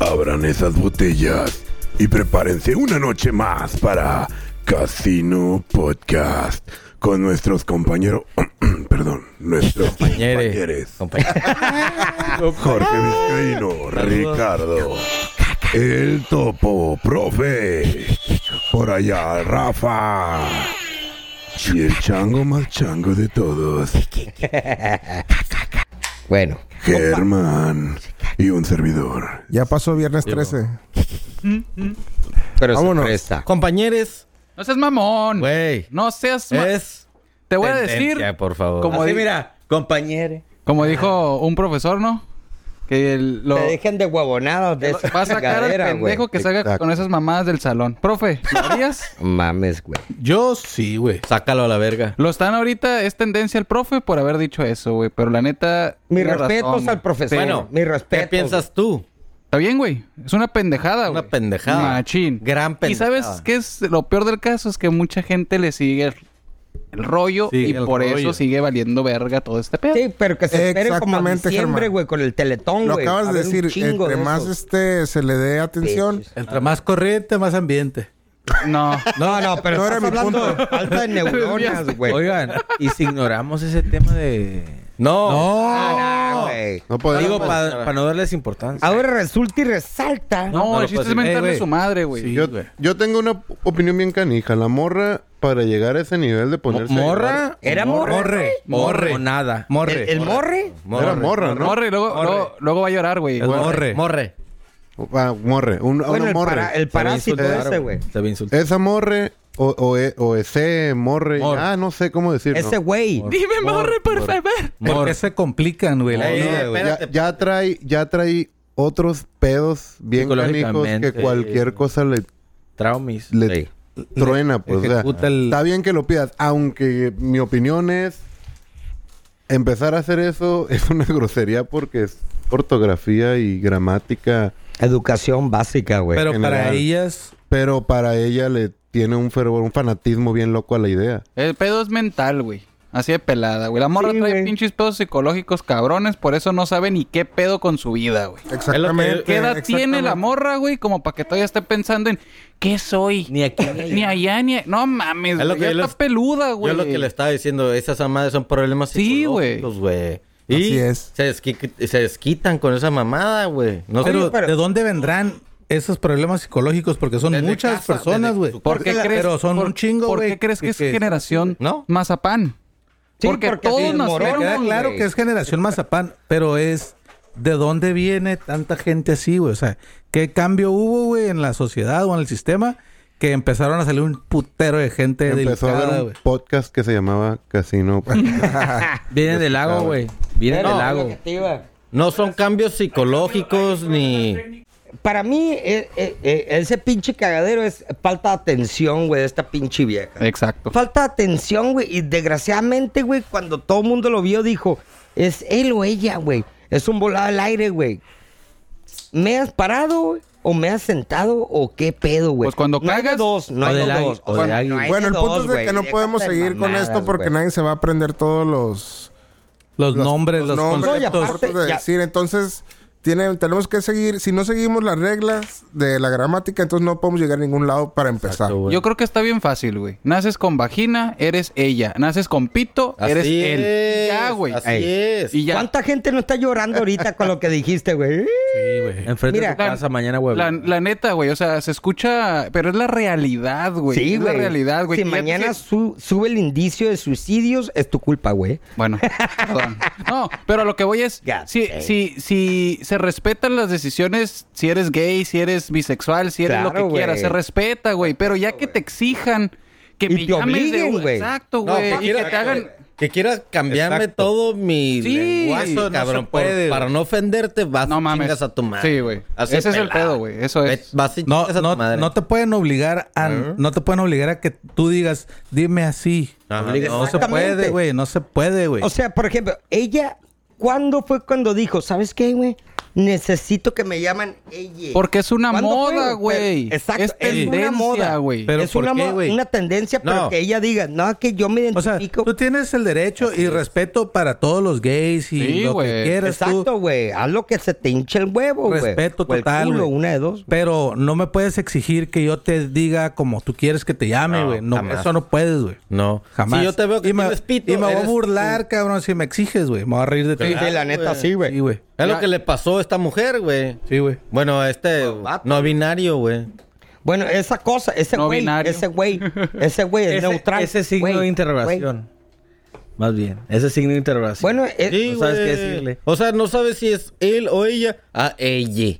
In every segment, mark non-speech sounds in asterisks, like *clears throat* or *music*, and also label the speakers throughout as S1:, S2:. S1: Abran esas botellas y prepárense una noche más para Casino Podcast con nuestros compañeros, *clears throat* perdón, nuestros
S2: Compañere.
S1: compañeros.
S2: Compañero.
S1: Jorge Vizcaíno, Ricardo, El Topo, Profe, por allá Rafa y el chango más chango de todos,
S2: Bueno,
S1: Germán y un servidor.
S3: Ya pasó viernes 13.
S2: pero
S3: Vámonos.
S2: se presta.
S4: Compañeros,
S5: No seas mamón.
S4: güey.
S5: No seas ma-
S4: Es.
S5: Te voy a decir,
S4: tendencia, por favor.
S5: como,
S2: Así
S5: di-
S2: mira, compañero.
S5: como dijo un profesor, ¿no? Que el- lo
S2: Te dejen de huevonados de esa
S5: va a sacar al
S2: chingadera, güey.
S5: pendejo que salga
S3: Exacto.
S5: con esas mamadas del salón. Profe, ¿lo harías?
S2: Mames, güey.
S4: Yo sí, güey. Sácalo a la verga.
S5: lo están ahorita, es tendencia el profe por haber dicho eso, güey. Pero la neta.
S2: Mis
S5: tiene razón,
S2: respetos
S5: güey.
S2: al profesor.
S4: Bueno,
S2: mis respetos.
S4: ¿Qué piensas tú?
S5: Está bien, güey. Es una pendejada, güey.
S4: Una pendejada.
S5: Machín.
S4: Gran pendejada.
S5: ¿Y sabes qué es lo peor del caso? Es que mucha gente le sigue el, el rollo
S4: Sigue
S5: y
S4: el
S5: por eso
S4: rollo.
S5: sigue valiendo verga todo este pedo.
S2: Sí, pero que se espere como a
S3: Exactamente,
S2: diciembre,
S3: Germán.
S2: güey, con el teletón,
S3: Lo
S2: güey.
S3: acabas
S2: Va a
S3: de
S2: haber un
S3: decir,
S2: chingo
S3: entre
S2: de
S3: más
S2: esos.
S3: este se le dé atención,
S2: Pinches.
S4: Entre más corriente, más ambiente.
S5: No.
S2: No, no, pero
S3: No
S2: estás
S3: era mi
S2: hablando
S3: punto.
S2: de falta
S5: *laughs*
S2: de neuronas, güey.
S6: Oigan, y si ignoramos ese tema de.
S4: No.
S2: Ah, nah, güey.
S7: No podemos.
S6: Digo, para no darles
S4: Ah,
S6: importancia.
S2: Ahora resulta y resalta.
S5: No,
S4: no lo
S5: el chiste
S4: puedo
S5: es
S4: decir.
S5: mentarle
S4: Ey, güey.
S5: su madre, güey.
S4: Sí,
S7: yo,
S4: güey.
S7: yo tengo una opinión bien canija. La morra, para llegar a ese nivel de ponerse.
S6: ¿Morra?
S2: ¿Era morra?
S4: Morre.
S6: Morre.
S4: Morre.
S6: O nada.
S4: Morre.
S2: ¿El, el morre?
S7: Era morra, ¿no?
S5: Morre, luego, luego, luego va a llorar, güey.
S7: Morre.
S4: Morre. Morre.
S7: Ah, morre. Un, a
S2: Bueno,
S7: una
S2: el,
S7: morre.
S2: para- el parásito ese, güey.
S6: Se ve insultar.
S7: Esa morre o, o, e- o ese morre. Ah, no sé cómo decirlo.
S2: Ese güey.
S5: Dime, morre, por favor.
S4: ¿Por qué se complican, güey? La
S6: Morre.
S4: vida, güey.
S7: ya, ya trae, ya trae otros pedos bien canijos
S6: Psicológicamente.
S7: que cualquier cosa le,
S6: Traumis.
S7: le truena. Pues, o sea,
S6: Ejecuta el-
S7: Está bien que lo pidas, aunque mi opinión es empezar a hacer eso *laughs* es una grosería porque es ortografía y gramática,
S2: Educación básica, güey.
S4: Pero para
S7: general.
S4: ellas.
S7: pero para ella le tiene un fervor, un fanatismo bien loco a la idea.
S5: El pedo es mental, güey. Así de pelada, güey. La morra
S2: Sí,
S5: trae
S2: güey.
S5: pinches pedos psicológicos cabrones, por eso no sabe ni qué pedo con su vida, güey.
S3: Exactamente.
S5: ¿Qué edad tiene
S3: Eh,
S5: la
S3: exactamente.
S5: morra, güey? Como para que todavía esté pensando en ¿qué soy? Ni aquí, ni allá, ni. No mames,
S4: Es lo
S5: güey.
S4: que
S5: Ya
S4: yo
S5: está
S4: les-
S5: peluda,
S4: Yo
S5: güey.
S4: lo que le estaba diciendo, esas mamadas son problemas
S5: Sí, güey.
S4: psicológicos, güey. Y
S3: Así es.
S4: Se, desqui- se desquitan con esa mamada, güey. No sé.
S2: Oye,
S8: Pero,
S2: pero-
S8: ¿de dónde vendrán esos problemas psicológicos? Porque son
S4: Desde
S8: muchas
S4: casa,
S8: personas,
S4: desde
S8: güey.
S4: su-
S5: ¿Por qué
S8: Pero
S5: crees,
S8: son
S5: por-
S8: un chingo,
S5: ¿Por
S8: güey.
S5: qué crees que es generación
S4: ¿No?
S5: Mazapán?
S2: Sí,
S5: porque,
S2: porque
S5: todos
S2: sí,
S8: Me
S5: nacieron
S2: morón,
S8: queda
S5: con-
S8: claro
S2: güey.
S8: que es generación Mazapán, pero es... ¿De dónde viene tanta gente así, güey? O sea, ¿qué cambio hubo, güey, en la sociedad o en el sistema que empezaron a salir un putero de gente
S7: Empezó a
S8: delicada,
S7: ver un
S8: güey?
S7: podcast que se llamaba Casino.
S6: Viene del lago, güey. Viene
S2: Pero
S6: del
S2: es lo
S6: lago.
S2: que te iba.
S4: No son cambios psicológicos ni.
S2: Para mí, eh, eh, eh, ese pinche cagadero es falta de atención, güey, de esta pinche vieja.
S5: Exacto.
S2: Falta de atención, güey. Y desgraciadamente, güey, cuando todo el mundo lo vio, dijo, es él o ella, güey. Es un volado al aire, güey. ¿Me has parado, güey? ¿O me has sentado? ¿O qué pedo, güey?
S5: Pues cuando
S2: no hay de
S5: cagas-
S2: dos, no
S6: o
S2: hay de
S6: del águi-
S2: dos.
S6: o
S2: sea,
S6: del águi-
S2: no hay
S3: Bueno, el
S2: de
S3: punto
S2: dos,
S3: es de
S2: güey.
S3: que no
S2: Déjate
S3: podemos
S2: de
S3: seguir con
S2: mamadas,
S3: esto porque
S2: güey.
S3: nadie se va a aprender todos los
S8: Los, nombres, los,
S3: nombres,
S2: No, y
S3: los
S8: conceptos.
S2: aparte,
S3: cortos de
S2: ya-
S3: decir. Entonces, tiene- tenemos que seguir. Si no seguimos las reglas de la gramática, entonces no podemos llegar a ningún lado para empezar.
S4: Exacto, güey.
S5: Yo creo que está bien fácil, güey. Naces con vagina, eres ella. Naces con pito, eres
S4: Así
S5: él.
S4: es,
S5: Ya, güey.
S4: Así
S2: Ey.
S4: es.
S5: Y ya.
S2: ¿Cuánta gente no está llorando ahorita con lo que dijiste, güey?
S8: Sí, güey.
S6: Enfrente
S2: Mira,
S6: de tu casa mañana, güey.
S5: La, la neta, güey. O sea, se escucha... Pero es la realidad, güey.
S2: Sí,
S5: es
S2: güey.
S5: la realidad, güey.
S2: Si
S5: Y ya pues, te-
S2: mañana su- sube el indicio de suicidios, es tu culpa, güey.
S5: Bueno,
S2: *laughs*
S5: perdón. No, pero a lo que voy es...
S2: Ya
S5: Si,
S2: sé.
S5: si, si se respetan las decisiones, si eres gay, si eres bisexual, si eres lo
S2: Claro,
S5: que quieras,
S2: güey.
S5: se respeta, güey. Pero ya que te exijan que
S2: Y
S5: me
S2: te
S5: llames de-
S2: obliguen, güey.
S5: Exacto,
S4: No,
S5: güey.
S4: que
S5: y que
S4: quieras-
S5: te hagan...
S4: Que quieras cambiarme
S6: Exacto.
S4: todo mi
S5: Sí.
S4: lenguaje,
S5: Eso no
S4: cabrón.
S8: se
S4: por-
S8: puede,
S4: para
S8: güey.
S4: no ofenderte, vas
S5: No
S4: no,
S5: mames.
S4: chingas a tu madre.
S5: Sí, güey.
S4: Así
S5: Ese es el
S4: pelada.
S5: pedo, güey. Eso es.
S4: Ve- Vas y
S8: No,
S4: chingas a
S8: no,
S4: tu madre. Ah.
S8: no te pueden obligar a... No te pueden obligar a que tú digas, dime así.
S4: Ajá,
S6: Obligas-
S8: No se
S2: Exactamente.
S8: puede, güey. No se puede, güey.
S2: O sea, por ejemplo, ella, ¿cuándo fue cuando dijo, ¿sabes qué, güey? necesito que me llaman ella.
S5: Porque es una
S2: ¿Cuándo fue,
S5: moda, güey.
S2: Pero- Exacto,
S5: Es tendencia,
S2: una moda,
S5: güey.
S6: Pero
S2: es
S6: ¿por
S2: una,
S6: qué,
S2: mo-
S6: güey?
S2: una tendencia, pero
S6: No.
S2: que ella diga, no, que yo me
S8: O sea,
S2: identifico.
S8: tú tienes el derecho y respeto para todos los gays y
S5: Sí,
S8: lo que
S5: güey.
S8: quieras tú.
S2: Exacto, güey. Haz lo que se te hinche el huevo, güey.
S8: Respeto
S2: O el
S8: total,
S2: culo,
S8: güey.
S2: Una de dos.
S8: Pero no me puedes exigir que yo te diga como tú quieres que te llame,
S4: No,
S8: güey. No,
S4: jamás.
S8: eso no puedes, güey.
S4: No.
S8: Jamás.
S4: Si yo te veo que
S8: y me,
S4: tienes pito,
S8: y me voy a
S4: eres
S8: burlar,
S4: tú.
S8: cabrón, si me exiges, güey. Me voy a reír de ti.
S2: Sí, la neta, sí, güey.
S8: Sí, güey.
S4: Es lo que le pasó a esta mujer, güey.
S8: Sí, güey.
S4: Bueno, a este no binario, güey.
S2: Bueno, esa cosa, ese
S5: No
S2: güey,
S5: binario.
S2: ese güey, ese güey es
S6: Ese-
S2: neutral.
S6: Ese signo
S2: Güey,
S6: de interrogación. Más bien, ese signo de interrogación.
S2: güey. Bueno, eh, es-
S4: Sí,
S6: no sabes
S4: güey.
S6: qué decirle.
S4: O sea, no sabes si es él o ella. A ella.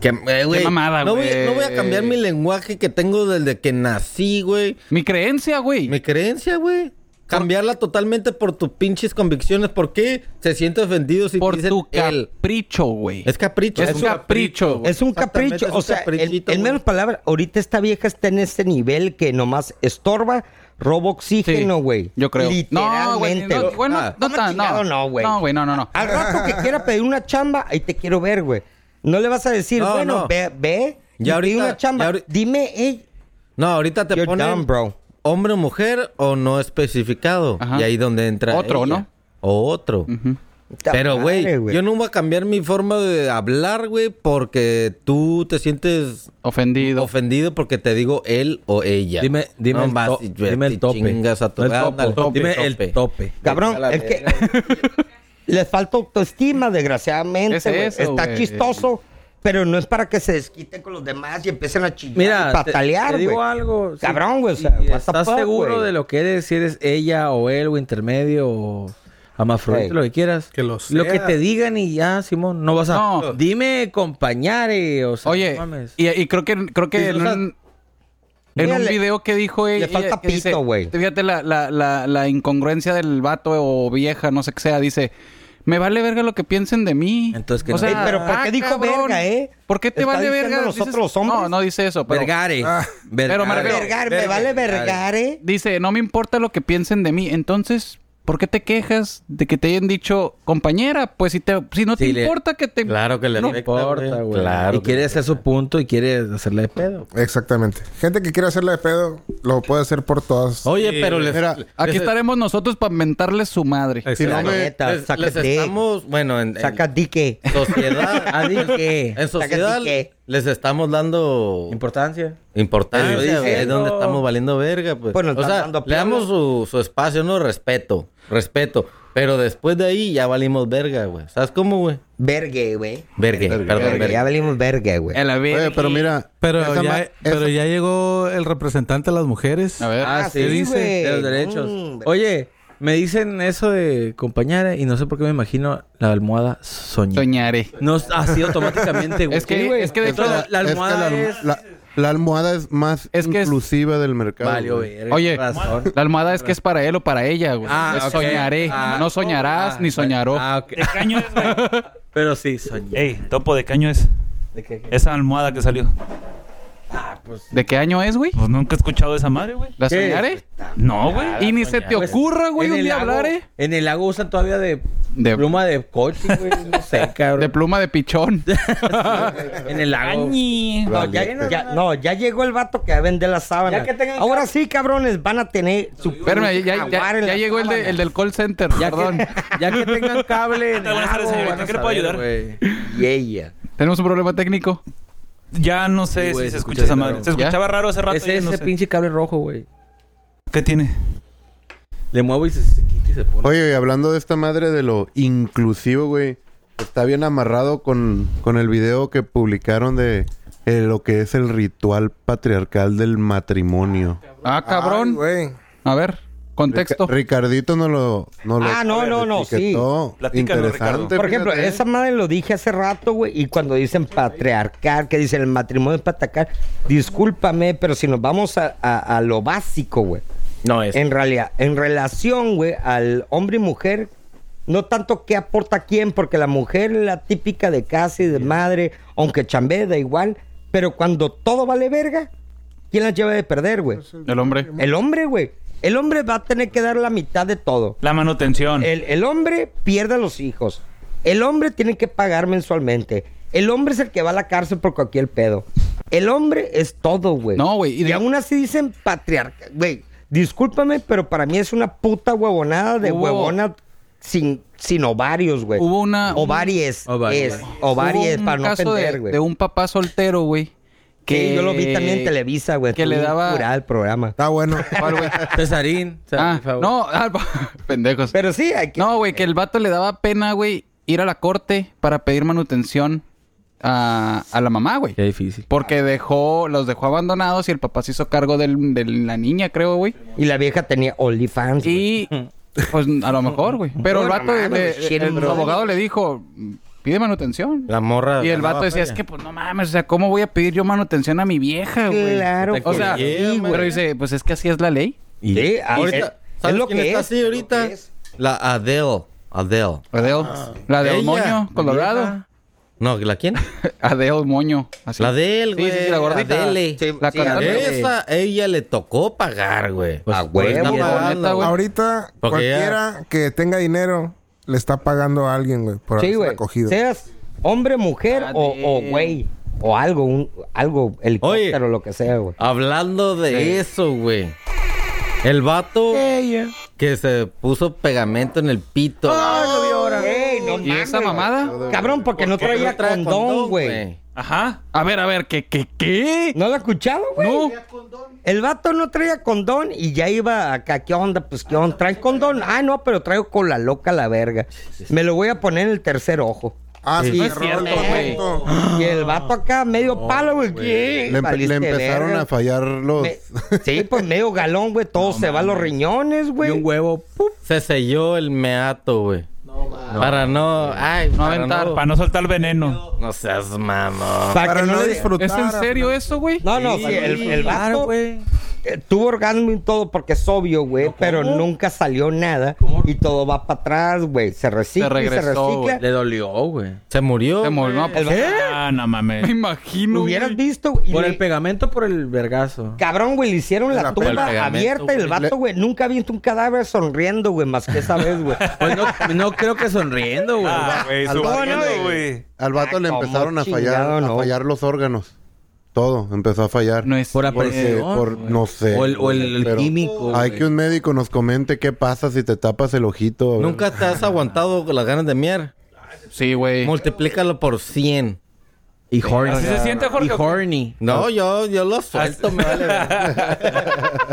S4: Que, eh, güey,
S5: Qué mamada,
S4: no voy-
S5: güey.
S4: No voy a cambiar mi lenguaje que tengo desde que nací, güey.
S5: Mi creencia, güey.
S4: Mi creencia, güey. Cambiarla totalmente por tus pinches convicciones. ¿Por qué se siente ofendido si te
S5: Por
S4: dicen
S5: tu
S4: él?
S5: capricho, güey.
S4: Es capricho.
S5: Es un capricho, güey.
S2: es un
S4: Exactamente,
S2: capricho.
S4: es
S2: O
S4: un
S2: sea, en,
S4: caprichito,
S2: en
S4: güey.
S2: menos palabras, ahorita esta vieja está en ese nivel que nomás estorba, roba oxígeno,
S5: Sí,
S2: güey.
S5: Yo creo. No, güey.
S2: Literalmente.
S5: No,
S2: güey.
S5: bueno,
S4: Ah.
S5: no,
S2: ¿Cómo
S5: tan-
S2: chingado
S5: no,
S2: no, güey?
S5: No, güey, no, no, no.
S2: Al rato que quiera pedir una chamba, ahí te quiero ver, güey. No le vas a decir,
S4: No,
S2: bueno,
S4: no.
S2: ve, ve y pide
S4: Ya ahorita-
S2: una chamba.
S4: ya ahori-
S2: Dime, hey,
S4: No, ahorita te
S2: You're
S4: ponen
S2: dumb, bro.
S4: hombre o mujer o no especificado.
S5: Ajá.
S4: Y ahí donde entra
S5: Otro,
S4: ella.
S5: ¿no?
S4: O otro. Pero, güey,
S2: madre, güey.
S4: yo no voy a cambiar mi forma de hablar, güey, porque tú te sientes
S5: Ofendido.
S4: ofendido porque te digo él o ella.
S6: Dime, dime,
S4: No
S6: el,
S4: vas
S6: to-
S4: y ve-
S6: dime
S4: y
S6: el tope.
S4: chingas a tu-
S6: No el
S4: Ah,
S6: topo,
S4: ándale,
S6: Dime
S4: tope,
S6: el
S4: tope.
S6: tope.
S2: Cabrón,
S4: A la
S2: es que *laughs* les falta autoestima, desgraciadamente.
S5: Es
S2: güey.
S5: eso,
S2: Está
S5: güey.
S2: chistoso, pero no es para que se desquiten con los demás y empiecen a chingar
S6: Mira,
S2: y
S6: te-
S2: patalear,
S6: te
S2: güey.
S6: digo algo. si-
S2: Cabrón, güey, o
S6: si
S2: sea, what the
S6: ¿Estás
S2: fuck,
S6: seguro
S2: güey?
S6: de lo que eres? Si eres ella o él o intermedio o amafrodita,
S2: Hey.
S6: lo que quieras.
S8: Que lo
S6: Lo que
S8: sea.
S6: te digan y ya, Simón, no vas a...
S5: No.
S6: Dime, compañare, o sea,
S5: Oye,
S6: no mames.
S5: y, y creo que, creo que
S6: Sí,
S5: en,
S6: o sea,
S5: un, en
S2: mira,
S5: un
S2: le-
S5: video que dijo ella.
S2: falta
S5: ella que
S2: pito,
S5: dice-
S2: güey.
S5: Fíjate la, la, la, la incongruencia del vato o vieja, no sé qué sea. Dice: Me vale verga lo que piensen de mí.
S6: Entonces, que
S5: o
S6: no.
S5: sea, ah,
S6: Ey,
S2: pero ¿por qué dijo verga, eh?
S5: ¿Por qué te
S2: Está
S5: vale
S2: diciendo
S5: verga?
S2: nosotros los hombres.
S5: No, no dice eso. Pero
S6: vergare.
S8: Ah.
S5: Pero me refiero-
S2: Vergar, me vale vergar, eh.
S5: dice: No me importa lo que piensen de mí. Entonces. ¿Por qué te quejas de que te hayan dicho compañera? Pues si te, si no
S6: Sí,
S5: te
S6: le-
S5: importa que te
S4: Claro que le
S6: No
S4: afecta,
S6: importa, güey.
S4: Claro.
S6: y quiere hacer su punto y quiere hacerle de pedo.
S3: Exactamente. Gente que quiere hacerla de pedo, lo puede hacer por todas.
S4: Oye, pero les,
S7: Mira,
S5: Aquí estaremos nosotros para mentarles su madre.
S7: si no
S2: La
S7: me-
S2: neta,
S4: les-
S2: saca
S4: les
S2: dick,
S4: estamos, bueno, en, en
S2: saca dique. *laughs*
S4: sociedad,
S6: ¿A di qué?
S4: en sociedad
S2: qué.
S4: les estamos dando
S6: Importancia.
S4: Importancia,
S6: Te lo
S4: güey,
S6: dije.
S4: es donde estamos valiendo verga, pues.
S2: Bueno,
S4: o
S2: están
S4: sea,
S2: dando
S4: le damos su, su espacio, no respeto, respeto. Pero después de ahí ya valimos verga, güey. ¿Sabes cómo, güey?
S2: Vergue, güey.
S4: Verga, perdón,
S2: Vergue, Ya
S4: verga.
S2: valimos vergue, güey.
S6: Ah,
S5: A la
S7: Oye,
S5: verga.
S7: pero mira.
S8: Pero
S7: esa ma-
S8: ya,
S2: e-
S7: esa-
S8: pero ya llegó el representante de las mujeres.
S5: A ver.
S6: Ah,
S2: Ah,
S6: sí,
S2: sí,
S6: dice
S2: güey. Mm,
S6: de los derechos.
S2: Hombre.
S6: Oye, me dicen eso de compañera y no sé por qué me imagino la almohada soñada.
S5: Soñaré.
S6: No así automáticamente, güey.
S5: Es que- es que de
S6: de hecho
S5: hecho
S6: la, la
S7: es que
S6: almohada
S7: la,
S6: es,
S7: la- la almohada es más
S5: Es que es-
S7: inclusiva del mercado.
S6: Valió,
S7: güey.
S6: verga,
S5: Oye,
S6: razón.
S5: la almohada es que es para él o para ella, güey.
S6: Ah,
S5: Es
S6: ok.
S5: Soñaré.
S6: Ah,
S5: no soñarás
S6: ah,
S5: ni soñaró.
S6: Ah, ok.
S9: ¿De caño es, güey?
S6: Pero sí, soñé.
S9: Ey, topo, ¿de caño es?
S6: ¿De qué?
S9: Esa almohada que salió.
S5: ¿De qué año es, güey?
S9: Pues nunca he escuchado esa madre, güey.
S5: ¿La soñaré?
S6: Ah,
S9: No, güey.
S5: Y ni se te ocurra, güey,
S6: En
S5: un
S6: el
S5: día
S6: Pues, lago-
S5: hablar, eh.
S6: En el lago usan todavía de,
S5: De-
S6: pluma de coche, güey. No sé,
S5: De
S6: cabrón.
S5: pluma de
S6: *laughs*
S5: pichón.
S6: en el lago.
S9: Añi.
S2: No, ya, ya- no, ya llegó el vato que va a vender la sábana.
S6: Ya que tengan-
S2: Ahora sí, cabrones, van a tener su
S5: Espérame, ya, ya-
S2: jaguar en
S5: ya
S2: la
S5: llegó el, de-
S2: sábana.
S5: el del call center,
S6: Ya *laughs*
S5: perdón.
S6: que, ya que tengan cable. en el
S9: Buenas tardes,
S6: lago,
S9: señorita,
S6: van Ah, a
S9: ¿qué le puedo
S6: saber,
S9: ayudar?
S6: güey.
S2: Y ella.
S5: Tenemos un problema técnico.
S9: Ya no
S6: Sí,
S9: sé
S6: güey, se
S9: si se
S6: escucha
S9: escucha esa
S6: bien
S9: madre.
S6: raro.
S9: Se
S5: ¿Ya?
S9: escuchaba raro hace rato.
S6: Ese,
S9: ya no
S6: ese
S9: sé.
S6: pinche cable rojo, güey.
S9: ¿Qué tiene?
S6: Le muevo y se, se quita y se pone.
S7: Oye, y hablando de esta madre de lo inclusivo, güey, está bien amarrado con, con el video que publicaron de eh, lo que es el ritual patriarcal del matrimonio.
S5: Ah,
S3: Ay,
S5: cabrón.
S3: güey.
S5: A ver, contexto.
S7: Rica- Ricardito no lo, no lo
S2: Ah, no, no, no, sí.
S7: etiquetó.
S9: Platícanos,
S7: Interesante.
S9: Ricardo.
S2: Por ejemplo,
S7: fíjate. ¿eh?
S2: esa madre lo dije hace rato, güey, y cuando dicen patriarcal, que dicen el matrimonio es patriarcal, discúlpame, pero si nos vamos a, a- a lo básico, güey,
S6: No es.
S2: en realidad, en relación, güey, al hombre y mujer, no tanto qué aporta a quién, porque la mujer es la típica de casa y de madre, aunque chambee, da igual, pero cuando todo vale verga, ¿quién la lleva de perder, güey?
S5: El hombre.
S2: El hombre, güey. El hombre va a tener que dar la mitad de todo.
S9: La manutención.
S2: El, el hombre pierde a los hijos. El hombre tiene que pagar mensualmente. El hombre es el que va a la cárcel por cualquier pedo. El hombre es todo, güey.
S5: No, güey, y
S2: Y,
S5: de-
S2: aún así dicen patriarca. Güey, discúlpame, pero para mí es una puta huevonada de
S5: Hubo-
S2: huevona sin, sin ovarios, güey.
S5: Hubo una-
S2: Ovaries.
S6: Ovaries.
S2: Es, ovarias,
S5: Hubo un
S2: para no
S5: caso de-
S2: ofender, güey.
S5: de, un papá soltero, güey.
S2: Que yo lo vi también en Televisa, güey.
S5: Que le
S2: Estuvo
S5: daba. *laughs*
S2: curada el programa.
S3: Está bueno.
S5: ¿Cuál,
S2: *laughs*
S5: güey?
S6: Cesarín. o sea,
S5: Ah,
S6: por favor.
S5: no, ah, *laughs* pendejos.
S2: Pero sí, hay que.
S5: No, güey, que el vato le daba pena, güey, ir a la corte para pedir manutención a, a la mamá, güey.
S6: Qué difícil.
S5: Porque dejó, los dejó abandonados y el papá se hizo cargo del- de la niña, creo, güey.
S2: Y la vieja tenía OnlyFans. güey.
S5: Y pues a lo
S2: *laughs*
S5: mejor, güey. Pero el
S2: No,
S5: vato,
S2: no mames,
S5: le-
S2: shit,
S5: el
S2: bro.
S5: abogado le dijo, pide manutención.
S4: La morra.
S5: Y el
S4: ganaba
S5: vato decía, es
S4: feria.
S5: que pues no mames, o sea, ¿cómo voy a pedir yo manutención a mi vieja, güey?
S2: Claro,
S5: O sea,
S4: güey.
S5: sí, güey. pero dice, pues es que así es la ley.
S4: Y
S2: Sí, ah,
S4: ahorita,
S2: es- es
S4: ¿sabes
S2: lo
S4: quién
S2: que
S4: está
S2: es,
S4: así
S2: es lo
S4: ahorita?
S2: que es.
S4: La Adele. Adele.
S5: Adeo. La de
S4: Ella,
S5: Moño, *laughs* Colorado.
S4: No, ¿la quién?
S5: Adeo Moño. Así.
S4: La de él,
S5: Sí,
S4: güey.
S5: sí, sí, la gordita.
S4: Adele.
S5: Sí, la
S2: sí,
S5: cantante.
S2: Adele.
S4: Esa, ella le tocó pagar, güey.
S2: A
S4: Por estar
S2: huevo,
S5: la
S4: pagando,
S2: Pues,
S5: neta, güey.
S3: Ahorita,
S4: Porque ya-
S3: cualquiera que tenga dinero le está pagando a alguien, güey, por
S2: Sí,
S3: haberse
S2: güey.
S3: acogido.
S2: Seas hombre, mujer
S5: Ah,
S2: o, o
S5: damn.
S2: güey. O algo, un, algo, helicóptero, lo que sea, güey.
S4: Hablando de eso, güey. El vato que se puso pegamento en el pito.
S2: Ah, Güey, no
S5: ¿Y esa
S2: mames.
S5: mamada?
S2: Cabrón, porque no
S4: ¿Por qué
S2: traía
S4: no trae
S2: condón, güey.
S9: Ajá. A ver, a ver, ¿qué, qué, qué?
S2: ¿No lo has escuchado, güey?
S5: No.
S2: El vato no traía condón y ya iba acá. ¿Qué onda? Pues, ¿qué onda? ¿Traes condón? Ah, no, pero traigo con la loca la verga. Me lo voy a poner en el tercer ojo.
S3: Ah, sí,
S5: No es cierto, güey.
S2: Y el vato acá, medio palo, güey. ¿Qué?
S7: Le, empe-
S2: Valiste
S7: le empezaron
S2: verga.
S7: a fallar los...
S2: Me- sí, pues medio galón, güey. Todo se va a los riñones,
S6: Y
S2: güey.
S6: un huevo. ¡pup!
S4: Se selló el meato, güey. Para no. Ay,
S5: No
S4: para
S5: aventar.
S4: No,
S9: Para no soltar veneno.
S4: no seas
S7: Ah,
S4: mamón.
S2: Para,
S3: Para
S2: que
S3: no,
S2: no le-
S3: disfrutar.
S5: ¿Es en serio eso, güey?
S2: No, no, sí, el, el vato eh, tuvo orgasmo y todo porque es obvio, güey, pero nunca salió nada y todo va para atrás, güey. Se recicla,
S5: Se
S2: y se,
S5: regresó,
S2: recicla.
S6: Le dolió, güey.
S4: Se murió.
S5: Se mol- no, pues,
S9: Ah, no
S5: *laughs*
S9: mames.
S5: Me imagino.
S2: Hubieras
S5: güey.
S2: visto, güey, y
S6: Por
S2: le-
S6: el pegamento, por el vergazo.
S2: cabrón, güey, le hicieron la,
S3: la
S2: tumba
S4: pela. El pegamento,
S2: abierta y el
S7: güey.
S2: vato, güey, nunca ha visto un cadáver sonriendo, güey, más que esa vez, güey.
S6: Pues no, no creo que sonriendo, güey.
S9: Ah, güey,
S2: Al
S9: su
S2: vato,
S9: vagina,
S2: güey.
S9: güey.
S7: Al vato
S2: Ah,
S7: le
S2: cómo
S7: empezaron a fallar,
S2: chingado, no.
S7: a fallar los órganos. Todo empezó a fallar.
S5: No es
S6: Por la
S5: cierto.
S7: porque,
S6: presión,
S7: por- no sé.
S6: O el, o el- el
S7: Pero
S6: químico.
S7: Hay
S6: güey.
S7: que un médico nos comente qué pasa si te tapas el ojito. a ver.
S4: Nunca te has aguantado con las ganas de miar.
S5: Sí, güey.
S4: Multiplícalo por 100.
S6: Y horny.
S9: ¿Así se siente, Jorge,
S6: Y
S9: o qué?
S6: horny.
S4: No, yo, yo lo suelto, me vale. verga.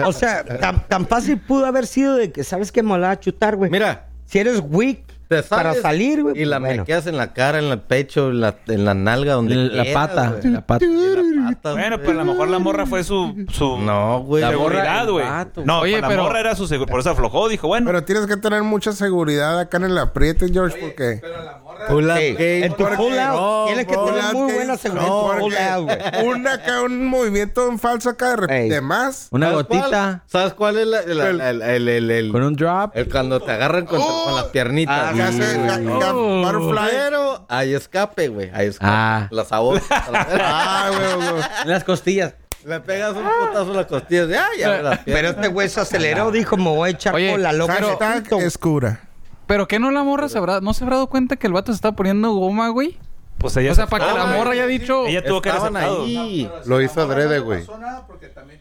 S2: O sea, tan, tan fácil pudo haber sido de que, ¿sabes qué? Me la va a chutar, güey.
S4: Mira,
S2: si eres weak
S4: te sales
S2: para salir, güey. pues,
S4: Y la
S2: bueno.
S4: mequeas en la cara, en el pecho, en la, en la nalga, donde
S6: El- la
S4: quieras,
S6: pata.
S4: güey.
S6: La pata.
S4: En la pata,
S9: Bueno,
S4: güey.
S9: pero a lo mejor la morra fue su, su
S4: No, güey.
S9: la
S4: La morra-
S9: seguridad,
S6: el
S9: güey.
S6: vato.
S9: No,
S5: Oye,
S9: pues la
S5: pero-
S9: morra era su seguridad. Por eso aflojó, dijo, bueno.
S3: Pero tienes que tener mucha seguridad acá en el apriete, George, porque...
S4: Pull up
S2: Sí,
S4: game,
S2: en tu
S4: porque-
S2: pull out
S4: No,
S2: tienes que
S4: bro.
S2: tener muy buena seguridad en tu pull out, güey.
S3: Una acá, un movimiento en falso acá de, re-
S2: Ey.
S3: de más.
S6: Una
S4: ¿Sabes cuál?
S6: gotita.
S4: ¿Sabes cuál es la- la- la- el, el, el, el-
S6: Con un drop.
S4: el cuando te agarran con, con las piernitas?
S3: Ah, Ya sé,
S4: Mm.
S3: ya- ya- butterfly.
S4: Pero hay escape, güey. Hay escape.
S6: Ah.
S4: Las abogas.
S3: Ah, güey, güey.
S6: En las costillas.
S4: Le pegas un putazo en las costillas. Ya, ya me las
S2: Pero
S4: piernas.
S2: este güey se *laughs* aceleró, dijo, me voy a echar
S5: Oye,
S2: con la loca.
S3: Hashtag
S2: Pero,
S3: es cura.
S5: Pero que no la morra se habrá, no se habrá dado cuenta que el vato se está poniendo goma, güey.
S9: pues ella
S5: O sea, para que la
S4: Ah,
S5: morra
S4: güey.
S5: haya dicho,
S9: Ella tuvo que haber
S4: Estaban
S9: aceptado.
S4: ahí.
S7: Lo hizo adrede, güey.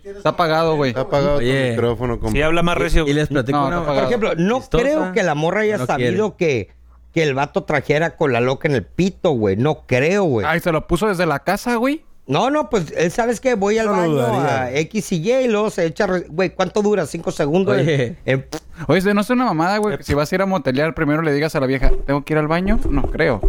S5: está apagado, güey.
S7: Está apagado tu
S6: Oye.
S7: micrófono. compa.
S9: Sí, habla más recio.
S6: Y
S9: güey.
S6: les platico
S5: No,
S6: una...
S5: está
S2: por
S5: apagado.
S2: ejemplo, no
S6: Chistosa,
S2: creo que la morra haya
S6: no
S2: sabido que, que el vato trajera con la loca en el pito, güey. No creo, güey.
S5: Ay, se lo puso desde la casa, güey.
S2: No, no, pues él sabes que voy al
S3: No lo
S2: baño
S3: dudaría.
S2: a X y Y y luego se echa... re- Güey, ¿cuánto dura? ¿Cinco segundos?
S6: Oye.
S2: En- en-
S5: Oye, si no es una mamada, güey. que Si vas a ir a motelear, primero le digas a la vieja, ¿tengo que ir al baño? No creo.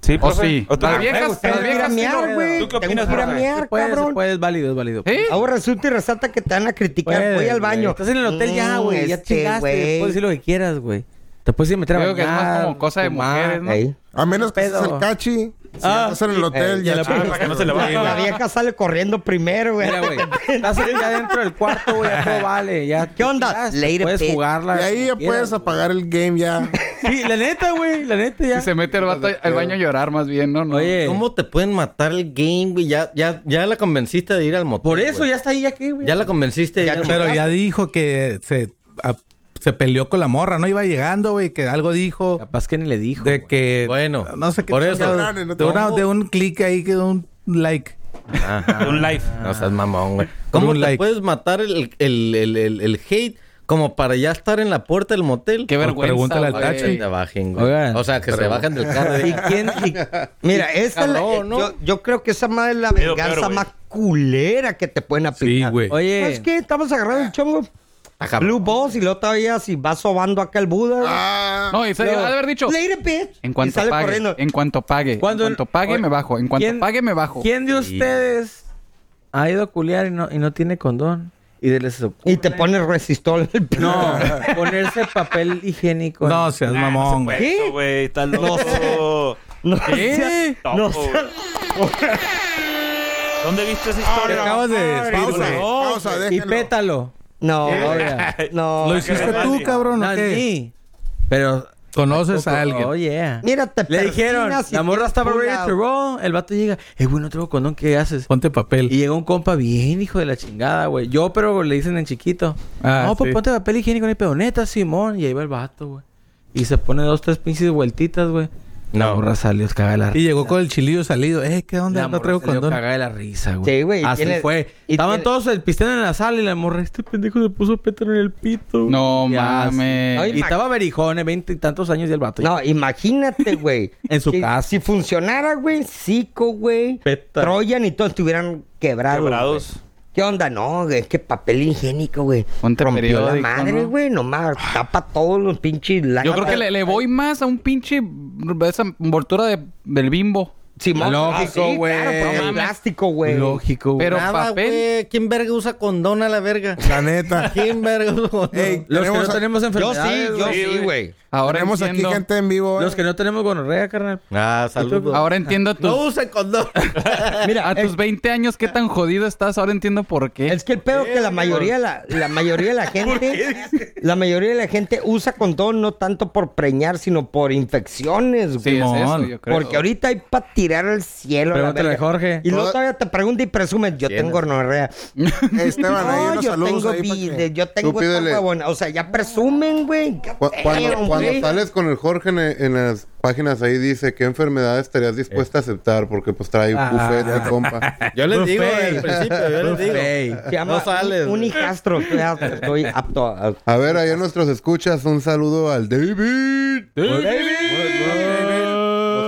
S9: Sí,
S5: O
S9: profe.
S5: sí.
S9: ¿O tú-
S5: Las
S9: Ah,
S5: viejas-
S9: me gusta.
S5: las
S2: Tengo que ir a
S5: viejas sí
S2: mear, güey.
S5: lo-
S9: ¿Tú qué
S2: Tengo que
S9: opinas,
S2: ir a
S9: profe?
S2: mear,
S6: Puede,
S2: cabrón.
S6: puede, es válido, es válido.
S5: ¿Eh?
S2: Ahora resulta y resalta que te van a criticar.
S6: Puedes,
S2: voy al
S6: güey.
S2: baño.
S6: Estás en el hotel ya,
S2: Mm,
S6: güey. ya
S2: este,
S6: chingaste.
S2: güey.
S6: Puedes decir lo que quieras, güey. Te puedes ir a meter a
S5: Creo que es más
S6: bañar,
S5: como cosa de
S6: fumar.
S5: mujeres, ¿no?
S2: Ey.
S3: A menos que
S6: Pedo.
S3: seas el cachi. Si
S6: Ah,
S3: estás en el
S2: eh,
S3: hotel,
S6: Ey,
S3: ya
S6: ya la-
S3: chingas.
S9: Ah, para que no se le vaya.
S2: La vieja sale corriendo primero, güey.
S6: Mira, güey. Estás ya dentro del cuarto, güey. Ya *laughs* todo vale. Ya
S2: ¿Qué onda?
S6: Ya,
S2: Later,
S6: puedes
S2: bitch.
S6: jugarla.
S3: Y ahí ya
S6: como quieras,
S3: puedes apagar el game ya. *laughs*
S6: güey. Sí, la neta, güey. La neta,
S5: Y
S6: ya.
S5: se mete al vato al baño a llorar más bien, ¿no? No.
S6: Oye.
S4: ¿Cómo te pueden matar el game, güey? Ya, ya, ya la convenciste de ir al motel.
S6: Por eso
S4: güey.
S6: ya está ahí, ya qué, güey.
S4: Ya la convenciste de ir al motel.
S8: Pero ya dijo que se, a- se peleó con la morra, ¿no? Iba llegando, güey, que algo dijo
S6: Capaz que ni le dijo.
S8: de que...
S4: Bueno,
S8: no sé qué...
S4: por eso.
S8: chingados, De, una- de un clic ahí, que de un like.
S9: De un live.
S4: No seas mamón, güey. ¿Cómo
S8: un
S4: te
S8: like.
S4: puedes matar el, el, el, el, el hate como para ya estar en la puerta del motel?
S5: Qué
S6: pues
S4: Para
S5: vergüenza.
S8: pregúntale al
S5: güey.
S4: Que se te bajen, güey.
S6: Oigan,
S4: o sea, que se bajen del carro.
S2: ¿Y
S4: digan,
S2: quién? y- mira, esa es la-
S4: Cabrón, ¿no?
S2: yo, yo creo que esa madre es la
S9: Pero,
S2: venganza
S9: pero, güey.
S2: más culera que te pueden aplicar.
S8: güey.
S6: Oye.
S2: ¿Sabes qué? Estamos agarrando el chongo.
S4: "Ah, cabrón".
S2: Blue Boss y luego todavía si va sobando acá el Buda. güey.
S5: No, y se
S2: Luego,
S5: ha de haber dicho.
S2: "Later, bitch",
S5: En
S2: y
S5: cuanto
S2: sale
S5: pague.
S2: corriendo.
S5: En cuanto pague.
S6: Cuando-
S5: en cuanto pague,
S6: Oye,
S5: me bajo. En cuanto
S6: ¿quién-
S5: pague, me bajo.
S6: ¿Quién de ustedes ha ido a culiar y no, y no tiene condón? Y de les ocurre
S2: Y te pone resistol el pino.
S6: No, *laughs* ponerse papel higiénico.
S8: No seas mamón, güey.
S9: ¿Qué? Güey, estás loco.
S2: No,
S9: ¿Qué?
S2: sea- no
S9: Topo,
S2: sea-
S9: ¿Dónde viste esa historia?
S8: Acabas de...
S3: Pausa, pausa,
S6: y
S3: déjenlo.
S6: pétalo.
S2: *laughs* No,
S6: Oiga.
S8: *laughs*
S2: no.
S8: Lo hiciste tú, cabrón, ¿o
S6: No,
S8: qué?
S6: sí. Pero
S8: Conoces a alguien.
S6: Oye.
S2: Mira, te
S6: Le dijeron,
S2: persignas y
S6: la morra
S2: te-
S6: estaba
S2: por un
S6: ready
S2: lado.
S6: to roll. El vato llega, eh, güey, no traigo condón, ¿qué haces?
S8: Ponte papel.
S6: Y llega un compa bien hijo de la chingada, güey. Yo, pero le dicen en chiquito.
S8: Ah,
S6: no, pues
S8: sí.
S6: ponte papel higiénico en el pedoneta, Simón. Y ahí va el vato, güey. Y se pone dos, tres pinches vueltitas, güey. La
S4: No.
S6: morra salió cagada de la
S8: Y llegó con el chilillo salido. Eh, ¿qué onda?
S6: La
S8: No traigo condón.
S6: cagada de la risa, güey.
S2: Sí, güey, y
S6: Así
S2: tiene-
S6: fue.
S2: y
S6: Estaban
S2: tiene-
S6: todos el pistón en la sala y la morra, este pendejo se puso pétalo en el pito. güey.
S5: No
S6: Y así.
S5: mames.
S2: Ay,
S6: Y estaba verijón, veinte y tantos años y el vato.
S2: No, imagínate, güey.
S6: En su
S2: Si-
S6: casa.
S2: Si funcionara, güey, Zico, güey,
S6: Peta.
S2: Troyan y todos estuvieran quebrados.
S9: Quebrados.
S2: güey. ¿Qué onda? No, güey, es que papel higiénico, güey.
S5: Ponte
S2: Rompió la
S5: periódico,
S2: madre,
S5: ¿no?
S2: güey. Nomás tapa todos los pinches... latas.
S5: Yo creo que le, le voy más a un pinche. b- Esa envoltura de, del bimbo.
S2: Simón,
S8: Lógico,
S2: ah, sí, claro,
S8: güey.
S2: porque
S5: No
S2: es
S5: mames.
S2: plástico, güey.
S8: Lógico, güey.
S5: Pero
S4: Nada,
S5: papel.
S4: güey. ¿Quién verga usa condón a la verga?
S3: La neta.
S4: ¿Quién verga usa condón?
S3: Ey,
S6: Los que no tenemos
S3: tenemos,
S2: Yo
S6: enfermedades.
S2: sí, yo
S9: güey.
S2: sí, güey.
S5: Ahora
S3: tenemos aquí
S5: entiendo.
S3: gente en vivo. eh.
S6: Los que no tenemos gonorrea, carnal.
S4: Ah,
S5: *laughs*
S4: saludos.
S5: Ahora
S2: *laughs*
S5: entiendo a tus,
S4: No usa condón.
S2: eh,
S5: a tus 20 años qué tan jodido estás. Ahora entiendo por qué.
S2: Es que el pedo que la mayoría, la, la mayoría de la gente, la mayoría de la gente usa condón no tanto por preñar, sino por infecciones, güey.
S5: Sí, es eso,
S8: Simón.
S5: yo creo.
S2: Porque ahorita hay para tirar al cielo. la
S6: Pregúntale
S2: verga.
S6: a Jorge.
S2: Y luego todavía te pregunta y presumes, yo tengo gonorrea.
S3: Esteban,
S7: eh.
S3: ahí unos
S2: yo
S3: saludos
S2: tengo
S3: ahí pa'
S2: vide,
S3: que-
S2: yo tengo esta
S7: pídele.
S2: huevona. O sea, ya presumen, güey.
S7: Cu- Cuando,
S2: Damn,
S7: cuando
S2: güey.
S7: sales con el Jorge en, en las páginas ahí dice qué enfermedad estarías dispuesta a aceptar porque pues trae un buffet de compa.
S4: Yo les digo al principio, yo les digo.
S2: Se llama
S4: No sales.
S2: Un, un hijastro. Estoy apto- estoy apto a- a-
S7: A ver, ahí a nuestros escuchas, un saludo al David. David.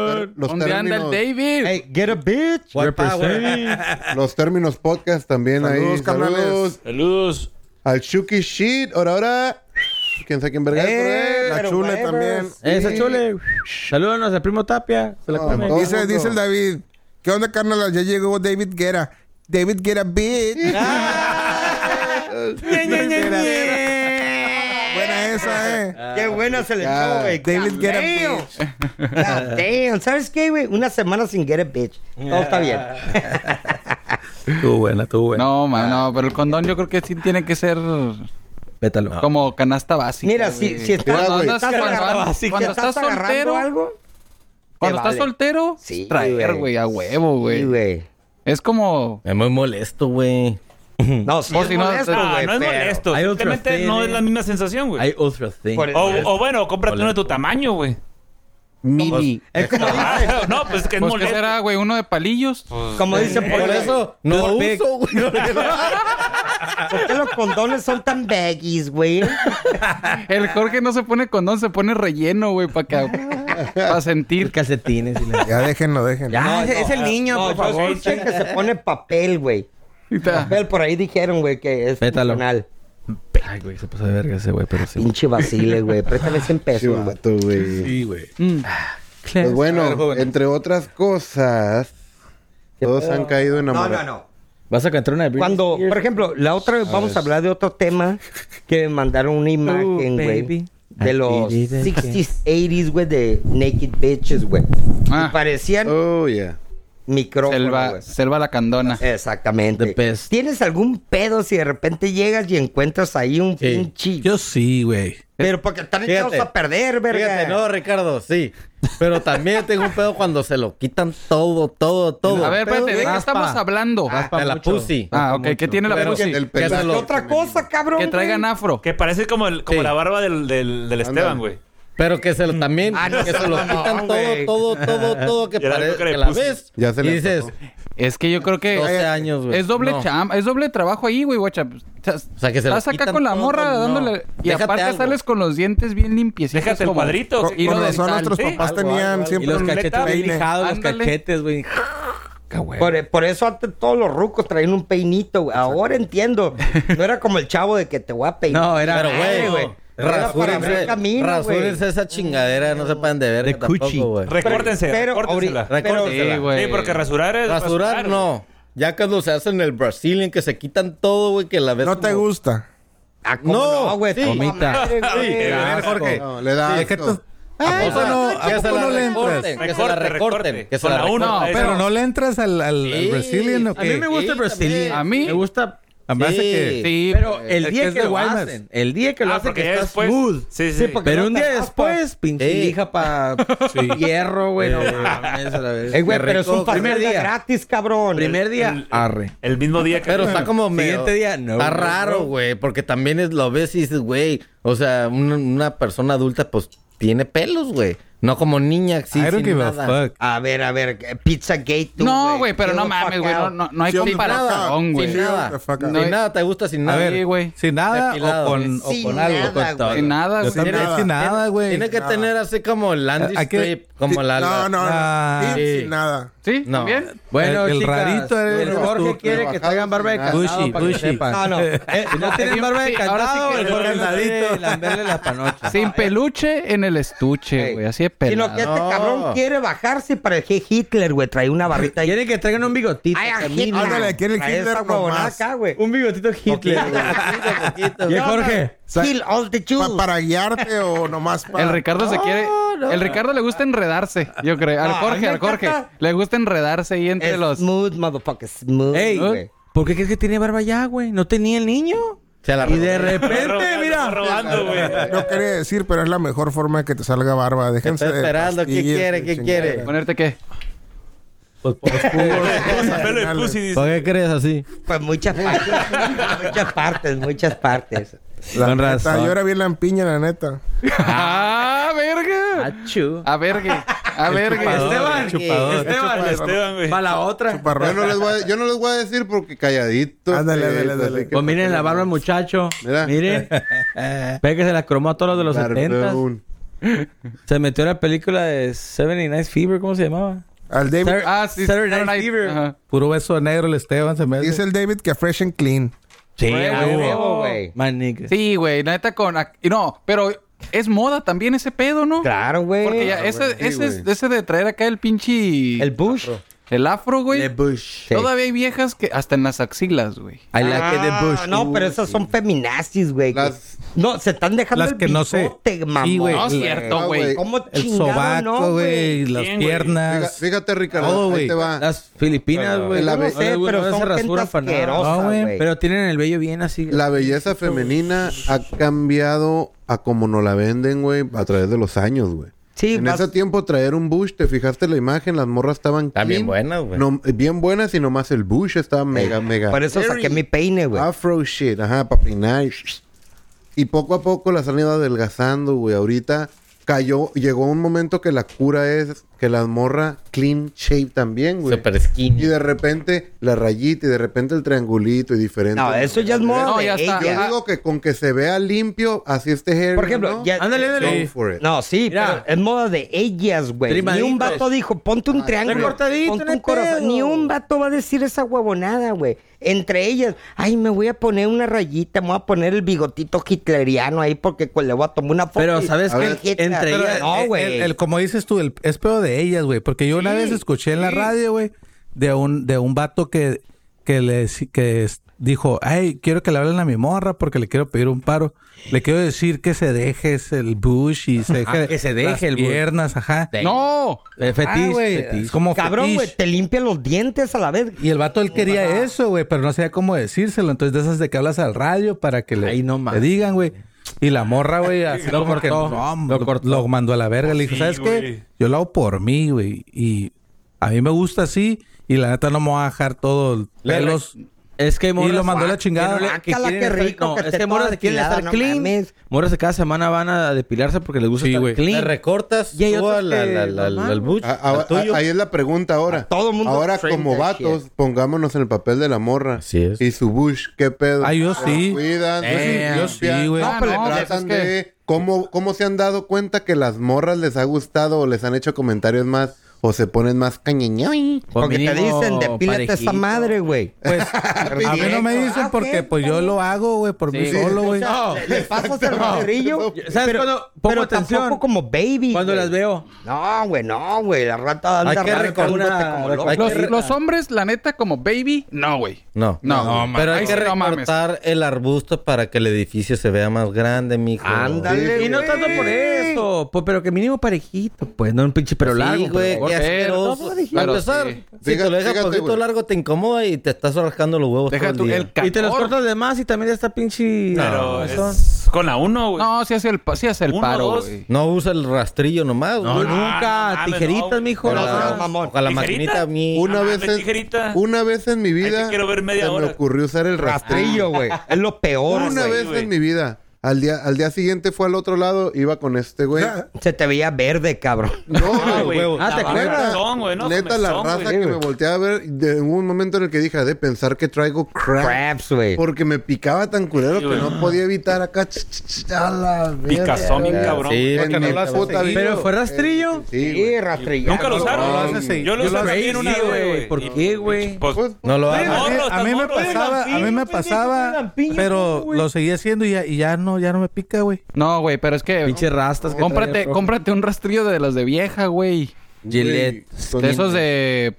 S7: Los, ter- los
S5: ¿Dónde anda el
S7: términos,
S5: David?
S2: Hey, get a bitch.
S4: What power.
S7: los términos podcast también ahí.
S3: Saludos, carnales.
S7: Saludos
S9: Saludos.
S7: al Chucky Shit. Ahora, ahora. Quién sabe quién verga es, pero, eh,
S3: La
S2: pero
S3: chule
S2: whatever.
S3: también.
S6: Esa chule. Salúdanos al primo Tapia. Se la
S7: No,
S6: come.
S7: todo
S3: Dice,
S7: mundo.
S3: dice el David. ¿Qué onda, carnal? Ya llegó David Guerra. David Guerra, bitch. Buena esa, eh.
S2: *laughs* *laughs* Qué buena se le
S7: Ya.
S2: echó, güey.
S3: David, get a
S2: Damn. God *laughs* damn. ¿Sabes qué, güey? Una semana sin get a bitch. Todo está bien.
S6: Tú buena, tú buena.
S5: No, man,
S2: Ah.
S5: no, pero el condón yo creo que sí tiene que ser
S6: Pétalo.
S5: como canasta
S2: *laughs*
S5: básica.
S2: Mira, si,
S5: güey.
S2: si estás,
S7: Mira,
S5: cuando
S7: güey.
S5: andas-
S2: estás
S5: cuando-
S2: agarrando- si
S5: cuando
S2: estás
S5: estás
S2: agarrando
S5: soltero,
S2: algo,
S5: cuando
S2: te vale.
S5: estás soltero,
S2: Sí,
S5: traer,
S2: güey.
S5: güey, a huevo,
S2: Sí,
S5: güey.
S2: güey.
S5: Es como
S4: Es muy molesto, güey.
S2: No, sí, Pues
S5: Por
S2: es
S5: si no-
S2: molesto,
S5: Ah,
S9: No,
S2: güey,
S9: no es
S2: pero-
S9: molesto.
S6: Hay otro
S9: Simplemente no
S6: tele.
S9: es la misma sensación, güey.
S6: Hay otro thing.
S2: Por-
S9: O, o bueno, cómprate uno de tu tamaño, güey.
S5: mini.
S2: Es como dice,
S9: Ah, no, pues es que
S5: Pues, ¿qué
S9: es molesto.
S5: será, güey? ¿Uno de palillos?
S2: como dice
S9: Por
S2: por
S4: Por
S2: eso.
S4: eso no
S6: Dos pic.
S4: uso, güey.
S2: ¿Por qué los condones son tan baggies, güey?
S5: El Jorge no se pone condón, se pone relleno, güey,
S2: *laughs*
S5: para que... para sentir.
S6: Calcetines. y
S3: *laughs*
S6: la-
S3: Ya déjenlo, déjenlo.
S2: *laughs*
S6: Ah, es, es el niño,
S2: No,
S6: por favor.
S2: yo escuché que se pone papel, güey.
S5: Y ta-
S2: Papel, por ahí dijeron, güey, que es
S6: Pétalo.
S2: funcional.
S6: Ay, güey, se pasó de verga ese güey, pero sí.
S2: Pinche Basile, güey. Préstame 100
S7: Sí,
S2: pesos, güey.
S7: vato, güey.
S5: Mm.
S7: Pues bueno, entre otras cosas, todos han caído
S2: No,
S7: enamorados.
S2: no, no.
S6: Vas a cantar una de Britney
S2: Cuando,
S6: Spears?
S2: por ejemplo, la otra vez vamos a hablar de otro tema que me mandaron una imagen, güey.
S6: baby.
S2: De
S6: I
S2: los
S6: did it
S2: 60s, 80s, güey, de Naked Bitches, güey.
S5: Ah.
S2: Y parecían
S7: Oh, yeah.
S2: micrófonos,
S5: Selva,
S2: güey. Eh,
S5: selva la candona.
S2: Exactamente.
S6: The best.
S2: ¿Tienes algún pedo si de repente llegas y encuentras ahí un
S6: Sí.
S2: pinche
S8: Yo sí, güey.
S2: Pero porque están echados
S4: Fíjate.
S2: a perder, verga.
S4: Fíjate, no, Ricardo, sí. Pero también tengo un pedo cuando se lo quitan todo, todo, todo.
S5: A ver, espérate, ¿de qué
S4: Raspa.
S5: estamos hablando?
S4: Ah, de la pussy.
S5: Ah, ok, ¿qué tiene la
S4: Pero
S5: pussy?
S4: que-
S7: El
S4: que se
S7: pezón.
S2: ¿Qué
S4: lo-
S2: otra cosa, cabrón?
S5: Que traigan
S2: güey?
S5: afro.
S9: Que parece como, el, como
S4: Sí.
S9: la barba del, del, del Esteban, güey.
S4: Pero que se lo también,
S2: Ah, no,
S4: que se lo
S2: no,
S4: quitan
S2: güey.
S4: todo, todo, todo, todo, que
S9: Ya la
S4: parece
S9: época de
S4: que la
S9: pussy.
S4: ves.
S7: Ya se
S4: y
S7: le
S4: dices,
S7: antojó.
S5: Es que yo creo que
S4: 12 años, güey.
S5: es doble
S4: No.
S5: chamba, es doble trabajo ahí, güey, guacha. Estás,
S4: O sea, que se lo
S5: estás acá
S4: quitan
S5: con la
S4: todo,
S5: morra
S4: no.
S5: dándole y
S4: Déjate
S5: aparte
S4: algo.
S5: sales con los dientes bien limpiecitos
S9: Déjate el
S5: como-
S9: cuadrito.
S3: Con,
S9: sí.
S5: hilo
S3: con razón
S5: dental.
S3: nuestros
S9: Sí,
S3: papás
S9: algo,
S3: tenían
S9: algo, algo.
S3: siempre
S9: Y los
S3: un
S9: cachetes bien
S3: peine.
S5: lijados.
S6: Los
S5: Ándale.
S6: cachetes, güey.
S2: Por, por eso antes todos los rucos traían un peinito, güey. Ahora entiendo. No era como el chavo de que te voy a peinar.
S6: No, era-
S4: Pero,
S2: Madre,
S4: güey,
S2: Era para abrir
S4: rasúrense,
S2: camino,
S4: rasúrense
S2: güey.
S4: esa chingadera, no sepan de verga
S6: De cuchi.
S4: tampoco, güey.
S9: Recórtense,
S2: Pero
S9: recórtensela.
S2: ahorita- pero-
S4: Recórtensela.
S5: Sí, güey.
S9: Sí, porque rasurar es
S4: Rasurar no. Ya cuando se hacen el Brazilian, que se quitan todo, güey, que la ves
S3: No te
S4: como-
S3: gusta.
S2: Ah, ¿cómo
S4: No,
S2: no, güey.
S4: sí.
S2: Toma
S6: Omita.
S2: madre, güey.
S4: Sí,
S7: Ah,
S4: Jorge.
S7: No, le da
S4: Sí,
S7: asco.
S4: es que
S7: Ay,
S4: O sea,
S7: no,
S4: que se
S7: ¿tampoco
S4: la
S7: no le
S4: recorten,
S7: entras?
S4: que se la
S9: Recorte,
S4: recorten,
S9: recorte.
S4: que se
S9: Con
S4: la
S9: la uno.
S4: recorten.
S5: No,
S8: Pero no le entras al, al, al
S4: Sí.
S8: Brazilian, ¿o
S4: A mí
S8: qué?
S4: me gusta el Brazilian.
S5: A mí
S8: Me gusta. A mí me hace
S4: Sí.
S8: que...
S5: Sí,
S6: Pero
S8: es
S6: el
S8: que
S6: día
S8: es
S6: que
S8: de
S6: lo
S8: Walmart.
S6: hacen, el día que lo
S9: Ah,
S6: hacen
S9: porque
S6: que
S9: ya
S6: estás
S9: después.
S6: smooth.
S9: Sí, sí.
S2: porque-
S6: Pero un
S2: no
S6: día
S2: te
S6: después, pinche
S4: Sí.
S6: lija para hierro, güey. No mames, a la vez.
S2: Eh, güey,
S6: Qué
S2: pero es
S6: rico.
S2: un pastel
S6: Primer
S2: de
S6: día.
S2: gratis, cabrón.
S6: Primer día,
S9: El-
S6: arre.
S9: El mismo día que.
S4: Pero está *laughs* como medio...
S6: Siguiente día, no.
S4: Está
S6: güey,
S4: raro,
S6: no.
S4: güey, porque también es, lo ves y dices, güey, o sea, una, una persona adulta, pues, tiene pelos, güey. No como niña, sí,
S8: I don't
S4: sin
S8: give a
S4: nada. Ah,
S8: fuck.
S2: A ver, a ver, eh, Pizza Gate. tú,
S5: No, güey, pero
S2: Get
S5: no
S2: the
S5: mames,
S2: fuck
S5: güey, no,
S2: out.
S5: no, no hay
S3: Sí, hombre,
S5: comparación,
S3: nada.
S5: güey.
S4: Sin nada.
S3: the fuck
S4: Sin
S5: out.
S4: nada, te gusta sin
S8: A
S4: nada.
S5: Sí,
S8: ver,
S5: güey.
S8: sin nada
S4: Depilado,
S8: o con,
S2: güey.
S8: o con
S2: Sin
S8: algo.
S2: nada,
S8: con todo.
S2: güey.
S5: Sin nada,
S8: Yo
S5: güey.
S8: también
S3: Sin nada.
S8: sin nada, güey.
S4: Tiene que
S3: nada.
S4: tener así como el Landy
S8: Hay que-
S4: Strip, como la... la-
S3: No, no,
S8: la-
S3: no. Sí,
S4: Sí.
S3: sin nada.
S5: ¿Sí?
S4: No.
S5: ¿También?
S6: Bueno,
S8: El- el
S6: chicas,
S8: rarito eres
S6: el
S8: tú,
S6: Jorge quiere
S7: tú,
S6: que
S7: trabajado,
S6: traigan barba de
S7: sin nada.
S6: cantado
S8: Bushy,
S6: para que
S8: bushy.
S6: sepan.
S2: No, no.
S6: Eh, si no tienen barba de
S5: Sí, ahora sí
S6: cantado,
S5: que-
S6: el Jorge quiere lamberle la panocha.
S9: Ah,
S5: Sin peluche en el estuche,
S2: Ey.
S5: güey, así de
S2: Sino que
S5: pelado.
S2: este cabrón quiere bajarse para el G. Hitler, güey. Trae una barrita ahí.
S6: Quiere que traigan un bigotito.
S2: Ay, a
S6: también.
S2: Hitler.
S3: Ándale, quiere el
S2: Trae
S3: Hitler
S2: esa huevonada
S3: nomás.
S2: acá, güey.
S6: Un bigotito Hitler. güey.
S4: poquito,
S6: Y el
S4: poquito.
S6: Jorge.
S2: Kill all the Jews.
S3: Pa- para guiarte o nomás para.
S5: El Ricardo se quiere. El Ricardo le gusta enredarse, yo creo. Al
S2: No, a mí
S5: Jorge,
S2: me
S5: al Jorge.
S2: encanta.
S5: Le gusta enredarse ahí entre los.
S2: Smooth, motherfucker, smooth.
S6: Ey,
S2: güey.
S6: ¿por qué crees que tiene barba ya, güey? ¿No tenía el niño?
S4: Se la
S6: Y de
S4: recorten.
S9: Está robando,
S6: repente,
S9: está
S6: mira. *laughs*
S9: robando, güey.
S3: No quería decir, pero es la mejor forma de que te salga barba. Déjense.
S4: Estoy
S3: de
S4: esperando, ¿qué
S3: pastillas,
S4: quiere,
S3: de
S4: qué
S3: chingadera.
S4: quiere?
S5: ¿Ponerte qué?
S9: Pelo de pussy, dice.
S6: ¿Por qué crees así?
S2: Pues muchas partes. *laughs* muchas partes, muchas partes.
S3: La
S6: Con
S3: neta,
S6: razón.
S3: Yo era bien lampiña, la neta.
S5: ¡Ah, verga!
S6: Achu.
S5: A verga. A verga.
S6: Esteban.
S4: chupador.
S6: Esteban.
S9: Esteban, güey.
S6: Para la otra.
S7: Yo no,
S3: Chuparrón.
S7: les voy a, yo no les voy a decir porque calladito.
S3: Ándale,
S7: eh,
S3: ándale,
S7: así
S3: ándale.
S7: que-
S6: Pues miren la barba, muchacho.
S7: Mira.
S6: Miren. Ve que se la cromó a todos los de los
S7: Barbón.
S6: 70. Se metió en la película de 79 Fever, ¿cómo se llamaba?
S3: Al David.
S5: Ah, sí.
S6: Saturday Night
S5: Saturday Night,
S6: Fever.
S5: ajá.
S8: Puro beso negro el Esteban se me hace.
S3: Dice el David que fresh and clean.
S6: Sí,
S5: Huevo,
S6: a huevo.
S2: huevo, güey.
S6: Man, nigga.
S5: Sí, güey, la neta con. ac- y No, pero es moda también ese pedo, ¿no?
S2: Claro, güey.
S5: Porque ya ese,
S7: güey. Sí,
S5: ese,
S7: güey.
S5: ese de traer acá el pinche.
S2: El
S5: El,
S2: Bush.
S5: afro,
S6: The
S5: güey.
S6: Bush.
S2: Sí.
S5: Todavía hay viejas que. Hasta en las axilas, güey.
S6: I like it,
S2: Ah,
S6: The Bush.
S2: No, pero esas son feminazis, güey. que-
S7: Las-
S2: No, se están dejando
S8: las
S2: el
S8: que no sé.
S2: bigote, mamón.
S8: Sí, güey.
S5: No es
S8: el-
S5: cierto, güey.
S7: güey.
S2: ¿Cómo
S8: El
S2: chingado no,
S8: sobaco, güey. las
S9: Bien, güey.
S7: Fíjate,
S8: piernas.
S7: fíjate, Ricardo,
S8: Todo,
S7: ahí
S8: güey.
S7: te va.
S6: Las filipinas, güey.
S2: Yo
S7: la
S2: no
S7: ve-
S2: sé,
S6: No,
S2: pero
S6: no se
S2: son gente
S6: rasuran pa' nada.
S2: asquerosa,
S8: No, güey,
S2: güey.
S6: Pero tienen el vello bien así.
S7: La belleza femenina ha cambiado a como nos la venden, güey, a través de los años, güey.
S2: Sí,
S7: en
S2: vas-
S7: ese tiempo traer un bush, te fijaste la imagen, las morras estaban
S4: Están bien
S7: clean,
S4: buenas, güey.
S7: no- bien buenas y nomás el bush estaba mega, mega.
S2: Por eso saqué mi peine, güey.
S7: Afro shit, ajá, para peinar. Y poco a poco las han ido adelgazando, güey. Ahorita cayó, llegó un momento que la cura es que las morra clean shape también, güey.
S4: Super skinny.
S7: Y de repente la rayita y de repente el triangulito y diferente.
S2: No, eso ya es moda
S5: No,
S2: de
S5: ya está.
S2: ella.
S7: Yo digo que con que se vea limpio, así este hair.
S2: Por ejemplo,
S7: ¿no?
S2: ya-
S6: Ándale, ándale.
S7: Go for it.
S2: No, sí,
S6: Mira.
S2: pero es moda de ellas, güey. Ni un
S6: Trimaditos.
S2: vato dijo, ponte
S8: Ah,
S2: un triángulo.
S6: Recortadito,
S2: ponte
S6: no
S2: un
S6: hay pedo.
S2: Ni un vato va a decir esa huevonada, güey. Entre ellas, ay, me voy a poner una rayita, me voy a poner el bigotito hitleriano ahí porque cu- le voy a tomar una foto.
S6: Pero,
S2: y-
S6: ¿sabes
S2: a
S6: qué?
S2: ver, Hitler.
S6: Entre
S2: Pero,
S6: ellas-
S2: No,
S8: El-
S2: güey.
S8: el- el- como dices tú, el, es pedo de ellas, güey. Porque yo una vez escuché en la radio, güey, de un, de un vato que, que le que es- dijo, ay, quiero que le hablen a mi morra porque le quiero pedir un paro. Le quiero decir que se deje ese- el bush y se deje,
S6: Ah, que se deje
S8: las
S6: el bush.
S8: piernas, ajá.
S5: ¡No!
S6: Eh, fetiche,
S8: Ah, güey,
S6: fetiche. Pues
S8: Como
S2: Cabrón,
S8: fetiche.
S2: güey, te limpia los dientes a la vez.
S8: Y el vato él quería eso, güey, pero no sabía cómo decírselo. Entonces, de esas de que hablas al radio para que le,
S6: Ay, no
S8: le
S6: mames.
S8: digan, güey. Y la morra, güey, así
S6: Lo
S8: como que
S6: cortó.
S8: no, lo, lo mandó a la verga. Le dijo,
S9: Sí,
S8: ¿sabes
S9: güey.
S8: qué? Yo lo hago por mí, güey. Y a mí me gusta así. Y la neta no me voy a dejar todo
S4: Le-
S8: pelos.
S6: Es que hay morras
S8: Y lo mandó a la chingada.
S6: que no le- que
S2: Guácala,
S6: quieren
S2: qué
S6: estar-
S2: rico
S6: no,
S2: que
S6: es
S2: esté
S6: que hay morras
S2: toda
S6: que quieren estar
S2: depilada, no
S6: clean.
S2: mames.
S6: Morras que cada semana van a depilarse porque les gusta
S8: Sí,
S6: estar
S8: güey.
S4: Le
S6: clean.
S4: recortas
S6: Y hay
S4: tú
S6: otros
S4: a la-
S6: que
S4: la- la-
S6: nomás,
S4: la- al bush,
S7: A- a-
S4: al tuyo.
S7: a- ahí es la pregunta ahora.
S2: todo mundo
S7: ahora,
S2: train
S7: como
S2: that
S7: vatos, pongámonos en el papel de la morra.
S4: Así es.
S7: Y su bush, ¿qué pedo?
S8: Ah, yo
S7: Se
S8: sí.
S7: lo Cuidan, se
S8: Eh,
S7: lo
S8: yo
S7: limpian,
S8: sí, güey.
S7: se
S5: Ah, no, pues,
S7: tratan
S5: es que-
S7: de- ¿Cómo, ¿Cómo se han dado cuenta que las morras les ha gustado o les han hecho comentarios más o se ponen más cañeñoy?
S6: O
S2: Porque te
S6: mínimo
S2: dicen, depílate esta
S6: parejito.
S2: madre, güey.
S8: Pues, a
S7: Ah,
S8: mí no me
S2: Ah,
S8: dicen porque pues yo lo hago, güey, por mí
S5: Sí.
S8: solo, güey.
S2: Le
S8: *laughs*
S2: pasas el rodillo.
S6: ¿Sabes cuando pongo
S2: pero
S6: atención?
S2: tampoco como baby.
S6: Cuando
S2: güey.
S6: las veo.
S2: No, güey, no, güey. La rata anda
S6: Hay que
S2: rara
S6: reconocer
S2: cagándote
S6: una-
S2: como loca.
S6: hay que
S5: Los,
S6: re-
S5: los hombres, la neta, como baby, no, güey.
S4: No.
S5: No, no,
S4: Pero hay
S5: mames.
S4: que
S5: Ay, sí, no mames.
S4: recortar el arbusto para que el edificio se vea más grande, mijo.
S2: Ándale,
S6: Y no
S2: güey.
S6: tanto por eso, pues, pero que mínimo parejito, pues, no un pinche pero
S4: Sí,
S6: largo.
S4: güey,
S5: pero-
S4: qué
S5: Pero-
S4: asqueroso.
S5: no,
S4: Para
S5: pero
S4: empezar,
S5: sí.
S4: si
S7: Deja-
S4: te lo dejas
S7: fíjate,
S4: poquito
S7: güey.
S4: largo, te incomoda y te estás rascando los huevos
S5: Deja
S4: todo el
S5: tú
S4: día.
S5: el
S6: Y te los
S5: calor.
S6: cortas de más y también está pinche...
S9: Pero
S6: eso.
S9: es con la uno, güey.
S5: No, sí hace el, pa- sí hace el
S9: Uno,
S5: paro,
S9: dos.
S5: güey.
S4: No usa el rastrillo nomás,
S9: No,
S4: güey.
S9: no,
S6: nunca,
S9: no mames,
S6: tijeritas,
S9: no,
S6: mijo.
S4: Ojalá-
S2: no, no,
S4: Ojalá
S2: mamón.
S4: ojalá la
S9: ¿Tijerita?
S4: maquinita a mí.
S7: Una
S9: mames,
S7: vez, en,
S9: tijerita.
S7: una vez en mi vida
S9: Ahí te quiero ver media
S7: se
S9: hora.
S7: me ocurrió usar el rastrillo.
S2: Rastrillo, güey. Es lo peor,
S7: Una
S2: güey.
S7: vez
S9: güey.
S7: en mi vida. Al día, al día siguiente fue al otro lado, iba con este güey.
S9: Ah,
S2: Se te veía verde, cabrón.
S7: No, güey.
S6: Ah, ¿te
S7: Neta,
S6: acuerdas?
S9: Son, güey, no,
S7: neta, la
S9: son,
S7: raza
S9: güey.
S7: que me volteaba a ver, de hubo un momento en el que dije, "Ha de pensar que traigo crap.
S2: Craps, güey.
S7: Porque me picaba tan culero
S9: Sí,
S7: que
S9: güey.
S7: no podía evitar acá. ch, ch, ch, a la verga.
S9: Picazón, bien
S4: Ah,
S9: cabrón.
S4: sí,
S7: En
S4: porque no
S7: mi
S4: lo has
S7: puta
S4: conseguido.
S7: vida.
S6: ¿Pero fue rastrillo?
S7: Sí,
S2: Sí,
S7: güey.
S2: rastrillo.
S9: Nunca lo usaron.
S7: No, no,
S9: Yo lo
S8: yo lo
S9: usé también
S8: hice,
S9: una vez,
S6: güey.
S9: güey.
S6: ¿Por qué, güey?
S9: Pues,
S7: Pues,
S4: No lo
S9: Pero-
S4: hagas.
S8: A mí-
S9: morro,
S8: a mí me
S9: morro,
S8: pasaba, a mí me
S6: lampiño, pendejo,
S8: pasaba,
S6: lampiño,
S8: pero
S6: güey.
S8: lo seguía haciendo y ya, y ya no, ya no me pica, güey.
S5: No, güey, pero es que.
S6: Pinche rastas. que trae,
S5: Cómprate,
S6: rojo.
S5: cómprate un rastrillo de las de vieja, güey.
S6: Gillette.
S7: Con-
S5: De esos de.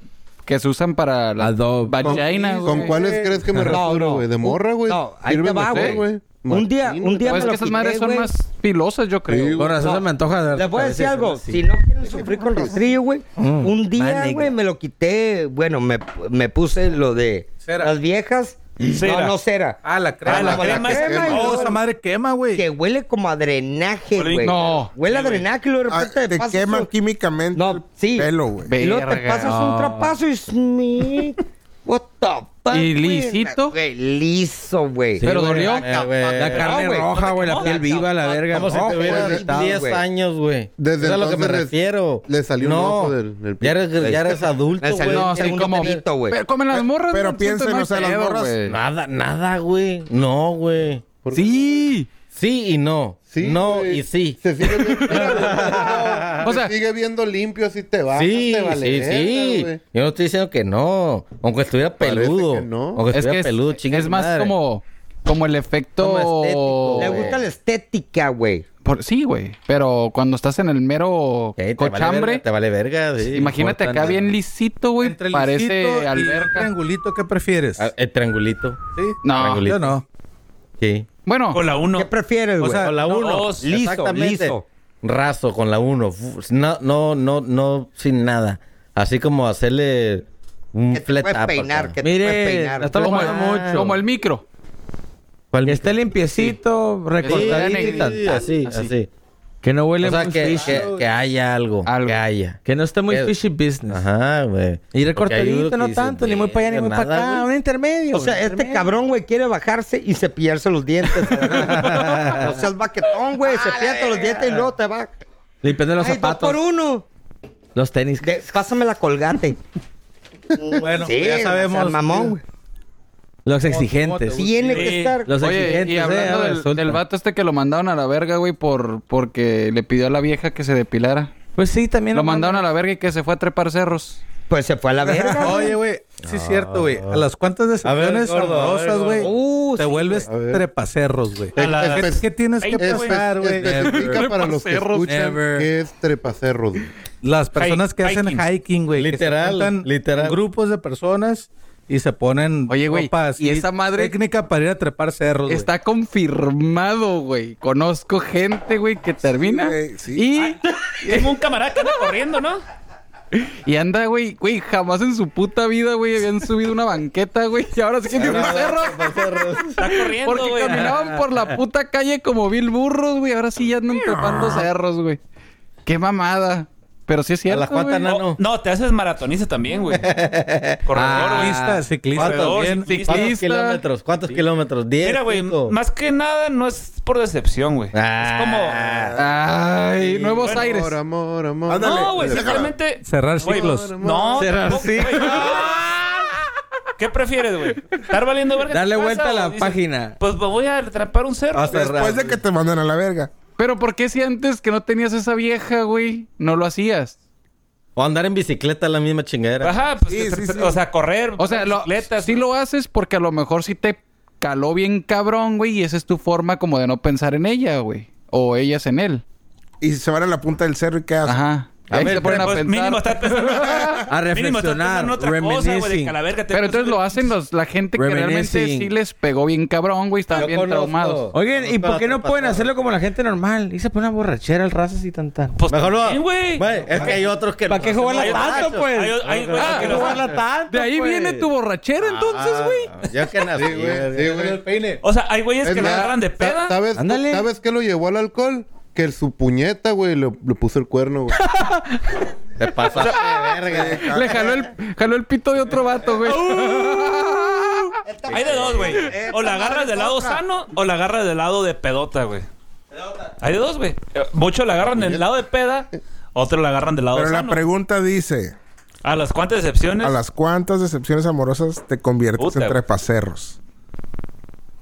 S5: que se usan para la
S6: Adobe.
S5: vagina, güey. Pues
S7: ¿Con cuáles crees que me
S2: *laughs* No, no.
S7: rasuro, güey? ¿De morra, güey?
S2: No, ahí te
S7: Sirve
S2: va,
S7: mejor,
S2: güey. Un día,
S7: Machín,
S2: un día
S5: Pues
S2: me
S5: es
S2: lo
S5: que esas
S2: quité,
S5: madres son
S2: güey.
S5: más pilosas, yo creo.
S7: Sí, güey.
S6: Con razón se me antoja dar
S2: Les voy a decir
S6: cabeza,
S2: algo.
S6: ¿no? Sí.
S2: Si no quieren sufrir con rastrillo, güey. Un día,
S6: negra.
S2: güey, me lo quité. Bueno, me, me puse lo de
S8: Cera.
S2: las viejas.
S9: Cera.
S2: No, no cera.
S8: Ah, la
S9: crema. Ah, la crema es
S2: crema y
S9: hermosa.
S8: Oh,
S2: luego
S8: esa madre quema, güey.
S2: Que huele como a drenaje,
S9: Huele
S2: güey.
S5: No.
S2: Huele a drenaje y luego de
S3: Ah,
S2: repente
S3: te
S2: pasas
S3: queman
S2: un-
S3: químicamente
S2: No,
S3: el
S2: sí.
S3: pelo, güey.
S2: Y luego te
S5: Verga,
S2: pasas un
S5: no.
S2: trapazo y es
S3: *laughs*
S2: mi... What the fuck,
S5: ¿Y
S2: güey?
S5: lisito?
S2: Güey, liso, güey.
S5: Pero
S4: güey.
S5: dolió.
S4: Eh, güey.
S6: La carne
S2: No, güey,
S6: roja,
S2: no,
S6: güey, la
S2: no,
S6: piel
S2: no,
S6: viva, la
S2: no,
S6: verga.
S4: Como si
S6: Ojo,
S4: te hubiera
S2: güey.
S4: dado 10
S2: güey.
S4: años, güey.
S7: Desde
S4: Eso es a lo que me
S7: entonces le-
S4: refiero.
S7: le salió un ojo del- del
S4: ya eres, ya eres adulto,
S2: Le
S4: güey.
S2: salió
S5: No,
S2: Era
S5: sí,
S2: un
S5: como.
S2: dedito, güey.
S5: Pero como en las morras.
S3: pero
S5: no, siento,
S3: piensen,
S5: no hay
S3: o sea, las
S5: pedo,
S3: morras-
S5: güey.
S4: Nada, nada, güey. No, güey.
S5: Sí.
S4: Sí y no.
S7: Sí,
S4: no
S7: güey.
S4: y sí.
S7: Se sigue viendo,
S5: O sea-
S7: o sea, sigue viendo limpio, así te va.
S4: Sí,
S7: te vale
S4: sí,
S7: verga,
S4: sí.
S7: güey.
S4: Yo no estoy diciendo que no. Aunque estuviera
S7: Parece
S4: peludo.
S7: que no.
S4: Aunque
S5: Es
S4: estuviera
S5: que es,
S4: peludo, chinga
S5: es
S4: su
S5: más
S4: madre.
S5: como. Como el efecto.
S4: Como estético,
S2: Le
S4: güey.
S2: gusta la estética, güey.
S5: Por- sí, güey. Pero cuando estás en el mero
S4: Ey, Eh, te vale
S5: cochambre,
S4: verga, te vale verga. sí.
S5: imagínate
S6: cortan
S5: acá
S6: el-
S5: bien lisito, güey.
S8: Entre el lisito y
S5: Parece
S8: el
S5: alberca.
S8: triangulito, ¿qué prefieres?
S4: Ah, El triangulito.
S8: Sí.
S5: No.
S4: triangulito.
S8: Yo no.
S4: Sí.
S5: Bueno,
S9: Con la uno.
S2: ¿Qué prefieres, güey?
S4: Con la
S9: no,
S4: 1.
S9: dos,
S2: liso, liso.
S4: Raso, con la 1. No, no, no, no, sin nada. Así como hacerle un
S2: Que te
S4: flat
S2: puedes
S4: up
S2: peinar,
S4: acá.
S2: que te
S6: Mire,
S2: puedes peinar.
S6: la estaba
S5: como,
S6: jugando mucho.
S5: como el micro.
S6: Que esté limpiecito,
S4: Sí,
S6: recortadito.
S4: sí, sí, así, así.
S6: Que no huele
S4: O sea,
S6: muy
S4: que,
S6: fishy.
S4: que, que haya algo,
S5: Algo.
S4: Que haya.
S6: Que no esté muy
S4: que-
S6: fishy business.
S4: Ajá, güey.
S6: Y
S4: Porque hay uno
S6: recortadito,
S4: que
S6: no
S4: dice,
S6: tanto, ni muy para allá, ni muy
S4: nada,
S6: para acá.
S4: güey.
S6: Un intermedio.
S2: O sea,
S6: un
S2: este
S6: intermedio.
S2: cabrón, güey, quiere bajarse y cepillarse los dientes. o sea, el baquetón, güey, cepillate los dientes y luego te va.
S6: Limpiando los
S2: Ay,
S6: zapatos,
S2: dos por uno.
S6: los tenis.
S2: De- pásame la colgate.
S8: Bueno,
S2: Sí,
S8: ya sabemos.
S2: o sea, mamón, güey.
S6: Los exigentes.
S2: Tiene que estar.
S6: Los
S5: Oye,
S6: exigentes.
S5: y hablando
S6: eh,
S5: del- del,
S6: resulta.
S5: vato este que lo mandaron a la verga, güey, por, porque le pidió a la vieja que se depilara.
S6: Pues sí, también.
S5: Lo mandaron a la verga y que se fue a trepar cerros.
S2: Pues se fue a la verga. güey.
S8: Oye, güey, sí es cierto, güey. A las cuantas decepciones
S4: gordo, a ver,
S8: amorosas, güey,
S2: Uh,
S8: te
S2: sí,
S8: vuelves
S7: A ver.
S8: trepacerros, güey.
S7: A la-
S8: ¿Qué, qué tienes que
S7: Espe-
S8: pasar, güey?
S7: especifica para los que
S9: Trepacerros.
S7: escuchan
S8: Never.
S7: que es trepacerros. güey.
S8: Las personas que hacen
S9: Hiking.
S8: hiking, güey. que se
S4: Literal,
S8: juntan
S4: literal.
S8: en Grupos de personas y se ponen
S5: Oye, güey,
S8: ropa
S5: y
S8: así,
S5: esa madre-
S8: técnica para ir a trepar cerros, güey.
S5: Está confirmado, güey. Conozco gente, güey, que termina.
S3: güey, sí.
S5: Y
S9: Tengo un camarada que anda corriendo, ¿no?
S5: Y anda, güey, güey, jamás en su puta vida, güey, habían subido una banqueta, güey. Y ahora sí que tiene un cerro.
S9: Está corriendo,
S5: Porque
S9: güey. Ah,
S5: caminaban por la puta calle como mil burros, güey. Ahora sí ya andan topando cerros, güey. Qué mamada. Pero sí es
S4: A
S5: cierto,
S4: las cuantas
S5: güey.
S4: no, Ah,
S9: No, no, te haces maratonista
S4: *laughs*
S9: también, güey. Corredor, güey.
S8: Ciclista, ciclista.
S9: ¿cuánto?
S8: güey.
S9: Bien,
S4: ¿Cuántos
S5: ciclista.
S4: kilómetros? ¿Cuántos kilómetros? ¿Diez?
S9: Mira, güey,
S4: cinco?
S9: más que nada no es por decepción, güey.
S4: Ah.
S5: Ay, Nuevos
S9: Bueno,
S5: Aires.
S7: Amor, amor, amor.
S9: Es como. No, güey,
S7: Déjala.
S9: simplemente.
S8: Cerrar
S9: Güey,
S8: ciclos.
S9: No,
S4: Cerrar
S9: tampoco, güey. ¿Qué prefieres, güey? ¿Estar valiendo verga? en tu
S6: Dale
S9: casa
S6: vuelta a
S9: o
S6: la
S9: dices,
S6: página.
S9: Pues voy a atrapar un cerro.
S4: Hasta
S3: Después de que te mandan a la verga.
S5: Pero ¿por qué si antes que no tenías esa vieja, güey, no lo hacías?
S4: O andar en bicicleta la misma chingadera.
S9: Ajá, pues,
S3: Sí,
S9: que
S3: sí,
S9: tra-
S3: sí.
S9: o sea, correr,
S5: O sea, lo,
S9: bicicletas,
S5: sí lo haces porque a lo mejor sí te caló bien cabrón, güey, y esa es tu forma como de no pensar en ella, güey. O ellas en él.
S3: Y se van a la punta del cerro y qué hacen.
S5: Ajá. Ahí
S4: ver,
S5: se ponen a
S9: pues,
S5: pensar.
S9: mínimo estar pensando,
S6: A
S9: mínimo estar
S6: reflexionar.
S9: pensando en otra cosa, güey, de
S6: reminiscing.
S9: que a la verga te
S5: Pero
S9: puse-
S5: entonces lo hacen los, la gente que realmente
S6: Reminiscing.
S5: sí les pegó bien cabrón, güey, estaban
S4: Yo
S5: bien
S4: conozco.
S5: traumados.
S6: Oigan, ¿y
S4: Conozco
S6: por qué
S4: a
S6: no
S4: otro
S6: pueden
S4: pastor.
S6: hacerlo como la gente normal? Y se pone una borrachera al raza así tan tan.
S9: Pues
S4: Mejor
S9: también,
S4: no.
S9: güey.
S4: Güey, es que hay otros que...
S6: ¿Para qué jugarla
S9: hay
S6: tanto,
S9: borrachos.
S6: pues?
S9: Hay o- hay güeyes
S6: ¿Para
S9: que
S6: qué
S9: no-
S6: jugarla tanto?
S5: De ahí
S6: pues?
S5: viene tu borrachera entonces, güey.
S4: Ah, Yo que nací,
S7: Sí, güey, sí, güey.
S4: El peine.
S9: O sea, hay güeyes
S7: Es
S9: que lo
S7: más,
S9: agarran de
S7: sa-
S9: peda.
S7: ¿Sabes,
S6: Ándale.
S7: ¿Sabes qué lo llevó al alcohol? Que su puñeta, güey, le, le puso el cuerno, güey.
S4: Te pasaste de verga.
S5: Le jaló el, jaló el pito de otro vato, güey.
S9: Hay de dos, güey. O la agarras del lado sano o la agarras del lado de pedota, güey. Hay de dos, güey. Eh, Muchos la agarran del lado de peda, otros la agarran del lado
S3: Pero la
S9: sano.
S3: pregunta dice:
S9: A las cuantas excepciones.
S3: ¿A las cuántas decepciones amorosas te conviertes
S9: Puta,
S3: en
S9: güey.
S3: trepacerros?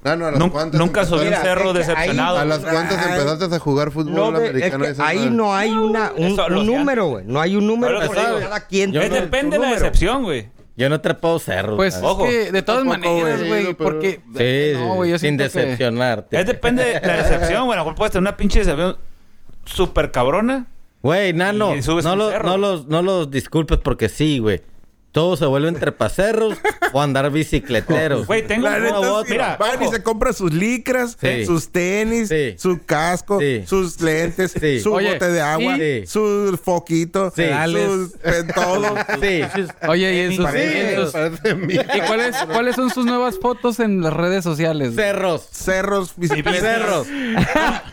S7: Ah, No, no, a las
S9: Nun-
S7: cuantas
S9: Nunca
S7: empezaste-
S9: subí un
S2: Mira,
S9: cerro
S2: es que ahí-
S9: decepcionado.
S7: A las cuantas empezaste a jugar fútbol
S2: No, güey, es que
S7: americano. esa
S2: ahí
S7: madre.
S2: no hay una, un,
S9: Eso,
S2: un
S9: lo de
S2: número, güey. No hay un número.
S9: Pero lo
S2: por
S9: que
S2: ahí,
S9: digo,
S2: cada quien
S9: Es
S2: tiene su
S9: depende de la
S2: número.
S9: decepción, güey.
S4: Yo no he trepado cerros.
S5: Pues
S4: güey.
S9: Ojo.
S5: es que de todas
S7: Tampoco,
S5: maneras,
S7: güey,
S5: güey,
S7: pero-
S5: porque...
S4: Sí,
S5: No, güey, yo
S4: sin
S5: siento que-
S4: decepcionarte.
S9: Es depende de la decepción, güey. A lo mejor puedes tener una pinche decepción súper cabrona.
S4: Güey, nano,
S9: Y subes
S4: no,
S9: un
S4: lo-
S9: cerro.
S4: no, los, no los disculpes porque sí, güey. Todos se vuelven trepacerros *laughs* o andar bicicleteros.
S9: Güey, tengo
S3: La
S9: un
S3: neta,
S9: robot,
S3: sí,
S9: mira.
S3: van y
S9: ojo.
S3: se compran sus licras,
S4: Sí.
S3: sus tenis,
S4: Sí.
S3: su casco,
S4: Sí.
S3: sus lentes,
S4: Sí.
S3: su
S5: Oye,
S3: bote de agua,
S4: sí.
S3: su foquito,
S4: Sí.
S3: sus en todo.
S4: Sí.
S5: Oye, y en sus-
S7: Sí,
S5: y en sus-
S7: parece mí.
S5: ¿Y cuáles, cuáles son sus nuevas fotos en las redes sociales? güey?
S4: Cerros.
S3: cerros, bicicletas.
S4: Cerros.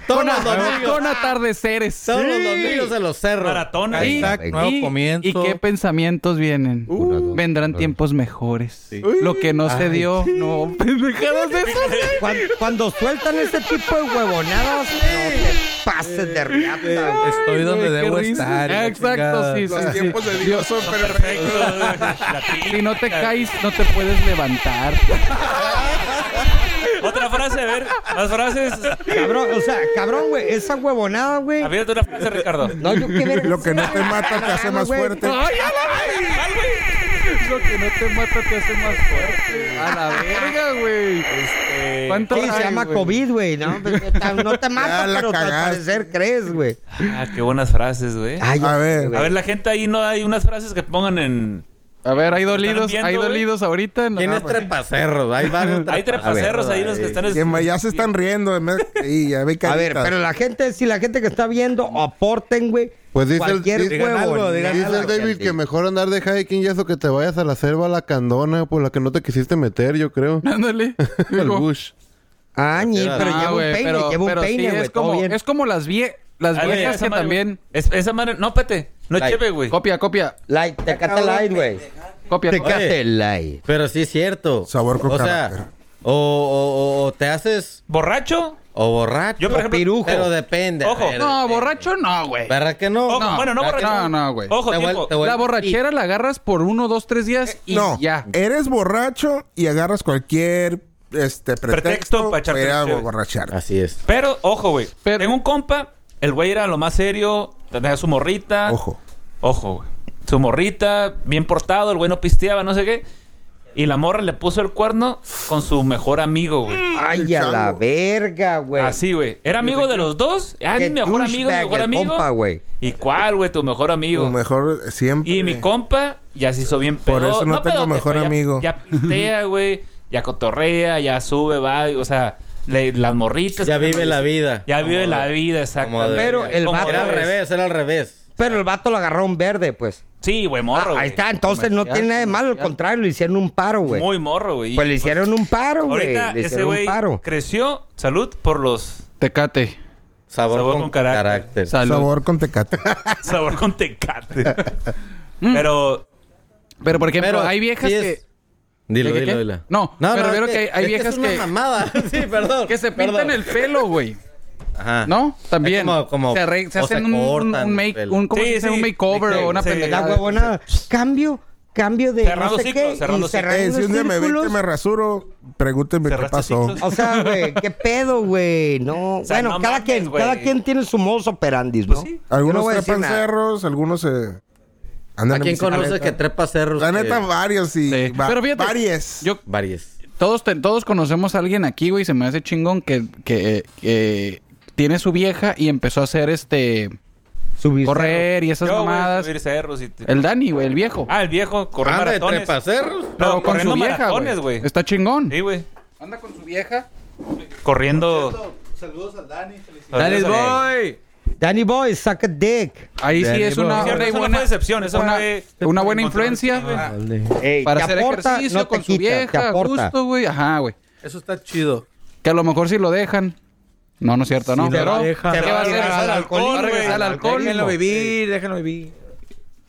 S4: Todos los domingos.
S5: Con atardeceres.
S4: Todos los domingos de los cerros.
S9: Maratona.
S5: Y-
S9: güey.
S8: Hashtag nuevo
S5: y,
S8: comienzo.
S5: ¿Y qué pensamientos vienen? Vendrán tiempos mejores. Lo que no se dio, no. Pendejadas de esas.
S2: Cuan- Cuando, sueltan ese tipo de huevonadas, no te pases de riata, güey.
S8: Estoy
S5: Ay,
S8: donde
S5: güey, qué
S8: debo
S5: risa.
S8: estar. y la
S5: Exacto,
S8: chingada.
S5: sí, sí,
S3: Los
S5: sí.
S3: tiempos de Dios son perfectos.
S9: Perfecto, güey. La
S5: Si no te
S9: típica.
S5: caes, no te puedes levantar.
S9: *laughs* Otra frase, a ver. Las frases.
S2: Cabrón, o sea, cabrón, güey. Esa huevonada, güey.
S9: Aviéntate una frase, Ricardo.
S2: No, yo qué verga.
S3: Lo que no te mata te hace más
S2: Güey.
S3: fuerte.
S5: ¡Ay, a la verga! Lo que no te mata te hace más fuerte. A la verga, güey.
S9: Este,
S5: ¿Cuánto
S2: Sí,
S5: trae,
S2: se llama
S5: güey?
S2: COVID, güey. No, no te mata,
S3: Ya la
S2: pero al
S3: cagaste.
S2: parecer crees, güey.
S9: Ah, qué buenas frases, güey.
S2: Ay, ya
S3: A
S2: sé,
S3: ver.
S2: Ah, güey.
S9: A ver, la gente ahí no hay unas frases que pongan en.
S5: A ver, hay dolidos,
S9: viendo,
S5: hay
S9: güey?
S5: dolidos ahorita. No,
S4: ¿Quién
S5: no,
S4: es
S5: pues,
S4: trepacerros? Hay varios
S9: Hay trepacerros ahí los que están.
S3: Que ma- ya se están riendo. en vez- Y ya ve
S2: A ver,
S3: caritas.
S2: pero la gente, si la gente que está viendo, aporten, güey.
S7: Pues dice el-
S2: cualquier
S7: digan
S2: huevo.
S7: algo, Dice el David que mejor andar de hiking y eso que te vayas a la selva, a la candona, por la que no te quisiste meter, yo creo.
S5: *laughs*
S7: *laughs*
S2: *laughs*
S5: Ándale.
S7: Al bush.
S2: Ah, ñi, pero
S5: Ah,
S2: lleva un
S5: güey,
S2: peine,
S5: pero-
S2: lleva un
S5: pero sí,
S2: peine, güey.
S5: es,
S2: todo
S5: como,
S2: bien.
S5: es como las, vie- las
S9: Ah, güey,
S5: viejas
S9: esa
S5: que
S9: madre,
S5: también.
S9: güey. Es- esa madre. No, pete. No es
S4: Like.
S9: cheve, güey.
S5: Copia, copia,
S2: Light, tecate light, güey.
S5: copia. copia.
S2: Tecate light.
S4: Pero sí es cierto.
S3: Sabor con
S4: O
S3: carácter.
S4: sea, o, o- o- o te haces
S9: ¿Borracho?
S4: o borracho.
S9: Yo, por ejemplo-
S2: pirujo.
S4: Pero depende.
S9: Ojo.
S4: Pero-
S5: No, borracho no, güey.
S4: ¿Verdad que no?
S9: Ojo, bueno, no
S4: ¿Verdad que
S9: borracho.
S5: No, no, güey.
S9: Ojo,
S4: Te vuel-
S9: tiempo.
S4: te vuel-
S5: La borrachera la agarras por uno, dos, tres días
S2: Eh,
S5: y
S3: No,
S5: ya.
S3: eres borracho y agarras cualquier este pretexto,
S9: Pretexto pa' echarte
S3: para
S9: un cheve.
S3: borrachar.
S4: Así es.
S9: Pero, ojo, güey.
S5: Pero-
S9: Tengo un compa. El güey era lo más serio. Tenía su morrita.
S3: Ojo.
S9: Ojo, güey. Su morrita, bien portado, el güey no pisteaba, no sé qué. Y la morra le puso el cuerno con su mejor amigo, güey.
S2: Ay, a la
S3: chango.
S2: verga, güey.
S9: Así, güey. Era amigo de los dos. Ah, mi
S2: Qué
S9: mejor amigo, mi
S2: douchebag
S9: mejor
S2: el
S9: amigo.
S2: compa, güey.
S9: ¿Y cuál, güey? Tu mejor
S3: Lo
S9: amigo.
S3: mejor siempre. eh,
S9: Y mi compa ya se hizo bien
S3: Por
S9: pedo-
S3: eso no tengo
S9: pedote,
S3: mejor
S9: pero ya-
S3: amigo.
S9: Ya,
S2: *laughs*
S9: pistea, güey. Ya cotorrea, ya sube, va. O sea, le- las morritas.
S4: Ya vive la vida.
S9: Ya
S4: Como
S9: vive
S4: de-
S9: la vida,
S4: como de-
S9: exacto.
S2: Pero el
S9: Como
S2: vato-
S4: Era al
S9: debes.
S4: revés, era al revés.
S2: Pero el vato lo agarró un verde, pues.
S9: Sí, güey,
S2: Ah,
S9: morro.
S2: ahí
S9: güey.
S2: está, entonces no tiene nada de malo, al contrario, le hicieron un paro, güey.
S9: Muy morro, güey.
S2: Pues le hicieron un paro, güey.
S9: Ahorita
S2: Le
S9: ese
S2: hicieron un
S9: güey
S2: paro.
S9: creció, salud,
S2: *laughs*
S9: por los
S5: Tecate.
S4: Sabor,
S9: Sabor
S4: con,
S9: con carácter.
S4: carácter.
S5: Salud.
S3: Sabor con tecate.
S9: sabor con tecate.
S2: Mm.
S9: Pero
S5: Pero por ejemplo,
S4: Pero
S5: hay viejas
S4: sí es-
S5: que.
S4: Dilo,
S5: ¿De qué,
S4: dilo,
S5: qué?
S4: dilo.
S5: No, me refiero que hay- hay
S4: es
S5: viejas
S4: es una
S5: que- *laughs*
S4: mamada. sí, perdón.
S5: Que se pintan
S4: perdón.
S5: el pelo,
S4: *laughs*
S5: güey.
S4: Ajá.
S5: ¿No? También.
S4: Es como- como-
S5: se, arreg- se
S4: o
S5: hacen
S4: se
S5: un, un,
S4: cortan
S5: un
S4: el
S5: make,
S4: pelo.
S5: un, ¿cómo
S9: Sí,
S5: se dice?
S9: sí.
S5: un makeover
S9: Sí,
S5: o una
S9: sí.
S5: pendejada.
S2: La huevona, cambio, cambio de
S9: Cerrando
S2: no sé
S9: ciclos,
S2: qué,
S9: cerrando
S2: y
S9: ciclos.
S3: Eh,
S2: cerrando
S3: si un día me ven que
S2: círculos.
S3: me rasuro, pregúntenme qué
S9: Cerraste
S3: pasó.
S9: ciclos.
S2: O sea, güey, qué pedo, güey. No,
S9: sea,
S2: bueno,
S9: no
S2: cada
S9: mames,
S2: quien,
S9: güey.
S2: cada quien tiene su modus operandi, ¿no?
S9: sí.
S2: Yo no
S3: Algunos
S2: voy a decir
S3: trepan
S2: nada.
S3: cerros, algunos se...
S4: ¿A
S3: Andan en
S4: quién
S3: bicicleta.
S4: conoce que trepa cerros? Eh,
S3: La neta,
S4: que-
S3: varios y...
S5: Sí.
S3: va-
S5: Pero fíjate,
S3: varias.
S5: Yo,
S4: Varias.
S5: todos, te- todos conocemos a alguien aquí, güey. Se me hace chingón que, que, que tiene su vieja y empezó a hacer este.
S2: Subir-
S5: Correr y esas
S9: yo, güey,
S5: mamadas.
S9: subir cerros y te-
S5: El Dani, güey, el viejo.
S9: Ah, el viejo correr
S4: Anda de
S9: maratones.
S4: trepa cerros.
S5: Pero
S9: no,
S5: con su
S9: corriendo
S5: vieja,
S9: maratones,
S5: güey.
S9: güey.
S5: Está chingón.
S9: Sí, güey.
S5: Anda con su vieja.
S9: Corriendo.
S6: Dale,
S9: Saludos al Dani.
S6: boy.
S2: Danny Boy, suck a dick.
S5: Ahí sí
S6: Dani,
S5: es una,
S6: bro.
S9: Cierto,
S5: una
S9: eso no
S5: buena
S9: fue decepción, eso
S5: una,
S9: fue-
S5: una buena influencia
S9: Ah.
S5: güey,
S2: Ey,
S5: para
S2: te
S5: hacer
S2: aporta,
S5: ejercicio
S2: no te
S5: con su
S2: quita, te
S5: vieja,
S2: aporta.
S5: gusto, güey. Ajá, güey.
S6: Eso está chido.
S5: Que a lo mejor si lo dejan. No, no es cierto, ¿no?
S6: no
S5: Pero
S6: lo dejan.
S5: ¿qué
S6: Se
S5: va a hacer?
S9: regresar al alcohol,
S5: Va a regresar al
S9: güey.
S5: alcohol.
S6: Déjenlo vivir, déjenlo vivir.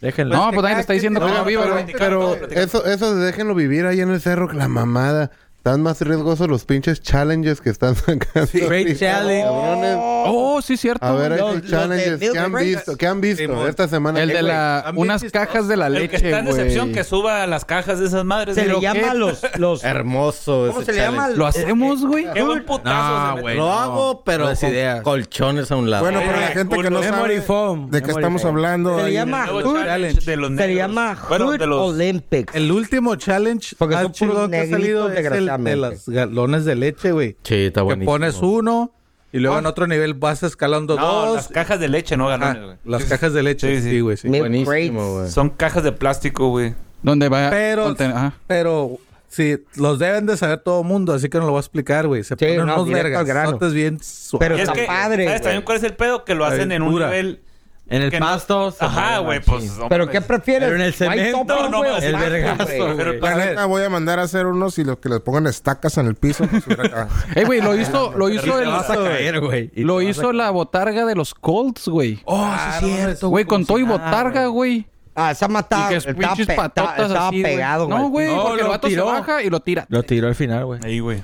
S6: Déjenlo.
S5: No, pues nadie le está diciendo que
S7: No,
S5: no viva,
S7: pero-
S5: güey.
S7: Pero eso, eso de déjenlo vivir ahí en el cerro, que la mamada. Están más riesgosos los pinches challenges que están *laughs* sacando.
S6: Great
S7: Sí,
S6: challenge.
S7: cabrones.
S5: Oh, sí, es cierto.
S7: A ver,
S5: güey.
S7: hay
S2: Los- los de
S7: sus challenges.
S2: Milk
S7: ¿Qué han
S2: Break.
S7: visto? ¿Qué han visto
S6: Simón.
S7: esta semana?
S5: el
S7: Eh,
S5: de
S7: güey,
S5: la
S6: han
S5: unas
S6: visto-
S5: cajas de la
S9: El que está
S5: leche,
S9: en decepción
S5: güey.
S9: que suba las cajas de esas madres.
S2: Se
S9: güey.
S2: le llama los, los
S4: Hermoso
S2: ¿Cómo
S4: ese
S2: se le llama?
S4: challenge.
S5: Lo hacemos,
S6: Eh,
S5: güey.
S9: Qué buen putazo. se
S6: No,
S9: mete.
S6: güey.
S4: Lo
S6: no.
S4: hago, pero
S6: Buenas
S4: con
S6: ideas.
S4: colchones a un lado.
S3: Bueno, para la
S9: Eh,
S3: gente que no
S9: culo.
S3: sabe
S6: Memory foam.
S3: de qué
S6: Memory
S3: estamos
S6: foam.
S2: Se
S3: hablando...
S2: le
S3: ahí en
S2: llama
S9: El nuevo
S2: Hood,
S9: challenge de los
S2: se le
S9: negros.
S2: llama
S9: Bueno,
S2: Hood
S9: de los-
S2: Olympics.
S6: El último challenge
S2: Porque son
S6: más chingón
S2: puros
S6: que ha salido
S2: negritos,
S6: es el de
S2: desgraciadamente.
S6: los galones de leche, güey.
S4: Sí, está
S6: Que
S4: buenísimo.
S6: pones uno y luego en otro nivel vas escalando
S9: No,
S6: dos.
S9: las cajas de leche, no
S6: Ah,
S9: galones, güey.
S6: las cajas de leche.
S9: Sí, sí.
S6: Sí, güey, sí.
S2: Milk
S4: Buenísimo,
S2: crates.
S4: güey.
S9: Son cajas de plástico, güey.
S5: Donde va
S6: Pero-
S5: conten- ajá.
S6: Pero sí, los deben de saber todo el mundo, así que no lo voy a explicar, güey. Se
S2: Sí,
S6: ponen
S2: no,
S6: unos
S2: directo al
S6: vergas.
S2: grano.
S6: notas bien
S2: Pero
S9: Y
S6: suaves.
S9: es
S2: está
S9: que,
S2: padre,
S9: ¿sabes
S2: güey.
S9: también cuál es el pedo? Que lo hacen en un
S6: Aventura.
S9: nivel...
S6: En el
S9: que no-
S6: pasto. se
S9: Ajá,
S6: mueven
S9: güey,
S6: machín.
S9: pues... no
S2: ¿Pero
S9: mames.
S2: qué prefieres?
S6: Pero en el
S2: ¿White
S6: cemento,
S2: topper,
S9: no, no,
S2: güey, o
S9: el
S2: plástico,
S6: vergazo,
S2: güey?
S9: Pero
S3: La
S9: para-
S3: neta, voy a mandar a hacer unos y los que les pongan estacas en el piso. pues, subir acá.
S5: Eh, güey, lo hizo, lo hizo el-
S6: Vas a caer, güey. Y
S5: lo
S6: te vas a-
S5: hizo la botarga de los Colts, güey.
S6: Oh, sí, es cierto.
S5: Güey, con todo y
S6: nada,
S5: botarga, güey.
S2: Ah, esa
S5: Y
S2: mataba.
S5: que es
S2: Estaba,
S5: pinches
S2: pe-
S5: patotas
S2: estaba
S5: así, güey.
S2: pegado, güey.
S5: No, güey,
S6: No,
S5: porque el
S6: lo
S5: vato se
S6: tiró.
S5: baja y lo tira.
S6: Lo tiró al final, güey.
S9: Ahí, güey.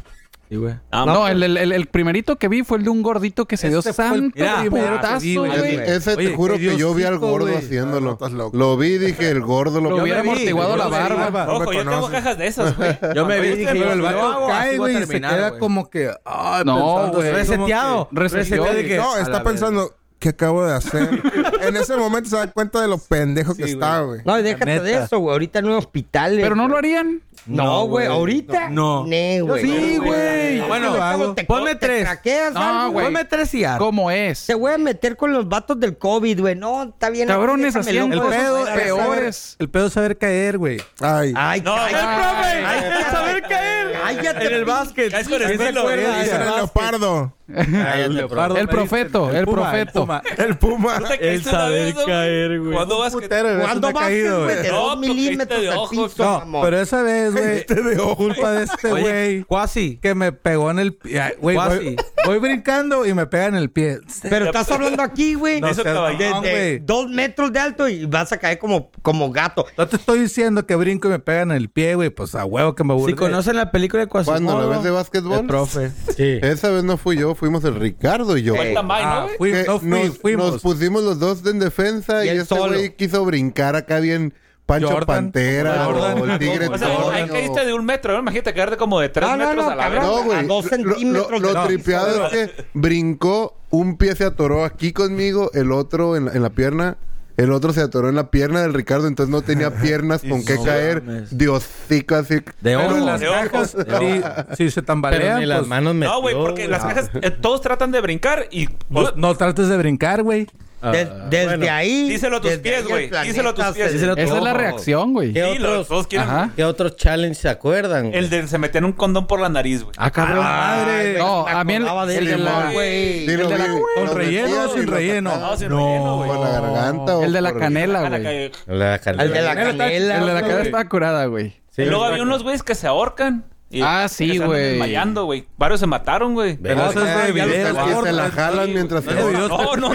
S6: Sí, güey.
S9: Ah,
S5: no, el, el- el- el primerito que vi fue el de un gordito que se dio
S6: Ese fue el
S5: santo
S6: mira,
S5: putazo,
S6: sí, güey.
S5: güey.
S2: güey.
S7: Ese
S6: Oye,
S7: te juro
S6: qué
S7: que yo vi al
S6: diosito,
S7: gordo
S6: güey.
S7: haciéndolo.
S3: Ah, estás loco.
S7: Lo vi, dije, el gordo lo,
S5: Lo hubiera
S6: vi,
S5: amortiguado
S6: yo
S5: la
S6: lo vi,
S5: barba.
S6: barba.
S3: No me
S9: Ojo, yo tengo
S3: conoces.
S9: cajas de esas, güey.
S6: Yo me vi y
S9: Cuando
S6: dije,
S9: viste-
S6: pero el
S8: lo
S6: vato
S8: hago,
S6: cae,
S8: así voy a
S6: güey, y se
S8: terminar,
S6: queda
S8: güey.
S6: como que... Ay,
S5: No,
S6: pensando,
S5: güey.
S6: así como
S5: Reseteado.
S6: que- Reseteado de que-
S3: No,
S6: a la
S3: está
S6: verga.
S3: pensando, ¿qué acabo
S6: *laughs*
S3: de hacer? en ese momento se da cuenta de lo pendejo que está, güey.
S2: No, y déjate
S6: neta.
S2: de eso, güey. Ahorita en un hospital.
S5: Pero no lo harían.
S2: No,
S6: No,
S2: güey.
S6: güey.
S2: Ahorita.
S6: No.
S2: Nee, güey.
S6: Sí, güey.
S2: Bueno,
S6: Bueno, hago.
S2: te-
S6: ponme
S2: te
S6: tres.
S2: craqueas
S5: No,
S2: algo,
S5: güey.
S6: Ponme tres y arco.
S5: ¿Cómo es?
S2: Se voy a meter con los vatos del COVID, güey. No, está bien.
S5: Cabrones
S2: déjame
S5: hacían
S2: loco.
S5: cosas
S6: El pedo es
S5: peores.
S6: El pedo es saber caer, güey.
S3: Ay,
S2: Ay,
S9: No,
S2: cállate,
S9: güey,
S2: ay,
S9: profe.
S2: cállate.
S9: Saber caer.
S2: Cállate.
S6: En el básquet.
S9: Es con el
S6: ¿Quién se
S9: estilo,
S6: acuerda?
S3: ¿qué
S9: güey.
S3: dice el leopardo?
S4: El leopardo.
S5: El profeto, el profeto.
S3: El puma.
S9: ¿Tú te caíste la
S6: saber
S9: vez, güey?
S6: caer, güey.
S9: ¿Cuándo vas que-
S6: Putero, güey,
S2: ¿Cuándo
S6: eso me ha
S2: vas,
S6: caído,
S2: güey?
S6: güey.
S2: De
S9: No,
S2: dos
S9: porque
S2: milímetros
S9: te de
S2: al
S9: ojos.
S2: piso,
S6: No,
S2: mamón.
S6: pero esa vez, güey, culpa de este güey
S8: Cuasi.
S6: que me pegó en el pie. Ay, Güey, voy,
S8: Cuasi.
S6: voy brincando y me pega en el pie.
S2: Pero estás hablando aquí, güey.
S9: No,
S2: de-
S9: Eso,
S6: seas
S9: caballero.
S6: mamón,
S2: de
S6: güey.
S2: dos metros de alto y vas a caer como, como gato.
S6: No te estoy diciendo que brinco y me pega en el pie, güey. Pues a huevo que me burlé.
S8: Si conocen la película de Cuasi.
S7: ¿Cuándo? ¿La vez de básquetbol?
S6: El profe.
S4: Sí.
S7: Esa vez no fui yo, fuimos el Ricardo y yo.
S9: Fue el Tamay,
S6: Ah,
S9: ¿no, güey?
S6: fui-
S3: Eh,
S7: Que
S6: no fui,
S7: nos,
S6: fuimos.
S7: nos pusimos los dos en defensa
S2: Y
S7: y,
S2: él
S7: este
S2: solo.
S7: güey quiso brincar acá bien Pancho
S6: Jordan.
S7: Pantera
S6: Jordan.
S7: o el Tigre
S9: O sea, ahí
S7: Toño.
S9: caíste de un metro, ¿no? Imagínate caerte como de tres
S2: pues No, no,
S9: metros
S2: no,
S9: a la
S2: cabrón.
S9: verga.
S7: No, güey.
S2: A dos
S7: Lo-
S2: centímetros de
S7: Lo, lo
S2: piso,
S7: tripeado es que brincó, un pie se atoró aquí conmigo, el otro en, la- en la pierna. El otro se atoró en la pierna del Ricardo, entonces no
S6: *laughs*
S7: tenía piernas con qué caer.
S6: mames.
S7: Diosico así.
S6: De
S9: Pero
S6: ojos.
S9: las
S6: las
S9: cajas,
S6: cajas, sí, sí se
S4: Pero
S6: tambalean,
S4: ni las
S6: pues,
S4: manos me
S9: No, güey, porque las cajas eh, todos tratan de brincar y
S6: pues, no trates de brincar, güey.
S2: Des- desde ahí.
S9: Díselo a tus
S2: desde
S9: pies,
S2: ahí el
S9: güey.
S2: planeta
S9: Díselo a tus
S2: se
S9: pies.
S6: Díselo a tu
S5: Esa es la
S6: ojo.
S5: reacción, güey.
S6: ¿Qué
S9: Sí, los
S6: otros?
S9: dos quieren-
S5: Ajá.
S6: ¿Qué otros challenge se acuerdan? güey?
S9: El de se metían un condón por la nariz, güey.
S5: Ah, cabrón.
S2: Ay, güey,
S5: No,
S2: me
S5: a mí el,
S2: acordaba de
S5: el de
S2: ese,
S5: la,
S2: mamá, güey.
S7: Sí, lo
S5: de la-
S7: vi,
S5: ¿con
S7: lo
S8: relleno
S7: metía
S8: o sin
S7: y lo
S8: relleno?
S7: sacaba.
S9: No, sin relleno, güey.
S7: Por la garganta o
S5: el de la
S7: por-
S5: canela,
S9: Ah, la
S5: güey.
S9: cagué.
S6: La canela.
S2: El de la
S5: El de
S2: canela.
S5: la
S2: güey.
S5: cara está curada, güey.
S6: Sí,
S9: y luego había
S6: güey.
S9: unos güeyes que se ahorcan. y-
S5: Ah, sí,
S9: que se andan
S5: güey.
S9: desmayando, güey. Varios se mataron, güey.
S8: eso
S6: Pero
S8: es de
S7: Ya los
S8: videos,
S7: que se la
S8: porno.
S7: jalan mientras
S9: No,
S7: se-
S9: no, no, no,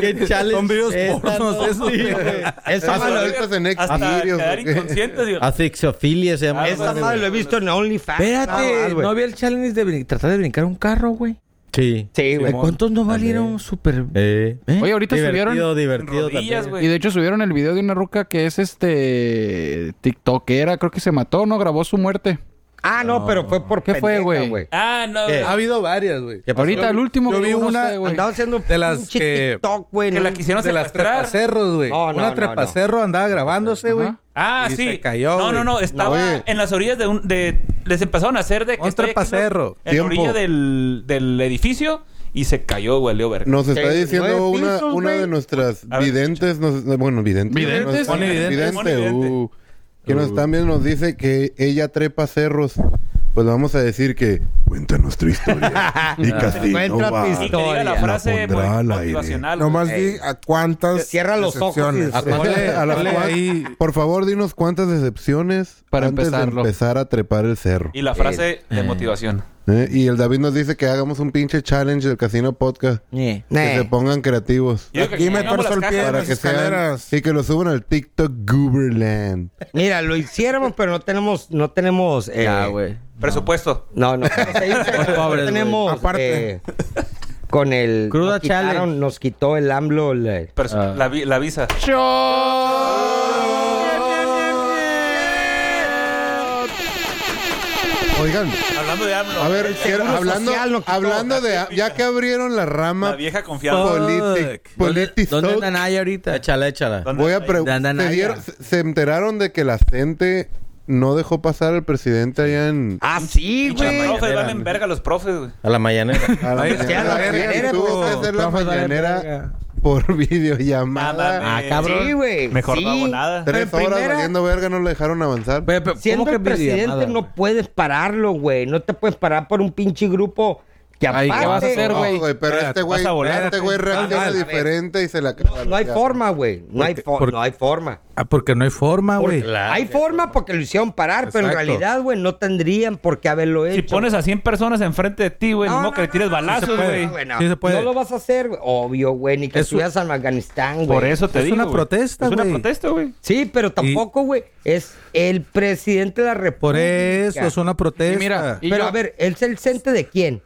S6: ¿Qué challenge?
S8: Son videos
S6: es?
S8: pornos
S6: Sí,
S8: esos.
S6: güey.
S9: Ah,
S2: Esa
S7: Hasta
S2: madre-
S7: ahorita es en
S9: Hasta
S7: Xvideos,
S9: quedar
S7: ¿o qué?
S9: inconscientes, digo.
S6: Asfixiofilia se llama.
S9: Ah,
S2: Esa madre lo he visto en OnlyFans. nada
S6: Espérate,
S2: más, güey.
S6: ¿no había el challenge de brin- tratar de brincar un carro, güey? Sí.
S2: Sí, güey.
S6: ¿Cuántos no valieron súper? Eh.
S5: Oye, ahorita
S6: divertido,
S5: subieron-
S6: Divertido,
S9: Rodillas,
S6: también.
S9: güey.
S5: Y de hecho subieron el video de una ruca que es este TikTokera, creo que se mató, ¿no? Grabó su muerte.
S2: Ah, no, pero fue por
S5: ¿Qué fue,
S2: pendeja,
S5: güey?
S9: Ah, no,
S6: ¿Qué?
S9: güey.
S8: Ha habido varias, güey.
S6: ¿Qué pasó?
S5: Ahorita el último
S8: yo vi
S5: no
S8: una-
S5: sé, güey.
S2: Andaba haciendo
S8: De las
S2: pinche
S8: que-
S2: TikTok, güey.
S9: Que
S2: no
S9: la quisieron
S8: De las
S9: secuestrar.
S8: trepacerros, güey.
S2: No, no, no,
S8: Una
S2: no.
S8: trepacerro andaba grabándose, güey.
S5: Ajá.
S9: Ah,
S8: Y
S9: sí.
S8: se cayó,
S9: No,
S8: güey.
S9: no, no. Estaba
S7: Oye.
S9: en las orillas de un. De, les empezaron a hacer de que.
S8: Un
S9: estoy aquí, ¿no?
S8: trapacerro.
S9: En la
S7: Tiempo.
S9: orilla del, del edificio y se cayó, güey, Leo Verga.
S7: Nos está
S2: Sí,
S7: diciendo
S2: nueve
S7: una,
S2: pisos,
S7: una
S2: güey.
S7: de nuestras
S9: A ver,
S7: videntes, nos- bueno, videntes.
S5: ¿Videntes?
S7: nos-
S5: Pone
S9: videntes,
S7: vidente,
S9: pone vidente.
S7: uh, que nos también nos dice que ella trepa cerros. Pues vamos a decir que
S1: Cuéntanos tu historia. y Casino
S2: Encuentra
S1: va.
S9: Y que diga la
S2: historia.
S9: frase
S1: La pondrá
S9: motiv-
S1: al aire.
S9: motivacional. güey.
S3: Nomás di a cuántas.
S2: Cierra los ojos y
S3: excepciones.
S2: disfruta.
S8: Ponle-
S7: *laughs* a la
S8: ponle
S7: cual-
S8: ahí.
S7: por favor dinos cuántas decepciones
S5: Para
S7: antes
S5: empezarlo.
S7: de empezar a trepar el cerro.
S9: Y la frase de motivación.
S7: ¿Eh? Y el David nos dice que hagamos un pinche challenge del Casino Podcast.
S6: Eh.
S7: Que se
S2: Eh.
S7: pongan creativos.
S9: Yo creo que
S3: Aquí me
S9: pongamos
S3: torzo
S9: las
S3: el
S9: cajas.
S3: pie.
S7: Para
S3: las
S7: que sean,
S3: escaleras.
S7: y que lo suban al TikTok Gooberland.
S2: Mira, lo hiciéramos, pero no tenemos, no tenemos, eh,
S6: Ya, güey.
S9: Presupuesto.
S2: no, no, ¿cómo se dice?
S6: Somos pobres,
S2: no tenemos,
S3: güey. Aparte.
S2: eh, con el,
S6: Cruda
S2: nos quitaron-
S6: challenge.
S2: nos quitó el AMLO, el-
S9: Perso- la, vi- la visa.
S7: Oigan,
S9: Hablando de AMLO.
S7: a ver, quiero-
S2: Seguro
S7: hablando,
S2: Social nos quitó.
S7: hablando de... Ya que abrieron la
S9: La
S7: rama
S9: vieja confianza.
S7: politic, politic
S6: ¿Dónde anda Naya ahorita? Échala, échala.
S9: ¿Dónde
S7: Voy a
S9: está ahí?
S6: De
S7: preguntar.
S6: Andanaya.
S7: Se, dieron- se- se enteraron de que la gente no dejó pasar al presidente allá en.
S2: Ah, sí,
S9: Pinche
S2: güey.
S9: profes, valen verga los profes, güey.
S6: A la mañanera.
S7: A la
S2: Ahí está,
S7: mañanera.
S2: la mañanera,
S7: Sí, tuvo
S2: po.
S7: que hacer la
S6: Profe, vale
S7: mañanera
S6: verga.
S7: por *laughs* videollamada.
S9: Mamá,
S2: Ah, cabrón. Sí, güey.
S9: Mejor
S2: sí.
S9: no hago nada.
S2: Pero en
S7: Tres horas
S2: primera,
S7: valiendo verga no lo dejaron avanzar.
S6: Pero, pero,
S2: Siendo
S6: ¿cómo que
S2: el presidente
S6: videollamada,
S2: no
S6: güey?
S2: puedes pararlo, güey. No te puedes parar por un pinche grupo que
S5: Ay,
S2: aparte...
S5: ¿qué vas a hacer,
S7: No,
S5: güey?
S7: güey, pero
S8: Espérate,
S7: este güey,
S9: vas a volar,
S7: este güey
S2: Ah,
S7: reacciona
S2: a ver.
S7: diferente y se la
S2: No hay forma, güey. No, hay fo-
S8: porque-
S2: no hay forma.
S8: Ah, porque no hay forma, güey.
S6: Claro.
S2: hay forma porque lo hicieron parar, pero en
S8: Exacto.
S2: realidad, güey, no tendrían por qué haberlo hecho.
S9: Si pones a 100 personas enfrente de ti, güey,
S2: No,
S9: no,
S2: no,
S9: que le tires
S2: no, no,
S9: balazos,
S8: puede.
S9: güey.
S2: No, güey, no.
S8: Sí se puede.
S2: No lo vas a hacer, güey. Obvio, güey. Ni que
S8: Es un-
S2: subas a Afganistán, güey.
S9: Por eso te
S8: Es
S9: digo.
S8: una
S9: güey.
S8: protesta,
S9: Es una
S8: güey.
S9: protesta, güey.
S2: Sí, pero tampoco, güey. Es el presidente de la República.
S8: Por eso es una protesta.
S5: Y mira, y-
S2: Pero
S5: yo-
S2: a ver, ¿él es el centro de quién?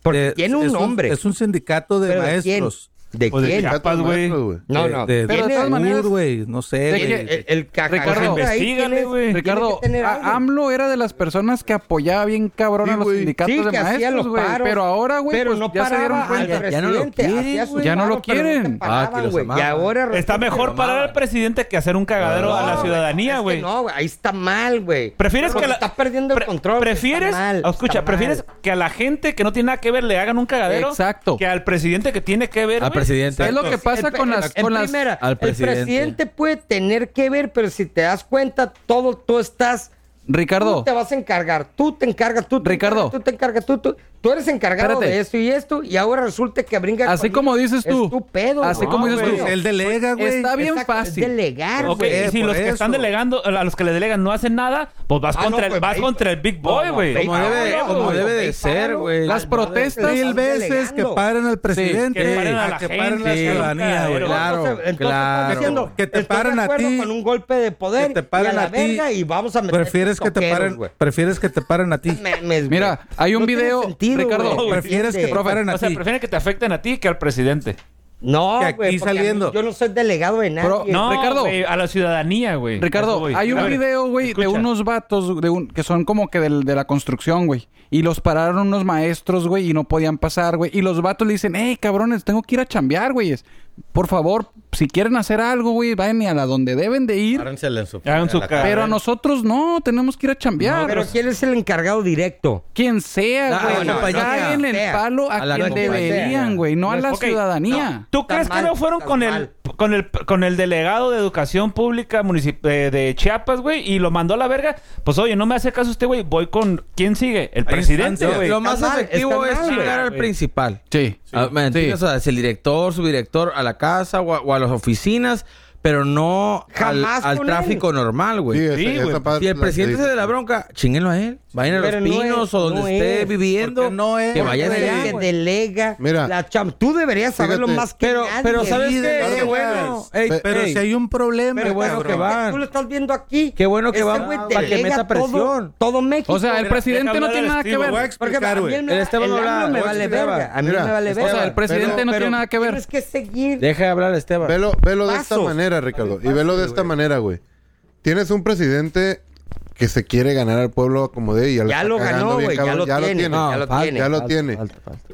S2: Porque
S8: Eh,
S2: tiene un
S8: es
S2: nombre.
S8: es un sindicato de
S2: Pero ¿de quién?
S8: maestros.
S2: ¿De
S9: O de
S2: quién?
S9: Chiapas, güey.
S2: No,
S8: De-
S2: no.
S8: De,
S5: Pero de
S2: Tiene-
S5: todas maneras-
S8: Sur, güey. No sé,
S5: De
S8: güey.
S5: que-
S2: el, el cacajón
S5: Ricardo,
S2: ahí
S9: investígale,
S2: tiene-
S9: güey.
S2: tiene que
S5: Ricardo,
S2: tener
S5: a-
S2: algo.
S5: AMLO era de las personas que apoyaba bien cabrón
S7: Sí,
S5: a los
S7: güey.
S5: sindicatos
S2: Sí,
S5: de
S2: que hacía
S5: maestros,
S2: los
S5: güey.
S2: paros.
S5: Pero ahora, güey,
S2: pero
S5: pues,
S2: no
S5: ya se dieron
S2: paraba al
S5: cuenta.
S6: Ya no lo
S2: presidente,
S6: quieren,
S2: hacía su
S6: güey.
S5: Ya no lo
S2: paro, pero
S5: quieren.
S2: nunca
S6: Ah,
S2: paraban,
S6: que los
S2: güey. y
S6: amaban.
S2: ahora resulta
S9: Está
S2: que
S9: mejor
S2: lo
S9: parar
S2: amaban.
S9: al presidente que hacer un cagadero
S2: No,
S9: a la
S2: güey,
S9: ciudadanía,
S2: es que
S9: güey.
S2: no, güey, ahí está mal, güey.
S9: Prefieres
S2: Porque
S9: que la...
S2: estás perdiendo el
S9: pre-
S2: control. güey,
S9: Prefieres,
S2: está mal,
S9: escucha,
S2: está
S9: prefieres
S2: mal.
S9: que a la gente que no tiene nada que ver le hagan un cagadero
S5: Exacto.
S9: que al presidente que tiene que ver,
S6: Al
S9: güey.
S6: presidente.
S5: Es lo que pasa
S2: El-
S5: con
S2: el-
S5: las...
S2: en
S5: Con las
S2: primera,
S6: al presidente.
S2: El presidente puede tener que ver, pero si te das cuenta, todo tú estás
S5: Ricardo,
S2: Tú te vas a encargar, tú te encargas, tú te
S5: Ricardo.
S2: encargas, tú te encargas, tú, tú, tú eres encargado
S5: Espérate.
S2: de esto y esto, y ahora resulta que brinca.
S5: Así
S2: conmigo.
S5: como dices tú.
S2: Es tu pedo,
S5: Así
S2: güey.
S5: como
S9: No,
S5: dices
S9: güey.
S5: tú.
S8: Él delega, güey.
S5: Está bien
S2: Exacto, es
S5: fácil.
S2: Delegar,
S9: Ok,
S2: güey.
S9: y si
S8: por
S9: los que están
S8: eso.
S9: delegando, a los que le delegan no hacen nada, pues vas
S2: Ah,
S9: contra
S2: no,
S9: el,
S2: pues,
S9: vas
S2: ahí-
S9: contra el Big Boy,
S2: No,
S9: güey.
S2: ahí
S6: Como
S2: está,
S6: debe,
S2: güey,
S6: como
S2: güey.
S6: debe
S2: Ahí
S6: de
S2: está,
S6: ser,
S2: güey.
S6: güey.
S5: Las protestas...
S8: Mil
S2: están
S8: veces que
S2: delegando.
S8: paren al presidente.
S9: que paren a la
S8: Ah, que
S9: gente,
S8: paren a la
S9: sí.
S8: ciudadanía, güey.
S6: Claro,
S2: entonces,
S6: claro.
S2: estás diciendo,
S8: Que te
S2: estoy de
S8: paren a
S2: acuerdo
S8: ti.
S2: Con un golpe de poder.
S8: Que te paren
S2: y a la
S8: a ti.
S2: verga y vamos a meter
S8: Prefieres que te
S2: toqueros,
S8: paren,
S2: güey.
S8: prefieres que te paren a ti.
S2: Memes, güey.
S5: Mira, hay un
S2: No tiene
S5: video, Ricardo,
S2: güey.
S8: Prefieres que te
S2: Profe,
S8: paren a
S9: Ah, O sea,
S8: ti.
S9: prefieren que te afecten a ti que al presidente.
S2: No,
S8: que aquí
S2: güey, porque a mí-
S8: saliendo.
S2: Yo no soy delegado de nadie.
S5: Pero-
S2: güey.
S9: No,
S5: Ricardo.
S9: güey, a la ciudadanía, güey. Eso
S5: Ricardo,
S9: voy.
S5: hay
S9: A
S5: un
S9: ver,
S5: video, güey, de
S9: escucha.
S5: unos vatos de un, que son como que del- de la construcción, güey. Y los pararon unos maestros, güey, y no podían pasar, güey. Y los vatos le dicen, hey, cabrones, tengo que ir a chambear, güeyes. por favor, si quieren hacer algo, güey, vayan a la donde deben de ir.
S4: Árensela en su,
S9: Hagan su
S4: a la
S9: cara.
S5: Pero a nosotros no, tenemos que ir a chambear.
S2: Pero ¿quién es el encargado directo?
S5: Quien sea,
S6: No,
S5: güey.
S6: no,
S5: le
S6: no,
S5: Caguen
S2: no.
S5: el
S2: Sea.
S5: palo a,
S6: A la
S5: quien
S6: compañía.
S5: deberían, güey, no a la
S9: Ok,
S5: ciudadanía.
S9: no. ¿Tú
S2: Está
S9: crees
S2: mal,
S9: que no fueron
S2: está
S9: con el,
S2: mal.
S9: con el con el delegado de educación pública municip- de, de Chiapas, güey? Y lo mandó a la verga. Pues oye, no me hace caso usted, güey. Voy con ¿quién sigue? El presidente,
S6: Lo-
S9: güey.
S6: Lo más
S2: Está mal,
S6: efectivo
S2: está
S6: es
S2: mal,
S6: chingar
S2: güey.
S6: al principal.
S5: Sí.
S6: Ah, ¿me entiendes?
S5: Sí.
S6: O sea, es el director, subdirector, a la casa o a, o a las oficinas, pero no al,
S2: Jamás
S6: al
S2: con
S6: tráfico normal, güey.
S7: Sí, esa-
S9: Sí,
S7: esa
S9: güey.
S7: parte
S6: Si el
S7: la-
S6: presidente
S7: sí.
S6: se de la bronca, chinguenlo a él. Vayan a los
S2: Pero no
S6: pinos
S2: es-
S6: o donde
S2: no
S6: esté
S2: es.
S6: viviendo.
S8: Porque no es.
S6: Que vayan
S2: Pero el
S6: allá.
S2: que
S6: güey.
S2: delega
S7: Mira.
S2: la cham- Tú deberías saberlo
S7: Fíjate.
S2: más que
S6: Pero,
S2: nadie.
S6: pero ¿sabes
S2: Sí,
S6: qué?
S7: de-
S6: Qué bueno.
S7: Pe-
S6: Ey,
S8: Pero
S6: ey,
S8: si hay un problema,
S6: Qué bueno
S8: cabrón.
S6: que van.
S2: Tú lo estás viendo aquí.
S6: Qué bueno que
S2: Ese
S6: van,
S2: güey
S6: para que
S2: delega
S6: meta presión.
S2: Todo, todo México.
S5: O sea, el
S2: Mira,
S5: presidente no
S9: hablar
S5: tiene
S9: al
S5: nada que
S9: Steve,
S5: ver.
S8: Voy a
S2: Porque a
S8: explicar,
S2: mí
S8: güey.
S2: él me,
S6: El Esteban
S2: el AMLO
S6: hablaba,
S2: me
S6: el
S2: vale
S6: Esteban.
S2: verga. A mí
S7: Mira,
S2: me vale
S5: O
S2: verga.
S5: sea, el presidente
S7: Pero-
S5: no
S2: Pero
S5: tiene nada que ver.
S2: Tienes que seguir.
S6: Deja de hablar, Esteban.
S7: Velo, velo de esta
S2: Pasos.
S7: manera, Ricardo. Y velo de esta manera, güey. Tienes un presidente que se quiere ganar al pueblo como de y la
S2: Ya
S7: está
S2: lo
S7: cagando
S2: ganó,
S7: bien,
S2: güey. Ya
S7: cabrón.
S2: lo tiene.
S6: No,
S2: Ya lo
S6: falta,
S2: tiene.
S7: Ya lo tiene.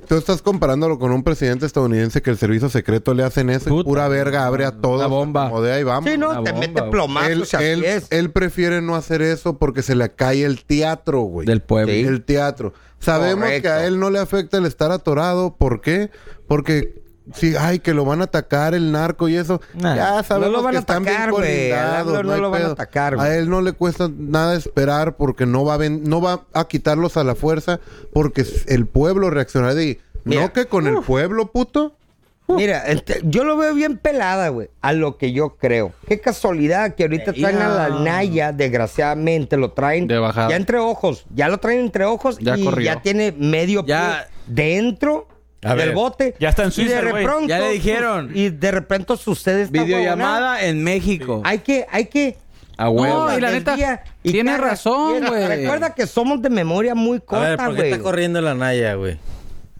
S7: Tú estás comparándolo con un presidente estadounidense que el servicio secreto le hacen eso. y
S6: Puta.
S7: pura verga, abre a todos.
S6: Una bomba.
S7: Como de ahí vamos.
S2: Sí, no,
S6: Una
S2: te
S6: bomba,
S2: mete
S6: güey.
S7: Él,
S2: plomazos. así
S7: él-
S2: es.
S7: él prefiere no hacer eso porque se le cae el teatro, güey.
S6: Del pueblo.
S7: Sí. El teatro. Sabemos
S2: Correcto.
S7: que a él no le afecta el estar atorado. ¿Por qué? Porque si, ay, que lo van a atacar el narco y eso.
S6: Nah.
S7: Ya Ah, sabemos
S2: No lo van
S7: que
S2: a
S7: están bien
S2: atacar, güey.
S7: colindados,
S2: Al AMLO no
S7: hay
S2: lo van a
S7: pedo.
S2: atacar, güey.
S7: A él no le cuesta nada esperar porque no va a, ven- no va a quitarlos a la fuerza porque el pueblo reaccionará de...
S2: Mira.
S7: No que con el pueblo, puto.
S2: Mira, este, yo lo veo bien pelada, güey, a lo que yo creo. Qué casualidad que ahorita traen a la Naya, desgraciadamente lo traen.
S5: De bajada.
S2: Ya entre ojos, ya lo traen entre ojos
S5: Ya
S2: y
S5: corrió.
S2: ya tiene medio
S6: Ya-
S2: pie dentro
S6: A
S2: del
S6: ver.
S2: bote.
S9: Ya está en
S2: Y
S9: Suiza,
S2: de
S9: el güey.
S2: repronto pues,
S6: Ya le dijeron.
S2: Y de repente sucede esta huevonada.
S6: Videollamada en México.
S2: Hay que, hay que.
S6: A huevo.
S5: No, y la
S2: del
S5: neta,
S2: día y
S5: tiene
S2: cagas.
S5: razón,
S2: Mira,
S5: güey.
S2: Recuerda que somos de memoria muy
S4: A ver,
S2: corta,
S4: ¿por qué
S2: güey.
S4: está corriendo la Naya, güey?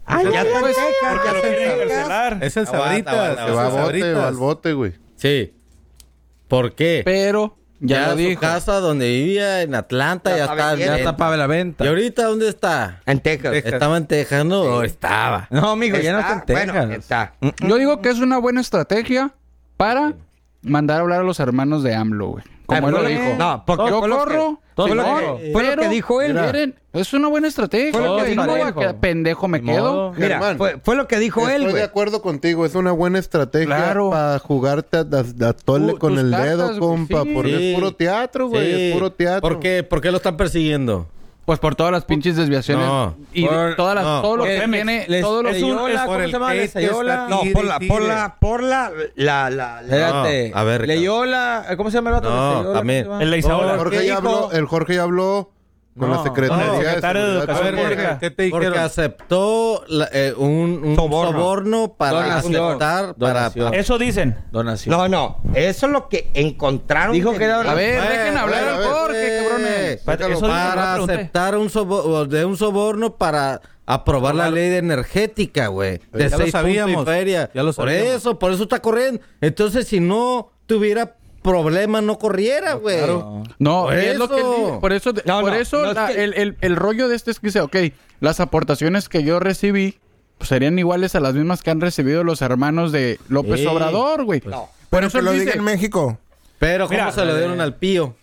S2: Ay, ya está en
S5: Pues,
S2: Texas,
S9: Porque
S2: ya
S9: lo
S2: está en
S9: quieren
S2: Texas.
S9: encarcelar.
S8: Es el
S4: Aguanta,
S8: sabritas.
S4: aguanta,
S7: Se va a
S8: es el
S7: bote,
S8: sabritas.
S7: va al bote, güey.
S4: Sí. ¿Por qué?
S5: Pero ya,
S4: Ya,
S5: lo
S4: su
S5: dijo.
S4: casa donde vivía en Atlanta ya,
S2: Ya
S4: está
S2: está
S6: Ya
S4: bien.
S6: está para la venta.
S4: ¿Y ahorita dónde está?
S2: En Texas.
S4: Estaba en Texas, ¿no? O Estaba.
S6: No, mijo, ya no está en Texas.
S2: Bueno, está.
S5: Yo digo que es una buena estrategia para mandar a hablar a los hermanos de AMLO, güey.
S2: Ay,
S5: Como él lo
S2: fue
S5: dijo.
S2: que- Ah, no, porque
S5: yo
S2: fue lo
S5: corro.
S2: que- fue lo
S5: Simón,
S2: que- fue lo que
S5: pero,
S2: dijo él.
S5: miren, es una buena estrategia.
S6: Fue lo que
S5: Si no,
S6: dijo.
S5: va a quedar pendejo me
S6: Ni
S5: quedo.
S6: modo.
S2: Mira,
S7: Germán.
S2: fue, fue lo que dijo él,
S7: Estoy de
S2: güey.
S7: acuerdo contigo, es una buena estrategia
S5: Claro.
S7: para jugarte a, a- a tole
S5: Tu-
S7: con
S5: tus
S7: el
S5: cartas,
S7: dedo,
S5: güey,
S7: compa,
S5: sí.
S7: porque
S4: Sí.
S7: es puro teatro, güey,
S4: Sí.
S7: es puro teatro.
S4: ¿Por qué, ¿Por qué lo están persiguiendo?
S5: Pues por todas las pinches desviaciones.
S4: No.
S5: y
S4: Por-
S5: todas las,
S4: no.
S5: todo lo que
S6: Porque
S5: tiene.
S6: les-
S5: todo lo
S6: les-
S5: que-
S6: Sayola,
S5: es-
S6: ¿cómo
S8: por
S6: se
S8: el
S6: llama?
S8: que
S6: La
S8: está
S6: Sayola.
S2: No,
S8: tigre,
S2: por la,
S8: tigre.
S2: por la, por la, la, la, ah, la-
S6: Espérate.
S4: No, a ver, Ricardo.
S6: Leyola. ¿Cómo se llama el vato?
S4: No,
S6: Leyola,
S4: también.
S6: ¿cómo se llama?
S9: El Leisaola.
S6: ¿Por
S7: Jorge
S6: qué
S7: ya habló,
S6: dijo?
S8: eh,
S7: el Jorge ya habló con
S6: No.
S7: la Secretaría
S9: No,
S7: de
S9: secretario de
S7: Seguridad
S8: A ver,
S9: Educación
S7: Pública.
S8: Jorge,
S9: Pública.
S8: ¿qué te
S4: Porque
S8: dijeron?
S4: aceptó la- eh, un, un soborno.
S2: Soborno.
S4: para
S6: Donación.
S4: aceptar
S6: Donación.
S4: para
S9: Eso dicen.
S6: Donación.
S2: No, no, eso es lo que encontraron.
S6: Dijo que era-
S5: A ver, pues.
S4: Bueno,
S5: eh, dejen hablar
S7: bueno,
S5: al
S7: a ver,
S5: Jorge,
S4: eh,
S5: cabrones.
S9: Espérate,
S7: Sácalo.
S9: eso dijo,
S4: para
S9: no pregunté.
S4: aceptar un soborno de un soborno para aprobar la ley de energética, güey. De
S8: Ya lo
S4: seis puntos y
S8: sabíamos,
S4: feria.
S8: ya lo
S4: por
S8: sabíamos.
S4: eso, por eso está corriendo. Entonces, si no tuviera problema, no corriera, güey.
S5: No,
S4: Por
S5: es lo que él
S4: eso.
S5: dijo. por eso,
S2: No,
S5: por
S2: no,
S5: eso
S2: no es
S5: la-
S2: que-
S5: el, el- el rollo de este es que dice, ok, las aportaciones que yo recibí pues, serían iguales a las mismas que han recibido los hermanos de López
S4: Sí.
S5: Obrador, güey. Por
S3: Pero
S5: eso
S3: que lo
S5: él
S3: diga
S5: dice,
S3: en México.
S4: Pero, ¿cómo
S9: Mira,
S4: se lo dieron al pío?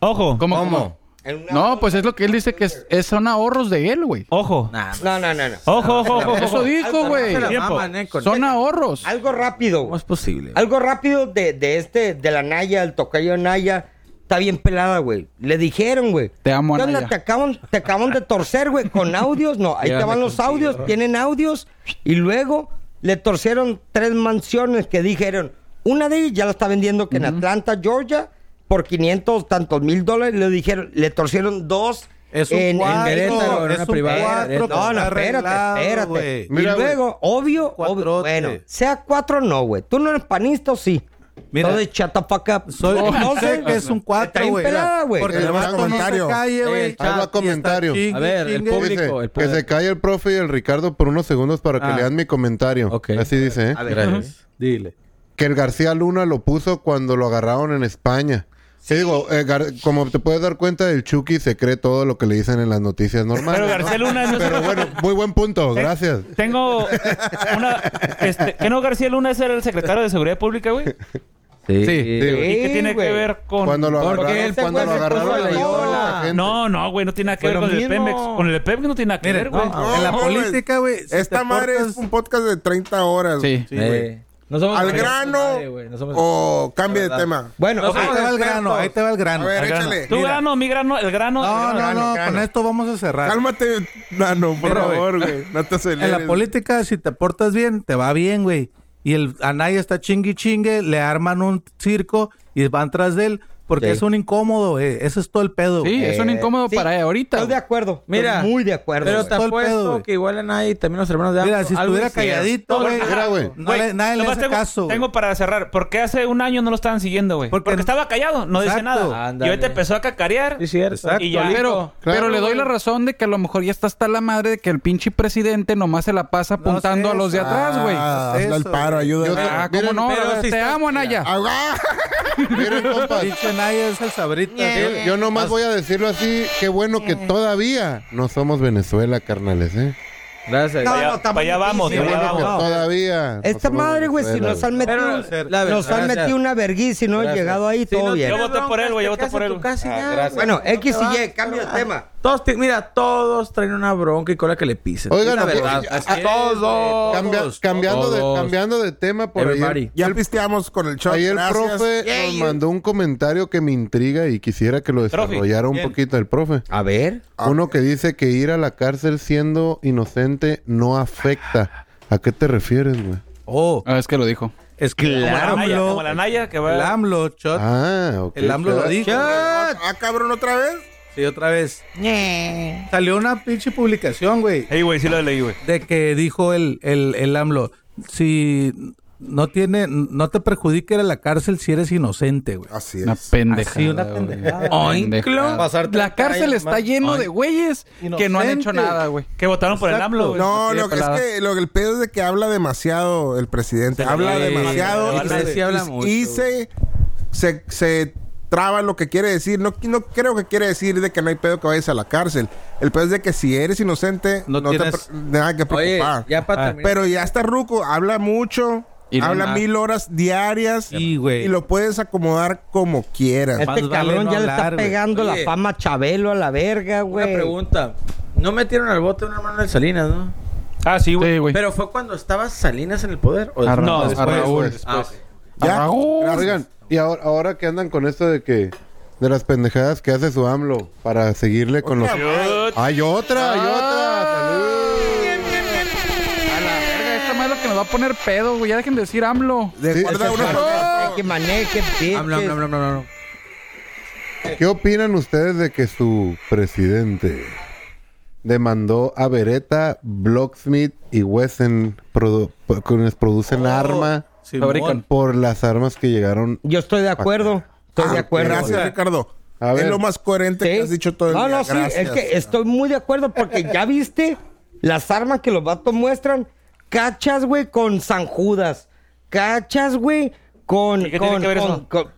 S9: Ojo,
S5: ¿cómo,
S4: ¿Cómo?
S5: cómo? No, pues es lo que él dice que es- es- son ahorros de él, güey.
S9: ojo.
S2: No, no, no, no.
S9: Ojo, ojo, ojo.
S5: Eso
S9: ojo.
S5: dijo, güey.
S6: Se la
S9: Tiempo.
S6: maman, eh, con-
S5: Son ahorros.
S2: Algo rápido.
S6: ¿Cómo
S2: güey.
S6: es posible?
S2: Algo rápido de, de este, de la Naya, el tocayo de Naya. Está bien pelada, güey. Le dijeron, güey.
S5: Te amo,
S2: ¿Qué onda?
S5: Anaya.
S2: Te acaban, te acaban de torcer, güey,
S5: *laughs*
S2: con audios. No, ahí te
S6: Llévame
S2: van los audios. Tienen audios. Y luego le torcieron tres mansiones que dijeron. Una de ellas ya la está vendiendo que en Atlanta, Georgia, por 500 tantos mil dólares. Le dijeron, le torcieron dos.
S8: Es un
S2: en,
S8: cuadro,
S6: Querétaro, en
S8: es
S6: una
S8: un
S6: privada.
S8: cuatro
S2: no,
S8: que
S2: no,
S8: está arreglado,
S2: espérate,
S8: güey.
S2: espérate.
S7: Mira,
S2: y luego, obvio, obvio,
S8: Cuatrote.
S2: bueno, sea cuatro no, güey. Tú no eres panista o sí.
S8: Mira.
S2: Todo de chata paca.
S8: Soy sé que es un
S2: Está
S8: cuatro,
S2: bien
S8: güey.
S2: pelada, güey.
S8: Porque
S7: El
S8: el
S7: vato
S8: vato
S7: no se
S8: comentario.
S6: calle, güey.
S8: Eh,
S7: Ahí va
S8: chat,
S7: comentario.
S8: y está
S6: A ver, el
S8: chingue,
S6: público.
S7: Dice,
S6: el
S7: que
S6: poder.
S7: se calle el profe y el Ricardo por unos segundos para que
S6: Ah.
S7: lean mi comentario.
S6: Ok.
S7: Así dice, ¿eh?
S6: Gracias. Dile.
S7: Que el García Luna lo puso cuando lo agarraron en España. Sí, digo, eh, Gar- como te puedes dar cuenta, el Chucky se cree todo lo que le dicen en las noticias normales.
S9: Pero
S7: ¿no?
S9: García Luna no es-
S7: Pero bueno, muy buen punto,
S9: Eh,
S7: gracias.
S9: Tengo una. Este, ¿Que no García Luna ese era el secretario de Seguridad Pública, güey?
S6: Sí.
S7: Sí, güey.
S9: ¿Y qué
S2: Sí,
S9: tiene
S2: güey.
S9: que ver con.?
S7: Cuando lo
S6: Porque
S7: agarraron,
S6: él se
S7: cuando lo
S6: fue, se puso
S7: agarraron
S6: a la
S7: le dio
S6: yola.
S7: la gente.
S9: No, no, güey, no tiene nada que
S6: Fue
S9: ver
S6: lo
S9: con el
S6: mismo.
S9: Pemex. Con el Pemex no tiene nada que
S6: Mira,
S9: ver, güey.
S8: ah,
S6: no, en la
S3: no, güey.
S6: política, güey. si
S3: Esta
S6: te
S3: madre
S8: pues,
S6: portas-
S3: es un podcast de 30 horas.
S5: Sí.
S6: Sí, güey. No somos
S3: ¿Al
S6: expertos,
S3: grano
S6: nadie, güey, no somos-
S3: o cambia de tema?
S2: Bueno,
S6: No,
S2: ok.
S6: no,
S8: Ahí te va el grano, ahí te va el grano.
S3: A ver,
S9: El grano.
S3: échale.
S9: Tu
S3: Mira.
S9: grano, ah, mi grano, el grano.
S8: No,
S9: el grano.
S8: no, no,
S3: grano.
S8: con esto vamos a cerrar.
S3: Cálmate, Nano, por
S8: Mira,
S3: favor, güey. No te
S8: En
S3: aceleres.
S8: la política, si te portas bien, te va bien, güey. Y el Anaya está chingui chingue, le arman un circo y van tras de él porque
S6: Sí.
S8: es un incómodo, güey. Ese es todo el pedo.
S5: Sí,
S8: güey.
S5: es un incómodo
S2: Sí,
S5: para él ahorita.
S2: Estoy de
S5: güey.
S2: acuerdo.
S6: Mira,
S2: Mira. Muy de acuerdo.
S6: Pero
S2: güey.
S6: te
S8: Todo el pedo,
S6: apuesto
S8: güey.
S6: que igual a nadie, y también los hermanos de
S8: Mira,
S6: AMLO,
S8: si
S6: algo
S8: estuviera
S6: hicieron.
S8: calladito, güey,
S7: Mira, güey.
S8: no le- nadie le
S9: nomás
S8: hace
S9: tengo,
S8: caso. güey.
S9: Tengo para cerrar. ¿Por qué hace un año no lo estaban siguiendo, güey? Porque,
S8: Porque-
S9: estaba callado, no decía
S8: Exacto.
S9: nada.
S6: Ándale.
S9: Y ahorita empezó a cacarear.
S6: Sí, cierto.
S9: Y ya.
S5: Pero,
S7: Claro,
S5: pero le doy
S7: güey.
S5: la razón de que a lo mejor ya está hasta la madre de que el pinche presidente nomás se la pasa apuntando a los de atrás, güey.
S3: Ah,
S8: Eso,
S3: hazle el paro,
S8: güey.
S7: Yo
S3: ayuda.
S7: te-
S5: Ah, ¿cómo
S7: miren,
S5: no?
S6: pero
S5: A ver,
S6: si
S5: te
S6: está-
S5: amo, Anaya.
S3: ¡Agua!
S7: miren, compas,
S8: Pinche Anaya es el sabrita.
S7: yo-
S2: Eh,
S7: Yo nomás voy a decirlo así, qué bueno que todavía no somos Venezuela, carnales, ¿eh.
S6: Gracias.
S2: No,
S9: Para allá-
S2: está muy
S9: para allá vamos,
S7: Qué
S2: difícil,
S9: para allá
S7: bueno
S2: güey.
S7: que
S9: vamos.
S7: todavía. no
S2: Esta
S7: somos
S2: madre, güey, si
S7: Venezuela,
S2: nos han metido,
S6: Pero, la
S2: nos han
S6: verdad,
S2: metido una verguisa si no hemos
S6: Gracias.
S2: llegado ahí, todo bien.
S9: Yo voté por él,
S6: este
S9: güey, yo voté por él.
S4: Ah, gracias.
S2: Bueno, X
S6: No
S2: y
S6: te
S2: Y,
S6: vas,
S2: cambio de
S6: no.
S2: tema.
S6: Todos, te- mira, todos traen una bronca y cola que le pisen.
S7: Oigan,
S6: Es la
S7: no,
S6: verdad.
S7: ya-
S8: ah,
S6: Así es,
S2: eh,
S7: todos,
S6: güey,
S7: Cambia-
S6: todos,
S7: cambiando, de,
S6: todos.
S7: cambiando de tema por
S6: Everybody.
S7: ayer.
S3: Ya pisteamos con el shot.
S7: Ayer el
S3: gracias.
S7: profe
S2: Yeah,
S7: nos
S2: yeah.
S7: mandó un comentario que me intriga y quisiera que lo
S9: Profe.
S7: desarrollara un
S6: Bien.
S7: poquito el profe.
S2: A ver.
S7: Uno que dice que ir a la cárcel siendo inocente no afecta. ¿A qué te refieres, güey?
S8: Oh,
S5: Ah, es que lo dijo.
S8: es que
S9: Como la
S8: el
S9: Naya,
S8: AMLO,
S9: como la Naya que
S8: el
S9: va.
S8: AMLO, shot,
S7: Ah, ok.
S8: el AMLO lo
S7: claro.
S8: dijo.
S3: Ah, cabrón, otra vez.
S8: Sí, otra vez. Salió una pinche publicación, güey.
S9: Ey, güey, sí lo leí, güey.
S8: de que dijo el, el, el AMLO, si no tiene, no te perjudique ir a la cárcel si eres inocente, güey.
S3: Así
S5: Una
S3: es.
S5: pendejada.
S8: Así, una
S5: güey.
S8: pendejada.
S5: Pendejada.
S4: Pasarte
S5: La cárcel
S4: calle,
S5: está
S4: man.
S5: lleno de güeyes que no han
S8: Inocente.
S5: hecho nada, güey.
S9: Que votaron por el
S8: Exacto.
S9: AMLO, güey.
S3: No,
S5: Sí,
S3: lo que es
S5: pelada.
S3: que lo, el pedo es de que habla demasiado el presidente. habla
S6: sí,
S3: demasiado
S9: sí,
S3: y,
S9: sí,
S3: se,
S6: sí habla
S3: y-
S6: mucho,
S3: y
S6: güey.
S3: se, se, se traba lo que quiere decir. No, no creo que quiere decir de que no hay pedo que vayas a la cárcel. El pedo es de que si eres inocente, no,
S8: No
S3: te
S8: tienes-
S3: pre- nada que
S6: Oye,
S3: preocupar.
S6: ya para
S8: Ah,
S6: terminar.
S3: Pero ya está Ruco, habla mucho,
S5: Y no
S3: habla
S5: nada.
S3: mil horas diarias
S8: Sí, güey.
S3: y lo puedes acomodar como quieras.
S8: Más
S2: Este
S8: vale
S2: cabrón
S8: no
S2: ya le
S8: hablar,
S2: está
S8: güey.
S2: pegando la
S6: Oye.
S2: fama a Chabelo a la verga,
S6: Una
S2: güey.
S6: pregunta. No metieron al bote a un hermano de Salinas, ¿no?
S9: Ah, sí, güey.
S5: Sí, güey.
S6: Pero fue cuando estaba Salinas en el poder. ¿O
S5: A Ra-
S6: después?
S9: No,
S5: a Raúl.
S6: Ah, ok.
S3: Ya. Gracias.
S7: Oigan, y ahora, ahora que andan con esto de que... De las pendejadas que hace su AMLO para seguirle con los... ¡Hay otra! ¡Hay otra! ¡Salud!
S5: A la verga, esta madre es lo que nos va a poner pedo, güey. Ya dejen de decir AMLO.
S3: De
S7: Sí,
S3: guarda
S7: sí,
S3: una-
S7: sí.
S2: Que maneje, bitches.
S6: Habla, habla, habla, habla, habla.
S7: ¿Qué opinan ustedes de que su presidente demandó a Beretta, Blocksmith y Wesson, produ- por- quienes producen
S9: Oh,
S7: arma,
S8: Sí,
S5: Fabrican.
S8: mon.
S7: por las armas que llegaron?
S2: Yo estoy de acuerdo. Estoy
S3: Ah,
S2: de acuerdo.
S3: Gracias,
S2: güey.
S3: Ricardo.
S7: A
S3: Es
S7: ver.
S3: lo más coherente que
S2: Sí.
S3: has dicho todo el
S2: No,
S3: día.
S2: no, sí. Es
S3: Gracias.
S2: que estoy muy de acuerdo porque ya viste las armas que los vatos muestran. Cachas, güey, con San Judas. Cachas, güey, con...
S9: ¿Y qué tiene
S2: con,
S9: que ver
S2: con-
S9: eso?
S2: con-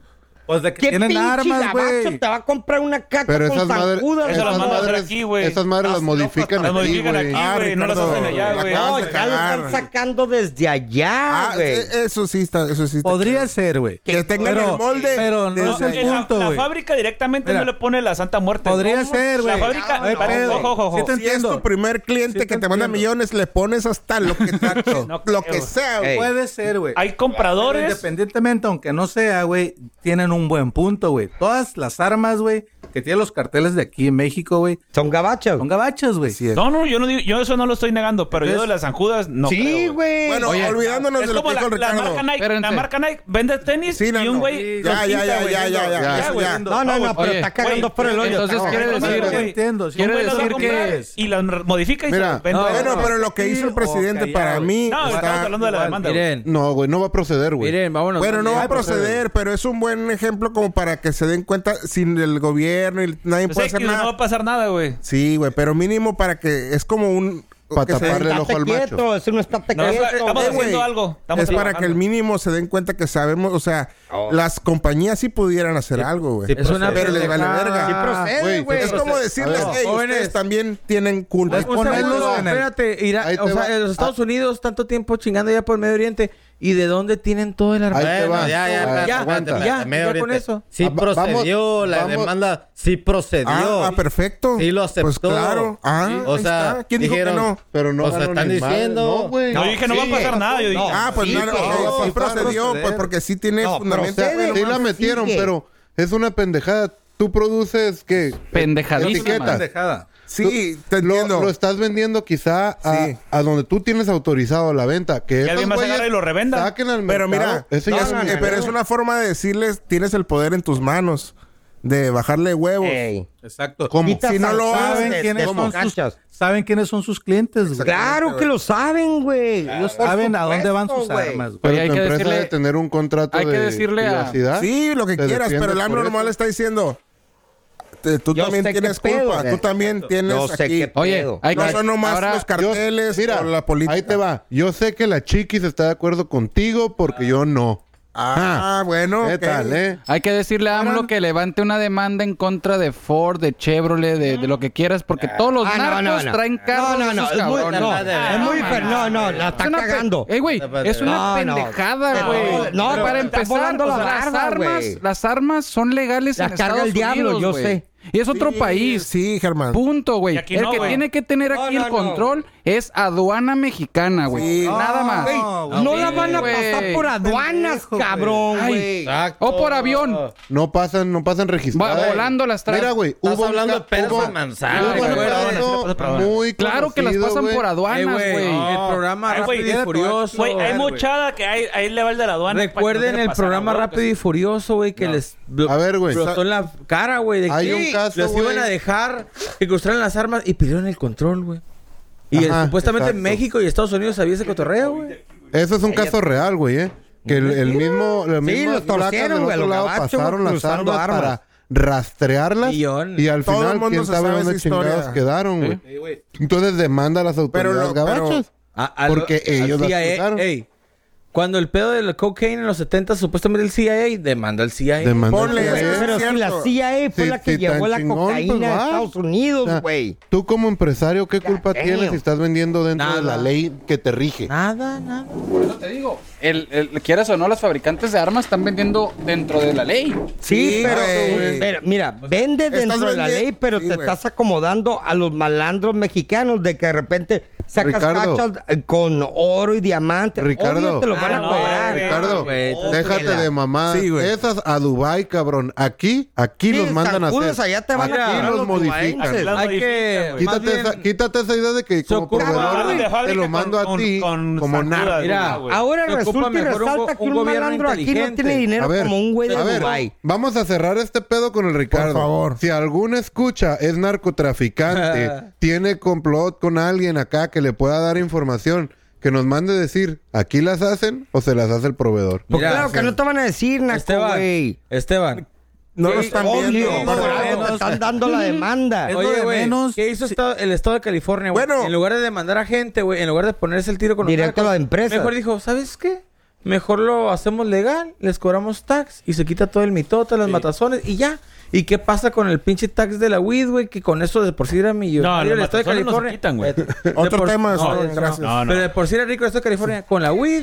S8: Pues de que
S2: ¿Qué
S8: tienen
S2: pinche
S8: armas,
S2: gabacho
S8: güey.
S2: te va a comprar una cacha
S7: Pero
S2: con
S7: esas,
S2: San
S7: madres,
S2: Judas?
S9: Eso
S7: esas
S9: lo las vamos a hacer
S7: madres,
S9: aquí, güey.
S7: esas madres las
S3: Las
S7: modifican
S9: Las
S7: aquí,
S9: modifican
S7: güey.
S9: aquí,
S3: Ah,
S9: güey. No las
S3: Ricardo,
S9: hacen allá,
S3: la
S9: güey.
S3: acabas
S2: No,
S3: de
S2: ya lo están
S3: cagar.
S2: sacando desde allá,
S3: Ah,
S2: güey.
S3: e- eso sí está, eso sí está.
S8: Podría ser, güey.
S3: que tengan
S8: Pero-
S3: el molde.
S8: pero
S3: de
S8: no
S3: ese-
S8: es el
S9: la,
S8: punto,
S9: la
S8: güey.
S9: fábrica directamente
S8: Mira.
S9: no le pone la Santa Muerte.
S8: Podría
S9: ¿Cómo?
S8: ser, güey.
S9: La fábrica.
S8: No hay
S9: para-
S8: pedo.
S9: ojo, ojo, ojo.
S8: Sí te-
S3: Si es tu
S8: entiendo.
S3: primer
S8: Sí
S3: cliente
S8: te
S3: que te manda
S8: entiendo.
S3: millones, le pones hasta lo que tacho,
S9: No creo.
S3: lo que sea,
S2: Ey.
S3: güey.
S8: Puede ser, güey.
S9: Hay compradores.
S8: Independientemente, aunque no sea, güey, tienen un buen punto, güey. Todas las armas, güey, que tienen los carteles de aquí en México, güey,
S2: Son gabachos.
S8: son gabachas, güey.
S3: Así es.
S9: No, no, yo no digo, yo eso no lo estoy negando, pero yo de
S8: Entonces-
S9: las zanjudas no.
S2: sí,
S9: creo,
S2: güey.
S3: Bueno, olvidándonos
S9: Es
S3: de lo que
S9: como
S3: dijo el
S9: la, la
S3: Ricardo.
S9: marca Nike. La
S5: Espérense.
S9: marca Nike vende tenis
S3: Sí, no,
S9: y un
S3: no.
S9: güey.
S3: Ya,
S9: lo
S3: ya,
S9: pinta,
S3: ya,
S9: güey.
S3: ya, ya, ya,
S7: Ya,
S3: eso
S9: güey.
S3: ya.
S2: no, no, no, pero
S5: Oye,
S2: está cagando
S9: güey,
S2: por el hoyo.
S5: Entonces
S2: cabrón.
S5: quiere decir,
S8: no,
S5: güey.
S8: entiendo, sí,
S5: Quiere
S9: Un güey las va a
S5: decir
S9: comprar
S5: que
S9: Y las modifica y
S7: Mira,
S9: se vende.
S8: no,
S9: güey.
S3: Bueno,
S8: no,
S3: pero lo que hizo el
S8: sí,
S3: presidente
S8: o
S3: para
S8: callado.
S3: mí
S9: oh, No, estamos
S3: está...
S9: hablando de la demanda. güey.
S6: Miren,
S7: No, güey, no va a proceder, güey.
S6: miren, vámonos.
S3: Bueno, no va a
S9: eh.
S6: Ya, pues,
S3: proceder, pero es un buen ejemplo como para que se den cuenta sin el gobierno y nadie
S9: Pues
S3: puede
S9: X,
S3: hacer
S9: no va
S3: nada.
S9: a pasar nada, güey.
S3: Sí, güey, pero mínimo para que es como un
S7: para
S3: que se den-
S7: taparle el ojo
S2: Estate
S7: al
S2: quieto,
S7: macho.
S2: eso no está
S9: No,
S2: quieto.
S9: estamos
S3: Eh,
S2: güey.
S9: haciendo
S3: güey,
S9: algo. Estamos
S3: es para
S9: trabajando.
S3: que el mínimo se den cuenta que sabemos, o sea,
S2: Oh.
S3: las compañías sí pudieran hacer algo, güey. Ah,
S6: Es una
S3: pero les vale
S6: pendejada.
S3: verga.
S6: Sí
S2: procede,
S7: Güey,
S2: güey.
S7: es
S3: es como
S7: procede.
S3: decirles
S7: A ver,
S3: que ustedes
S6: jóvenes.
S3: también tienen culpa.
S6: Pues ponerlos en el- espérate, Ira-
S7: Ahí te
S6: o sea,
S7: va.
S6: en los Estados Unidos tanto tiempo chingando ya por el Medio Oriente y de dónde tienen todo el
S7: Ahí
S6: armado.
S7: te
S4: Bueno,
S7: va.
S4: ya, ya,
S7: Ah,
S4: espérate,
S7: aguanta.
S4: espérate,
S6: Ya,
S4: media
S6: ya
S4: horita.
S6: con eso.
S4: Sí
S7: Ah, va-
S4: procedió,
S7: vamos-
S4: la
S7: vamos-
S4: demanda sí procedió.
S3: Ah, ah, perfecto.
S4: Sí lo aceptó.
S3: Pues claro. Ah,
S4: Sí. O
S3: ahí
S4: sea,
S3: está. ¿quién dijo que
S4: dijeron-
S3: no?
S7: Pero no
S4: O sea,
S7: ganaron
S4: están
S7: ni madre.
S4: diciendo-
S7: No, güey.
S9: No, yo dije, no va a pasar nada. Yo dije,
S3: Ah, pues
S2: Sí,
S3: no, no,
S2: güey.
S3: no,
S7: Sí,
S3: sí procedió,
S6: proceder.
S3: pues porque sí tiene
S2: No,
S7: O sea,
S3: fundamento.
S2: procede.
S7: sí
S2: nomás
S7: la metieron,
S2: sigue.
S7: pero es una pendejada. Tú produces que
S5: Pendejadísima.
S7: Etiqueta.
S8: Pendejada.
S3: Sí, te
S7: lo,
S3: entiendo.
S7: lo estás vendiendo quizá a,
S3: Sí.
S7: a donde tú tienes autorizado la venta. Que esos
S9: alguien más
S7: güeyes
S9: agarre y lo revenda.
S7: Saquen al
S3: Pero mira,
S7: mercado. Eso ya
S3: es-
S7: es
S2: no,
S7: un-
S3: eh,
S2: no,
S3: pero
S2: no.
S3: es una forma de decirles, tienes el poder en tus manos de bajarle huevos.
S2: Ey.
S8: Exacto.
S7: ¿Cómo?
S2: Quitas
S3: Si no lo
S2: al-
S3: hacen,
S8: ¿Saben
S2: de-
S8: quiénes,
S2: de-
S8: son sus,
S2: cachas.
S8: saben quiénes son sus clientes, güey.
S2: Claro que lo saben, güey.
S8: Ellos saben a dónde van sus
S2: supuesto, güey.
S8: armas, güey.
S7: Pero
S5: Oye, hay
S7: tu
S5: que
S7: empresa
S5: decirle-
S7: debe tener un contrato
S5: hay que
S7: de
S5: decirle a-
S7: privacidad.
S3: Sí, lo que
S7: Te
S3: quieras, pero el
S7: defiendes
S3: AMLO
S7: ¿ah? por
S3: normal
S7: eso.
S3: está diciendo, te- tú
S2: Yo
S3: también
S2: sé qué
S3: tienes
S2: pedo,
S3: culpa,
S2: güey.
S3: tú también tienes
S2: Yo sé
S3: aquí.
S2: qué
S5: Oye,
S2: pedo.
S5: hay
S3: No
S5: que-
S3: son nomás
S5: ahora-
S3: los
S7: Yo-
S3: carteles
S7: mira,
S3: o la política.
S7: Ahí te va. Yo sé que la chiquis está de acuerdo contigo porque yo no.
S3: Ah, bueno.
S7: ¿Qué
S3: ok.
S7: tal, eh?
S5: Hay que decirle a AMLO que levante una demanda en contra de Ford, de Chevrolet, de, de lo que quieras, porque todos los
S2: Ah,
S5: narcos traen
S2: No,
S5: carros.
S2: no, no.
S5: esos
S2: Es muy,
S5: cabrones.
S2: no,
S4: Ah,
S2: es muy
S4: no,
S2: fe- No, no, la
S5: Es
S2: está
S5: una pe-
S2: cagando.
S5: Ey, güey, es una
S2: No, no.
S5: pendejada,
S2: No,
S5: güey.
S2: no, pero
S5: para
S2: te está
S5: empezar,
S2: volando
S5: o sea,
S2: la
S5: las
S2: barba,
S5: armas,
S2: güey.
S5: las armas son legales
S2: Las
S5: en
S2: carga
S5: Estados
S2: el diablo,
S5: Unidos,
S2: yo
S5: güey.
S2: sé.
S5: Y es otro
S3: Sí,
S5: país.
S3: Sí, Germán.
S5: Punto, güey.
S9: Y aquí
S5: El
S9: no,
S5: que
S9: güey.
S5: tiene que tener
S2: No,
S5: aquí
S2: no,
S5: el
S2: no.
S5: control es aduana mexicana, güey.
S3: Sí.
S5: Nada más.
S2: Güey,
S8: No,
S2: no
S5: güey.
S2: la van a pasar
S5: Güey.
S2: por aduanas,
S8: Pendejo,
S2: cabrón,
S5: Ay.
S2: güey.
S4: Exacto.
S5: O por avión.
S7: No pasan, no pasan registradas.
S5: Va volando las traen.
S7: Mira, güey,
S4: Estás
S7: un
S4: hablando
S7: ca-
S4: de peras
S7: hubo-
S4: con manzanas,
S7: hubo un
S5: güey.
S7: caso muy
S5: Claro que las
S7: conocido,
S5: pasan
S7: güey.
S5: por aduanas,
S6: Eh,
S5: güey.
S6: El programa
S9: Ay, güey,
S6: Rápido y
S9: era-
S6: Furioso.
S9: Güey, hay
S6: güey.
S9: muchada que hay, hay level de la aduana.
S6: Recuerden el programa Rápido y Furioso, güey, que les blo-
S7: A ver, güey.
S6: Explotó en la cara, güey. de
S7: Hay
S6: que
S7: un caso,
S6: Los
S7: güey.
S6: iban a dejar que cruzaran las armas y pidieron el control, güey. Y
S7: Ajá,
S6: eh, supuestamente
S7: exacto.
S6: México y Estados Unidos había ese cotorreo, güey.
S7: Eso es un caso real, güey, ¿eh? Que el, el mismo, la
S2: Sí,
S7: misma
S2: los
S7: placas
S2: torcieron,
S7: del
S2: güey,
S7: otro
S2: los
S7: lado
S2: gabachos
S7: pasaron las
S2: cruzando
S7: armas,
S2: armas.
S7: para rastrearlas
S6: Millón.
S7: y al
S3: Todo el
S7: final
S3: mundo
S7: quién
S3: se
S7: sabe
S3: sabe
S7: dónde
S3: esa historia.
S7: chingados quedaron, güey. Entonces demanda a las
S3: Pero
S7: autoridades
S3: lo- pero-
S7: gabachas.
S6: A- a lo-
S7: Porque ellos
S6: al
S7: las
S6: CIA,
S7: cruzaron.
S6: ey, cuando el pedo del cocaine en los 70 supuestamente el CIA demanda al CIA.
S7: Demanda al
S3: Ponle,
S7: FBI.
S3: eso es
S2: Pero si
S3: cierto.
S2: la CIA fue
S7: ¿eh? Sí,
S2: la que
S7: sí, tan
S2: llevó la
S7: chingón, pues, Ah.
S2: cocaína a
S7: va.
S2: Estados
S7: O sea,
S2: Unidos, güey.
S7: Tú como empresario, ¿qué culpa
S2: damn.
S7: tienes si estás vendiendo dentro de la
S6: Nada.
S7: ley que te rige?
S6: Nada, nada.
S5: Eso te digo. El, el- quieras o no, las fabricantes de armas están vendiendo dentro de la ley.
S2: Sí,
S3: Sí,
S2: pero,
S3: güey.
S2: pero mira, vende dentro de la
S3: vendiendo-
S2: ley, pero
S3: Sí,
S2: te
S3: güey.
S2: estás acomodando a los malandros mexicanos de que de repente sacas
S7: Ricardo.
S2: cachas eh, con oro y diamante.
S7: Ricardo.
S2: Obvio te lo van
S9: Ah,
S2: a
S9: no,
S2: cobrar.
S9: güey.
S7: Ricardo,
S6: güey,
S7: déjate
S2: tela.
S7: de mamá.
S3: Sí, güey.
S7: Esas a Dubai, cabrón. Aquí, aquí
S2: Sí,
S7: los mandan a
S2: zancudos
S7: hacer.
S2: allá te van a
S7: aquí
S2: cobrar
S7: los
S2: los
S7: modifican.
S2: dubaenses.
S9: Las
S6: Hay
S9: modifican,
S6: que...
S9: güey.
S6: más
S7: Quítate
S6: bien-
S7: esa, quítate esa idea de que
S6: Se
S7: como
S6: ocupa-
S7: proveedor
S6: Ah,
S7: güey,
S9: de
S7: te
S9: fábrica
S7: lo
S9: con-
S7: mando
S9: con-
S7: a ti
S9: con
S7: como
S9: sacudas,
S7: nada.
S9: güey.
S6: Mira,
S9: güey.
S2: Ahora
S6: Se ocupa
S2: resulta y
S6: mejor un
S2: resalta
S6: go-
S2: que
S6: un
S2: un,
S6: gobierno
S2: malandro aquí no
S6: inteligente.
S2: tiene dinero
S7: A ver,
S2: como un güey de
S7: a ver,
S2: Dubai.
S7: Vamos a cerrar este pedo con el Ricardo.
S3: Por favor.
S7: Si algún escucha es
S2: *laughs*
S7: narcotraficante, tiene complot con alguien acá que le pueda dar información, que nos mande decir, ¿aquí las hacen o se las hace el proveedor?
S2: Pues
S6: Mira,
S2: claro que no te van a decir, Naco,
S6: Esteban,
S2: güey.
S6: Esteban.
S3: No
S6: Sí,
S3: lo están
S2: Obvio,
S3: viendo.
S2: por
S3: por
S2: algo
S3: favor.
S2: te
S6: *laughs*
S2: están dando la demanda.
S8: Es lo
S6: Oye,
S8: de
S6: güey,
S8: menos.
S6: ¿qué hizo esta- el Estado de California, güey?
S3: Bueno.
S6: En lugar de demandar a gente, güey, en lugar de ponerse el tiro con los
S2: Directo a la
S6: narcos,
S2: empresa.
S6: Mejor dijo, ¿sabes qué? Mejor lo hacemos legal, les cobramos tax y se quita todo el mitote, las matazones y ya. ¿Y qué pasa con el pinche tax de la weed, güey? Que con eso de por sí era millonario
S9: No,
S6: el
S9: los
S6: Estado de
S9: matazones no se
S6: California.
S9: quitan, güey.
S6: Eh, *laughs* de
S3: Otro
S6: por-
S3: tema,
S6: no,
S3: Esteban,
S6: no,
S3: gracias.
S6: no.
S9: No, no.
S6: Pero de por sí era rico el Estado de California con la weed.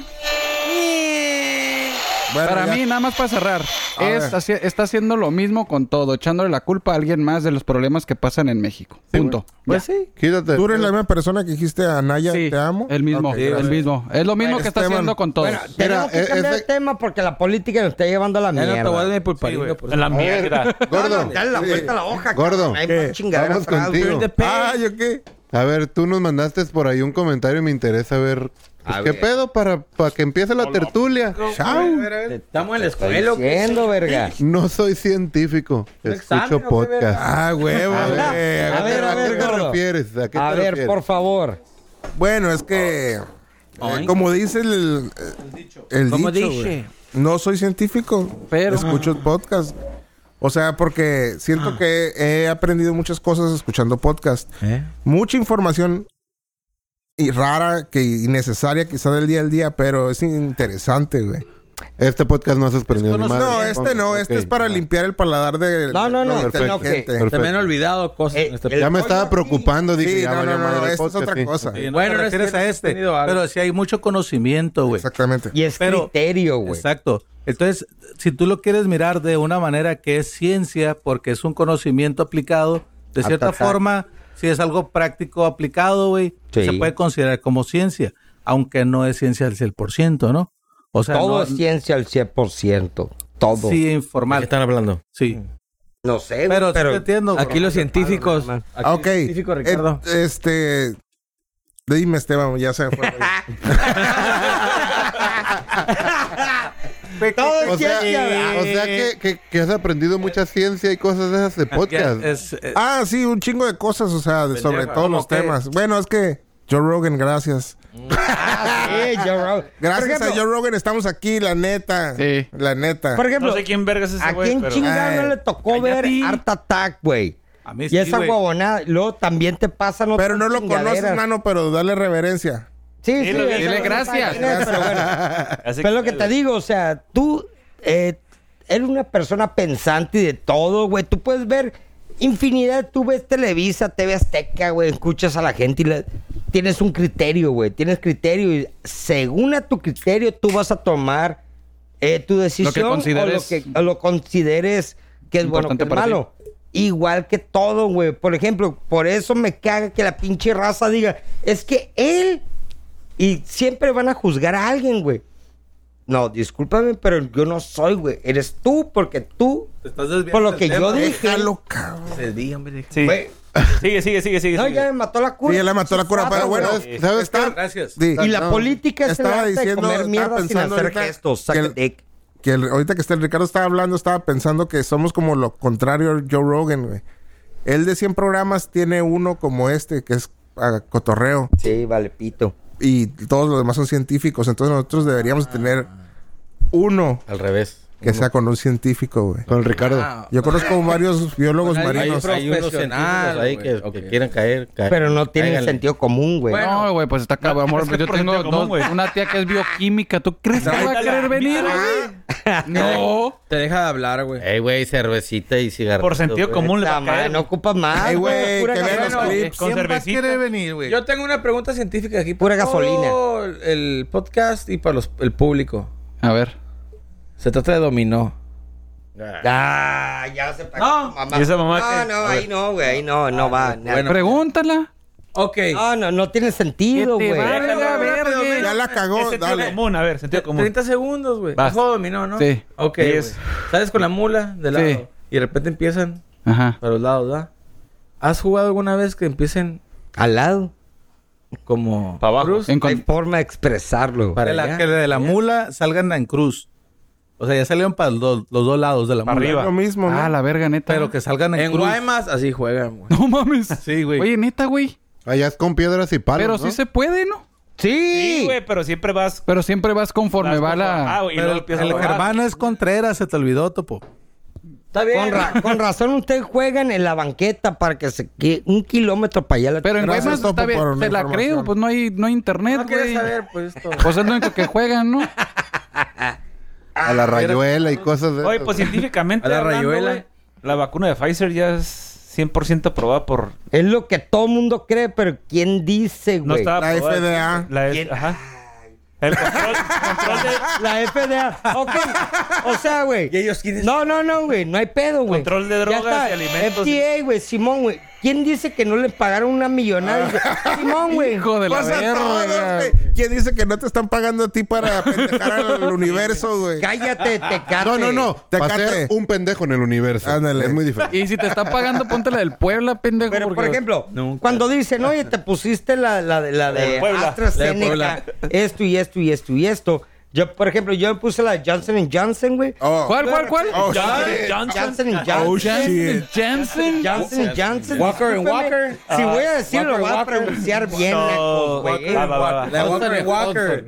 S3: Bueno,
S5: Para
S3: ya.
S5: mí, nada más para cerrar,
S3: A
S5: es-
S3: ver.
S5: haci- está haciendo lo mismo con todo, echándole la culpa a alguien más de los problemas que pasan en México. Punto.
S6: Pues sí.
S7: Quítate.
S3: Tú eres la misma persona que dijiste a Naya,
S5: Sí,
S3: te amo.
S5: El mismo,
S3: Ok,
S5: el
S3: gracias.
S5: mismo. Es lo mismo
S3: Bueno,
S5: que está
S3: Esteban,
S5: haciendo con todos.
S2: Bueno,
S7: Mira,
S2: tenemos que
S7: eh,
S2: cambiar
S7: ese-
S2: el tema porque la política nos está llevando a la
S6: Ya no te voy a dar
S2: mierda.
S6: mi pulparino, por eso.
S9: La *laughs* mierda.
S7: Gordo,
S2: Dale la vuelta a la hoja,
S7: Gordo,
S2: cabrón. Hay
S3: ¿qué?
S2: más chingadera
S7: Vamos
S2: atrás,
S7: contigo.
S2: güey.
S6: Depende.
S3: Ah, ¿yo qué?
S7: a ver, tú nos mandaste por ahí un comentario y me interesa ver pues,
S2: A
S7: qué
S2: ver.
S7: pedo para, para que empiece la tertulia.
S3: Chau.
S6: Estamos en la escuela.
S2: Estoy
S6: güey.
S2: diciendo, verga.
S7: No soy científico,
S6: Un
S7: escucho
S6: examen, ¿no,
S7: podcast.
S3: Ah, huevo,
S2: A ver,
S3: güey.
S2: a
S7: ¿A
S2: ver,
S7: qué-
S2: a
S7: a qué
S2: ver,
S7: te
S2: gordo.
S7: refieres? ¿A qué
S2: A
S7: te
S2: ver,
S7: refieres?
S2: por favor.
S3: Bueno, es que. eh, como dice el. El dicho.
S6: Como
S3: güey.
S6: dice.
S3: No soy científico,
S5: Pero-
S3: escucho podcast. O sea, porque siento que he aprendido muchas cosas escuchando podcast.
S6: ¿Eh?
S3: Mucha información y rara que innecesaria quizá del día al día, pero es interesante, güey.
S7: Este podcast no haces perdido ni madre.
S3: No, este no, este
S7: Ok,
S3: es para
S7: ah,
S3: limpiar el paladar de
S2: No, no, no,
S3: de la
S2: no, que-
S3: gente.
S7: perfecto.
S4: Se me han olvidado cosas.
S2: Eh,
S4: en este-
S2: el-
S7: Ya me estaba preocupando, dije,
S3: Sí,
S7: ya
S3: no,
S7: valió
S3: no, no,
S7: madre el
S3: esto es
S7: podcast,
S3: otra
S7: sí.
S3: cosa.
S8: Sí, no
S4: Bueno,
S8: te
S4: es
S8: refieres
S4: que
S8: a
S4: hemos
S8: este.
S4: tenido algo.
S8: Pero sí hay mucho conocimiento, güey.
S3: Exactamente.
S2: Y es
S8: Pero-
S2: criterio, güey.
S8: Exacto. Entonces, si tú lo quieres mirar de una manera que es ciencia, porque es un conocimiento aplicado, de cierta
S7: Atacar.
S8: forma, si es algo práctico aplicado, güey,
S2: Sí.
S8: se puede considerar como ciencia, aunque no es ciencia al 100%, ¿no? O sea,
S2: Todo
S8: no-
S2: es ciencia al 100%. Todo.
S8: sí,
S4: ¿De qué
S8: informal.
S4: están hablando?
S8: Sí.
S2: No sé, güey,
S8: Pero, sí te entiendo.
S4: Aquí los científicos.
S2: nada más.
S4: aquí
S3: Ah, ok.
S4: los científicos, Ricardo.
S3: Eh, este. Dime, Esteban, ya se me
S7: *laughs*
S3: fue.
S2: Todo es
S7: O sea,
S2: ciencia, güey.
S7: o sea que, que- que has aprendido mucha ciencia y cosas
S3: *laughs*
S7: de esas de podcast.
S8: Es-
S6: eh,
S7: Eh.
S8: es-
S3: ah, sí, un chingo de cosas, o sea, de- sobre todos los
S8: que-
S3: temas. Bueno, es que Joe Rogan, gracias.
S2: Sí, eh, Joe Rogan. Por
S3: Gracias
S2: ejemplo,
S3: a Joe Rogan estamos aquí, la neta.
S5: Sí.
S3: La neta.
S2: Por ejemplo,
S9: No sé quién vergas es ese
S2: ¿a
S9: güey,
S2: quién
S9: pero...
S2: chingado no
S3: Ay.
S2: le tocó ver
S5: Cállate.
S2: Art Attack, güey?
S8: a mí
S2: Y
S8: sí,
S2: esa
S8: güey.
S2: huevonada. Luego también te pasan otras
S3: Pero no lo conoces,
S2: chingaderas.
S3: mano, pero dale reverencia.
S2: Sí, sí.
S9: Dile,
S2: esa
S9: dile
S2: no sé
S5: gracias.
S2: quién es, pero *laughs* bueno.
S9: Así
S2: Pero lo que te digo, o sea, tú eh, eres una persona pensante y de todo, güey. Tú puedes ver infinidad, tú ves Televisa, TV Azteca, güey, escuchas a la gente y le- tienes un criterio, güey, tienes criterio y según a tu criterio tú vas a tomar eh, tu decisión o, lo
S5: consideres-
S2: que, o lo consideres que es bueno, que
S5: Importante
S2: es
S5: para ti.
S2: malo. Igual que todo, güey. Por ejemplo, por eso me caga que la pinche raza diga, es que él y siempre van a juzgar a alguien, güey. No, discúlpame, pero yo no soy, güey. Eres tú, porque tú,
S4: Te estás desviando
S2: por lo
S4: del
S2: que
S4: tema.
S2: yo dije.
S4: Se desvía, hombre, deja.
S9: Sí.
S2: güey.
S9: *laughs* Sigue, sigue, sigue, sigue.
S2: No,
S9: sigue.
S2: ya me mató la cura.
S3: Sí, ya le mató la cura, pero bueno.
S7: Ah, ¿Sabes, sabes qué?
S3: está-
S8: Gracias.
S3: Sí.
S2: Y la
S3: No,
S2: política es el
S3: estaba
S2: arte de
S3: diciendo-
S2: comer
S3: estaba
S2: mierda sin
S3: pensando
S2: hacer
S3: ahorita
S2: gestos.
S3: que
S2: saca
S3: el-
S2: dick.
S3: que el- ahorita que está el Ricardo estaba hablando, estaba pensando que somos como lo contrario a Joe Rogan, güey. Él de 100 programas tiene uno como este, que es ah, cotorreo,
S2: Sí, vale, pito.
S3: y todos los demás son científicos, entonces nosotros deberíamos tener Ah. uno Ah.
S4: Al revés.
S3: que sea con un científico, güey.
S7: Con Ricardo.
S3: Yo conozco varios biólogos
S4: Hay, hay unos
S3: marinos.
S4: científicos ahí que, que quieren caer. ca-
S2: Pero no tiene
S4: cáiganle.
S2: sentido común, güey.
S5: No, güey, pues está cabrón.
S9: No, es que
S5: yo
S9: es por
S5: tengo
S9: sentido común,
S5: dos-
S9: güey.
S5: una tía que es bioquímica. ¿Tú crees que va a querer venir, güey? No.
S10: Te deja de hablar, güey.
S4: Ey, güey, cervecita y cigarro.
S9: Por sentido común le va
S2: La
S9: a caer.
S2: madre, no ocupas más.
S3: Ay, güey,
S2: pura
S3: que vean
S2: gasolina.
S3: los clips.
S9: Con cervecita.
S8: venir, güey?
S10: Yo tengo una pregunta científica aquí.
S2: Pura
S10: para
S2: gasolina.
S10: todo El podcast y para los- el público.
S5: A ver.
S10: Se trata de dominó.
S2: Ah, ya se pagó.
S10: No.
S2: mamá.
S9: ¿Y esa mamá
S2: No,
S9: qué?
S2: no, ahí no, güey. Ahí no, no va. nada.
S5: Pregúntala.
S10: Ok.
S2: No, no, no tiene sentido,
S5: Que te
S2: güey.
S5: valga
S10: Déjalo hablar,
S5: verga.
S10: pero
S3: Ya la
S9: Es
S3: cagó,
S9: sentido
S3: dale.
S9: común, a ver, sentido común.
S10: 30 segundos, güey.
S9: Basta.
S10: Bajo dominó, ¿no?
S5: Sí.
S10: Ok.
S9: Ah, Sí,
S10: güey.
S9: es.
S10: Sales con la mula de lado.
S5: Sí.
S10: Y de repente empiezan
S5: Ajá.
S10: para los lados, ¿verdad? ¿Has jugado alguna vez que empiecen
S2: Al lado.
S10: como.
S9: Para abajo.
S5: En
S2: No hay
S5: con-
S2: forma de expresarlo.
S10: Para
S8: De la-
S10: allá.
S8: que de la mula salgan en cruz. O sea, ya salieron para los, dos- los dos lados de la
S9: Para
S8: mula.
S9: arriba.
S3: Lo mismo, ¿no?
S5: Ah, la verga, neta.
S8: Pero que salgan en,
S10: En
S8: cruz.
S10: Guaymas, así juegan, güey.
S5: *laughs* No mames.
S8: Sí, güey.
S5: Oye, neta, güey.
S7: Allá es con piedras y palos,
S5: Pero
S7: ¿no?
S5: sí se puede, ¿no?
S9: Sí,
S2: Sí.
S9: güey, pero siempre vas...
S5: Pero siempre vas conforme
S9: vas
S5: va
S9: conforme- Ah,
S5: la...
S9: güey, y
S8: Pero
S9: luego
S8: el,
S9: empiezas a
S8: el
S9: jugar.
S8: Germán es Contreras, se te olvidó, Topo.
S10: Está bien.
S2: Con, ra- con razón ustedes juegan en la banqueta para que se quede un kilómetro para allá. la-
S5: Pero en
S3: Gracias,
S5: Guaymas está
S3: Topo, por
S5: bien.
S3: la
S5: Te la
S3: información.
S5: creo, pues no hay, no hay internet,
S10: No
S5: güey.
S10: quería saber, pues esto.
S5: Pues es lo único que juegan, ¿no?
S7: A
S3: Ah,
S7: la rayuela y cosas de
S9: Oye,
S7: esas.
S9: pues científicamente
S10: A la
S9: hablando,
S10: rayuela.
S9: güey, la vacuna de Pfizer ya es 100% aprobada por...
S2: Es lo que todo mundo cree, pero ¿quién dice, güey?
S9: No estaba
S3: La
S9: aprobada.
S3: FDA.
S9: La es-
S2: ¿Quién?
S9: Ajá. El control, control
S2: *laughs*
S9: de,
S2: La FDA. Ok. O sea, güey.
S10: ¿Y ellos quiénes?
S2: No, no, no, güey. No hay pedo, güey.
S9: Control de
S2: Ya
S9: drogas
S2: está.
S9: y alimentos.
S2: FDA, güey. Simón, güey. ¿Quién dice que no le pagaron una millonada? *laughs* Simón, güey.
S5: Hijo de la
S3: Pasa todo,
S5: verga.
S3: güey. ¿Quién dice que no te están pagando a ti para pendejar *laughs* al universo, güey?
S2: Cállate, te
S7: No, no, no. Para
S3: Tecate.
S7: ser un pendejo en el universo.
S3: Ándale.
S7: Es muy diferente.
S5: Y si te está pagando, ponte la del Puebla, pendejo.
S2: Pero, por
S5: porque-
S2: ejemplo,
S10: Nunca.
S2: cuando dicen, oye, te pusiste la, la, de- la de
S9: Puebla.
S2: AstraZeneca,
S10: La de Puebla.
S2: esto y esto y esto y esto, Yo, por ejemplo, yo puse la Johnson Johnson, güey.
S3: Oh.
S5: ¿Cuál, cuál, cuál?
S3: Oh,
S9: Jan-
S3: shit.
S9: Johnson.
S2: Johnson Johnson.
S1: Oh,
S5: Jansen,
S1: shit.
S5: Jansen.
S2: Johnson Johnson.
S4: Walker and
S2: Discúlpeme,
S4: Walker.
S2: Si
S9: Ah,
S2: voy a decirlo, lo voy a pronunciar bien,
S9: No,
S2: naco, güey.
S9: va, va, va, va.
S7: La Walker y Walker.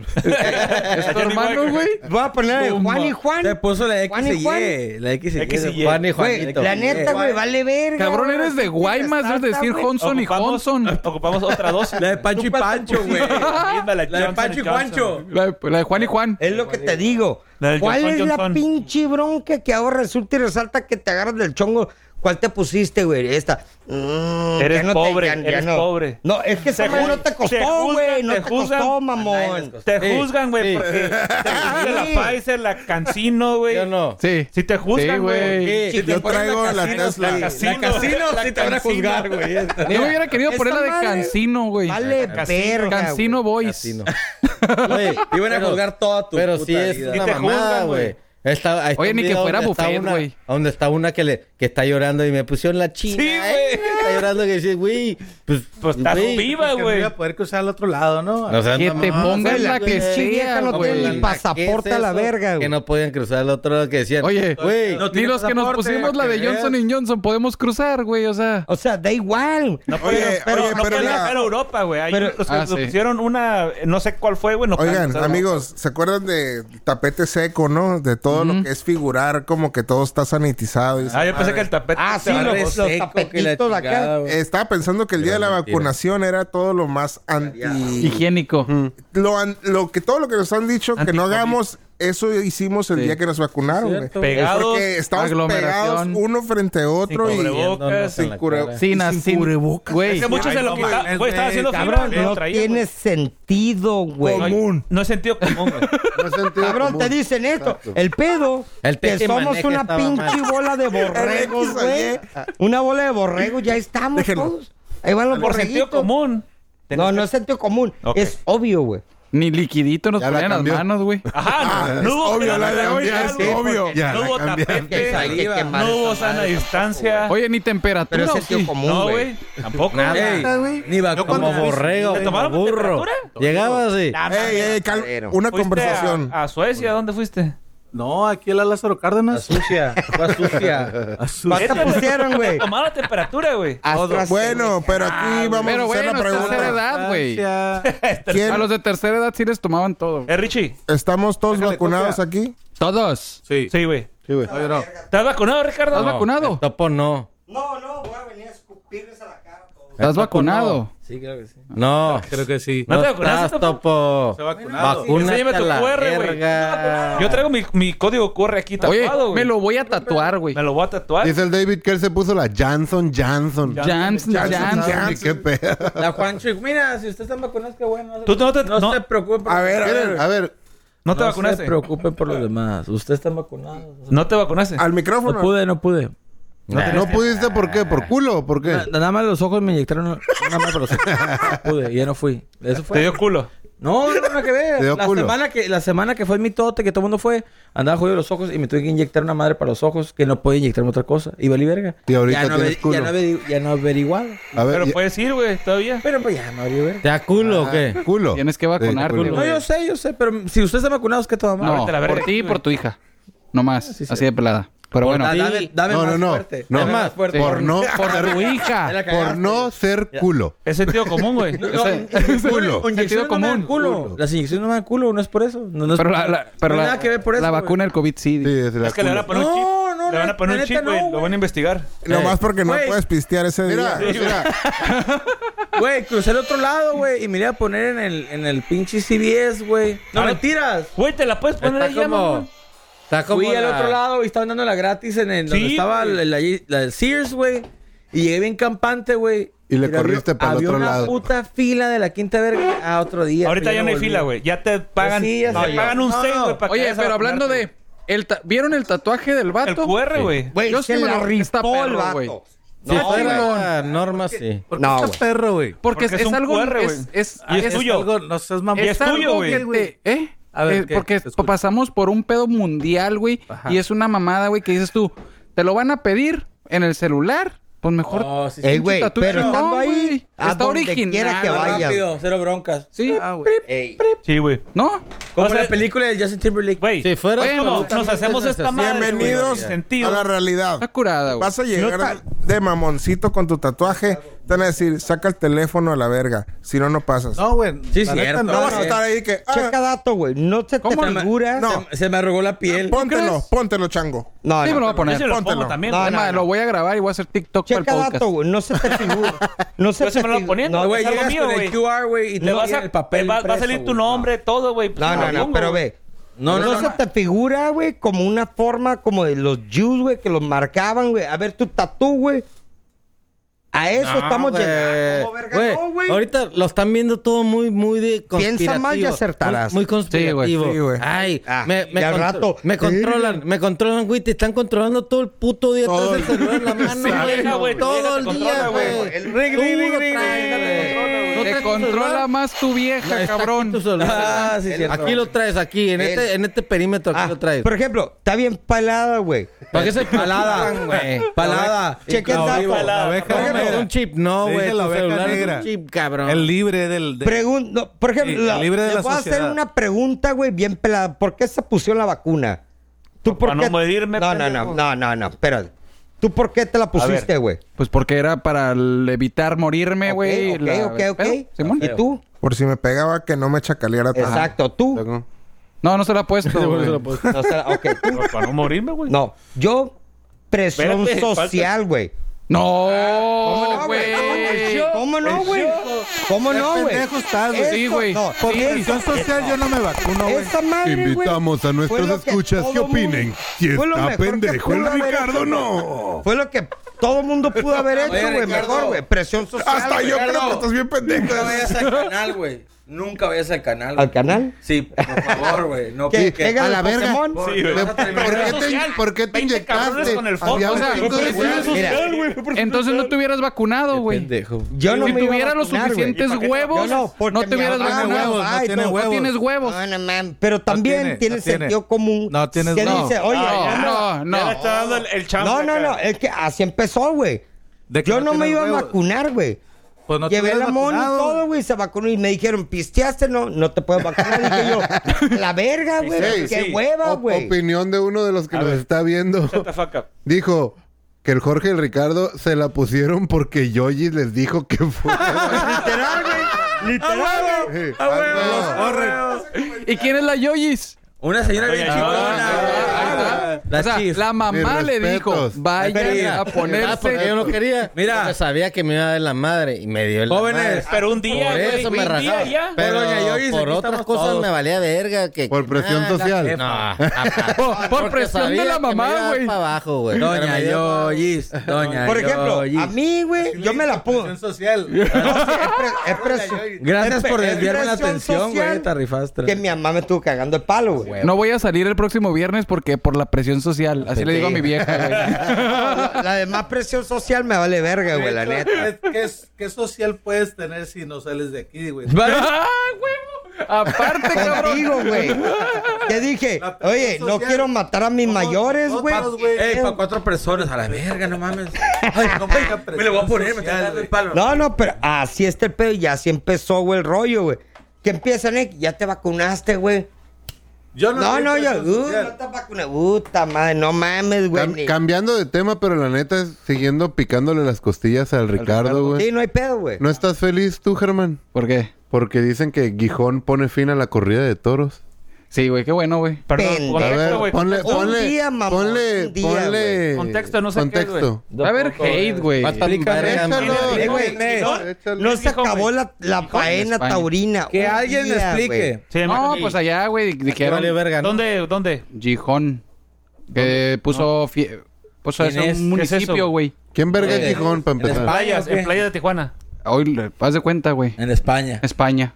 S5: ¿Es tu hermano, güey?
S2: Voy a poner
S5: Bomba.
S2: Juan y
S4: Te
S2: Juan.
S4: puso la X
S2: Juan y
S4: y
S2: Juan.
S4: Y. La X y
S9: X y
S4: Y.
S9: Y.
S4: de Juan y
S2: Güey,
S4: Juanito.
S2: la neta, güey, vale verga.
S5: Cabrón,
S2: güey.
S5: eres de Guaymas. Debes
S2: Está,
S5: decir
S2: güey.
S5: Johnson y
S9: Ocupamos-
S5: Johnson.
S9: *laughs* Ocupamos otra dos.
S2: *laughs*
S4: La de Pancho y Pancho, güey.
S9: Misma,
S4: La de
S9: Johnson
S4: Pancho y
S9: Johnson.
S4: Pancho.
S5: La de, la de Juan y Juan.
S2: Es lo que te digo.
S9: La del
S2: ¿Cuál
S9: Johnson
S2: es la
S9: Johnson.
S2: pinche bronca que ahora resulta y resalta que te agarras del chongo? ¿Cuál te pusiste, güey? Esta. Mm,
S9: Eres
S2: ya no te-
S9: pobre,
S2: ya- ya
S9: eres
S2: no.
S9: pobre.
S2: No, es que esa
S9: Te
S2: madre
S9: ju-
S2: no te
S9: te
S2: costó,
S9: juzgan,
S2: güey. No te,
S9: te juzgan.
S2: costó,
S4: A nadie les
S2: mamón.
S4: costó.
S9: Te
S4: Sí,
S9: juzgan, güey,
S4: sí.
S9: porque te juzgan
S2: Sí.
S9: la Pfizer, la Cancino, güey.
S4: Yo no.
S5: Sí.
S9: Si te juzgan,
S5: Sí,
S9: güey.
S5: güey.
S4: Sí,
S3: Yo traigo la
S9: La
S3: Tesla.
S9: Casino.
S4: casino
S9: La
S4: sí te van a
S9: Casino.
S4: juzgar, güey.
S5: Yo hubiera querido
S2: esta
S5: poner la de
S2: madre-
S5: Cancino, güey.
S2: Vale, verga.
S5: Cancino Boys. *laughs*
S4: Casino. Güey,
S7: Iban a
S4: pero-
S7: juzgar toda tu
S4: Pero
S7: puta
S4: sí es
S7: vida.
S4: una
S9: Y te
S4: mamada,
S9: juzgan, güey.
S4: güey. Está- ahí está
S5: Oye,
S4: un
S5: ni que
S4: video
S5: fuera
S4: donde está
S5: buffet,
S4: una-
S5: güey.
S4: Donde está una que le que está llorando y me pusieron la china.
S9: Sí,
S4: ¿eh? Está llorando que dice, güey, pues
S9: Pues estás
S4: güey,
S9: viva,
S8: Que no
S9: güey.
S8: iba a poder cruzar al otro lado, ¿no?
S4: o sea,
S5: Que
S4: no
S5: te
S4: mames,
S5: pongan la
S4: Ah, güey.
S5: que
S4: Pinche
S5: sí,
S2: vieja no
S5: güey.
S2: tiene ni pasaporte
S4: ¿Qué es
S2: a la
S4: eso?
S2: verga,
S4: Que
S2: güey.
S4: no podían cruzar al otro lado que decían.
S5: Oye,
S4: güey,
S5: ni los que nos pusimos la de Johnson y Johnson podemos cruzar, güey. O sea,
S2: O sea, da igual.
S9: No pueden
S3: Oye,
S9: pero,
S3: oye,
S9: no
S3: pero
S9: pueden
S3: la-
S9: viajar a Europa, güey. Ahí
S2: Pero-
S9: los que
S5: Ah,
S9: nos
S5: sí.
S9: pusieron una, eh, no sé cuál fue, güey. no
S3: Oigan,
S9: cansan,
S3: amigos, ¿se acuerdan de tapete seco, no? De todo lo que es figurar, como que todo está sanitizado. y esa
S9: Ah, yo pensé
S3: madre.
S9: que el tapete.
S2: Ah, sí, los, los tapetitos de acá.
S3: Estaba pensando que el día de la
S4: mentira.
S3: vacunación era todo lo más anti...
S5: higiénico.
S3: Lo, an- lo que todo lo que nos han dicho que no
S9: Anti-COVID.
S3: hacemos, eso hicimos el día que nos vacunaron. güey.
S9: Pegados,
S3: Porque estamos pegados
S5: aglomeración.
S3: uno frente a otro y
S9: cubrebocas.
S3: sin cubre-
S5: Sin
S3: sin
S5: así.
S3: cubrebocas.
S5: Güey.
S9: Es que muchos se lo quitaron. Güey, estaba haciendo fibra.
S2: Cabrón, no tiene sentido, güey.
S9: No he sentido común, güey.
S7: No es sentido
S2: Cabrón,
S7: común.
S2: te dicen esto.
S7: Exacto.
S2: El pedo
S4: El
S2: que
S4: Tecamaneje
S2: somos una
S4: estaba
S2: pinche
S4: mal.
S2: bola de borregos,
S3: El X,
S2: güey.
S3: oye.
S2: Una bola de borregos, ya estamos
S3: Déjenlo.
S2: todos. Ahí van los
S9: Por sentido
S2: borreguitos.
S9: común.
S2: No, no es sentido común.
S9: Ok.
S2: Es obvio, güey.
S5: Ni liquidito nos
S7: Ya la
S5: ponían las
S7: cambió.
S5: manos, güey.
S9: Ajá, no,
S3: Ah, es
S9: no hubo
S3: obvio, la de
S9: no hubo
S3: cambiar,
S9: algo,
S3: es obvio.
S9: porque
S7: Ya,
S9: No
S7: la
S9: hubo
S7: cambiar.
S2: Que hay que
S9: tapete,
S2: quemar
S9: no hubo
S2: esa
S9: sana
S2: madre
S9: distancia.
S5: Oye, ni
S2: Pero
S5: temperatura.
S2: es
S5: ¿o
S2: sentido
S5: sí?
S2: común,
S9: No,
S2: güey.
S9: güey, tampoco.
S4: Nada, ni va como borrego,
S9: ¿Te
S4: como
S9: tomaron
S4: burro.
S9: temperatura?
S4: Llegaba así.
S9: Nah,
S3: Ey, ey, cal-
S2: Pero-
S3: una
S9: ¿Fuiste
S3: conversación.
S9: A, a Suecia, ¿dónde fuiste?
S8: No, aquí la Lázaro Cárdenas.
S4: Sucia, fue sucia.
S8: Azul.
S2: ¿Qué te pusieron,
S9: *laughs*
S2: güey?
S9: Tomaron temperatura, güey.
S2: AstraZeneca.
S3: Bueno, pero aquí vamos
S5: Pero
S3: a hacer
S5: bueno,
S3: la
S5: es tercera
S3: pregunta.
S5: edad, güey.
S3: ¿Quién-
S5: A los de tercera edad sí les tomaban todo.
S9: Eh, Richie.
S3: ¿Estamos todos vacunados aquí?
S5: Todos.
S8: Sí.
S9: Sí, güey.
S7: Sí, güey.
S9: ¿Estás vacunado, Ricardo?
S5: ¿Estás vacunado?
S4: El topo no.
S2: No, no, voy a venir a escupirles a la cara. todos.
S5: ¿Estás vacunado?
S4: Sí, creo que sí. No.
S8: Creo que sí.
S9: ¿No te
S4: estás,
S9: vacunaste, topo?
S4: topo. Vacúnate
S9: Enséñame
S4: a
S9: tu
S4: la
S9: QR, güey.
S4: verga.
S9: Yo traigo mi, mi código QR aquí
S5: Oye,
S9: tatuado,
S5: me
S9: güey.
S5: lo voy a tatuar, güey.
S9: Me lo voy a tatuar.
S7: Dice el David que él se puso la Johnson Johnson.
S5: Janssen, Janssen.
S7: Ay, qué pedo.
S4: La Juancho, mira, si usted está vacunado, qué bueno.
S9: Tú no te, no, no te,
S4: preocupes.
S3: A ver, a ver.
S7: Miren, A ver,
S9: vacunaste.
S4: preocupe por los demás. Usted está vacunado.
S9: No te vacunaste.
S3: Al micrófono.
S4: no pude.
S7: ¿no pudiste por qué? ¿Por culo? o ¿Por qué?
S4: Na- Nada más los ojos me inyectaron una más por los ojos. No pude, ya no fui. Eso
S9: Te
S4: fue.
S9: dio culo.
S4: No, no, no, que ver.
S7: Te dio
S4: la,
S7: culo.
S4: semana que, la semana que fue mi tote, que todo el mundo fue, andaba jodido los ojos y me tuve que inyectar una madre para los ojos que no podía inyectarme otra cosa. Y valí verga.
S7: Y ahorita
S4: ya no,
S7: tienes
S4: averi-
S7: culo.
S4: Ya no, averi- ya no averiguado.
S7: A ver.
S9: Pero
S7: ya-
S9: puedes ir, güey, todavía.
S4: Pero pues ya me valió verga.
S10: ¿Te da culo
S2: Ah.
S10: o qué?
S7: Culo.
S5: Tienes que
S7: Sí,
S5: vacunarte,
S7: culo.
S5: güey.
S4: No, yo sé, yo sé, pero si usted está vacunado, es que todo mal.
S5: No,
S9: Ábrete la verga
S5: por ti y
S9: aquí,
S5: por tu hija. No más. Así de pelada. Pero bueno.
S4: Da- dame, dame
S7: No,
S4: más
S7: no, no.
S4: fuerte.
S7: No.
S4: Dame más
S7: Sí.
S4: fuerte.
S7: Por no,
S5: Por
S7: ser,
S5: tu hija.
S7: por no ser culo.
S9: Es sentido
S3: *laughs*
S9: común, güey.
S4: No,
S7: Culo.
S4: inyecciones
S5: Sentido
S4: no me dan
S5: común.
S4: culo. Las inyecciones no me dan culo, no es por eso. No, no es
S5: Pero
S4: por-
S5: la, la- pero
S4: no hay
S5: la,
S4: nada que ver por eso.
S5: la
S4: güey.
S5: vacuna del COVID sí.
S7: Sí, es la
S9: Es que le van a
S7: culo.
S9: poner un chip.
S4: No, no,
S9: le van a poner
S4: la
S9: un
S4: neta
S9: chip,
S4: no,
S9: güey. lo
S4: güey.
S9: van a investigar.
S3: Nomás porque no
S4: Güey.
S3: puedes pistear ese
S7: Mira,
S3: día.
S7: mira.
S4: Güey, crucé al otro lado, güey, y me
S5: *laughs* Ah,
S4: iba a poner en el, en el pinche CBS, güey. No,
S9: Ah,
S4: mentiras.
S9: Güey, te la puedes poner
S4: Está
S9: ahí, ya,
S4: como-
S9: mamón.
S4: Está como Fui al otro lado y estaban dando la gratis en el, donde
S9: Sí,
S4: estaba
S9: güey.
S4: la, la- la Sears, güey. Y llegué bien campante, güey.
S7: Y le
S4: Mira,
S7: corriste
S4: había-
S7: pa'l
S4: había
S7: otro
S4: una
S7: lado.
S4: puta fila de la quinta verga a otro día.
S9: Ahorita
S4: pero
S9: ya no hay
S4: volví.
S9: fila, güey. Ya te pagan,
S4: Sí, ya
S9: te
S4: sé.
S9: pagan un
S4: No,
S9: 6, güey,
S4: no.
S9: para que
S5: Oye,
S9: vayas a
S5: pero hablando
S9: vacunarte.
S5: de. El ta- ¿Vieron el tatuaje del
S9: El
S5: vato?
S9: QR, güey.
S2: Güey,
S5: Yo
S2: se
S5: sí me
S2: la
S5: lo- está
S2: rifó el
S5: perro, güey.
S2: vato.
S4: Sí,
S5: No,
S4: fuera.
S5: güey.
S4: norma sí.
S8: ¿Por
S2: No,
S8: qué estás
S2: güey.
S8: perro, güey?
S5: Porque,
S9: Porque
S5: es,
S9: es un
S5: algo.
S9: QR, güey.
S8: Es, es,
S9: Y es tuyo.
S8: algo- no seas mamón.
S9: Y es
S5: algo
S9: tuyo,
S5: que
S8: güey.
S5: te- ¿Eh?
S8: A ver,
S5: Eh,
S8: ¿qué?
S5: porque
S8: Te escucho.
S5: pasamos por un pedo mundial, güey.
S8: Ajá.
S5: Y es una mamada, güey, que dices tú, te lo van a pedir en el celular Pues mejor.
S10: Oh, sí, sí.
S2: Ey, güey,
S5: tatuaje
S2: pero
S5: no,
S2: estando ahí,
S5: güey.
S2: a
S5: Está
S2: donde
S5: original,
S2: quiera que vaya. Ah,
S10: Rápido, cero broncas.
S5: Sí,
S2: Ey,
S9: Sí, güey.
S5: ¿No?
S10: Como
S9: O sea,
S10: la película de Justin Timberlake.
S9: Güey,
S4: Si fuera
S9: bueno,
S4: absolutamente
S9: nos hacemos esta
S4: necesario.
S9: madre,
S3: Bienvenidos
S9: güey,
S3: a
S9: sentido.
S3: la realidad.
S5: Está curada, güey.
S3: Vas a llegar de mamoncito con tu tatuaje. Te van a decir, saca el teléfono a la verga. Si no, no pasas. No,
S8: No, güey.
S4: Sí,
S8: la
S4: cierto.
S8: neta, no.
S6: eh,
S3: vas a estar ahí que. ah,
S2: Checa dato, güey. No se te
S5: ¿Cómo?
S2: figura.
S3: No.
S10: Se, se me arrugó la piel.
S3: póntelo, póntelo, chango.
S2: no,
S5: Sí, me lo voy
S2: no.
S5: a poner.
S9: Yo se lo pongo
S3: Póntelo.
S9: también,
S2: No,
S9: güey.
S5: Es más,
S2: no,
S5: Lo voy a grabar y voy a hacer TikTok para el
S2: Checa
S5: podcast.
S2: dato, güey. No se te figura. No se
S9: Yo
S2: te
S9: se me lo
S2: figura.
S9: ponía,
S2: No,
S9: güey.
S10: Güey,
S9: Es algo
S10: llegas
S9: mío,
S10: con
S9: güey.
S10: el QR, güey, y te
S9: Le vas
S10: vas
S9: a,
S10: el papel.
S9: va, va a
S10: impreso,
S9: salir tu
S10: güey.
S9: nombre, todo, güey.
S2: No, no,
S9: Lo
S2: no,
S9: pongo,
S2: pero
S9: güey.
S2: ve. No,
S10: No,
S2: no,
S10: no,
S2: se
S10: no.
S2: te figura, güey, como una forma como de los Jews, güey, que los marcaban, güey. A ver, tu tatú, güey. A eso
S4: No,
S2: estamos
S4: güey.
S2: llegando. Ah, Como verga,
S4: Güey,
S2: no, güey.
S4: Ahorita lo están viendo todo muy, muy de conspirativo.
S2: Piensa mal y acertarás.
S4: Muy, muy conspirativo.
S3: Sí, güey, sí, güey.
S4: Ay,
S2: Ah,
S4: me, me
S2: ya al
S4: contro-
S2: rato.
S4: me controlan, me controlan, güey. Te están controlando todo el puto día.
S3: Todo
S4: Todo el celular en la mano,
S9: Sí,
S4: güey.
S9: güey,
S4: Todo
S9: te
S4: el
S9: controla,
S4: día,
S9: güey.
S4: güey.
S2: El
S4: Tú
S2: regri,
S4: lo
S2: regri,
S4: traes, güey. No
S5: Te
S4: traes tu
S5: controla
S4: celular.
S5: más tu vieja,
S4: Está aquí
S5: cabrón.
S4: tu celular.
S10: Ah, sí, cierto.
S4: Aquí lo traes, aquí, en,
S2: El-
S4: este, en este perímetro, aquí
S2: Ah,
S4: lo traes.
S2: por ejemplo, está bien palada, güey.
S4: ¿Para qué se *laughs* palada, güey?
S10: Palada.
S2: Checa el dato.
S8: La abeja
S4: No,
S8: negra.
S4: me- un chip, no,
S8: Le
S4: güey.
S8: dije la
S4: tu
S8: oveja
S4: celular es
S8: negra.
S4: un chip, cabrón.
S8: El libre del. de-
S2: Pregun- no, por ejemplo,
S8: Sí,
S2: la-
S8: libre de
S2: te
S8: la
S2: voy a hacer
S8: sociedad.
S2: una pregunta, güey, bien pelada. ¿Por qué se pusieron la vacuna? ¿Tú por
S9: para
S2: qué?
S9: no morirme,
S2: no, no, no,
S9: pendejo.
S2: no, no, no, espérate. ¿Tú por qué te la pusiste, güey?
S5: Pues porque era para el- evitar morirme,
S2: Ok,
S5: güey.
S2: ok,
S5: la-
S2: ok,
S5: el
S2: ok.
S5: pedo, Simón.
S2: ¿Y tú?
S3: Por si me pegaba, que no me chacaleara tanto.
S2: Exacto, tú.
S7: Luego,
S5: No, no se la ha puesto. güey.
S2: O sea, ok, tú.
S9: Pero Para no morirme, güey.
S2: No, yo presión
S9: Espérate,
S2: social, güey.
S5: No, güey.
S2: ¿Cómo no, güey? ¿Cómo no,
S8: Qué
S2: güey?
S8: pendejo estás, güey.
S2: Esto-
S5: Sí, güey.
S2: no,
S8: Por
S5: Sí.
S8: presión social yo no me vacuno, güey.
S2: Esa madre, güey,
S1: Invitamos a nuestros
S2: fue lo que
S1: escuchas
S2: todo
S1: que opinen
S2: mundo-
S1: si
S2: fue lo
S1: está
S2: mejor que
S1: pendejo el
S2: pudo haber
S1: Ricardo,
S2: hecho.
S1: no.
S2: Fue lo que todo mundo
S5: *laughs*
S2: pudo haber hecho, güey.
S10: Ricardo.
S2: Mejor, güey. Presión social.
S1: Hasta
S2: güey.
S1: yo creo que estás bien pendejo.
S10: Nunca vayas al canal, güey. Nunca vayas al canal.
S2: ¿Al
S10: güey.
S2: canal?
S10: Sí, por favor, güey. No
S2: Que
S10: piques.
S2: pega
S7: a la
S2: el
S7: verga.
S2: Pokémon.
S9: Sí,
S10: Te
S9: güey.
S10: vas a terminar
S7: ¿Por qué
S9: Presión
S7: te-
S9: social.
S7: por qué te
S9: 20 cabrones
S7: inyectaste?
S9: con el
S7: Había
S9: foco.
S7: un
S9: O sea,
S7: chingo de
S9: presión
S7: gente.
S9: social, güey,
S5: Entonces no te hubieras vacunado, güey.
S2: Yo no
S5: si
S2: me iba a
S5: tuviera los
S2: vacunar, güey.
S5: suficientes
S9: ¿Y pa' qué?
S5: huevos,
S2: Yo no,
S5: no,
S2: porque mi
S5: te hubieras
S2: mamá
S8: no
S5: vacunado.
S8: huevos, no
S2: Ay,
S8: tiene
S2: no, no
S8: huevos.
S5: tienes huevos.
S2: No, no, man. Pero también
S8: tiene,
S2: tiene,
S8: no tiene.
S2: sentido común.
S8: No tienes-
S2: ¿Qué
S8: no.
S2: dice? Oye,
S5: No,
S2: ya me-
S5: no,
S9: Ya le
S5: no.
S9: está dando el, el champ
S2: No, no,
S9: acá.
S2: no, es que así empezó, güey.
S8: De que
S2: Yo no, me
S8: tienes
S2: iba
S8: huevos.
S2: a vacunar, güey.
S8: Pues no te
S2: Llevé
S8: hubieras
S2: la mona y
S8: vacunado.
S2: todo, güey, se vacunó y me dijeron, pisteaste, no, no te puedes vacunar. Dije yo, la verga, güey,
S7: Sí,
S2: qué
S7: sí.
S2: hueva,
S7: Op-
S2: güey.
S7: Opinión de uno de los que nos
S2: *laughs*
S7: está viendo.
S9: Shut the fuck up.
S7: Dijo que el Jorge y el Ricardo se la pusieron porque Yoyi les dijo que fue.
S2: *laughs*
S7: Ah,
S2: Literal, güey. Literal, güey. Ah,
S5: ¿Y quién es la Yoyis?
S10: Una señora
S9: Oye,
S10: bien
S9: no,
S10: chingona.
S5: Ahí está. O sea, la mamá
S7: Mis
S5: le dijo,
S7: respetos.
S5: vaya
S4: Mira,
S5: a
S4: ah, porque yo
S5: ponerse.
S4: no quería.
S10: Mira.
S4: Porque sabía que me iba a dar la madre y me dio el
S10: Jóvenes,
S9: Pero un día,
S4: Por
S9: güey.
S4: eso me
S9: un día
S4: rajaba.
S9: ya.
S4: Pero
S10: Por doña Yoyis,
S4: por
S10: aquí
S4: otras
S10: estamos
S4: cosas
S10: todos.
S4: me valía verga. Que,
S7: Por presión
S4: Ah, la-
S7: social.
S4: *laughs* No, jamás.
S5: Por- por
S4: Porque
S5: presión de
S4: sabía
S5: la
S4: que me
S5: mamá,
S4: iba a dar
S5: güey.
S4: pa' abajo, güey. Pero
S10: Doña
S4: me dio-
S10: Yoyis. Doña
S2: Por ejemplo,
S10: Yoyis.
S2: a mí, güey, yo me la puse.
S8: Presión social.
S2: *laughs* No, sí, es pre- es presu-
S10: Gracias
S2: es-
S10: por
S2: es
S10: desviarme la
S2: presión
S10: atención,
S2: social
S10: güey. Te rifaste.
S2: Que mi mamá me estuvo cagando el palo, güey.
S5: No voy a salir el próximo viernes porque por la presión social. Así le digo a mi vieja,
S2: *laughs*
S5: güey.
S2: La, *laughs* la demás presión social me vale verga, güey, la neta.
S8: ¿Qué- ¿Qué, qué social puedes tener si no sales de aquí, güey?
S5: ¡Ah, huevo! Aparte, cabrón.
S2: Contigo, güey. Te dije,
S8: La presión
S2: oye, no
S8: social.
S2: quiero matar a mis
S8: Todos
S2: mayores, güey.
S8: nosotros, güey.
S10: Ey, para cuatro personas. A la verga, no mames.
S8: Ay, no me diga
S10: Me lo voy a
S8: presión
S10: poner, me está
S8: social,
S10: dando
S8: güey.
S10: el palo.
S2: No, no, pero así está el pedo y así empezó, güey, el rollo, güey. Que empiezan, eh, ya te vacunaste, güey.
S8: Yo
S2: No,
S8: soy
S2: no, yo,
S8: presión
S2: uh,
S8: social.
S2: no te vacunas. Puta madre, no mames, güey.
S7: Cam-
S2: ni-
S7: cambiando de tema, pero la neta es siguiendo picándole las costillas al Ricardo, güey.
S2: Sí, no hay pedo, güey.
S7: ¿No estás feliz tú, Germán?
S5: ¿Por qué?
S7: Porque dicen que Gijón pone fin a la corrida de toros.
S5: Sí, güey, qué bueno, güey.
S9: Perdón,
S2: Pendejo.
S7: A
S9: contexto,
S7: ver,
S9: güey.
S7: ponle,
S2: contexto.
S7: ponle,
S2: Un día, mamón,
S7: ponle,
S2: un día,
S7: ponle...
S2: güey.
S9: Contexto, no sé qué es, güey.
S7: Contexto.
S5: Va a haber hate, güey.
S4: Va a estar bien verga,
S7: Échalo,
S4: madre.
S2: Eh, güey,
S10: Güey,
S7: échalo.
S2: No se
S9: Hijo,
S2: acabó
S9: güey.
S2: la, la faena
S5: España.
S2: taurina.
S10: Que
S2: Un
S10: alguien me
S2: día, güey.
S10: explique.
S9: Sí, me-
S5: No, pues allá, güey,
S4: Que valió
S5: dijeron
S4: verga, ¿no?
S9: ¿Dónde? ¿Dónde?
S5: Gijón. Que puso... fie- Puso
S10: ¿Quién
S5: eso
S10: es?
S5: un
S9: ¿Qué es
S5: municipio,
S9: eso?
S5: güey.
S7: ¿Quién verga es
S10: Eh,
S7: Gijón, para
S10: en
S7: empezar?
S10: España.
S9: Playas,
S10: ¿o qué?
S9: en Playa de Tijuana.
S5: Hoy, le- haz de cuenta, güey.
S10: En España.
S5: España.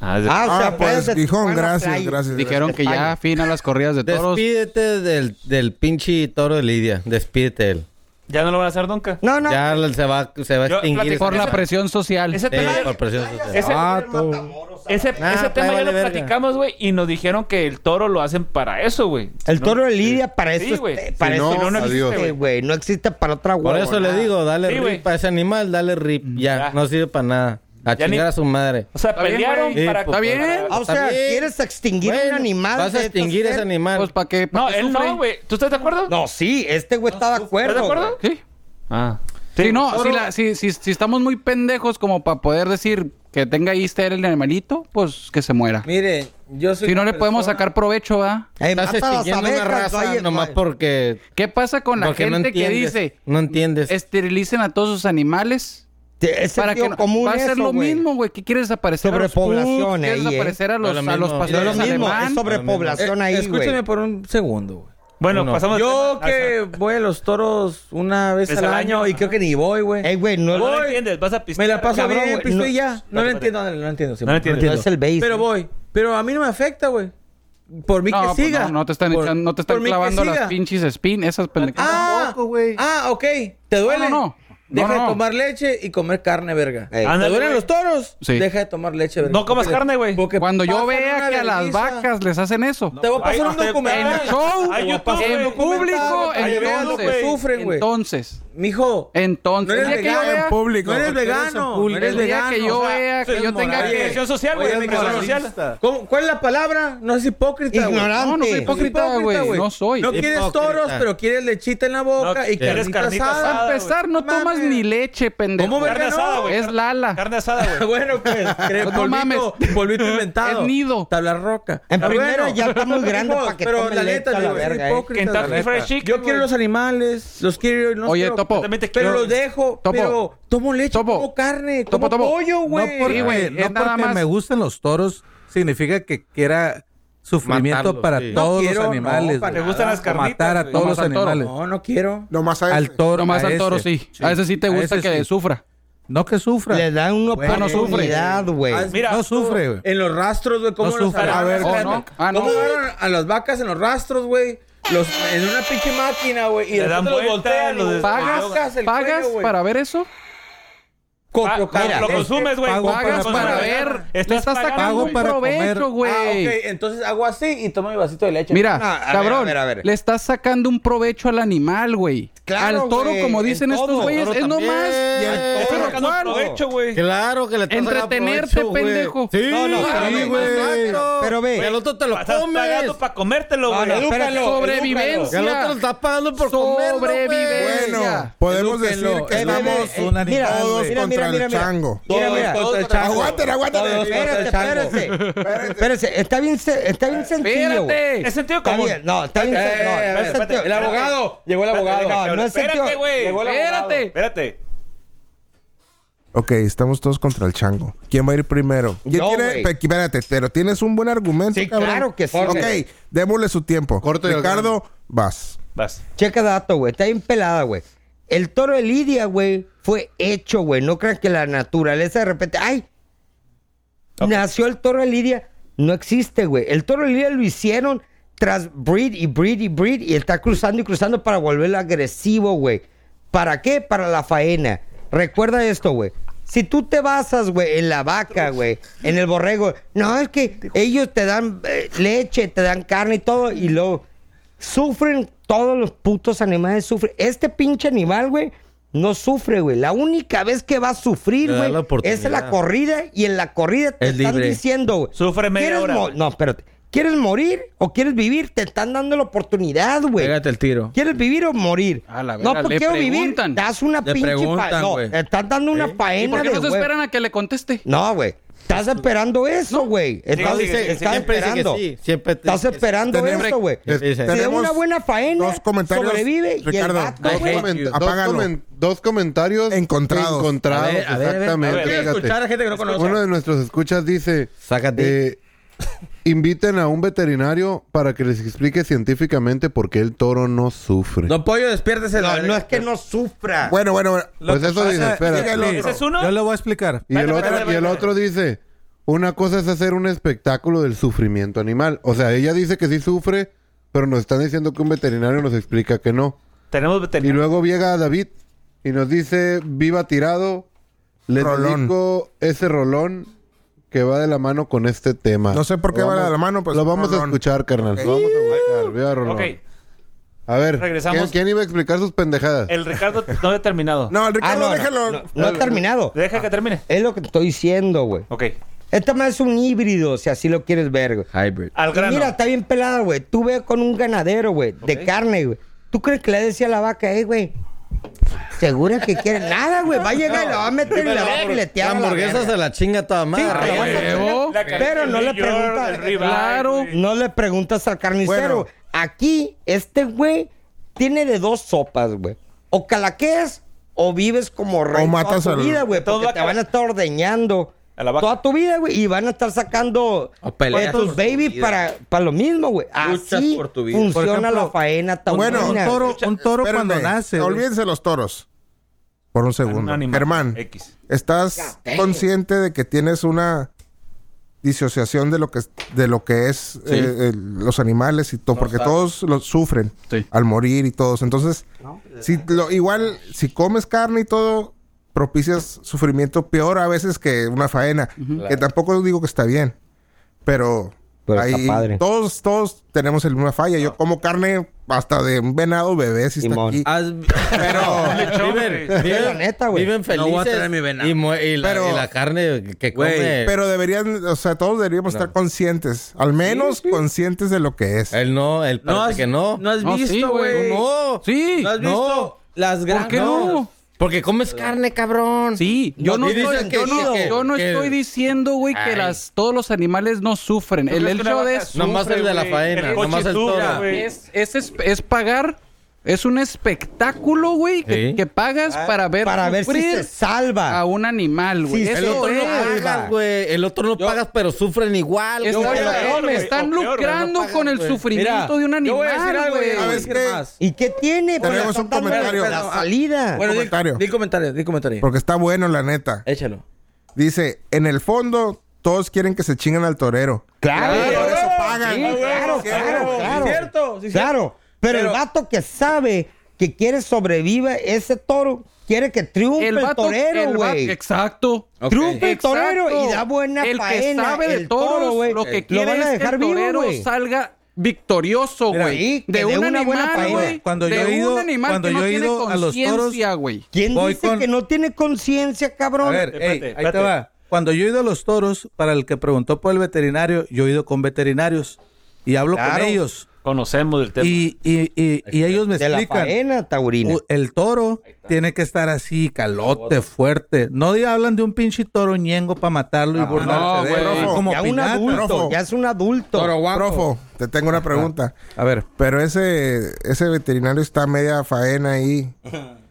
S2: Ah, o sea,
S3: Ah, pues,
S2: desde
S3: Gijón,
S2: Tijuana,
S3: gracias,
S2: playa.
S3: gracias.
S5: Dijeron que ya fin a las corridas de toros.
S4: Despídete del, del pinche toro de Lidia. Despídete él.
S9: Ya no lo van a hacer nunca.
S2: No, no.
S4: Ya se va, se va a
S9: Yo
S4: extinguir.
S9: platicé
S5: Por la
S9: Esa-
S5: presión social.
S9: Ese
S4: Sí,
S9: tema,
S4: por presión social.
S9: ese-
S7: Ah, todo.
S6: ah,
S9: ese,
S4: Nah,
S9: ese tema ya
S4: vale
S9: lo
S4: verga.
S9: platicamos, güey, y nos dijeron que el toro lo hacen para eso, güey.
S2: El toro de Lidia para
S9: Sí,
S2: eso,
S9: güey.
S2: este-
S9: Si
S2: para
S7: no,
S2: eso no,
S7: adiós.
S2: existe, güey. No existe para otra
S4: Por
S2: huevonada.
S4: eso le digo, dale
S9: Sí, güey. Mm,
S4: rip a ese animal, dale rip. Ya,
S9: Ya.
S4: no sirve para nada. A
S9: Ya ni-
S4: chingar a su madre.
S9: O sea,
S5: Está bien,
S9: pelearon
S5: güey.
S9: para...
S4: Sí, pues,
S5: bien.
S9: para-
S2: Ah, O sea,
S4: También.
S2: ¿quieres extinguir un
S4: Bueno,
S2: animal? eh,
S4: Vas
S2: de
S4: a
S2: estos
S4: extinguir ese
S2: seres?
S4: animal.
S5: Pues para qué.
S9: No, él no, güey. ¿Tú estás de acuerdo?
S2: No, sí, este güey está de acuerdo.
S9: ¿Estás de acuerdo?
S2: güey.
S5: Sí.
S9: Ah.
S5: Sí, no, si, la- si- si- si estamos muy pendejos como para poder decir que tenga ahí este el animalito, pues que se muera.
S6: Mire, yo soy.
S5: Si no
S6: una
S5: le podemos
S6: persona-
S5: sacar provecho, ¿va?
S2: Eh,
S4: Estás
S2: mata las
S4: extinguiendo una
S2: abejas,
S4: raza
S2: no hay-
S4: nomás
S2: no hay-
S4: porque,
S5: ¿Qué pasa con la
S4: porque no
S5: gente que
S4: entiendes. Pues,
S5: dice
S4: no entiendes.
S5: esterilicen a todos sus animales?
S2: Te- Es
S5: Para que
S2: sentido
S5: no-
S2: común
S5: va a ser
S2: eso,
S5: lo
S2: güey.
S5: mismo, güey. ¿Qué quieres desaparecer? a los
S2: Sobrepoblación
S5: pugs? ¿Quieres
S2: ahí, eh.
S5: desaparecer a
S4: No
S5: los,
S4: es lo
S5: a los
S4: mismo.
S2: No es lo
S5: pastores
S2: mismo, es
S5: alemán?
S6: Eh,
S2: sobrepoblación ahí,
S6: escúcheme
S2: güey.
S6: por un segundo, güey.
S9: Bueno,
S4: Uno.
S9: pasamos...
S6: Yo
S9: Ah,
S6: que voy a los toros una vez al año y creo que ni voy, güey.
S2: Ey, güey, no,
S9: No
S2: no
S9: lo entiendes, vas a pistear.
S6: Me la paso
S9: cabrón,
S6: bien,
S9: güey.
S6: pisto
S9: No-
S6: y ya. No,
S9: espérate,
S6: lo entiendo, no, lo entiendo. sí,
S9: No lo entiendo.
S2: es el base.
S6: Pero voy. Pero a mí no me afecta, güey. Por mí
S5: No,
S6: que
S5: pues
S6: siga.
S5: no, no te están,
S6: Por-
S5: echando- no te están
S6: por mí que
S5: clavando las
S6: siga.
S5: pinches spin, esas pendejadas.
S6: Ah,
S8: Tampoco, güey.
S6: ah, ok. ¿Te duele?
S5: No, no, no.
S6: Deja
S5: No, no,
S6: de
S5: no.
S6: tomar leche y comer carne, verga.
S2: Ey.
S6: ¿Te
S9: Ándale,
S6: duelen
S9: güey.
S6: los toros?
S5: Sí.
S6: Deja de tomar leche, verga.
S9: No comas
S6: Porque-
S9: carne, güey.
S6: porque
S5: Cuando yo
S6: pasan
S5: vea
S6: una
S5: que a las
S6: vergüenza.
S5: vacas les hacen eso.
S6: Te voy a pasar
S9: Ay,
S6: un
S9: no,
S5: En
S9: en
S6: documental.
S5: el show,
S9: Ay,
S5: en
S9: YouTube, güey.
S5: público,
S6: Ay, vean lo que
S5: entonces,
S6: sufren, güey.
S5: entonces,
S6: Mijo,
S5: entonces,
S6: No
S5: el día
S6: eres
S5: que yo
S6: vegano,
S5: vea,
S3: público.
S6: no eres
S3: Porque eres
S6: vegano.
S3: en público.
S6: No eres
S5: el día
S6: vegano.
S5: que yo
S6: O sea,
S5: vea, que
S6: soy
S5: yo tenga
S6: moral.
S5: que...
S9: Presión social, güey.
S6: Oye,
S9: Presión social.
S6: ¿Cómo- ¿Cuál es la palabra? No es hipócrita, güey.
S2: Ignorante.
S5: No, no soy hipócrita, güey, no soy.
S6: No quieres
S4: Hipócrita.
S6: toros, pero quieres lechita en la boca
S9: No,
S6: y
S9: quieres
S6: quieres
S9: carnita
S6: carnita asada.
S5: Para empezar, no
S6: Mames.
S5: tomas ni leche, pendejo.
S6: ¿Cómo verga
S9: Carne
S6: no?
S9: asada, güey.
S5: Es lala.
S9: Carne asada, güey.
S6: *laughs* bueno, pues, cre-
S5: No
S6: polvito,
S5: mames.
S6: polvito inventado.
S5: Es nido.
S6: Tabla roca.
S2: En
S6: Ah,
S2: primera ya está muy grande
S6: hijos,
S2: pa' que
S6: Pero
S2: tome
S6: la
S2: leche
S6: neta,
S2: a la
S6: digo, es
S2: verga, eh.
S6: hipócrita, la
S9: Kentucky
S6: neta.
S9: Fried Chicken,
S6: Yo quiero
S9: güey.
S6: los animales, los quiero. no
S5: Oye,
S6: quiero-
S5: Topo.
S6: Yo también te quiero. Pero los dejo,
S5: Topo.
S6: pero tomo leche,
S5: Topo.
S6: como carne,
S5: Topo,
S6: como
S5: Topo.
S6: pollo, güey.
S8: No porque,
S5: Sí, güey,
S8: no
S5: es nada
S8: porque
S5: más-
S8: me gusten los toros significa que quiera sufrimiento
S4: Matarlos,
S8: para
S4: sí.
S8: todos
S6: No quiero,
S8: los
S6: no,
S8: animales.
S6: para
S8: güey.
S9: nada. Te gustan las
S8: O
S9: carnitas,
S8: Matar a
S9: güey.
S8: todos
S5: No
S8: los
S5: más al toro.
S8: animales.
S6: No, no quiero.
S3: Nomás a
S8: Al
S3: ese.
S8: toro.
S5: Nomás
S8: a
S5: al toro,
S8: ese.
S5: sí. A ese sí te
S8: A
S5: gusta
S8: ese
S5: que
S8: sí.
S5: sufra.
S8: No que sufra.
S2: Le dan una
S8: Bueno, no sufre.
S2: oportunidad, güey.
S6: Haz-
S9: Mira,
S8: no sufre, güey.
S6: En los rastros, güey, Eh, cómo
S8: No
S6: los
S8: sufre.
S6: agarran?
S8: A ver,
S6: ¿Cómo
S5: oh, no. Ah, no.
S6: ¿Cómo agarran a las vacas en los rastros, güey? Los, en una pinche máquina, güey. Y
S9: Le dan
S6: después te los
S9: vuelta,
S6: voltean.
S9: los
S6: y
S9: des-
S5: ¿Pagas,
S6: rascas el
S5: pagas
S6: cuello, güey.
S5: para ver eso?
S9: Ah,
S6: Compro
S9: lo-
S6: carne.
S9: lo consumes, güey.
S8: Pago
S5: Pagas
S8: para-
S5: para
S8: para-
S5: ver. Le
S9: Estás
S5: estás sacando
S9: pagando,
S5: un
S8: para comer.
S5: provecho, güey.
S6: Ah, ok. Entonces hago así y tomo mi vasito de leche.
S5: Mira,
S2: No, a ver,
S5: cabrón,
S2: a ver, a ver.
S5: le estás sacando un provecho al animal, güey.
S2: Claro,
S5: al toro,
S2: güey,
S5: como
S2: en
S5: dicen estos
S2: todo.
S5: güeyes,
S4: Toro
S5: es
S4: también.
S5: nomás
S4: Y al
S5: eh,
S9: Estás
S2: toro.
S5: pero
S9: sacando
S5: ¿cuál?
S9: provecho, güey.
S4: Claro que le estás sacando
S5: Entretenerte,
S4: provecho, güey.
S5: pendejo.
S4: Sí,
S2: No, no,
S4: sí,
S2: pero-
S4: güey.
S2: pero- pero ve.
S4: El otro te lo
S9: Estás
S4: comes.
S9: pagando para comértelo,
S2: No,
S9: güey.
S2: no, espérate.
S9: Edúcalo.
S5: Sobrevivencia.
S4: El otro lo está pagando por comerlo, güey.
S5: Sobrevivencia.
S3: Bueno, podemos decir
S6: Edúquenlo,
S3: que estamos
S2: eh,
S8: un animal,
S3: todos
S8: güey.
S3: contra el chango.
S2: Mira, mira.
S6: Todos contra el chango.
S3: Aguanten, aguanten.
S6: Todos contra el
S2: Espérate,
S6: chango.
S2: espérate. Espérate, está bien, se- está bien sencillo. güey.
S5: Espérate.
S9: Es sentido
S2: Está
S9: común.
S2: bien, no, está bien.
S6: Eh,
S2: sen- no,
S6: eh,
S2: no es
S6: espérate,
S2: sentido-
S6: el abogado. Llegó el abogado.
S2: No, no es
S9: Espérate,
S2: sentido-
S9: güey.
S6: Llegó el abogado.
S9: Espérate. Espérate.
S3: Ok, estamos todos contra el chango. ¿Quién va a ir primero? ¿Quién
S2: Yo,
S3: tiene-
S2: güey.
S3: pe- Espérate, pero tienes un buen argumento,
S2: Sí,
S3: cabrón.
S2: claro que sí, güey.
S3: Ok, démosle su tiempo.
S7: Corto y al
S3: Ricardo, vas.
S9: Vas.
S2: Checa dato, güey. Está bien pelada, güey. El toro de Lidia, güey, fue hecho, güey. No crean que la naturaleza de repente. ¡Ay! Nació el toro de Lidia. No existe, güey. El toro de Lidia lo hicieron tras breed y breed y breed y está cruzando y cruzando para volverlo agresivo, güey. ¿Para qué? Para la faena. Recuerda esto, güey. Si tú te basas, güey, en la vaca, güey, en el borrego, no, es que ellos te dan eh, leche, te dan carne y todo, y luego Sufren todos los putos animales, sufren. Este pinche animal, güey, no sufre, güey. La única vez que va a sufrir,
S4: Le da
S2: güey,
S4: la oportunidad.
S2: es en la corrida y en la corrida te
S6: Es
S2: están
S6: libre.
S2: diciendo, güey.
S9: Sufre media
S2: ¿quieres
S9: hora,
S2: mo-
S9: güey.
S2: No, espérate. ¿Quieres morir o quieres vivir? Te están dando la oportunidad, güey.
S6: Pégate el tiro.
S2: ¿Quieres vivir o morir?
S5: A la
S2: no,
S5: verga,
S2: porque
S5: le
S2: quiero vivir.
S5: preguntan.
S2: Das una
S6: Le
S2: pinche pa-
S6: preguntan,
S2: No,
S6: güey.
S2: te están dando una
S5: ¿Y
S2: paena
S5: por qué
S2: de
S5: no se
S2: huevo.
S5: esperan a que le conteste?
S2: No, güey. Estás esperando eso, güey. Estás,
S4: Dice- dice-
S2: estás
S4: siempre dice que
S2: esperando.
S4: sí, siempre te-
S2: Estás esperando
S3: Tenemos-
S2: eso, güey.
S4: Sí, sí, sí.
S2: Te da
S3: Tenemos
S2: una buena faena,
S3: dos comentarios,
S2: sobrevive y el
S3: Ricardo,
S2: vato,
S7: Dos,
S2: güey,
S7: comen- dos
S3: Apágalo.
S7: comen- dos comentarios
S3: Encontrados.
S7: encontrados,
S6: A ver, a ver, a ver.
S7: exactamente.
S9: A ver,
S7: fíjate.
S6: Escuchar a gente que no conoce.
S7: Uno de nuestros escuchas dice:
S4: Sácate.
S7: eh, inviten a un veterinario para que les explique científicamente por qué el toro no sufre.
S6: Don Pollo, despiértese. la
S2: No,
S6: verga.
S2: no es que no sufra.
S3: Bueno, bueno, bueno.
S7: pues eso dice, espera.
S3: Dígalo.
S9: Ese es uno.
S8: Yo le voy a explicar.
S7: Y el
S9: Espérate,
S7: otro,
S9: espérate,
S7: y el
S9: espérate.
S7: otro dice, una cosa es hacer un espectáculo del sufrimiento animal. O sea, ella dice que sí sufre, pero nos están diciendo que un veterinario nos explica que no.
S9: Tenemos veterinario.
S7: Y luego llega David y nos dice, viva tirado, les
S3: Rolón.
S7: dedico ese rolón que va de la mano con este tema.
S3: No sé por qué
S7: Lo
S3: va
S7: vamos-
S3: de la mano, pues,
S7: Lo vamos a
S3: rolón.
S7: escuchar, carnal. Lo vamos a escuchar. Viva rolón.
S9: Ok,
S7: A ver,
S9: Regresamos.
S7: ¿quién, quién iba a explicar sus pendejadas?
S9: el Ricardo no ha terminado.
S3: No, el
S2: Ah,
S3: Ricardo,
S2: no, no,
S3: déjalo.
S2: no, no ha terminado.
S9: Deja que termine.
S2: Es lo que te estoy diciendo, güey.
S9: Ok.
S2: Esta más es un híbrido, si así lo quieres ver, güey.
S4: Hybrid.
S9: Al
S2: Y
S9: grano.
S2: Mira, está bien pelada, güey. Tú ve con un ganadero, güey, de carne, güey. ¿Tú crees que le decía a la vaca, eh, güey? ¿Segura que quiere? Nada, güey. Va a llegar y la va a meter y la va a filetear.
S4: La
S2: a la
S4: hamburguesa
S2: verga.
S4: se la chinga toda
S2: Sí, te
S4: madre.
S2: la vas a
S4: güey.
S2: chingar.
S5: huevo.
S9: La carnita
S2: Pero no
S9: del
S2: le
S9: New York,
S2: preguntas.
S9: del ribeye,
S5: Claro.
S9: güey.
S2: No le preguntas al carnicero.
S3: Bueno.
S2: Aquí, este güey tiene de dos sopas, güey. O calaqueas o vives como rey
S3: matas
S2: toda
S3: al-
S2: tu vida, güey.
S9: Todo
S2: Porque
S9: va
S2: te
S9: a-
S2: van a estar ordeñando
S9: A la vaca.
S2: toda tu vida, güey. Y van a estar sacando
S4: O peleas
S2: eh, tus
S4: por tu
S2: baby
S4: vida.
S2: para, para lo mismo, güey.
S4: Luchas
S2: Así
S4: por tu vida.
S8: Por
S2: funciona
S8: ejemplo,
S2: la faena taurina.
S3: bueno,
S8: un toro, un toro
S3: Espérenme,
S8: cuando nace. güey.
S3: Olvídense los toros. Por un
S9: Un
S3: segundo.
S9: animal.
S3: Germán,
S9: X.
S3: ¿estás consciente de que tienes una disociación de lo que, de lo que es eh, el- los animales y todo? Porque todos los sufren
S5: Sí.
S3: al morir y todos. Entonces, si lo- igual, si comes carne y todo, propicias sufrimiento peor a veces que una faena. Que tampoco digo que está bien. Pero,
S2: Pero está
S3: ahí
S2: padre.
S3: todos, todos tenemos la misma falla. Yo como carne hasta de un venado bebé si está
S2: Simón.
S3: aquí.
S4: Has-
S9: Lechón,
S4: viven,
S9: güey.
S2: *laughs*
S4: viven-
S2: La neta, güey.
S4: viven
S8: No voy a
S4: felices
S8: traer mi venado.
S4: y, mue- y la,
S3: Pero-
S4: y la carne que come.
S3: Pero deberían, o sea, todos deberíamos estar conscientes, al menos conscientes de lo que es.
S4: El no, el
S6: No
S4: parece
S6: has,
S4: que no.
S6: no has
S5: No, sí,
S6: visto,
S5: güey.
S6: güey.
S4: No.
S5: Sí.
S6: ¿No has
S4: No.
S6: visto? Las
S5: ¿Por qué no?
S4: Porque comes carne, cabrón.
S5: Sí, yo
S4: No,
S5: no,
S4: y dices
S5: estoy,
S4: que-
S5: yo no-
S4: que-
S5: yo no
S4: que-
S5: estoy diciendo, güey,
S4: Ay.
S5: que las, todos los animales no sufren. El
S9: crees que una
S5: hecho de
S9: vaca
S5: eso
S4: Nomás el de la
S9: güey.
S4: faena,
S9: El coche
S4: nomás el
S9: sufre,
S4: toro.
S9: güey.
S5: es, es, es- es pagar, es un espectáculo, güey, que,
S4: Sí.
S5: que pagas para ver
S2: para ver si
S5: sufrir
S2: se salva.
S5: a un animal, güey.
S2: Sí,
S5: Eso
S4: El otro
S5: es.
S4: no pagas, güey. El otro no pagas, pero sufren igual,
S5: Está-
S4: güey.
S9: voy a
S5: está-
S9: peor, güey,
S5: están
S9: o peor, güey,
S5: lucrando
S4: no pagas,
S5: con el
S4: güey.
S5: sufrimiento de un
S6: Yo voy a decir
S5: animal,
S6: algo, güey.
S3: A ver,
S5: güey.
S3: ¿sabes qué?
S6: Más.
S2: ¿Y qué tiene? Pues,
S3: Tenemos
S2: la
S3: un
S2: tanta-
S3: comentario.
S2: La salida.
S6: Bueno, di
S3: comentario.
S6: comentario. Di comentario, di comentario.
S3: Porque está bueno, la neta.
S6: Échalo.
S3: Dice, en el fondo, todos quieren que se chingan al torero.
S2: Claro,
S3: Por eso
S6: güey.
S3: pagan.
S2: Sí, claro,
S3: Sí,
S2: claro,
S3: güey.
S2: claro.
S6: Sí, cierto, sí,
S2: claro.
S6: cierto.
S2: Pero, el
S6: Pero-
S2: vato que sabe que quiere sobreviva ese toro, quiere que triunfe el,
S5: vato-
S2: torero,
S5: el va-
S2: güey.
S5: Exacto.
S2: Triunfe el
S5: Exacto.
S2: torero y da buena
S5: el
S2: faena.
S5: que sabe de
S2: el
S5: toros,
S2: toro, güey.
S5: lo que quiere
S2: van a
S5: es que
S2: dejar
S5: el
S2: vivo,
S5: torero
S2: güey.
S5: salga victorioso,
S2: Mira,
S5: güey.
S2: sí, que
S5: De
S2: dé
S5: un
S2: una buena
S5: animal,
S2: faena.
S5: güey.
S8: Cuando
S5: de
S8: yo he ido-
S5: un animal
S8: cuando
S5: que
S8: yo
S5: no
S8: he
S5: tiene
S8: ido a los toros-
S5: conciencia, güey.
S2: ¿Quién
S8: Voy
S2: dice
S8: con-
S2: que no tiene conciencia,
S8: A
S2: cabrón?
S8: ver,
S9: Espérate,
S8: ey, ahí
S9: espérate.
S8: te va. Cuando yo he ido a los toros, para el que preguntó por el veterinario, yo he ido con veterinarios y hablo
S2: Claro.
S8: con ellos.
S9: Conocemos del tema.
S8: Y, y, y, y ellos me
S2: de la
S8: explican.
S2: faena, Taurina.
S8: u- El toro tiene que estar así, calote, fuerte. No di- hablan de un pinche toro ñengo para matarlo y burlarse de él.
S3: güey.
S8: Es como
S2: ya un
S8: piñata.
S2: adulto,
S3: rojo.
S2: ya es un adulto.
S3: Profo, te tengo una pregunta.
S8: A ver,
S3: Pero ese, ese veterinario está media faena ahí.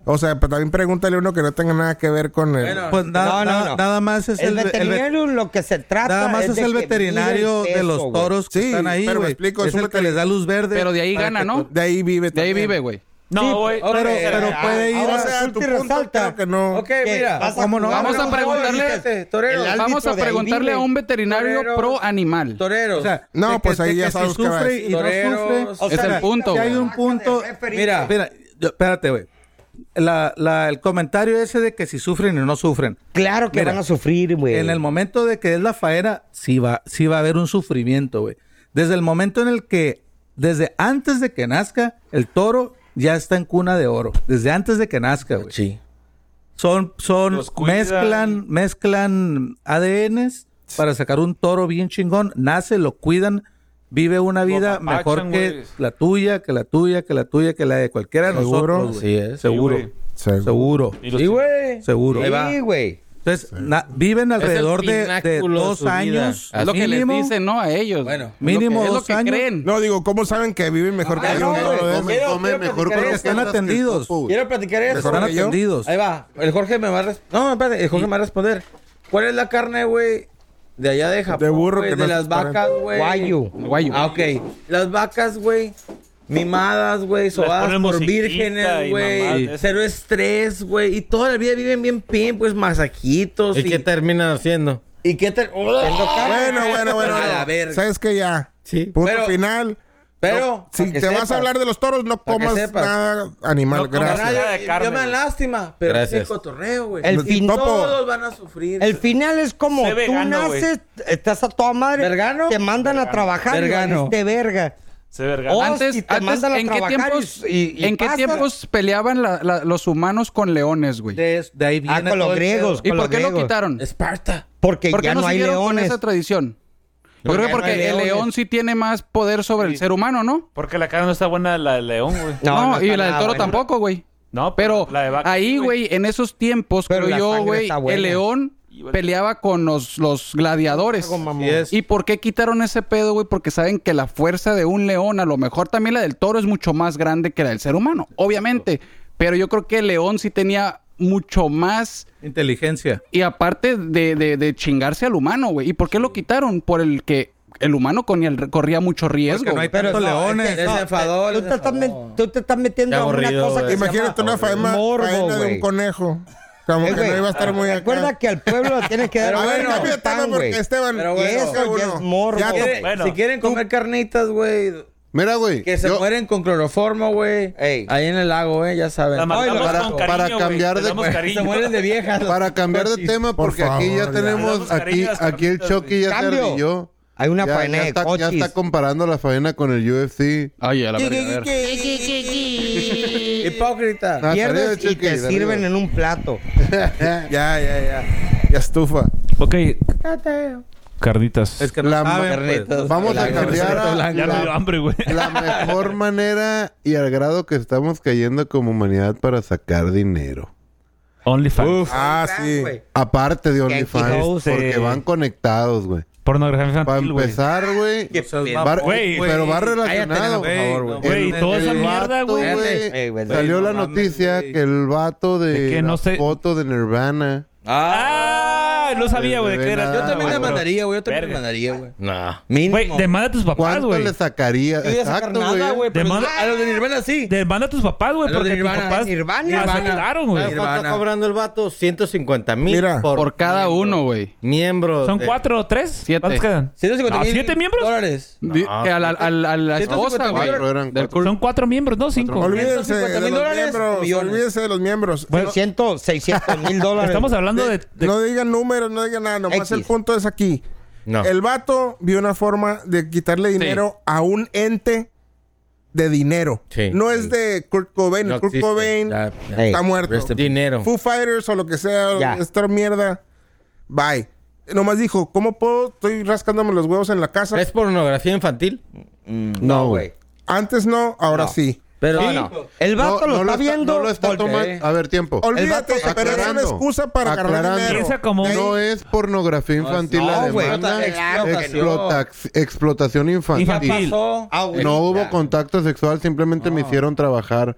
S3: O sea, pero también pregúntale a uno que no tenga nada que ver con el...
S8: pues na-
S2: No, no,
S8: na-
S2: no.
S8: nada más es
S2: el
S8: el, el ve-
S2: veterinario lo que se trata
S8: Nada más
S2: es,
S8: es,
S2: de
S8: el
S2: que
S8: veterinario de
S2: mide el peso,
S8: los
S2: güey.
S8: toros que
S3: Sí,
S8: están ahí,
S3: pero me
S8: güey.
S3: explico,
S8: Es
S3: es un
S8: el que les da luz verde.
S5: Pero de ahí
S8: para
S5: gana,
S8: que-
S5: ¿no?
S3: De ahí vive
S5: De ahí
S3: también.
S5: vive, güey.
S9: No, güey.
S8: Pero,
S9: Ahora,
S8: pero
S9: ahora,
S8: puede ir
S3: O
S8: a...
S3: sea,
S2: Resulta
S3: tu
S2: y
S3: punto
S2: resalta.
S3: creo que no...
S6: Ok,
S2: ¿Qué?
S6: mira.
S2: Vas
S8: ¿Cómo no?
S2: jugar
S5: Vamos a
S2: con
S5: preguntarle-
S2: dices,
S6: Torero.
S2: el árbitro
S5: Vamos a
S2: de ahí
S5: preguntarle
S2: vive.
S5: a un veterinario
S6: Toreros.
S5: pro animal.
S6: Torero.
S8: O sea,
S3: No,
S8: de
S3: pues
S8: de
S3: ahí ya
S8: si
S3: sabes que va a
S8: sufre
S3: decir.
S8: y no
S6: Toreros.
S8: sufre.
S5: Es el punto,
S8: si hay
S5: güey.
S8: un punto...
S6: Mira.
S8: Mira, yo- espérate, güey. La- la- el comentario ese de que si sufren o no sufren.
S2: Claro que
S8: Mira,
S2: van a sufrir, güey.
S8: En el momento de que es la faena, sí va, sí va a haber un sufrimiento, güey. Desde el momento en el que, desde antes de que nazca, el toro ya está en cuna de oro. Desde antes de que nazca, güey.
S4: Sí.
S8: Son, son,
S9: Los cuidan.
S8: mezclan, mezclan ADNs para sacar un toro bien chingón. Nace, lo cuidan, vive una vida
S9: apapachan,
S8: mejor que
S9: güey.
S8: la tuya, que la tuya, que la tuya, que la de cualquiera de
S3: ¿Seguro?
S8: nosotros. güey.
S4: Así es.
S8: Seguro,
S9: Sí, güey.
S8: seguro,
S9: Y los-
S6: Sí, güey.
S8: seguro.
S2: Sí, güey.
S8: Entonces, na- viven alrededor de, de
S4: pináculo de
S8: dos
S4: su vida.
S8: años.
S5: Es lo que
S8: mínimo.
S5: les dicen, ¿no? A ellos.
S4: Bueno,
S8: mínimo
S5: es lo
S8: dos
S5: que, es lo que
S8: años.
S5: creen.
S3: No, digo, ¿cómo saben que viven mejor que yo?
S6: no, güey.
S3: No,
S7: Come,
S6: Quiero-
S7: come
S6: quiero platicar
S7: mejor con
S6: esto.
S7: las
S8: Están
S7: cartas que
S8: atendidos.
S7: topo.
S6: Quiero platicar eso.
S8: Están
S3: que yo?
S8: atendidos.
S6: Ahí va. El Jorge me va a responder. No, espérate. El Jorge me va a responder. ¿Cuál es la carne, güey? De allá de Japón.
S3: De burro
S6: güey,
S3: que
S6: De
S3: no
S6: las
S3: se paren.
S6: vacas, güey.
S2: Guayu.
S5: Guayu.
S6: Ah, ok. Las vacas, güey. Mimadas, güey, sobadas
S9: ponen
S6: por
S9: musiquita
S6: vírgenes,
S9: y
S6: güey.
S9: mamadas.
S6: Cero estrés, güey. Y toda la vida viven bien pin, pues masajitos.
S4: ¿Y qué terminan haciendo?
S6: ¿Y qué te...
S3: Bueno, bueno, bueno.
S6: A la verga.
S3: ¿Sabes qué ya?
S4: Sí.
S3: Punto
S6: Pero-
S3: final.
S4: Pero.
S3: Si
S4: pa' que
S3: te vas
S4: sepas.
S3: a hablar de los toros, no
S4: que
S3: comas
S4: sepas.
S3: nada
S9: No
S3: animal.
S9: comas
S3: gracias.
S9: nada de
S6: Yo
S9: carne,
S6: me da
S9: güey.
S6: lástima, pero
S4: Gracias.
S6: es el cotorreo, güey.
S2: El fin-
S3: Topo.
S6: Todos van a sufrir.
S2: El final es como
S9: Sé
S2: tú
S9: vegano, güey.
S2: naces, estás a toda madre,
S4: ¿Vergano?
S2: te mandan a trabajar
S4: Vergano.
S2: de verga.
S9: Se verga.
S2: Oh,
S5: Antes,
S2: y te
S5: antes
S2: mandan a
S5: ¿en, qué
S2: trabajar
S5: tiempos,
S2: y- y- y
S5: ¿en qué
S2: pasa.
S5: tiempos peleaban la- la- los humanos con leones, güey?
S8: De, de ahí viene
S2: Ah, con los
S8: todo el
S2: griegos.
S8: pedo.
S5: ¿Y
S2: con
S5: por
S2: los
S5: qué lo
S2: griegos.
S5: quitaron?
S4: Esparta.
S2: Porque
S5: ¿Por qué
S2: ya
S5: no
S2: no hay
S5: siguieron con
S2: leones.
S5: esa tradición? Yo creo
S4: ya
S5: que
S4: no
S5: porque
S4: hay
S5: el
S4: leones.
S5: león sí tiene más poder sobre el ser humano, ¿no?
S9: Porque la cara no está buena la del león, güey.
S5: No,
S2: no
S5: y
S2: está
S5: la del
S2: nada
S5: toro
S2: bueno.
S5: tampoco, güey.
S9: No,
S5: Pero
S9: la de vaca,
S5: ahí, güey, en esos tiempos,
S2: Pero la
S5: creo yo,
S2: sangre
S5: güey,
S2: está buena.
S5: el león
S9: Igual.
S5: peleaba con los, los gladiadores.
S2: Algo, mamón.
S5: ¿Y por qué quitaron ese pedo, güey? Porque saben que la fuerza de un león, a lo mejor también la del toro, es mucho más grande que la del ser humano, obviamente. Pero yo creo que el león sí tenía mucho más
S8: Inteligencia.
S5: y aparte de, de- de chingarse al humano, güey. ¿Y por qué lo quitaron? Por el que el humano con el- corría mucho riesgo.
S8: Porque no hay
S5: güey.
S8: tantos leones.
S4: Es enfador,
S2: Tú te,
S4: es
S2: estás
S4: enfador.
S2: met- tú te estás metiendo
S4: Qué
S2: a una
S4: aburrido,
S2: cosa que
S4: güey.
S2: se
S3: Imagínate
S2: llama
S3: una faena,
S2: morbo,
S3: faena de
S2: güey.
S3: un conejo. Como
S2: Eh,
S3: que
S2: güey,
S3: no iba a estar muy acá.
S2: Recuerda que al pueblo la tienes que dar
S3: a ver,
S2: bueno,
S3: cambia de
S2: pan,
S3: tema porque
S2: güey.
S3: Esteban.
S4: Pero bueno,
S3: ya
S2: eso ya
S3: uno.
S2: es morbo.
S3: Ya
S4: Quiere-
S3: to-
S9: Bueno.
S4: si quieren comer carnitas, güey,
S7: Mira, güey.
S4: que se
S7: yo-
S4: mueren
S6: *laughs*
S4: con cloroformo, güey.
S2: Ey.
S4: Ahí en el lago, eh, ya saben.
S9: La matamos
S7: para-
S9: con
S7: para
S9: cariño, güey.
S7: cambiar
S9: Le
S7: de-
S9: damos cariño.
S4: se mueren de
S6: *laughs*
S4: viejas.
S7: Para cambiar de tema,
S3: Por
S7: porque aquí
S3: favor, ya.
S7: ya
S9: Le
S7: tenemos,
S9: damos cariño
S7: aquí,
S9: a las
S7: aquí el
S9: carnitas,
S7: Chucky ya
S2: Cambio.
S7: se arrodilló.
S2: Hay una
S7: ya,
S2: faena
S7: ya
S2: de
S7: está, ya
S2: cochis.
S7: está comparando la faena con el UFC.
S5: Ay, a la verga, a ver.
S4: Hipócrita.
S7: Ah,
S2: Pierdes
S7: salió
S2: y
S7: Chucky,
S2: te
S7: salió.
S2: sirven en un plato.
S3: Ya, ya, ya. Ya estufa.
S9: Ok. Carditas.
S8: Es que no
S7: La
S8: saben,
S4: carnitas.
S8: pues.
S7: Vamos a
S4: Blanco,
S7: cambiar
S4: blanco,
S7: a la,
S9: Ya me dio hambre, güey.
S7: *laughs* la mejor manera y al grado que estamos cayendo como humanidad para sacar dinero.
S9: OnlyFans.
S3: Ah,
S2: Plan,
S3: sí.
S2: güey.
S7: Aparte de
S2: hijos
S7: OnlyFans,
S9: de-
S7: porque van conectados, güey.
S9: Pornografía
S7: Para
S9: infantil, güey.
S7: empezar, güey.
S8: O sea,
S2: Qué
S8: va-
S7: va-
S9: Güey.
S7: Pero va relacionado,
S8: Güey, no,
S9: Güey,
S7: El-
S9: toda
S7: el
S9: esa mierda,
S7: vato,
S9: güey.
S2: Eh, güey,
S7: Salió
S8: no
S7: la
S8: mames,
S7: noticia
S8: güey.
S7: que el vato de
S9: De que no
S7: la
S9: sé-
S7: foto de Nirvana.
S9: Ah, no sabía, güey, de qué era.
S7: Yo
S4: Yo también
S9: Ah,
S4: la
S9: güey.
S4: mandaría, güey. Yo también
S9: Verga.
S4: la mandaría, güey.
S10: Nah.
S9: Güey,
S4: Mínimo.
S9: demanda a tus papás,
S7: ¿Cuánto
S9: güey.
S7: le sacaría?
S4: No voy a sacar
S7: Exacto,
S4: nada,
S7: güey.
S4: güey. pero
S9: Demanda-
S4: A los de Nirvana sí.
S9: Demanda a tus papás, güey,
S4: A los
S9: porque
S4: de
S9: tus
S4: Nirvana.
S9: papás
S2: Nirvana.
S9: las
S4: Nirvana.
S9: acertaron, güey.
S4: Claro.
S10: ¿Cuánto está
S4: Nirvana.
S10: cobrando el vato? 150 mil
S3: Mira.
S5: Por cada uno, güey.
S10: miembro.
S9: ¿Son
S10: de-
S9: cuatro o tres?
S5: Siete.
S9: ¿Cuántos quedan?
S4: 150
S9: No,
S4: mil
S9: ¿Siete miembros?
S4: Dólares.
S5: Di- a la, a la- a la esposa,
S4: 150
S5: güey.
S7: Cuatro eran
S5: Del
S7: cuatro.
S5: culo.
S9: Son cuatro miembros, ¿no? Cinco.
S3: Olvídense
S4: 150
S3: de
S4: mil
S3: los
S4: dólares,
S3: miembros.
S4: millones.
S3: Olvídense de los miembros.
S9: Bueno,
S2: 100, 600 mil dólares.
S9: Estamos hablando de... de-
S3: No digan números, no digan nada. Nomás
S2: X.
S3: el punto es aquí.
S10: No.
S3: El vato vio una forma de quitarle dinero a un ente de dinero.
S10: Sí.
S3: no es de Kurt Cobain.
S10: No
S3: Kurt
S10: existe.
S3: Cobain
S10: Ya,
S2: Ey.
S3: está muerto.
S10: Rest in- Dinero.
S3: Foo Fighters o lo que sea,
S2: Ya.
S3: esta mierda. Bye. Nomás dijo, ¿cómo puedo? Estoy rascándome los huevos en la casa.
S10: ¿Es pornografía infantil?
S2: No, güey.
S3: Antes no, ahora sí.
S4: Pero
S2: No,
S4: sí.
S2: no. El
S7: No,
S2: vato
S7: no
S2: lo está
S7: no
S2: viendo.
S7: lo está
S2: porque-
S7: tomando. A ver, tiempo.
S3: Olvídate,
S2: vato
S3: pero es una
S7: aclarando,
S3: excusa para agarrar
S7: aclarando.
S3: dinero.
S9: Piensa como un-
S7: No es pornografía infantil
S2: no,
S7: la
S2: güey.
S7: demanda.
S2: Claro que no.
S7: Explotax- explotación infantil.
S9: Infantil.
S4: Pasó.
S2: Ah, güey.
S7: No hubo contacto sexual, simplemente me hicieron trabajar.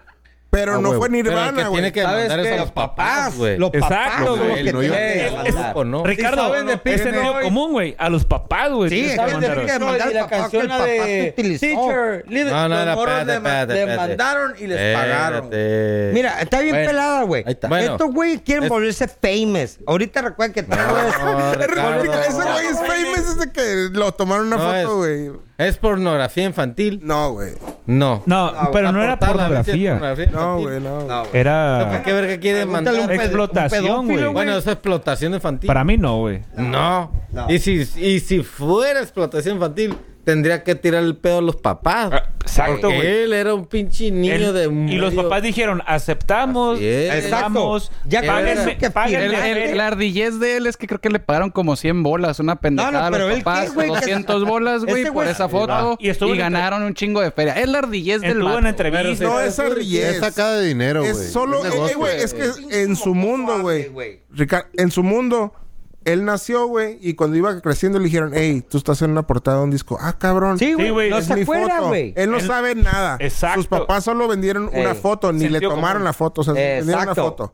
S3: Pero
S7: Ah,
S3: no
S7: huevo.
S3: fue
S10: Pero el
S3: Nirvana,
S10: que tiene
S3: güey.
S10: que
S3: *laughs*
S4: ¿Sabes
S10: demandar es
S4: qué?
S10: a los papás, güey.
S2: Los papás
S9: Exacto,
S2: son los
S7: güey,
S2: que
S7: no,
S2: tienen
S7: yo-
S2: que
S4: Es-
S2: mandar.
S10: Es- o no.
S9: Ricardo,
S4: saben de
S9: es
S4: Pink
S9: sentido
S4: Floyd.
S9: común, güey. A los papás, güey.
S2: Sí,
S9: tienes que
S2: saben de
S9: mandar.
S2: Pink Floyd. mandar
S4: Y
S2: al
S4: la
S2: papá que el
S4: canción la
S2: papá
S4: de
S2: utilizó.
S4: Teacher, leave it.
S10: No, no,
S4: Los
S10: no,
S4: morros
S10: espérate,
S4: le ma-
S10: espérate,
S4: le
S10: espérate.
S4: mandaron y les
S6: Eh,
S4: pagaron.
S10: Espérate.
S2: Mira, está bien
S10: Bueno,
S2: pelada, güey.
S10: ahí está. Bueno.
S2: Estos güey quieren volverse famous. Ahorita recuerden que todo es... *laughs*
S10: No, Ricardo.
S3: Ese güey es famous desde que lo tomaron una
S10: No,
S3: foto,
S10: es-
S3: güey.
S10: ¿Es pornografía infantil?
S3: No, güey.
S10: No.
S9: No, pero no era
S10: Aportar la versión
S9: pornografía.
S10: pornografía
S3: No,
S10: infantil.
S3: güey, no.
S2: No, güey.
S10: ¿Para
S9: Era...
S10: qué verga quiere mandar?
S2: Pregúntale a un ped-
S9: Explotación,
S2: un pedófilo,
S9: güey.
S10: Bueno, es explotación infantil.
S9: Para mí no, güey.
S10: No.
S2: No.
S10: Y, si, y si fuera explotación infantil, tendría que tirar el pedo a los papás.
S9: Ah, exacto,
S10: Porque
S9: güey.
S10: Él era un pinche niño
S9: El-
S10: de...
S9: y los papás dijeron, aceptamos,
S10: Así es.
S9: aceptamos,
S2: Exacto. Ya
S9: páguenme,
S2: con que
S9: páguenme.
S5: El-
S2: firme.
S5: el- la ardillez de él es que creo que le pagaron como 100 bolas, una pendejada
S2: No, no, pero
S5: a los
S2: él
S5: papás,
S2: qué, güey, que-
S5: 200 bolas, güey,
S2: Ese
S5: por
S2: güey-
S5: esa foto.
S9: Y
S5: Y,
S9: estuvo en la entre-
S5: ganaron un chingo de feria. Es la ardillez del
S9: Estuvo en
S5: vato.
S9: entrevista.
S3: No es
S7: Es
S3: arriesgo.
S7: sacada de dinero, güey.
S3: Es solo,
S7: Un
S3: eh,
S7: negocio.
S3: eh, güey, es que en su mundo, güey.
S2: güey.
S3: Ricardo, en su mundo, él nació, güey, y cuando iba creciendo le dijeron, hey, tú estás en una portada de un disco. Ah, cabrón.
S2: Sí, güey.
S9: güey,
S2: no
S9: es
S2: se acuerda,
S3: foto.
S2: güey.
S3: Él no
S9: Él-
S3: sabe nada.
S9: Exacto.
S3: Sus papás solo vendieron una
S2: Ey.
S3: foto, ni le
S9: Sentido
S3: tomaron
S9: común.
S3: la foto. O sea, vendieron una
S2: Exacto.
S3: foto.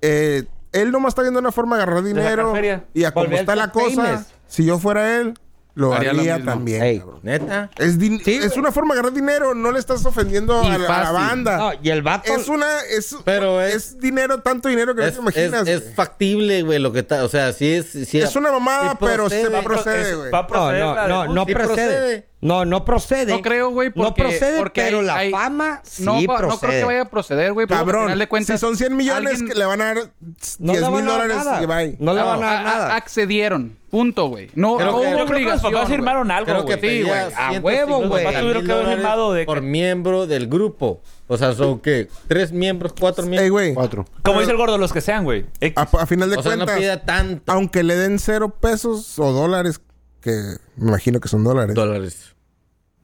S3: Eh, él nomás está viendo una forma de agarrar
S9: sacar
S3: dinero.
S9: feria.
S3: y a como
S2: Volver
S3: está
S2: al
S3: la cosa,
S2: famous.
S3: si yo fuera él, lo
S5: Haría
S3: haría,
S5: lo mismo.
S3: también.
S2: Ey.
S3: cabrón.
S10: Neta.
S3: Es, din-
S2: Sí,
S3: es
S2: güey.
S3: una forma de agarrar dinero. No le estás ofendiendo
S5: Y
S3: a la, a la
S5: fácil.
S3: banda.
S2: No, y el vato...
S3: Es una. Es,
S10: Pero
S3: es,
S10: es-
S3: dinero, tanto dinero que
S10: Es,
S3: no te
S10: es-
S3: imaginas.
S10: es
S3: güey.
S10: factible, güey, lo que está... O sea, sí es... sí
S3: Es una mamada,
S10: sí
S3: pero se
S10: procede.
S3: procede,
S9: Es-
S3: güey.
S9: va a
S2: No,
S9: proceder
S2: no,
S9: la
S2: no,
S9: denuncia.
S2: no
S10: Sí
S2: procede.
S10: procede.
S2: No, no procede.
S5: No creo, güey,
S2: No
S5: porque-
S2: procede,
S5: porque
S2: pero
S5: hay-
S2: la
S5: hay-
S2: fama sí
S5: no, pa-
S2: procede.
S5: no creo que vaya a proceder, güey. porque al
S3: Cabrón,
S5: final de cuentas,
S3: si son 100 millones,
S5: alguien-
S3: que le van a dar 10
S2: No le
S3: mil
S2: van a dar
S3: dólares
S2: nada.
S3: y va ahí.
S2: No le van a
S5: a-
S2: dar nada.
S5: a- accedieron. Punto, güey. No, no
S9: Yo
S5: hubo
S9: creo que los
S5: obligación.
S9: papás
S5: güey.
S9: firmaron algo,
S4: Creo que
S9: güey.
S5: Sí, güey.
S4: pedía
S2: A huevo,
S4: 150
S2: güey.
S4: mil
S9: Papá tuvieron que haber
S4: dólares
S9: firmado de-
S4: Por miembro del grupo. O sea, son que tres miembros, cuatro
S3: Ey,
S4: miembros.
S3: güey,
S7: Cuatro.
S9: Como dice el gordo, los que sean, güey. X.
S5: Ah,
S3: a, a final de
S4: o sea, no
S3: cuentas,
S4: pida tanto.
S3: aunque le den cero pesos o dólares, que me imagino que son dólares,
S4: Dólares.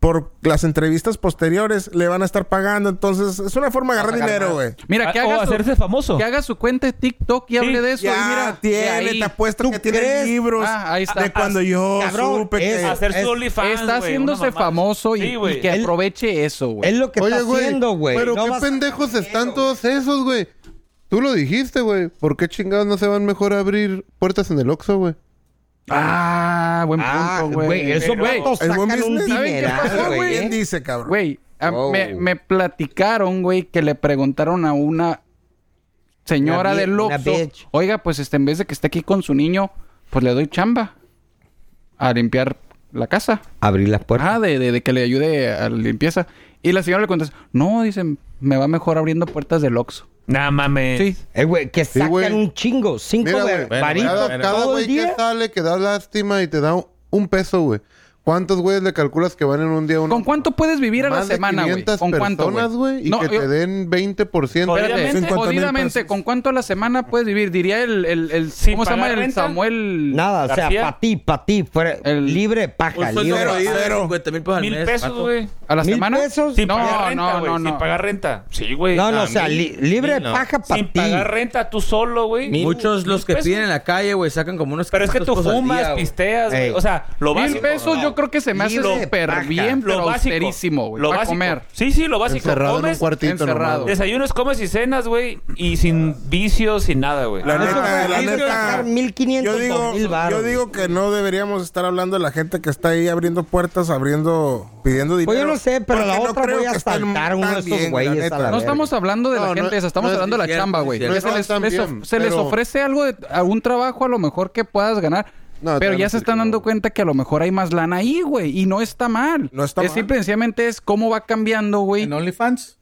S3: por las entrevistas posteriores le van a estar pagando. Entonces, es una forma de agarrar dinero, güey.
S5: Mira, que
S9: Ah,
S5: haga,
S9: o
S5: su,
S9: hacerse famoso.
S5: que haga su cuenta de TikTok y hable de eso. y
S3: Ya
S5: mira, de
S3: tiene,
S5: ahí.
S3: te apuesto que tiene
S2: crees?
S3: libros
S5: Ah, ahí está.
S3: de cuando yo
S2: Cabrón,
S3: supe
S2: es-
S3: que...
S9: hacer
S2: es-
S9: su OnlyFans,
S5: Está
S9: güey,
S5: haciéndose
S9: una mamá.
S5: famoso y,
S9: Sí,
S5: y
S9: güey.
S5: que
S2: Él-
S5: aproveche eso, güey.
S2: Es lo que está haciendo, güey.
S7: Pero
S2: No
S7: qué
S2: vas-
S7: pendejos están todos esos, güey. Tú lo dijiste, güey. ¿Por qué chingados no se van mejor a abrir puertas en el Oxxo, güey?
S5: Ah, buen
S2: Ah,
S5: punto,
S2: güey, esos
S9: Pero-
S2: vatos
S3: Es buen
S2: sacan un
S3: business. ¿Saben qué
S2: dineral,
S5: pasó,
S2: güey.
S5: güey?
S2: ¿eh?
S3: ¿Quién dice, cabrón?
S5: Güey, a-
S2: Wow.
S5: me, me platicaron, güey, que le preguntaron a una señora
S2: Una bi-
S5: del
S2: una
S5: Oxxo,
S2: bitch.
S5: oiga, pues este, en vez de que esté aquí con su niño, pues le doy chamba a limpiar la casa.
S2: Abrir las puertas.
S5: Ah, de, de- de que le ayude a la limpieza. Y la señora le contesta, no, dicen, me va mejor abriendo puertas del Oxxo.
S9: Nah, mames.
S5: Sí.
S2: Eh, güey, que sacan
S7: güey.
S2: un chingo. Cinco
S7: Mira,
S2: de
S7: güey.
S2: varitos
S7: Cada, cada
S2: todo
S7: güey
S2: el
S7: que
S2: día.
S7: sale que da lástima y te da un- un peso, güey. ¿Cuántos güeyes le calculas que van en un día? a Una...
S5: ¿Con cuánto puedes vivir a la
S7: Más de
S5: semana, güey?
S7: 500
S5: ¿Con cuánto,
S7: personas, güey? Y
S5: No,
S7: que
S5: yo-
S7: te den 20%.
S9: Joder,
S5: Espérate,
S3: 50,000
S5: jodidamente,
S3: pesos.
S5: ¿con cuánto a la semana puedes vivir? Diría el, el, el-
S9: Sin
S5: ¿cómo se llama?
S9: pagar
S5: El
S9: renta.
S5: Samuel...
S2: Nada, o sea,
S9: García.
S2: para ti, para ti. fuera-
S5: El-
S2: libre
S6: Un
S2: paja,
S6: sueldo
S2: libre.
S6: promedio de
S3: cero.
S6: 50 mil pesos al
S9: Mil
S6: mes,
S9: pesos,
S6: vato.
S9: güey.
S5: ¿A la
S2: ¿Mil
S5: semana?
S2: pesos?
S9: Sin
S5: No,
S9: pagar renta,
S5: no,
S9: güey.
S5: no,
S9: Sin
S5: no.
S9: pagar renta. Sí, güey.
S2: No, no,
S9: Ah,
S2: o sea,
S9: mil.
S2: li- libre
S4: mil no.
S2: paja para
S9: Sin
S2: ti.
S9: pagar renta tú solo, güey.
S6: Muchos los que
S9: pesos.
S6: piden en la calle, güey, sacan como unos
S9: Pero es que tú
S6: 500 pesos al
S9: fumas,
S6: día, güey.
S9: pisteas, güey.
S2: Ey.
S9: O sea, lo
S5: Mil
S9: básico.
S5: pesos yo creo que se me hace
S2: Libre paja.
S5: súper bien,
S9: Lo
S5: pero
S9: básico.
S5: austerísimo, güey.
S9: Lo
S5: para
S9: básico.
S5: comer.
S9: Sí, sí, lo básico.
S7: encerrado en un
S9: comes,
S7: cuartito
S5: encerrado.
S7: nomás, güey.
S9: desayunos, comes y cenas, güey. Y sin vicios, sin nada, güey.
S3: La
S9: Ah,
S3: neta, la
S2: Tienes que
S3: neta...
S2: sacar 1500
S3: Yo digo,
S2: 2000 varos.
S3: yo digo que no deberíamos estar hablando de la gente que está ahí abriendo puertas, abriendo, pidiendo dinero.
S2: Pues yo no sé, pero la
S3: Porque no
S2: otra
S3: creo
S2: voy a
S3: que estén
S2: asaltar a uno de
S3: tan bien,
S2: esos
S3: la
S2: güeyes.
S3: neta.
S2: a la
S5: No
S2: verga.
S5: estamos hablando de
S7: No,
S5: la
S7: no,
S5: gente esa, estamos
S7: no es
S5: hablando de la
S7: cierto,
S5: chamba,
S7: es
S5: güey.
S7: cierto.
S5: Que Se,
S7: No
S5: les,
S7: están
S5: les
S7: bien,
S5: of- se les
S7: pero-
S5: ofrece algo, de, algún trabajo a lo mejor que puedas ganar.
S7: No, te
S5: pero
S7: van a
S5: ya se
S7: decir
S5: están
S7: que
S5: dando
S7: no.
S5: cuenta que a lo mejor hay más lana ahí, güey. Y no está mal.
S3: No está
S5: es
S3: mal.
S5: simple y sencillamente es cómo va cambiando, güey.
S8: ¿En OnlyFans?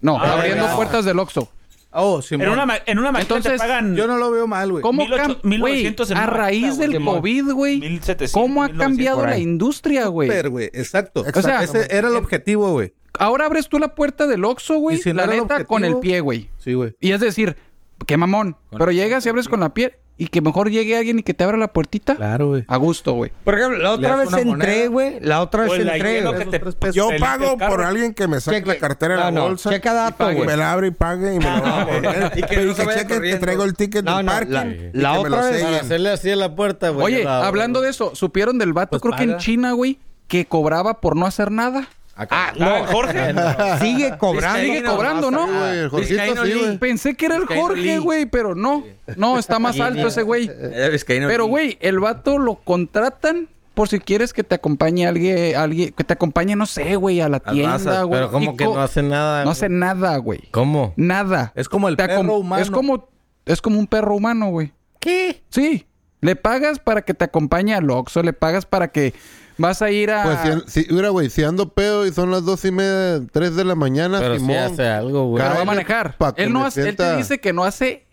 S5: No,
S9: Ah,
S5: abriendo
S9: ya.
S5: puertas del Oxxo.
S8: Oh, sí,
S9: En una, ma- en una máquina te
S5: Entonces,
S9: pagan...
S8: Yo no lo veo mal, güey.
S5: ¿Cómo
S9: 1800,
S5: cam- güey,
S9: 1900 en
S5: A
S9: una
S5: raíz
S9: recta, güey,
S5: del
S9: Simón.
S5: COVID, güey.
S9: 1700,
S5: ¿Cómo ha
S9: 1900
S5: cambiado
S2: por
S5: la
S2: ahí.
S5: industria, güey?
S8: Súper, güey. Exacto.
S5: O sea,
S8: ese era el objetivo, güey.
S5: Ahora abres tú la puerta del Oxxo, güey.
S8: Y si no
S5: la
S8: era el
S5: neta, con el
S8: objetivo-
S5: pie, güey.
S8: Sí, güey.
S5: Y es decir, qué mamón. pero llegas y abres con la piel y que mejor llegue alguien y que te abra la puertita.
S8: Claro, güey.
S5: A gusto, güey.
S2: Por ejemplo, la otra
S8: das
S2: vez
S8: una
S2: entré,
S8: moneda.
S2: güey. La otra
S9: O
S2: vez
S9: el
S2: entré.
S9: hielo
S2: güey.
S9: que te-
S3: Yo
S9: te limpia
S3: pago
S9: el carro.
S3: por alguien que me saque
S2: Cheque.
S3: la cartera de la
S2: No, no,
S3: bolsa.
S2: checa dato,
S3: y
S2: güey.
S3: me la abre y pague
S2: *laughs*
S3: y me la va a
S6: Y
S3: volver.
S6: que
S3: Pero
S6: no se
S3: que
S6: vaya
S3: cheque que
S6: corriendo.
S3: traigo el ticket
S2: No,
S3: del
S2: no,
S3: parking
S2: la-
S3: y
S2: la
S3: que me lo
S2: otra vez-
S3: sellen.
S4: Para hacerle así a la puerta, güey.
S5: Oye,
S4: la-
S5: hablando de eso, supieron del vato,
S8: Pues
S5: creo que en
S8: paga.
S5: China, güey, que cobraba por no hacer nada. Pues
S2: Ah,
S9: Ah,
S2: no,
S9: Jorge.
S2: sigue
S6: Pues
S2: cobrando.
S5: Sigue cobrando, ¿no?
S7: Güey, el Jorgito
S8: Vizcaíno
S7: sí,
S8: Lee.
S7: güey.
S5: Pensé que era el
S8: Es que hay un
S5: Jorge,
S8: link.
S5: güey, pero no. No, está más alto ese güey.
S6: Eh, es que ahí no-
S5: Pero, güey, el vato lo contratan por si quieres que te acompañe alguien, alguien que te acompañe, no sé, güey, a la
S4: A
S5: tienda,
S4: razas,
S5: Ah, güey.
S4: Pero como
S5: Y
S4: que
S5: co-
S4: no hace nada.
S5: No hace nada, güey.
S4: ¿Cómo?
S5: Nada.
S8: Es como el
S5: Te acom-
S8: perro humano.
S5: Es como, es como un perro humano, güey. ¿Qué? Sí. Le pagas para que te acompañe al Oxxo, le pagas para que vas a ir a...
S7: Pues si, si- mira, güey, si ando pedo y son las dos y media, tres de la mañana,
S4: Pero sí
S7: Simón.
S4: hace algo, güey.
S5: pero va a
S7: cáele
S5: manejar.
S7: pa' que
S5: Él, no
S7: me
S5: hace- él te
S7: sienta-
S5: dice que no hace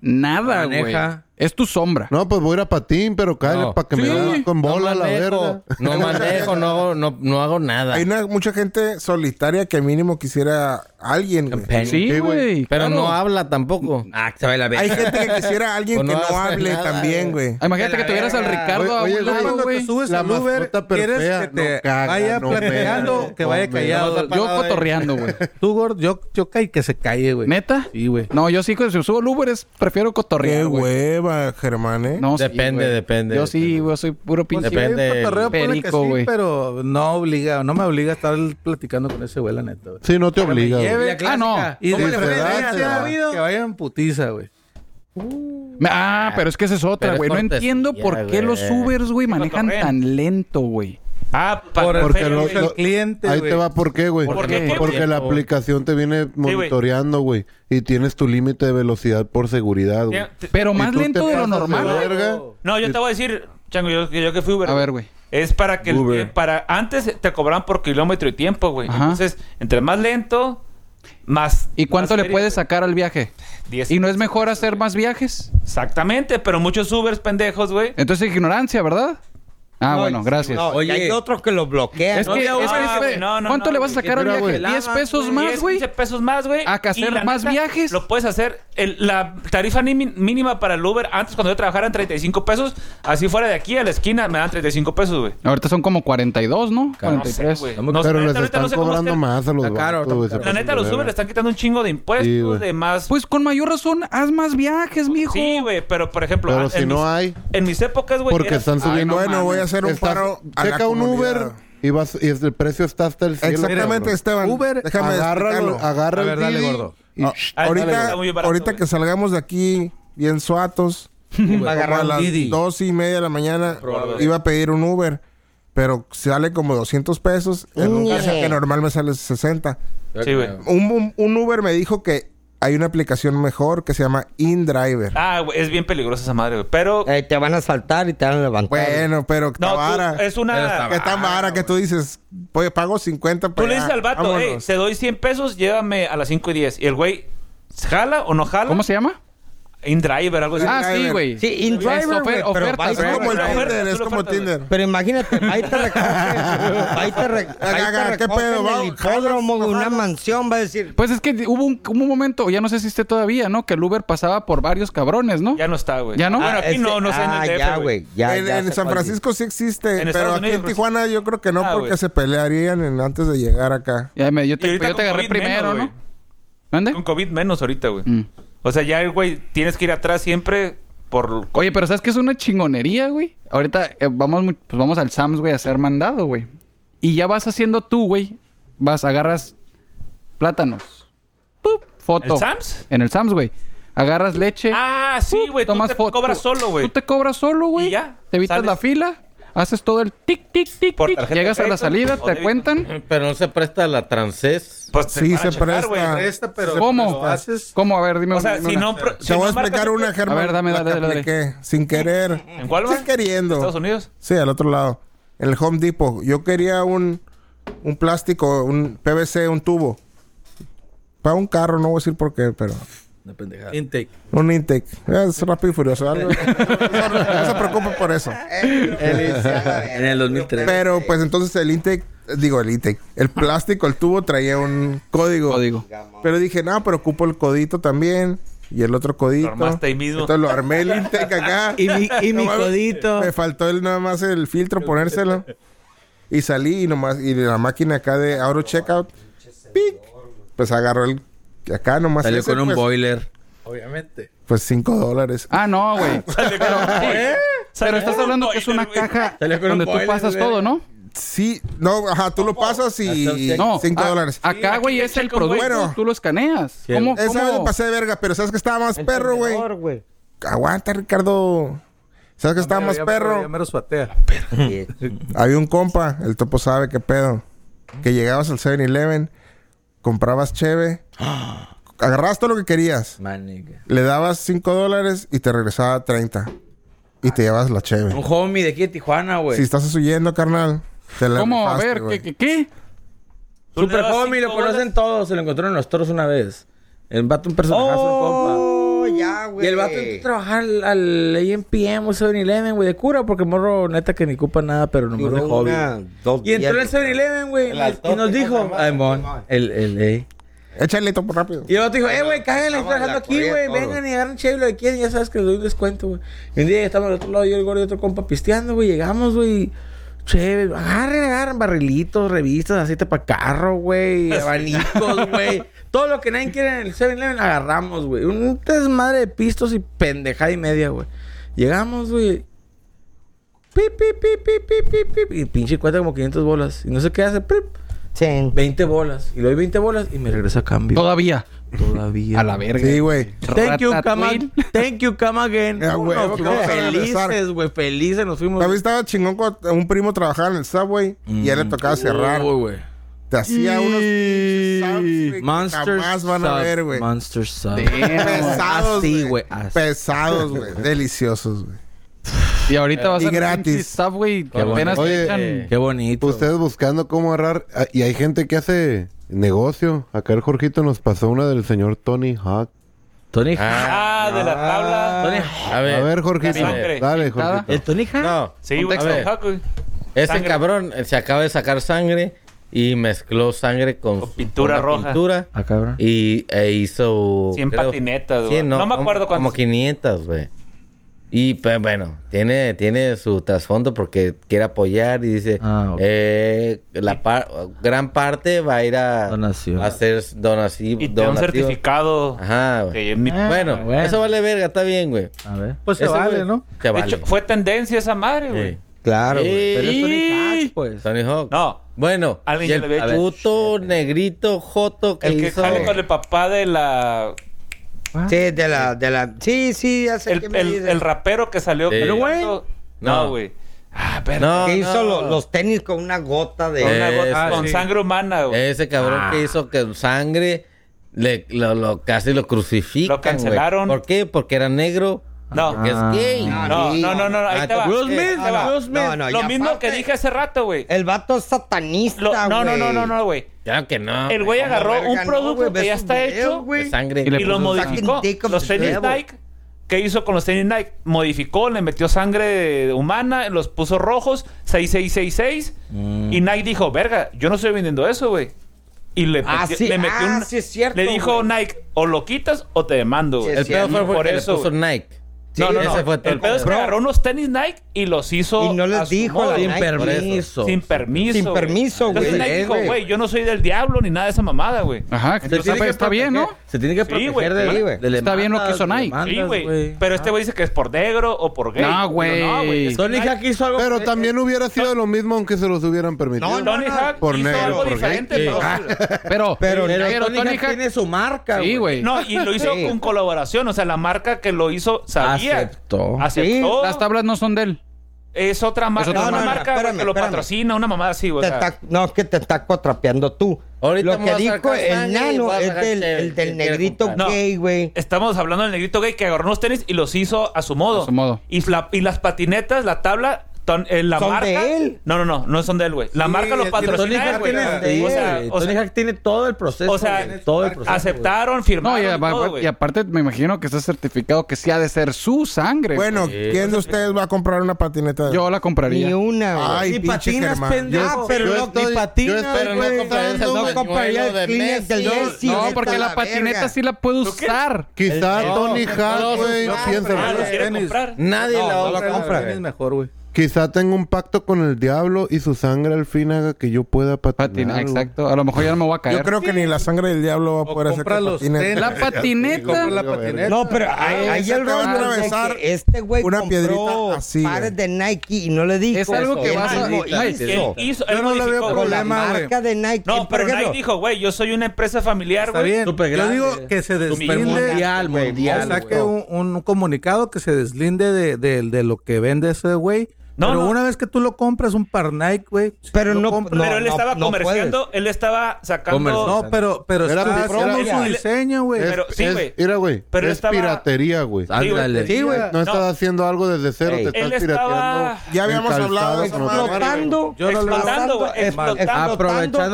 S5: nada, güey.
S6: Maneja.
S5: Es tu sombra.
S7: No, pues voy a ir a patín, pero cáele
S4: No.
S7: para que
S5: Sí.
S7: me da con bola
S4: no
S7: la
S4: manejo,
S7: verga.
S4: No manejo, no hago, no, no hago nada.
S3: *laughs* Hay una- mucha gente solitaria que mínimo quisiera alguien. güey.
S4: Companion.
S5: Sí,
S7: Sí, güey.
S5: güey.
S4: Pero
S5: claro.
S4: no habla tampoco.
S6: Ah, que sabe la
S3: Hay
S6: verga.
S3: gente que quisiera alguien
S4: Pues
S3: que
S4: no
S3: no
S4: hace
S3: hable
S4: nada,
S3: también, güey.
S5: Imagínate que tuvieras al Ricardo
S7: Oye,
S5: a un
S7: oye, güey,
S5: lado,
S7: cuando
S5: güey.
S7: te subes La al Uber, mascota ¿quieres perfea que te no caga,
S8: vaya
S7: vaya no platicando
S8: platicando
S7: mea,
S8: que vaya
S7: no mea.
S8: callado?
S5: Yo cotorreando, güey.
S8: Tú, Gord, yo, yo caí que se calle, güey.
S5: ¿Neta?
S8: Sí, güey.
S5: No, yo sí, que si subo al Uber, es- prefiero
S3: Qué
S5: cotorrear, güey.
S3: hueva, Germán, ¿eh?
S5: No, sí,
S4: Depende,
S5: güey.
S4: depende,
S5: Yo sí,
S4: depende.
S5: güey, soy puro
S6: Pues
S8: Pues
S5: pinche.
S4: Depende.
S8: Sí, cotorreo, ponle que
S5: Perico,
S8: sí,
S5: güey.
S8: pero no obliga, no me obliga a estar platicando con ese güey, la neta, güey.
S7: Sí, no te obliga, güey.
S8: Lleve-
S5: la clásica.
S8: Ah, no. Y
S7: ¿Cómo
S8: de
S7: le fue de
S8: verdad,
S7: Grecia,
S8: da-
S7: Davido?
S8: que vayan putiza, güey.
S5: Ah, pero es que esa es
S4: Pero
S5: otra,
S4: es
S5: güey. No
S4: cortesía,
S5: entiendo por qué
S4: güey.
S5: los Ubers, güey, manejan
S9: cotorrean.
S5: tan lento, güey.
S9: Ah, pa-
S8: Por-
S7: porque
S9: feria,
S7: no-
S9: güey.
S7: no-
S8: El cliente,
S7: Ahí
S8: güey.
S7: te va, ¿por qué, güey?
S9: ¿Por qué?
S7: Porque la aplicación te viene
S9: güey.
S7: monitoreando, güey. Y tienes tu límite de velocidad por seguridad, güey.
S9: Te-
S5: Pero
S7: Y
S5: más
S7: tú te
S5: lento de lo
S7: pasas
S5: normal.
S7: verga.
S9: No, yo te voy a decir, Chango, yo, yo que fui Uber.
S5: A ver, güey.
S9: Es para que... el-
S6: Uber.
S9: eh, para Antes te cobraban por kilómetro y tiempo, güey.
S5: Ajá.
S9: Entonces, entre más lento, más...
S5: ¿Y cuánto
S9: más
S5: le
S9: feria,
S5: puedes
S9: güey.
S5: sacar al viaje?
S9: Diez.
S5: ¿Y no es mejor hacer más viajes?
S9: Exactamente, pero muchos Ubers pendejos, güey.
S5: Entonces, ignorancia, ¿verdad? Ah, bueno, gracias.
S2: No, y hay otros que lo bloquean.
S5: Es que,
S9: no,
S5: es que-
S9: ah, güey, no, no,
S5: ¿cuánto
S9: no,
S5: le vas a
S9: güey.
S5: sacar al
S7: Mira,
S5: viaje?
S7: güey.
S5: ¿10 pesos más,
S9: 10,
S5: güey?
S9: 15 pesos más, güey.
S5: ¿A que
S9: Y
S5: hacer
S9: la
S5: más viajes?
S9: Lo puedes hacer. El- la tarifa ni- mínima para el Uber, antes cuando yo trabajara en 35 pesos, así fuera de aquí a la esquina me dan 35 pesos, güey.
S5: Ahorita son como 42, ¿no?
S9: No sé,
S5: 43.
S9: güey. No sé,
S7: Pero
S9: neta,
S7: les
S9: ahorita
S7: están
S9: no sé cómo
S7: cobrando
S9: esté-
S7: más a los
S4: Está caro,
S7: vatos, güey,
S4: está
S7: se
S9: La
S7: pasan
S9: neta,
S7: de
S9: los
S7: verga.
S9: Uber le están quitando un chingo de impuestos,
S7: Sí, güey.
S9: de más.
S5: Pues con mayor razón, haz más viajes, mijo.
S9: sí, güey, pero por ejemplo.
S7: Pero
S9: en
S7: si no
S9: mis-
S7: hay,
S9: En mis épocas, güey.
S7: porque
S9: era-
S7: están
S5: Ay, no
S7: subiendo.
S3: bueno,
S5: mames.
S3: voy a hacer un
S7: Estás-
S3: paro. a la
S7: checa un
S3: comunidad.
S7: Uber y, vas, y el precio está hasta el cielo.
S3: Exactamente, este Esteban.
S7: cabrón.
S8: Uber,
S3: déjame
S7: Agárralo,
S3: explicarlo.
S7: agarra
S8: A
S7: el
S8: ver, dale,
S7: Didi
S8: gordo.
S7: y-
S3: Ah,
S9: Ah, dale,
S3: ahorita,
S9: está muy barato,
S3: ahorita
S9: güey.
S3: que salgamos de aquí bien suatos,
S2: Va a
S3: como
S2: agarrar
S3: a
S2: un
S3: las
S8: Didi.
S3: dos y media de la mañana,
S9: Probable.
S3: iba a pedir un Uber, pero sale como 200 pesos, en un
S2: Yeah.
S3: caso que normal me sale 60.
S9: Sí, güey.
S3: Un, un- un Uber me dijo que hay una aplicación mejor que se llama InDriver.
S9: Ah, güey, es bien peligrosa esa madre, güey. Pero.
S2: Eh, te van a saltar y te van a levantar.
S3: bueno, pero está
S9: no, tú-
S3: vara.
S9: es una.
S3: Que tan vara que tú dices, oye, pago 50
S9: Tú
S3: para
S9: le dices
S3: allá,
S9: al vato, hey,
S3: vámonos".
S9: te doy 100 pesos, llévame a las 5 y 10. Y el güey, ¿jala o no jala?
S5: ¿Cómo se llama?
S9: InDriver, algo así.
S5: Ah, sí,
S3: driver.
S5: güey.
S2: Sí, in driver,
S5: Ofer-
S2: güey, pero
S5: ofertas,
S2: va y
S3: Es como el
S9: Driver,
S3: Tinder,
S9: driver,
S3: es
S9: tú lo
S3: como
S9: faltas,
S3: Tinder.
S2: Pero imagínate, va y te recoge. Va y te, re- va y te
S3: Aga, ¿qué
S2: recoge
S3: pedo?
S2: en el
S3: Vamos,
S2: hipódromo, güey, una
S3: vamos.
S2: mansión, va a decir.
S5: Pues es que hubo un, hubo un momento, ya no sé si esté todavía, ¿no? Que el Uber pasaba por varios cabrones, ¿no?
S9: Ya no está, güey.
S5: ¿Ya no?
S9: Bueno, aquí
S2: Este-
S9: no, no sé en
S2: ah,
S9: el DF,
S2: ya, güey. Ya,
S3: en
S2: ya
S3: en
S2: sé
S3: San
S2: cuál es.
S3: Francisco sí existe,
S9: En
S3: pero
S9: Estados
S3: aquí
S9: Unidos,
S3: en
S9: pues,
S3: Tijuana yo creo que no,
S9: Ah,
S3: porque
S9: güey.
S3: se pelearían en- antes de llegar acá.
S5: Ya me- yo
S9: Y
S5: te,
S9: ahorita
S5: yo te
S9: con
S5: agarré
S9: COVID
S5: primero,
S9: menos,
S5: ¿no?
S9: güey.
S5: ¿Dónde?
S9: Con COVID menos ahorita, güey.
S5: Mm.
S9: O sea, ya, güey, tienes que ir atrás siempre por...
S5: Oye, pero ¿sabes qué es una chingonería, güey? Ahorita eh, vamos, mu- pues vamos al Sams, güey, a ser mandado, güey. Y ya vas haciendo tú, güey. Vas, agarras plátanos. ¡Pup! Foto.
S9: ¿El Sam's?
S5: En el Sams, güey. Agarras leche.
S9: Ah, sí, güey. Tú
S5: tomas
S9: te
S5: foto.
S9: cobras solo, güey.
S5: Tú te cobras solo, güey.
S9: Y ya,
S5: Te evitas
S9: sales.
S5: la fila. Haces todo el tic, tic, tic,
S9: Por
S5: tic.
S9: tarjeta
S5: Llegas
S9: de
S5: a la
S9: crédito
S5: salida,
S9: o
S5: te
S9: débito.
S5: cuentan.
S4: Pero no se presta a la transés.
S9: Pues
S3: Sí,
S9: van a
S3: se
S9: checar,
S3: presta.
S9: güey.
S3: Presta,
S5: pero ¿Cómo?
S8: lo haces.
S5: ¿Cómo? A ver, dime
S9: O sea,
S5: una-
S9: si no... pro- si
S3: Te voy a
S9: no marcas
S3: explicar
S9: el-
S3: una, Germán.
S5: A ver, dame,
S3: la
S5: dale,
S3: que
S5: dale.
S3: apliqué, Sin querer.
S9: ¿En cuál, güey?
S3: Sin queriendo.
S9: ¿Estados Unidos?
S3: Sí, al otro lado. En el Home Depot. Yo quería un, un plástico, un PVC, un tubo. Para un carro, no voy a decir por qué, pero...
S8: Intake.
S3: Un intake. Es rápido y furioso. algo. no se preocupe por eso.
S10: En el 2003.
S3: Pero pues entonces el intake, digo el intake, el plástico, el tubo traía un código.
S5: Código.
S3: Pero dije, no, pero ocupo el codito también. Y el otro codito.
S9: Lo armaste ahí mismo.
S3: Entonces lo armé el intake acá.
S6: Y mi, y mi
S3: No mames.
S6: codito.
S3: Me faltó el, nada más el filtro, ponérselo. Y salí y nomás, y la máquina acá de auto checkout, ¡pic! pues agarró el acá nomás.
S10: Salió
S3: ese,
S10: con un
S3: pues,
S10: boiler.
S8: Obviamente.
S3: Pues 5 dólares.
S5: Ah, no,
S9: *laughs*
S5: güey. *laughs* Pero
S9: Salió
S5: estás
S9: con
S5: hablando
S9: un
S5: que es una
S9: boiler, güey.
S5: caja
S10: Salió con un
S5: donde tú
S10: boiler,
S5: pasas
S10: güey.
S5: todo, ¿no?
S3: Sí, no, ajá, tú lo pasas y
S5: No.
S3: 5
S10: ah,
S5: a-
S3: dólares.
S5: Acá, güey, es el producto.
S3: Bueno.
S5: Tú lo escaneas. ¿Cómo?
S3: Esa vez me
S5: cómo?
S3: pasé de verga, pero ¿sabes que estaba más perro, güey?
S2: Mejor, güey.
S3: Aguanta, Ricardo. ¿Sabes que estaba más
S8: Ya- Ya
S3: perro?
S8: me los patea.
S2: Sí.
S3: Había un compa, el topo sabe qué pedo.
S8: ¿Mm?
S3: Que llegabas al 7-Eleven,
S10: *gasps*
S3: comprabas cheve, agarrabas todo lo que querías, le dabas 5 dólares y te regresaba 30. Y te llevabas la cheve.
S6: Un homie de aquí de Tijuana, güey.
S3: Si estás huyendo, carnal, te la
S5: ¿Cómo? A
S3: rifaste,
S5: ver,
S3: güey.
S5: ¿qué, qué, qué?
S9: Tú le
S6: Super
S9: das
S6: homie, lo
S9: cinco dólares.
S6: conocen todos. Se lo encontró en los toros una vez. El vato, un personajazo,
S2: Oh,
S6: el compa.
S2: ya, güey.
S6: Y el vato entró a trabajar al, al AMPM o 7-Eleven, güey, de cura, porque morro, neta, que ni ocupa nada, pero nomás de
S2: Duró
S6: hobby.
S2: una, dos
S6: Y entró en el
S2: días.
S6: 7-Eleven, güey, y nos dijo, ay, mon, el, el, eh.
S3: Échale topo rápido.
S6: Y el vato dijo, eh, güey, cáganle, estoy
S2: Vamos a la
S6: trabajando aquí, güey.
S2: corrida, todo.
S6: Vengan y agarren chévere lo que quieren. Ya sabes que les doy un descuento, güey. Y un día estamos al otro lado, yo, el gordo y otro compa pisteando, güey. Llegamos, güey. Chévere, agarren, agarren barrilitos, revistas, aceite para carro,
S2: *laughs*
S6: güey. Abanicos, güey. Todo lo que nadie quiere en el 7-Eleven agarramos, güey. Un desmadre de pistos y pendejada y media, güey. Llegamos, güey. Pip, pip, pip, pip, pip, pip, pip. Y pinche cuenta como 500 bolas. Y no sé qué hace. Pip,
S2: Ten.
S6: 20 bolas. Y le doy 20 bolas y me regresa a cambio.
S5: Todavía.
S6: Todavía.
S5: A la verga.
S3: Sí, güey.
S6: Thank you,
S5: Ratatouille.
S6: come Thank you, come again.
S3: Ah, güey,
S6: Nos fuimos
S3: vamos a regresar.
S6: felices, güey. Felices nos fuimos.
S3: También estaba chingón cuando un primo trabajaba en el Subway y a él le tocaba cerrar.
S6: Uy, güey.
S3: Te hacía unos subs, güey, que
S6: Monsters.
S3: jamás van a
S6: Sub.
S3: ver, güey.
S6: Monsters Sub.
S5: Damn.
S3: Pesados,
S6: Así,
S3: güey.
S6: güey, así.
S3: Pesados, güey. Deliciosos, güey.
S5: Y ahorita vas
S3: Y
S5: a
S3: gratis.
S5: Subway que apenas
S7: Oye,
S5: te echan.
S7: eh,
S10: Qué bonito.
S7: Ustedes buscando cómo agarrar. ah, Y hay gente que hace negocio. Acá el Jorgito nos pasó una del señor Tony Hawk.
S10: Tony
S9: Ah, de la tabla.
S10: Tony A ver.
S7: A ver, Jorgito.
S9: La sangre.
S7: Dale,
S5: Pintada.
S7: Jorgito.
S10: ¿El Tony Hawk?
S4: No.
S9: Sí, güey.
S5: Contexto.
S9: a ver, Jaco, güey.
S4: Ese
S9: Sangre.
S4: cabrón eh, se acaba de sacar sangre y mezcló sangre con,
S9: Con
S4: con
S9: pintura
S4: la
S9: roja.
S4: pintura
S10: Ah, cabrón.
S4: y e hizo
S9: 100 patinetas, güey.
S4: 100,
S9: no, me
S4: como-
S9: acuerdo
S4: Como
S9: cuántas.
S4: 500, güey. Y pues bueno, tiene tiene su trasfondo porque quiere apoyar y dice,
S10: Ah, ok.
S4: eh, la par- gran parte va a ir a,
S10: Donación.
S4: a hacer donaci-
S9: y te da un
S4: donativos.
S9: certificado.
S4: Ajá, güey.
S9: que es mi-
S4: bueno,
S10: bueno.
S4: eso vale verga, está bien, güey.
S10: A ver.
S8: Pues se
S4: Ese
S8: vale,
S4: güey-
S8: ¿no?
S4: Se
S9: De
S4: vale.
S9: hecho, fue tendencia esa madre, güey.
S4: Sí.
S2: Claro, güey. Pero es Tony
S4: Y-
S2: Hawk, pues.
S4: Tony Hawk.
S9: No.
S4: Bueno,
S9: Alguien
S4: y
S9: que
S4: el
S9: le había hecho-
S4: puto negrito joto que
S9: El que
S4: hizo...
S9: sale con el papá de la.
S2: Sí, de la, de la. Sí, sí, ya sé qué
S9: El,
S2: me
S9: el-
S2: dices.
S9: el rapero que salió.
S4: Sí.
S9: cantando-
S4: ¿Pero, güey?
S9: No,
S4: No.
S9: güey. Ah, pero.
S4: No,
S2: que
S4: no.
S2: hizo lo- los tenis con una gota de.
S9: Con, una gota-
S4: Ese.
S9: con sangre humana, güey. Ah.
S4: Ese cabrón que hizo que sangre le, lo, lo- casi lo crucifican.
S9: Lo cancelaron.
S4: güey. ¿Por qué? Porque era negro.
S9: No.
S4: Porque
S5: Ah.
S4: es gay.
S9: No, no, no, no, ahí
S4: Ah,
S9: te va.
S4: Will Smith,
S9: Ahí te va.
S2: Will Smith. No, no,
S9: Lo
S2: y
S9: mismo
S2: aparte-
S9: que dije hace rato, güey.
S2: El vato es satanista,
S9: Lo-
S2: güey.
S9: No, no, no, no, no, güey.
S4: Claro que no.
S9: El güey agarró
S2: verga,
S9: un
S2: no,
S9: producto
S2: güey, ve
S9: que ya
S2: sus
S9: está
S2: videos,
S9: hecho
S2: güey.
S4: De sangre.
S5: Y le
S9: y lo
S5: puso
S9: modificó.
S2: sangre. Pues Dick of
S9: Los
S2: the
S9: tenis
S2: devil.
S9: Nike. ¿Qué hizo con los tenis Nike? Modificó, le metió sangre humana, los puso rojos, 6666. Y Nike dijo, verga, yo no estoy vendiendo eso, güey. Y le,
S2: Ah,
S9: metió-
S2: sí,
S9: le metió
S2: ah,
S9: un-
S2: sí es cierto,
S9: Le dijo
S2: güey.
S9: Nike, o lo quitas o te demando, güey.
S2: Sí,
S4: El
S2: sí,
S4: pedo fue
S9: por
S4: porque
S9: eso,
S4: le puso
S9: güey.
S4: Nike.
S9: no, no, no.
S4: ese fue todo
S9: el
S4: el
S9: pedo es que
S4: pedo.
S9: agarró unos tenis Nike y los hizo.
S2: Y no
S9: a
S2: les
S9: su
S2: dijo
S9: moda.
S2: la
S10: Sin
S2: Nike,
S10: permiso.
S9: Sin permiso.
S2: Sin
S9: güey.
S2: permiso,
S9: Entonces
S2: güey.
S9: Nike
S10: Es,
S9: dijo,
S10: güey.
S9: güey, yo no soy del diablo ni nada de esa mamada, güey.
S5: Ajá,
S10: Se
S5: o sea,
S10: tiene que
S5: está bien, ¿no?
S10: proteger- Se tiene que
S9: Sí,
S10: proteger
S9: güey,
S10: de,
S9: sí,
S2: güey.
S10: de
S5: Está bien lo que
S10: demandas,
S5: hizo
S10: de
S5: Nike.
S10: demandas,
S9: Sí, güey. Pero este güey dice que es por negro o por gay.
S5: No, güey.
S9: Digo, es
S10: Tony
S9: Nike.
S10: Hawk hizo algo.
S7: Pero también hubiera sido lo mismo aunque se los hubieran permitido.
S9: Tony Hawk
S7: Por
S9: hizo
S7: negro,
S9: algo
S7: por gay.
S9: diferente.
S10: Sí.
S9: pero-
S5: Pero,
S10: Pero,
S5: pero
S10: Tony, Hawk tiene su marca,
S5: Sí, güey.
S9: No, y lo hizo
S2: Sí.
S9: con colaboración. O sea, la marca que lo hizo
S2: Ah,
S9: sabía.
S10: Aceptó.
S9: Aceptó.
S5: Las tablas no son de él.
S9: Es otra marca.
S5: No,
S9: Es una
S2: no, no,
S9: marca güey,
S2: espérame,
S9: que lo
S2: espérame.
S9: patrocina, una mamada así, güey.
S2: Te
S9: o sea.
S2: está- no, es que te está cuatrapeando tú.
S4: Ahorita
S2: Lo que
S4: me voy a
S2: dijo
S4: sacar
S2: el
S4: sangre y
S2: nano
S4: voy a
S2: es
S4: sacar
S2: del,
S4: chévere,
S2: el del
S4: que quiero
S2: negrito
S4: comprar.
S9: No.
S2: gay, güey.
S9: Estamos hablando del negrito gay que agarró unos tenis y los hizo a su modo.
S5: A su modo.
S9: Y, la- y las patinetas, la tabla, ton- eh, la
S2: ¿Son
S9: marca.
S2: de él?
S9: No, no, no, no son de él, güey. La marca lo
S10: Tony
S9: patrocina, él,
S10: Hawk
S9: güey.
S10: tiene, sí,
S9: O sea,
S10: güey.
S9: o
S10: Tony
S9: sea,
S10: Hawk tiene todo el proceso.
S9: o sea,
S10: güey, Ah, todo el proceso.
S9: aceptaron, firmaron.
S5: No, y,
S9: y
S5: apa-
S9: todo,
S5: y
S9: güey.
S5: aparte me imagino que está certificado que sí ha de ser su sangre.
S3: Bueno, ¿quién de ustedes va a comprar una patineta?
S5: yo la compraría.
S2: Ni una, güey.
S3: Ay, pinche Germán.
S2: Ah, pero no, ni
S7: yo
S2: patinas,
S7: espero no
S2: güey.
S7: comprar ese
S2: No
S7: pañuelo
S2: compraría
S7: de
S2: el Kleenex del
S7: Messi.
S2: Messi.
S5: no,
S2: vete a
S5: porque la patineta
S2: verga.
S5: sí la puedo usar.
S7: Quizá Tony Hawk, güey.
S2: Ah,
S7: piensen.
S9: Ah, los quiere
S8: tenis.
S9: comprar.
S4: Nadie la
S8: No,
S4: va a
S8: la
S4: comprar,
S8: compra. Es
S4: güey.
S8: mejor, güey.
S7: Quizá tenga un pacto con el diablo y su sangre al fin haga que yo pueda patinar.
S5: Patina,
S7: güey.
S5: exacto. A lo mejor ya no me voy a caer.
S3: Yo creo que ni la sangre del diablo va a
S8: O
S3: poder hacer
S8: compra
S3: que
S8: los
S3: patine.
S8: tenis.
S5: La patineta.
S8: Compra la patineta.
S2: No, pero ahí ahí
S3: Ese
S2: el
S3: te va a
S2: rollo es de
S3: atravesar
S2: que este güey
S3: una
S2: compró
S3: piedrita así,
S2: pares
S3: güey.
S2: de Nike y no le dijo.
S5: Es algo que
S2: Él
S5: vas a-
S2: mismo
S5: Ay,
S2: hizo.
S9: Él hizo, él
S3: Yo no le veo
S9: modificó,
S2: La
S9: güey.
S3: problema, güey.
S2: marca de Nike.
S9: No, pero
S2: por
S9: Nike
S2: ejemplo,
S9: dijo, güey, yo soy una empresa familiar,
S8: Está
S9: güey.
S8: bien. Yo
S10: Supergrande.
S8: digo que se deslinde.
S9: Supermundial,
S10: mundial,
S8: O
S10: mundial.
S8: saque un, un comunicado que se deslinde de, de, de lo que vende ese güey.
S9: No,
S8: pero
S9: no.
S8: una vez que tú lo compras, un par Nike, güey. si
S2: Pero
S8: lo
S2: no-
S8: compras-
S9: pero él
S2: no,
S9: estaba
S2: no
S9: comerciando, él estaba sacando.
S8: No, pero, pero
S7: Era
S8: está
S7: pi-
S8: haciendo
S7: era-
S8: su diseño, güey.
S7: Es-
S9: Pero sí,
S7: es-
S9: güey.
S7: Mira, güey.
S9: Pero
S7: es
S9: estaba-
S7: piratería, güey.
S9: Sí, güey.
S10: pues, Ándale.
S2: Sí, güey.
S7: No estás
S9: No.
S7: haciendo algo desde cero,
S2: Ey.
S7: te estás
S9: Él estaba-
S7: pirateando.
S3: Ya habíamos
S7: el calzado
S3: hablado de
S7: con otra marca.
S2: explotando,
S8: Yo no lo veo.
S9: Explotando, güey, explotando.
S10: Aprovechando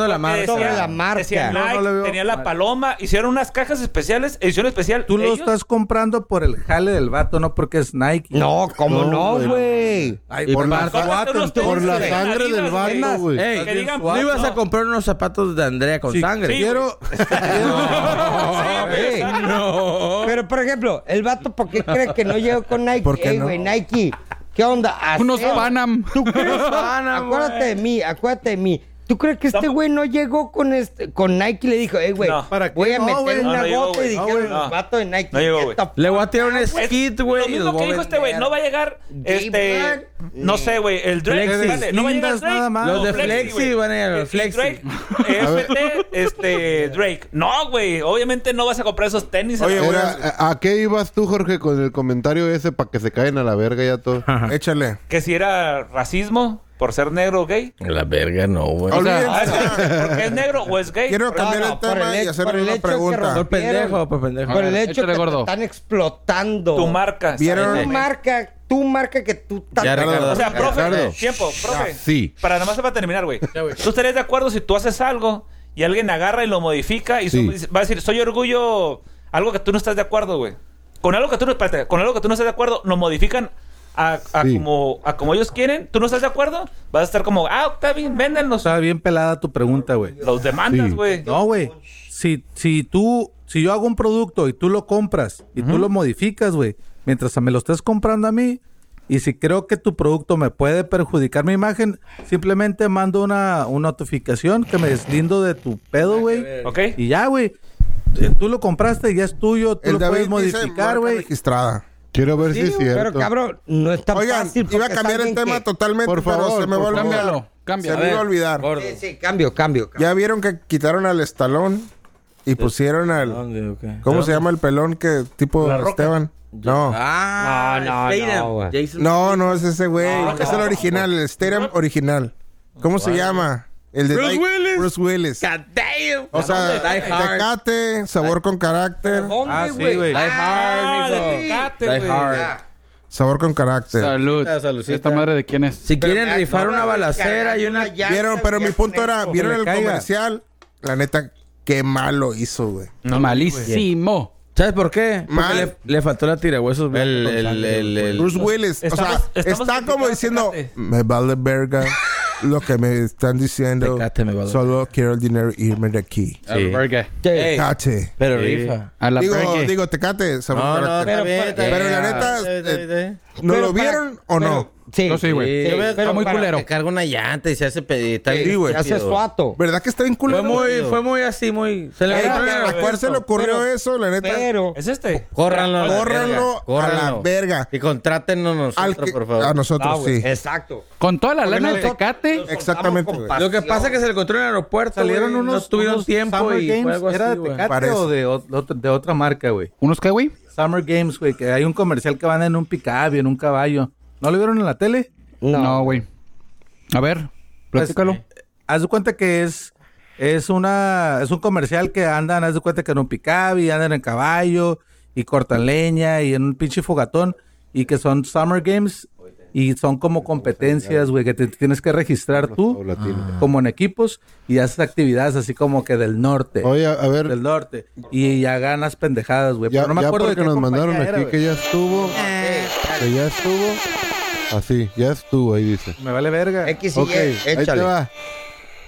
S10: la
S9: porque
S10: marca.
S9: decía-
S2: sobre la marca.
S9: decía
S2: No,
S9: Nike,
S8: no le veo.
S9: tenía la paloma, hicieron unas cajas especiales, edición especial.
S8: Tú lo
S9: Ellos-
S8: estás comprando por el jale del vato, no porque es Nike.
S2: No, cómo no, güey.
S8: Ay,
S7: Y por la
S8: vato,
S9: Cómprate
S8: vato,
S9: unos tenis
S7: Por la
S9: de
S7: sangre
S9: Adidas,
S7: del
S9: güey.
S7: barco, güey.
S6: Eh,
S10: Ey,
S9: que digan,
S10: no ibas
S9: no.
S10: a comprar unos zapatos de Andrea con sangre.
S9: *laughs* Sí,
S8: Quiero.
S9: güey.
S2: Ey, Pero por ejemplo, el vato, ¿por qué cree que no llegó con Nike?
S3: ¿Por qué
S2: Ey,
S3: no?
S2: güey, Nike, ¿qué onda?
S5: Unos
S2: Aseo.
S5: Panam.
S2: ¿Tú
S5: *laughs*
S2: crees? acuérdate de mí, acuérdate de mí. ¿Tú crees que este
S9: No.
S2: güey no llegó con este, con Nike y le dijo, eh, güey,
S9: No.
S8: ¿Para qué?
S2: voy a
S8: No,
S2: meter
S8: güey.
S9: No,
S2: una
S9: no llegó,
S2: gota y
S9: güey. No,
S2: dijeron
S9: güey.
S2: los vatos de Nike.
S9: No llegó,
S2: "Get
S9: güey.
S2: the
S10: Le voy a tirar un
S9: Es
S10: skit, güey.
S9: Ah, pues, Lo
S10: y los
S9: mismo
S10: voy
S9: que
S10: a
S9: dijo este
S10: vender.
S9: güey, no va a llegar
S2: Gay
S9: este
S2: Black.
S9: no sé, güey, el Drake,
S8: Flexi.
S9: vale, no va a llegar
S8: Lindas
S9: Drake.
S8: nada más.
S10: Los de
S9: No,
S10: Flexi,
S9: güey.
S10: van a llegar,
S9: Y-
S10: los
S9: y
S10: Flexi. *laughs*
S9: Drake, FT, este Drake. No, güey, obviamente no vas a comprar esos tenis.
S3: Oye,
S9: güey.
S3: güey.
S7: Era- ¿a, a qué ibas tú, Jorge, con el comentario ese para que se caen a la verga ya todo?
S3: Échale.
S9: que si era racismo por ser negro o gay.
S4: La verga no, güey.
S9: *laughs* Ah,
S3: Olvídense.
S9: es- porque es negro o es gay.
S3: Quiero
S9: Porque-
S3: cambiar
S2: no,
S3: el
S2: por
S3: tema
S2: el
S3: y
S2: hecho-
S3: hacer
S2: por el
S3: una
S2: hecho que
S3: pregunta.
S10: Por pendejo, por pendejo.
S2: Por el
S5: Ah,
S2: hecho
S5: échale,
S2: que
S5: gordo.
S2: te están explotando.
S9: tu marca. eh.
S3: ¿Vieron?
S9: ¿sabes?
S2: Tu marca tú marca que tú estás.
S4: Ya, Ricardo.
S9: O sea, profe,
S4: Ricardo.
S9: tiempo, profe.
S7: Sí.
S9: Para nada más para terminar, güey. ¿Tú estarías de acuerdo si tú haces algo y alguien agarra y lo modifica y
S7: Sí.
S9: su- va a decir, soy orgullo, algo que tú no estás de acuerdo, güey? Con algo que tú no, espérate, con algo que tú no estás de acuerdo, lo modifican a, a
S7: Sí.
S9: como, a como ellos quieren. ¿Tú no estás de acuerdo? Vas a estar como, ah, está bien, véndanlos.
S6: Está bien pelada tu pregunta, güey.
S9: Los demandas,
S7: Sí.
S9: güey.
S6: No, güey. *laughs* Si, si tú, si yo hago un producto y tú lo compras y tú lo modificas, güey, mientras me lo estés comprando a mí, y si creo que tu producto me puede perjudicar mi imagen, simplemente mando una, una notificación que me deslindo de tu pedo, güey.
S9: ¿Ok?
S6: Y ya, güey. Eh, Tú lo compraste, ya es tuyo, tú
S3: El
S6: lo
S3: David
S6: puedes
S3: dice
S6: modificar,
S3: marca
S6: güey.
S3: registrada.
S7: Quiero ver si
S2: Sí,
S7: es
S2: güey,
S7: cierto.
S2: pero cabrón, no es tan
S3: Oigan,
S2: fácil.
S3: iba a
S2: porque es
S3: cambiar el
S2: alguien
S3: tema
S2: que-
S3: totalmente,
S7: Por
S3: pero
S7: favor,
S3: se me va a
S7: por
S3: olvidar.
S5: Cámbialo, cámbialo.
S3: Se me iba a olvidar.
S2: Sí, sí, cambio, cambio. cambio.
S3: Ya vieron que quitaron al estalón y pusieron al...
S4: ¿Dónde? o qué?
S3: ¿Cómo se llama el pelón que tipo Esteban? No.
S4: Ah,
S2: No, no,
S4: Statham.
S2: no, güey.
S4: Jason.
S3: No, no es ese güey. es el original, el Statham original. ¿Cómo se llama? El de Bruce Willis. Bruce Willis.
S4: God damn.
S3: O sea,
S4: Die Hard.
S3: Tecate, sabor con carácter.
S2: ¿Dónde,
S6: Ah, sí,
S2: güey?
S6: güey.
S4: Die Hard, mijo. Die Hard.
S3: Sabor con carácter.
S5: Salud.
S4: Saludcita, saludcita.
S5: ¿Esta madre de quién es?
S4: Si quieren rifar una balacera y una...
S2: llanta,
S3: Vieron, pero
S2: ya
S3: mi punto
S2: con
S3: era,
S2: eso.
S3: vieron
S6: Que le
S3: el
S6: caiga.
S3: comercial. La neta, qué malo hizo, güey.
S5: Malísimo.
S4: ¿Sabes por qué? Porque
S3: Mal.
S4: le, le faltó la tirahuesos.
S11: El- el- el- el-
S3: Bruce Willis. o
S9: estamos-
S3: sea,
S9: estamos
S3: está como
S9: criticando,
S3: diciendo,
S9: espérate.
S3: me vale verga lo que me están diciendo.
S4: Tecate me vale
S3: Solo quiero el dinero y irme de aquí.
S4: Ey,
S3: Tecate.
S4: pero rifa.
S5: A la
S3: Digo,
S5: pergue.
S3: digo, tecate, sabor
S4: No,
S3: con
S4: no,
S3: carácter.
S4: está bien, está
S3: Pero la
S4: bien.
S3: neta,
S4: Sí,
S3: eh,
S4: sí, sí.
S3: ¿no
S2: Pero
S3: lo
S2: para-
S3: vieron o no?
S2: Sí.
S5: No, sí, güey.
S4: Sí,
S11: Yo veo
S4: pero
S11: que
S5: Está muy
S4: para-
S5: culero.
S11: te carga una llanta y se hace pedir. tal-
S2: Sí,
S3: güey.
S2: se hace suato.
S3: ¿Verdad que está bien
S4: Fue
S3: culero?
S4: muy, fue muy así, muy... Se le
S3: Ey,
S4: va a
S3: ¿A
S4: caer.
S3: cuál se le ocurrió
S2: pero-
S3: eso? La neta.
S2: Pero
S9: ¿Es este?
S4: Córranlo a la
S3: Córranlo
S4: verga, córranlo.
S3: a la verga.
S4: Y contrátenos
S3: Al
S4: nosotros,
S3: que-
S4: por
S2: Ah,
S4: favor.
S3: A
S6: Ah,
S3: nosotros, sí.
S2: exacto.
S5: Con toda la lana de
S3: nosotros-
S5: Tecate.
S3: Exactamente, güey.
S4: Lo que pasa es que se le encontró en el aeropuerto.
S6: Salieron unos,
S4: No tuvieron
S6: unos
S4: tiempo
S6: Summer
S4: y
S6: Games.
S4: fue algo
S6: ¿Era
S4: así,
S6: de
S4: güey.
S6: Tecate
S3: Parece.
S6: o de, ot- ot- de otra marca, güey?
S5: ¿Unos qué, güey?
S6: Summer Games, güey, que hay un comercial que van en un picabio, en un caballo. ¿No lo vieron en la tele?
S5: No, güey. A ver,
S6: Pues,
S5: platícalo.
S6: eh, haz de cuenta que es es una es un comercial que andan, haz de cuenta que en un picabi, andan en caballo y cortan leña y en un pinche fogatón y que son Summer Games y son como competencias, güey, que te tienes que registrar tú
S7: Paulatino.
S6: como en equipos y haces actividades así como que del norte,
S7: Oye, a ver,
S6: del norte y ya ganas pendejadas, güey.
S7: ya,
S6: Pero no me
S7: ya
S6: acuerdo de
S7: porque
S6: qué
S7: nos mandaron
S6: compañía
S7: aquí
S6: era,
S7: que
S6: güey. Eh,
S7: ya estuvo. Que ya estuvo. Así, ya estuvo, ahí dice.
S6: me vale verga.
S2: X y
S7: Ok,
S2: Y,
S7: ahí te
S2: échale.
S7: va.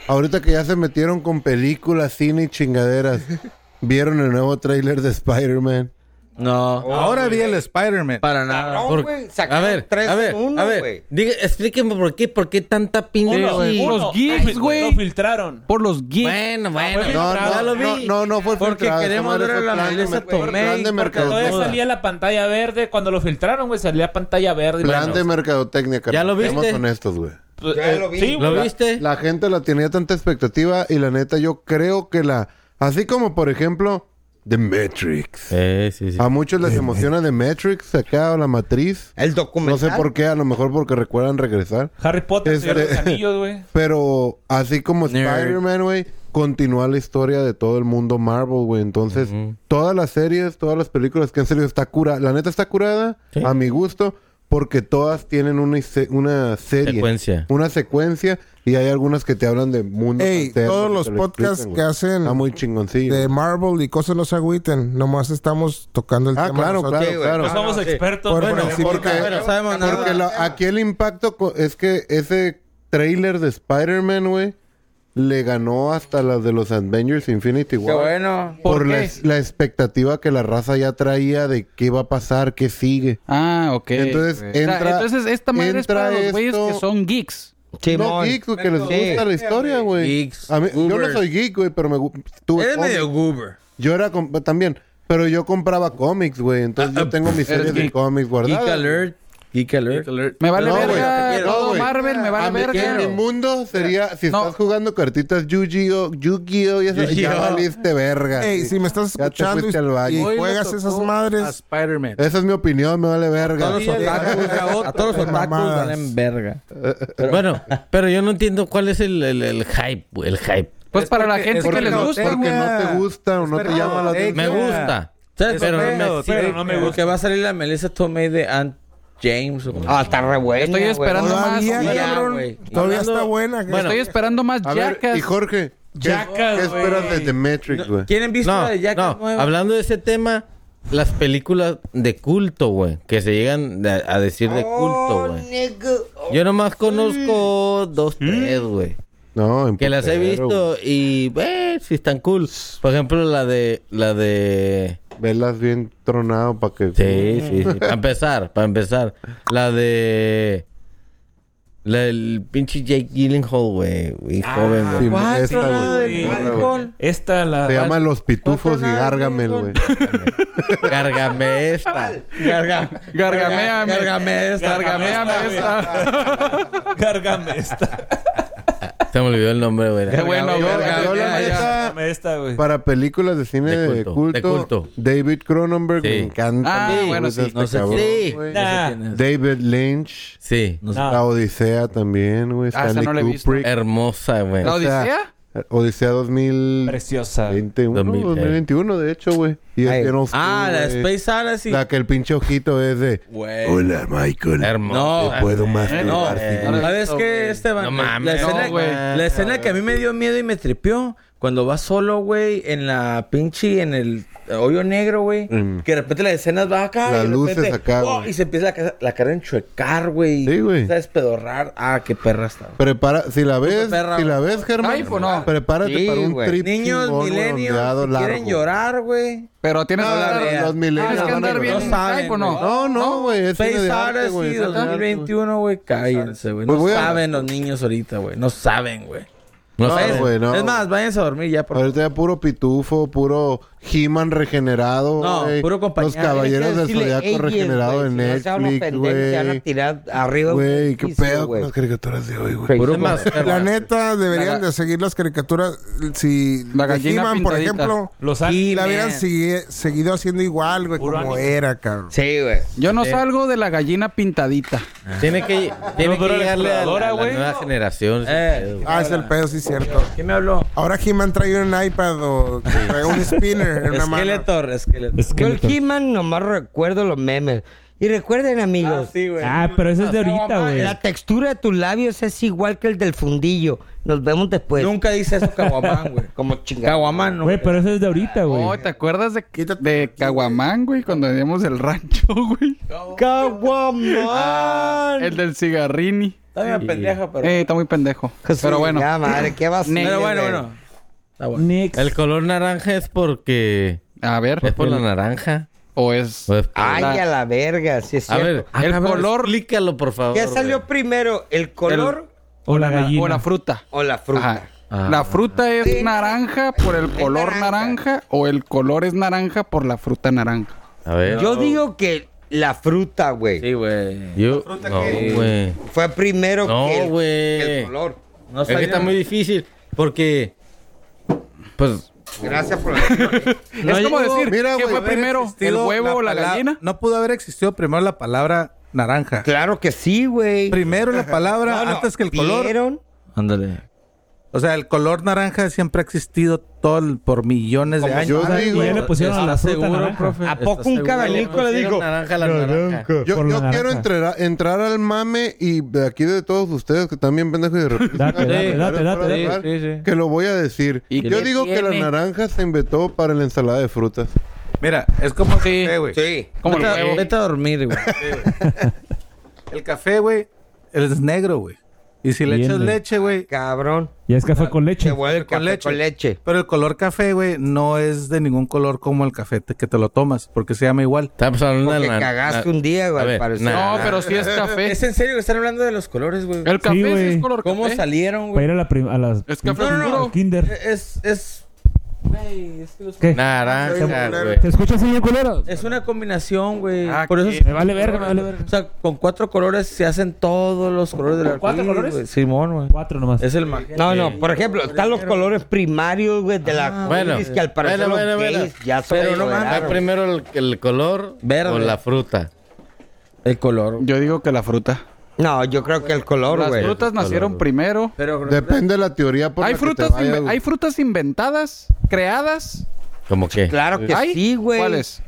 S7: Ahorita que ya se metieron con películas, cine
S2: *laughs*
S7: y chingaderas, ¿vieron el nuevo tráiler de Spider-Man?
S4: No,
S6: Ahora vi el Spider-Man.
S4: para nada.
S2: Cabrón,
S4: Por-
S2: güey,
S4: a
S2: sacaron
S4: ver,
S2: tres
S4: a
S2: en
S4: ver,
S2: uno,
S4: a
S2: güey.
S4: ver. Diga, explíqueme por qué, por qué tanta pinche...
S5: Por los GIFs,
S9: Lo
S5: güey.
S9: filtraron.
S5: Por los GIFs.
S4: Bueno, bueno.
S7: No, no,
S4: ya lo vi.
S7: no, no, no fue
S4: Porque
S7: filtrado,
S4: queremos
S7: esa madre
S4: ver a
S7: fue
S4: la
S7: plan de
S4: Melissa
S7: mercado-
S4: Tomei.
S7: plan de
S4: porque
S7: mercado-
S4: todavía
S9: Todavía
S4: salía-
S9: salía la pantalla verde. Cuando lo filtraron, güey, salía pantalla verde.
S7: Plan
S9: mano.
S7: de mercadotecnia, carnal.
S4: ¿Ya lo viste?
S7: Seamos honestos, güey.
S9: Pues,
S2: Ya
S9: eh,
S2: lo vi.
S9: Sí,
S4: ¿Lo
S9: güey.
S4: viste?
S7: La gente la tenía tanta expectativa y la neta yo creo que la... Así como, por ejemplo, The Matrix.
S4: Eh, sí, sí.
S7: A muchos les emociona The Matrix acá o La Matriz.
S2: El
S7: No
S2: documental.
S7: sé por qué, a lo mejor porque recuerdan regresar.
S9: Harry Potter, Señor de los
S7: Este-
S9: Anillos, güey.
S7: Pero así como
S4: Nerd.
S7: Spider-Man, güey, continúa la historia de todo el mundo Marvel, güey. Entonces, todas las series, todas las películas que han salido está curada. La neta está curada, a mi gusto, porque todas tienen una, ise- una serie.
S4: Secuencia.
S7: Una secuencia. Y hay algunas que te hablan de mundo.
S3: Ey, todos los podcasts que hacen
S7: Está muy chingoncillo.
S3: de Marvel y cosas no se agüiten. Nomás estamos tocando el
S7: Ah,
S3: tema.
S7: claro,
S3: nosotros.
S7: claro, claro.
S9: No Pues somos
S4: no, sí.
S9: expertos.
S3: Por-
S9: Bueno,
S3: por encima.
S7: porque
S4: Bueno, sabemos nada.
S7: porque lo- aquí el impacto co- es que ese trailer de Spider-Man, güey, le ganó hasta las de los Avengers Infinity
S4: Qué
S7: War.
S4: bueno.
S7: Por,
S5: ¿Por
S7: la,
S5: qué?
S7: la expectativa que la raza ya traía de qué va a pasar, qué sigue.
S5: Ah, ok.
S7: Entonces,
S5: güey. O sea,
S7: entra-
S5: entonces esta madre es
S7: entra
S5: para los güeyes
S7: esto-
S5: que son geeks.
S7: no
S2: Simón.
S7: geeks, güey, que les gusta la historia, güey.
S4: Geeks,
S7: A mí- Yo no
S4: goobers.
S7: soy geek, güey, pero me gu- tuve
S4: Eres
S7: cómics.
S4: medio goober.
S7: Yo era comp- también, pero yo compraba cómics, güey. Entonces yo tengo mis
S5: eres
S7: series de
S5: geek.
S7: cómics
S4: Ah, Geek
S7: guardadas.
S4: alert. Geek alert.
S5: Me vale
S7: No,
S5: verga
S7: güey. No,
S5: todo
S7: güey.
S5: Marvel, me vale
S7: A mí que en mi
S5: verga.
S7: mundo sería si
S5: No.
S7: estás jugando cartitas Yu-Gi-Oh, Yu-Gi-Oh y eso, ya
S4: Yu-Gi-Oh.
S7: valiste verga.
S3: Ey,
S7: Sí.
S3: si me estás
S7: Ya te
S3: escuchando
S7: fuiste al baño.
S3: y, y
S6: Hoy le
S3: juegas
S6: tocó
S3: esas
S6: A
S3: madres,
S6: Spider-Man.
S7: Esa es mi opinión, me vale verga.
S4: Todos los otakus, a todos los otakus
S3: Mamadas.
S4: salen verga.
S11: Bueno, pero yo no entiendo cuál es el, el, el hype, güey, el hype.
S5: Pues para la gente que
S6: porque
S5: les
S6: no
S5: gusta,
S6: tengo-
S5: güey.
S7: Porque no te gusta o no te llama la atención.
S11: Me gusta. ¿Sabes?
S6: Es
S11: Pero, no me-
S6: feo,
S11: sí,
S9: pero no me gusta.
S4: Porque va a salir la Melissa Tomei de, an-
S6: James. o-
S2: Ah, está re buena,
S5: Estoy
S2: güey.
S5: esperando más.
S3: Todavía,
S2: Ya,
S3: cabrón.
S2: güey.
S3: Todavía
S4: Hablando-
S3: está buena. güey.
S5: Estoy esperando más
S7: A ver,
S5: Jackass.
S7: y Jorge, ¿qué,
S9: Jackass,
S7: qué esperas
S9: güey.
S7: de The Matrix, güey?
S6: ¿Quién han visto
S4: No,
S6: la de Jack?
S4: no. Hablando de ese tema, las películas de culto, güey, que se llegan de- a decir de culto, güey. Yo nomás conozco dos, tres, güey.
S7: No, en
S4: Que las he
S7: putero, güey.
S4: visto y, eh, sí están cool. Por ejemplo, la de, la de...
S7: Velas bien tronado para que.
S4: Sí, sí, sí. Para empezar, para empezar. La de... La del pinche Jake Gyllenhaal, güey. Bien joven, güey.
S7: Sí,
S6: ¿Cuál
S7: esta,
S6: tronado
S7: güey.
S6: del
S7: Morra, güey.
S6: frijol?
S9: Esta, la.
S7: Se llama Los Pitufos y
S6: Otra vez,
S7: Gargamel, güey.
S4: Cárgame esta. Cárgame.
S5: Gargameame.
S4: Cárgame esta.
S5: Gargameame esta.
S9: *laughs* Cárgame esta.
S4: Se me olvidó el nombre, güey.
S5: *laughs* Qué bueno,
S7: Yo,
S5: güey.
S7: yo la
S5: Gargameame.
S7: neta,
S9: Cárgame esta, güey.
S7: para películas de cine
S4: De
S7: de
S4: culto,
S7: culto,
S4: de culto.
S7: David Cronenberg
S4: Sí.
S7: me encanta.
S5: Ah,
S7: güey,
S5: bueno,
S7: este
S5: sí.
S4: No sé
S7: cabrón,
S4: qué.
S7: güey.
S9: Nah.
S7: David Lynch,
S4: Sí.
S9: No sé.
S7: La Odisea también, güey.
S5: Ah, esa
S7: Stanley
S5: no la he visto.
S7: Kubrick.
S4: Hermosa, güey.
S5: ¿La
S7: O sea,
S5: Odisea?
S7: Odisea 2021,
S9: Preciosa.
S4: 2000, eh.
S7: 2021, de hecho, güey. Y es
S2: Ay.
S7: bien oscuro,
S6: Ah, la
S7: güey.
S6: Space Odyssey.
S7: La que el pinche ojito es de.
S6: Güey.
S1: Hola, Michael.
S4: Hermosa.
S1: Te puedo más
S4: Eh,
S6: No,
S5: no,
S6: ¿sabes
S5: no,
S6: qué,
S5: güey.
S6: Esteban?
S4: No mames,
S6: La escena,
S5: no, güey.
S6: la escena que a mí me dio miedo y me tripió cuando va solo, güey, en la pinche, en el hoyo negro, güey.
S7: Mm.
S6: Que de repente las escenas va acá.
S7: Las
S6: y de
S7: luces
S6: repente,
S7: acá,
S6: ¡oh!
S7: güey.
S6: Y se empieza la, ca- la cara a enchuecar, güey.
S7: Sí, güey.
S6: Empieza a despedorrar. Ah, qué perra está. güey.
S7: Prepara, si la ves,
S6: perra,
S7: si la ves, Germán,
S5: Ay, pues no.
S7: prepárate
S2: Sí,
S7: para un
S2: güey.
S7: trip
S6: Niños
S7: chingón, güey,
S6: milenios
S7: ondeado,
S6: si quieren
S7: largo.
S6: llorar, güey.
S5: Pero tienes
S7: No,
S5: que
S7: la-
S5: andar-
S7: los
S6: Ah,
S7: milenios
S5: Tienes que
S7: van a
S5: andar bien.
S7: llorar.
S5: en
S6: No saben,
S5: hype, ¿o no?
S7: No, no, güey. es cine
S6: Space
S7: de arte, güey,
S6: Odyssey
S7: es arte, güey.
S6: 2021, güey. Cállense, güey.
S7: Pues
S6: No
S7: voy a-
S6: saben los niños ahorita, güey. No saben, güey.
S4: No
S7: No,
S4: sé.
S6: Vayan-
S7: güey, no.
S6: Es más, váyanse a dormir ya, por favor.
S7: Ahorita ya puro pitufo, puro He-Man regenerado.
S6: No,
S7: güey.
S6: puro compañero.
S7: Los caballeros del Zodiaco regenerado en Netflix,
S2: Se van a
S7: güey.
S2: tirar arriba. de un
S7: Güey, qué
S2: edificio,
S7: pedo con
S2: güey.
S7: las caricaturas de hoy,
S1: *laughs*
S7: güey.
S6: *laughs*
S4: Es más,
S3: La
S4: perra.
S3: neta, deberían
S5: La-
S3: de seguir las caricaturas. Si
S5: La
S3: de
S5: gallina
S3: He-Man, por
S5: pintadita.
S3: ejemplo,
S9: Los
S3: y
S9: ángeles.
S3: la hubieran sigui- seguido haciendo igual, güey,
S9: Puro
S3: como
S9: anime.
S3: era, cabrón.
S2: Sí, güey.
S5: Yo no salgo de la gallina pintadita.
S4: Tiene que, tiene
S9: pero
S4: que
S9: la
S4: llegarle a la,
S9: exploradora,
S4: a la
S9: güey.
S4: nueva generación. ese
S6: Eh.
S4: pedo, güey.
S3: Ah, es el pedo, sí, cierto.
S6: ¿Quién me habló?
S3: Ahora He-Man trae un iPad o trae un spinner en una mano.
S6: Skeletor, Skeletor.
S2: Yo el He-Man nomás recuerdo los memes. Y recuerden, amigos,
S6: Ah, sí, güey.
S12: Ah, pero eso es de ahorita, güey.
S2: la textura de tus labios es igual que el del fundillo. Nos vemos después.
S6: Nunca dice eso Caguamán, güey.
S2: *laughs* Como chingada.
S6: Caguamán,
S12: *laughs*
S6: no.
S12: Güey, pero eso es de ahorita,
S5: Oh,
S12: güey.
S5: ¿te acuerdas de,
S3: Quítate.
S5: de Caguamán, güey? Cuando veníamos el rancho, *laughs* güey.
S2: ¡Caguamán!
S5: El del cigarrini.
S6: Está bien pendeja, pero.
S5: Eh, está muy pendejo. Pero bueno.
S2: Ya, madre, qué va
S6: pero bueno, bueno.
S12: Next.
S4: El color naranja es porque...
S5: A ver.
S4: Es por la naranja.
S5: O es.
S4: o es-
S2: Ay,
S5: La-
S2: a la verga, sí es
S4: Pues, a
S2: cierto.
S4: ver,
S5: El
S4: a ver,
S5: color-
S4: Explícalo, por favor.
S2: ¿Qué
S4: güey.
S2: salió primero, el color
S12: O la gallina.
S5: O la fruta.
S2: o la fruta?
S5: Ajá. La fruta es naranja por el color naranja. o el color es naranja por la fruta naranja.
S4: A ver.
S2: Yo digo que la fruta, güey.
S6: Sí, güey.
S4: Yo- No, güey.
S2: Fue primero
S4: No,
S2: que, el,
S4: güey.
S2: que el color.
S6: No
S4: Es que está muy difícil porque... Pues...
S2: Gracias por la
S5: es como decir,
S7: mira,
S5: ¿qué
S7: güey,
S5: fue
S7: haber
S5: primero? ¿El
S7: existido
S5: huevo o la
S8: pala-
S5: gallina?
S8: No pudo haber existido primero la palabra naranja.
S2: Claro que sí, güey.
S8: Primero la palabra
S2: *laughs* No, no,
S8: antes que el color.
S2: ¿Vieron?
S6: Ándale.
S8: O sea, el color naranja siempre ha existido todo el- por millones de años.
S7: Yo
S12: Ah,
S7: digo,
S12: y ya le pusieron a la fruta
S4: seguro,
S12: naranja.
S6: Pues,
S4: profe.
S2: ¿A poco
S4: ¿Estás
S2: un
S4: seguro?
S2: cabanico le dijo?
S4: Naranja, la naranja.
S7: yo,
S12: Por la
S7: yo quiero
S12: naranja.
S7: entrar, entrar al mame y de aquí de todos ustedes que también pendejos y de repente.
S12: Date, date,
S7: Sí,
S12: date, date,
S7: sí,
S12: date.
S7: sí, sí. Que lo voy a decir.
S5: ¿Y
S7: Yo
S5: qué
S7: digo que la
S5: tiene?
S7: naranja se inventó para la ensalada de frutas.
S8: Mira, es como el café, güey.
S2: Sí.
S5: Como el
S6: Vete a-
S5: huevo.
S6: Vete a dormir, güey.
S8: El café, güey, es negro, güey. Y si le
S12: Bien,
S8: echas
S12: güey.
S8: leche, güey,
S2: *laughs* Cabrón.
S12: Ya es café con leche.
S2: Se vuelve
S8: Con
S2: con
S8: leche.
S2: leche. Con leche.
S8: pero el color café, güey, no es de ningún color como el café te- que te lo tomas, porque se llama igual.
S4: Estamos hablando
S2: Porque
S4: de la...
S2: cagaste
S4: la-
S2: un día,
S4: A
S2: güey,
S4: ver,
S2: al parecer.
S4: nah.
S5: No, pero sí es café.
S6: Es en serio que están hablando de los colores, güey.
S5: El café sí
S12: güey.
S5: es color café.
S6: ¿Cómo salieron,
S12: Para
S6: güey?
S12: ir a, la prim- a las...
S5: Es café
S12: pinches
S5: oscuro.
S12: Kinder.
S6: Es, es. Güey, es que Eh, los-
S12: ¿Qué?
S4: Naranja, güey.
S12: ¿Te escuchas, señor culero?
S6: Es una combinación, güey.
S5: Ah,
S6: Por eso.
S5: qué-
S12: Me vale verga, me vale verga.
S6: O sea, con cuatro colores se hacen todos los colores del arco.
S12: ¿Cuatro colores?
S6: güey. Simón, güey.
S12: Cuatro nomás.
S6: Es el magenta.
S2: No, no, por ejemplo, están los colores primarios, güey, de la
S4: Ah, bueno.
S2: es que al parecer
S4: Bueno,
S2: los
S4: bueno,
S2: gays
S4: bueno.
S2: ya son
S4: Pero no mames.
S2: liberados.
S4: ¿Va primero el, el color
S6: Verde.
S4: o la fruta?
S6: El color.
S5: Yo digo que la fruta.
S2: No, yo creo que el color,
S5: Las
S2: güey.
S5: frutas nacieron primero.
S6: Pero
S7: Depende de la teoría por
S5: Hay
S7: la que te
S5: frutas,
S7: vayas,
S5: inve-
S7: güey.
S5: hay frutas inventadas, creadas.
S4: ¿Cómo qué?
S2: Claro que
S5: ¿Hay?
S2: sí, güey.
S5: ¿Cuáles?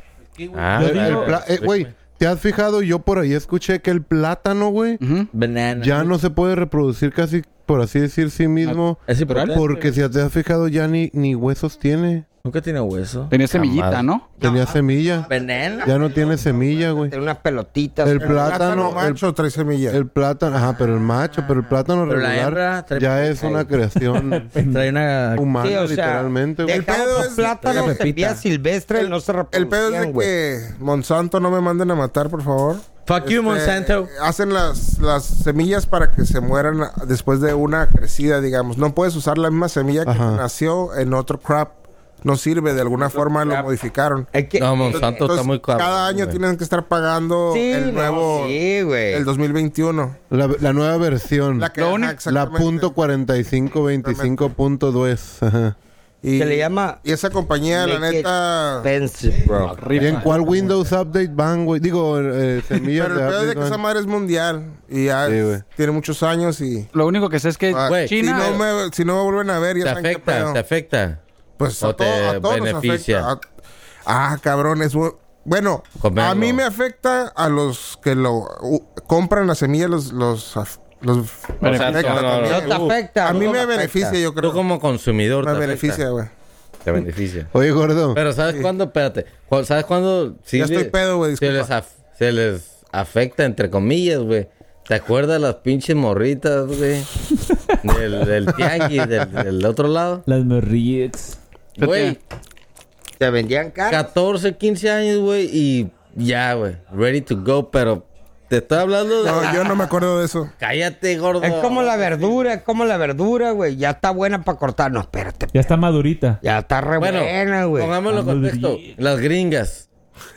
S4: Ah,
S12: Yo
S7: El- el
S12: digo-
S7: pla- eh, Güey, ¿Te has fijado? Yo por ahí escuché que el plátano, güey,
S6: Banana.
S7: ya no se puede reproducir casi, por así decir, sí mismo.
S6: Ah, es importante,
S7: Porque si te has fijado, ya ni, ni huesos tiene.
S6: Nunca tiene hueso.
S5: Tenía semillita,
S7: Jamás.
S5: ¿no?
S7: Tenía
S3: Ah.
S7: semilla.
S2: Veneno.
S7: Ya no tiene semilla, güey.
S2: Tiene unas pelotitas.
S7: El
S2: güey.
S7: plátano, el,
S3: macho, trae semillas.
S7: el plátano, ajá, pero el macho, pero el plátano
S6: Pero la
S7: regular
S6: hembra trae-
S7: ya es
S6: *laughs*
S7: una creación
S6: Trae una.
S7: humana,
S2: Sí, o sea,
S7: literalmente, güey.
S3: el pedo
S2: Dejamos los
S3: es-
S2: plátanos
S6: Pepita.
S2: en vía silvestre y no se reproducen,
S3: El pedo es de que Monsanto no me manden a matar, por favor.
S6: Fuck you,
S3: Este,
S6: Monsanto.
S3: Hacen las, las semillas para que se mueran a- después de una crecida, digamos. No puedes usar la misma semilla que
S7: Ajá.
S3: nació en otro crop. No sirve, de alguna forma lo modificaron.
S2: Es que-
S4: No, Monsanto está
S3: Entonces,
S4: muy cabrón,
S3: cada año
S4: güey.
S3: tienen que estar pagando
S2: Sí,
S3: el
S2: no,
S3: nuevo,
S2: sí, güey.
S3: el 2021.
S7: La, la nueva versión.
S3: La que-
S5: Lo
S3: ajá,
S5: único-
S7: La
S3: exactamente.
S7: punto 4525.2. Ajá.
S3: Y,
S2: Se le llama-
S3: Y esa compañía, la
S2: Make it
S3: neta.
S2: expensive, bro.
S7: ¿Y en cuál Windows Update van, güey? Digo,
S3: *laughs*
S7: eh, semillas
S3: Ah, Pero el pedo es
S7: de
S3: de que
S7: update
S3: esa
S7: van.
S3: madre es mundial. Y ya
S7: Sí,
S3: es-
S7: güey.
S3: tiene muchos años y.
S5: Lo único que sé es que
S3: Ah,
S4: Güey,
S3: si,
S5: China.
S3: no me, si no me vuelven a ver, ya
S4: Te
S3: saben qué
S4: afecta,
S3: pedo.
S4: te afecta.
S3: Pues
S4: o
S3: a, todo- a
S4: te
S3: todos nos
S4: beneficia.
S3: afecta. A- ah, cabrón, es bu- bueno.
S4: Comerlo.
S3: A mí me afecta a los que lo u- compran la semilla, los los af- los
S5: sea,
S3: afecta
S4: no, no,
S3: también.
S2: No te afecta.
S3: A mí
S2: no
S3: me
S2: te
S3: beneficia,
S2: afecta.
S3: yo creo.
S4: Ah. Tú como consumidor
S3: me
S4: te
S3: beneficia,
S4: afecta.
S3: güey. *laughs*
S4: Te beneficia.
S7: Oye, gordo.
S4: Pero ¿sabes cuándo? Espérate. Cu- ¿Sabes cuándo? sí
S3: Ya
S4: le-
S3: estoy pedo, güey,
S4: Se,
S3: disculpa.
S4: les af- se les afecta, entre comillas, güey. ¿Te acuerdas las pinches
S3: *laughs*
S4: morritas, güey? del, del tianguis, del, del otro lado.
S12: Las morrilletas.
S4: Güey,
S2: Te vendían caro.
S4: 14, 15 años, güey, y ya, güey. Ready to go, pero te estoy hablando de...
S3: No, yo no me acuerdo de eso.
S4: Cállate, gordo.
S2: Es como la verdura, es como la verdura, güey. Ya está buena para cortar. No, espérate.
S12: Ya está madurita.
S2: Ya está re
S4: Bueno,
S2: buena, güey.
S4: pongámoslo en contexto. Las gringas.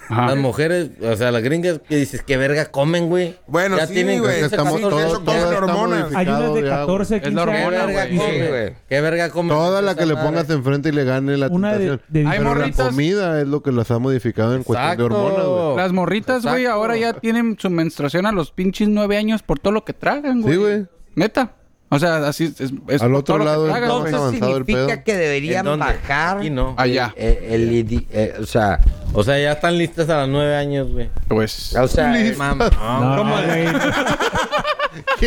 S4: Las mujeres, o sea, las gringas que dices, ¿qué verga comen, güey?
S3: Bueno,
S4: Ya
S3: sí,
S4: tienen
S3: güey,
S4: quince,
S7: estamos
S3: sí,
S7: todos,
S3: eso
S7: todos
S3: comen
S7: estamos
S3: hormonas.
S12: Hay unas
S7: modificados
S12: de
S7: ya,
S12: 14, 15
S5: la
S4: ¿Qué
S5: hormona,
S12: años.
S4: verga
S12: güey.
S4: comen, güey? ¿Qué verga comen?
S7: Toda la que le
S4: Esa
S7: pongas
S4: madre.
S7: enfrente y le gane la
S12: Una de,
S7: tentación.
S12: de
S5: Ay,
S7: Pero la
S5: morritas.
S7: comida es lo que las ha modificado en cuestión de
S4: Exacto.
S7: hormonas, güey.
S5: Las morritas, güey,
S4: Exacto.
S5: ahora ya tienen su menstruación a los pinches nueve años por todo lo que tragan, güey.
S7: Sí, güey.
S5: Neta. O sea, así es. es- es
S7: Al
S5: por
S7: otro
S5: todo lo que
S7: lado,
S5: tragan,
S7: entonces,
S5: güey.
S2: Eso
S7: avanzado el
S2: significa
S7: pedo.
S2: que
S4: ¿En
S2: deberían
S4: dónde?
S2: bajar
S4: Aquí no.
S5: Allá.
S2: eh, el, idi- eh, o sea,
S4: O sea, ya están listas a los nueve años, güey.
S5: Pues.
S2: o sea, el-
S4: Mamá.
S12: No, güey.
S3: *laughs*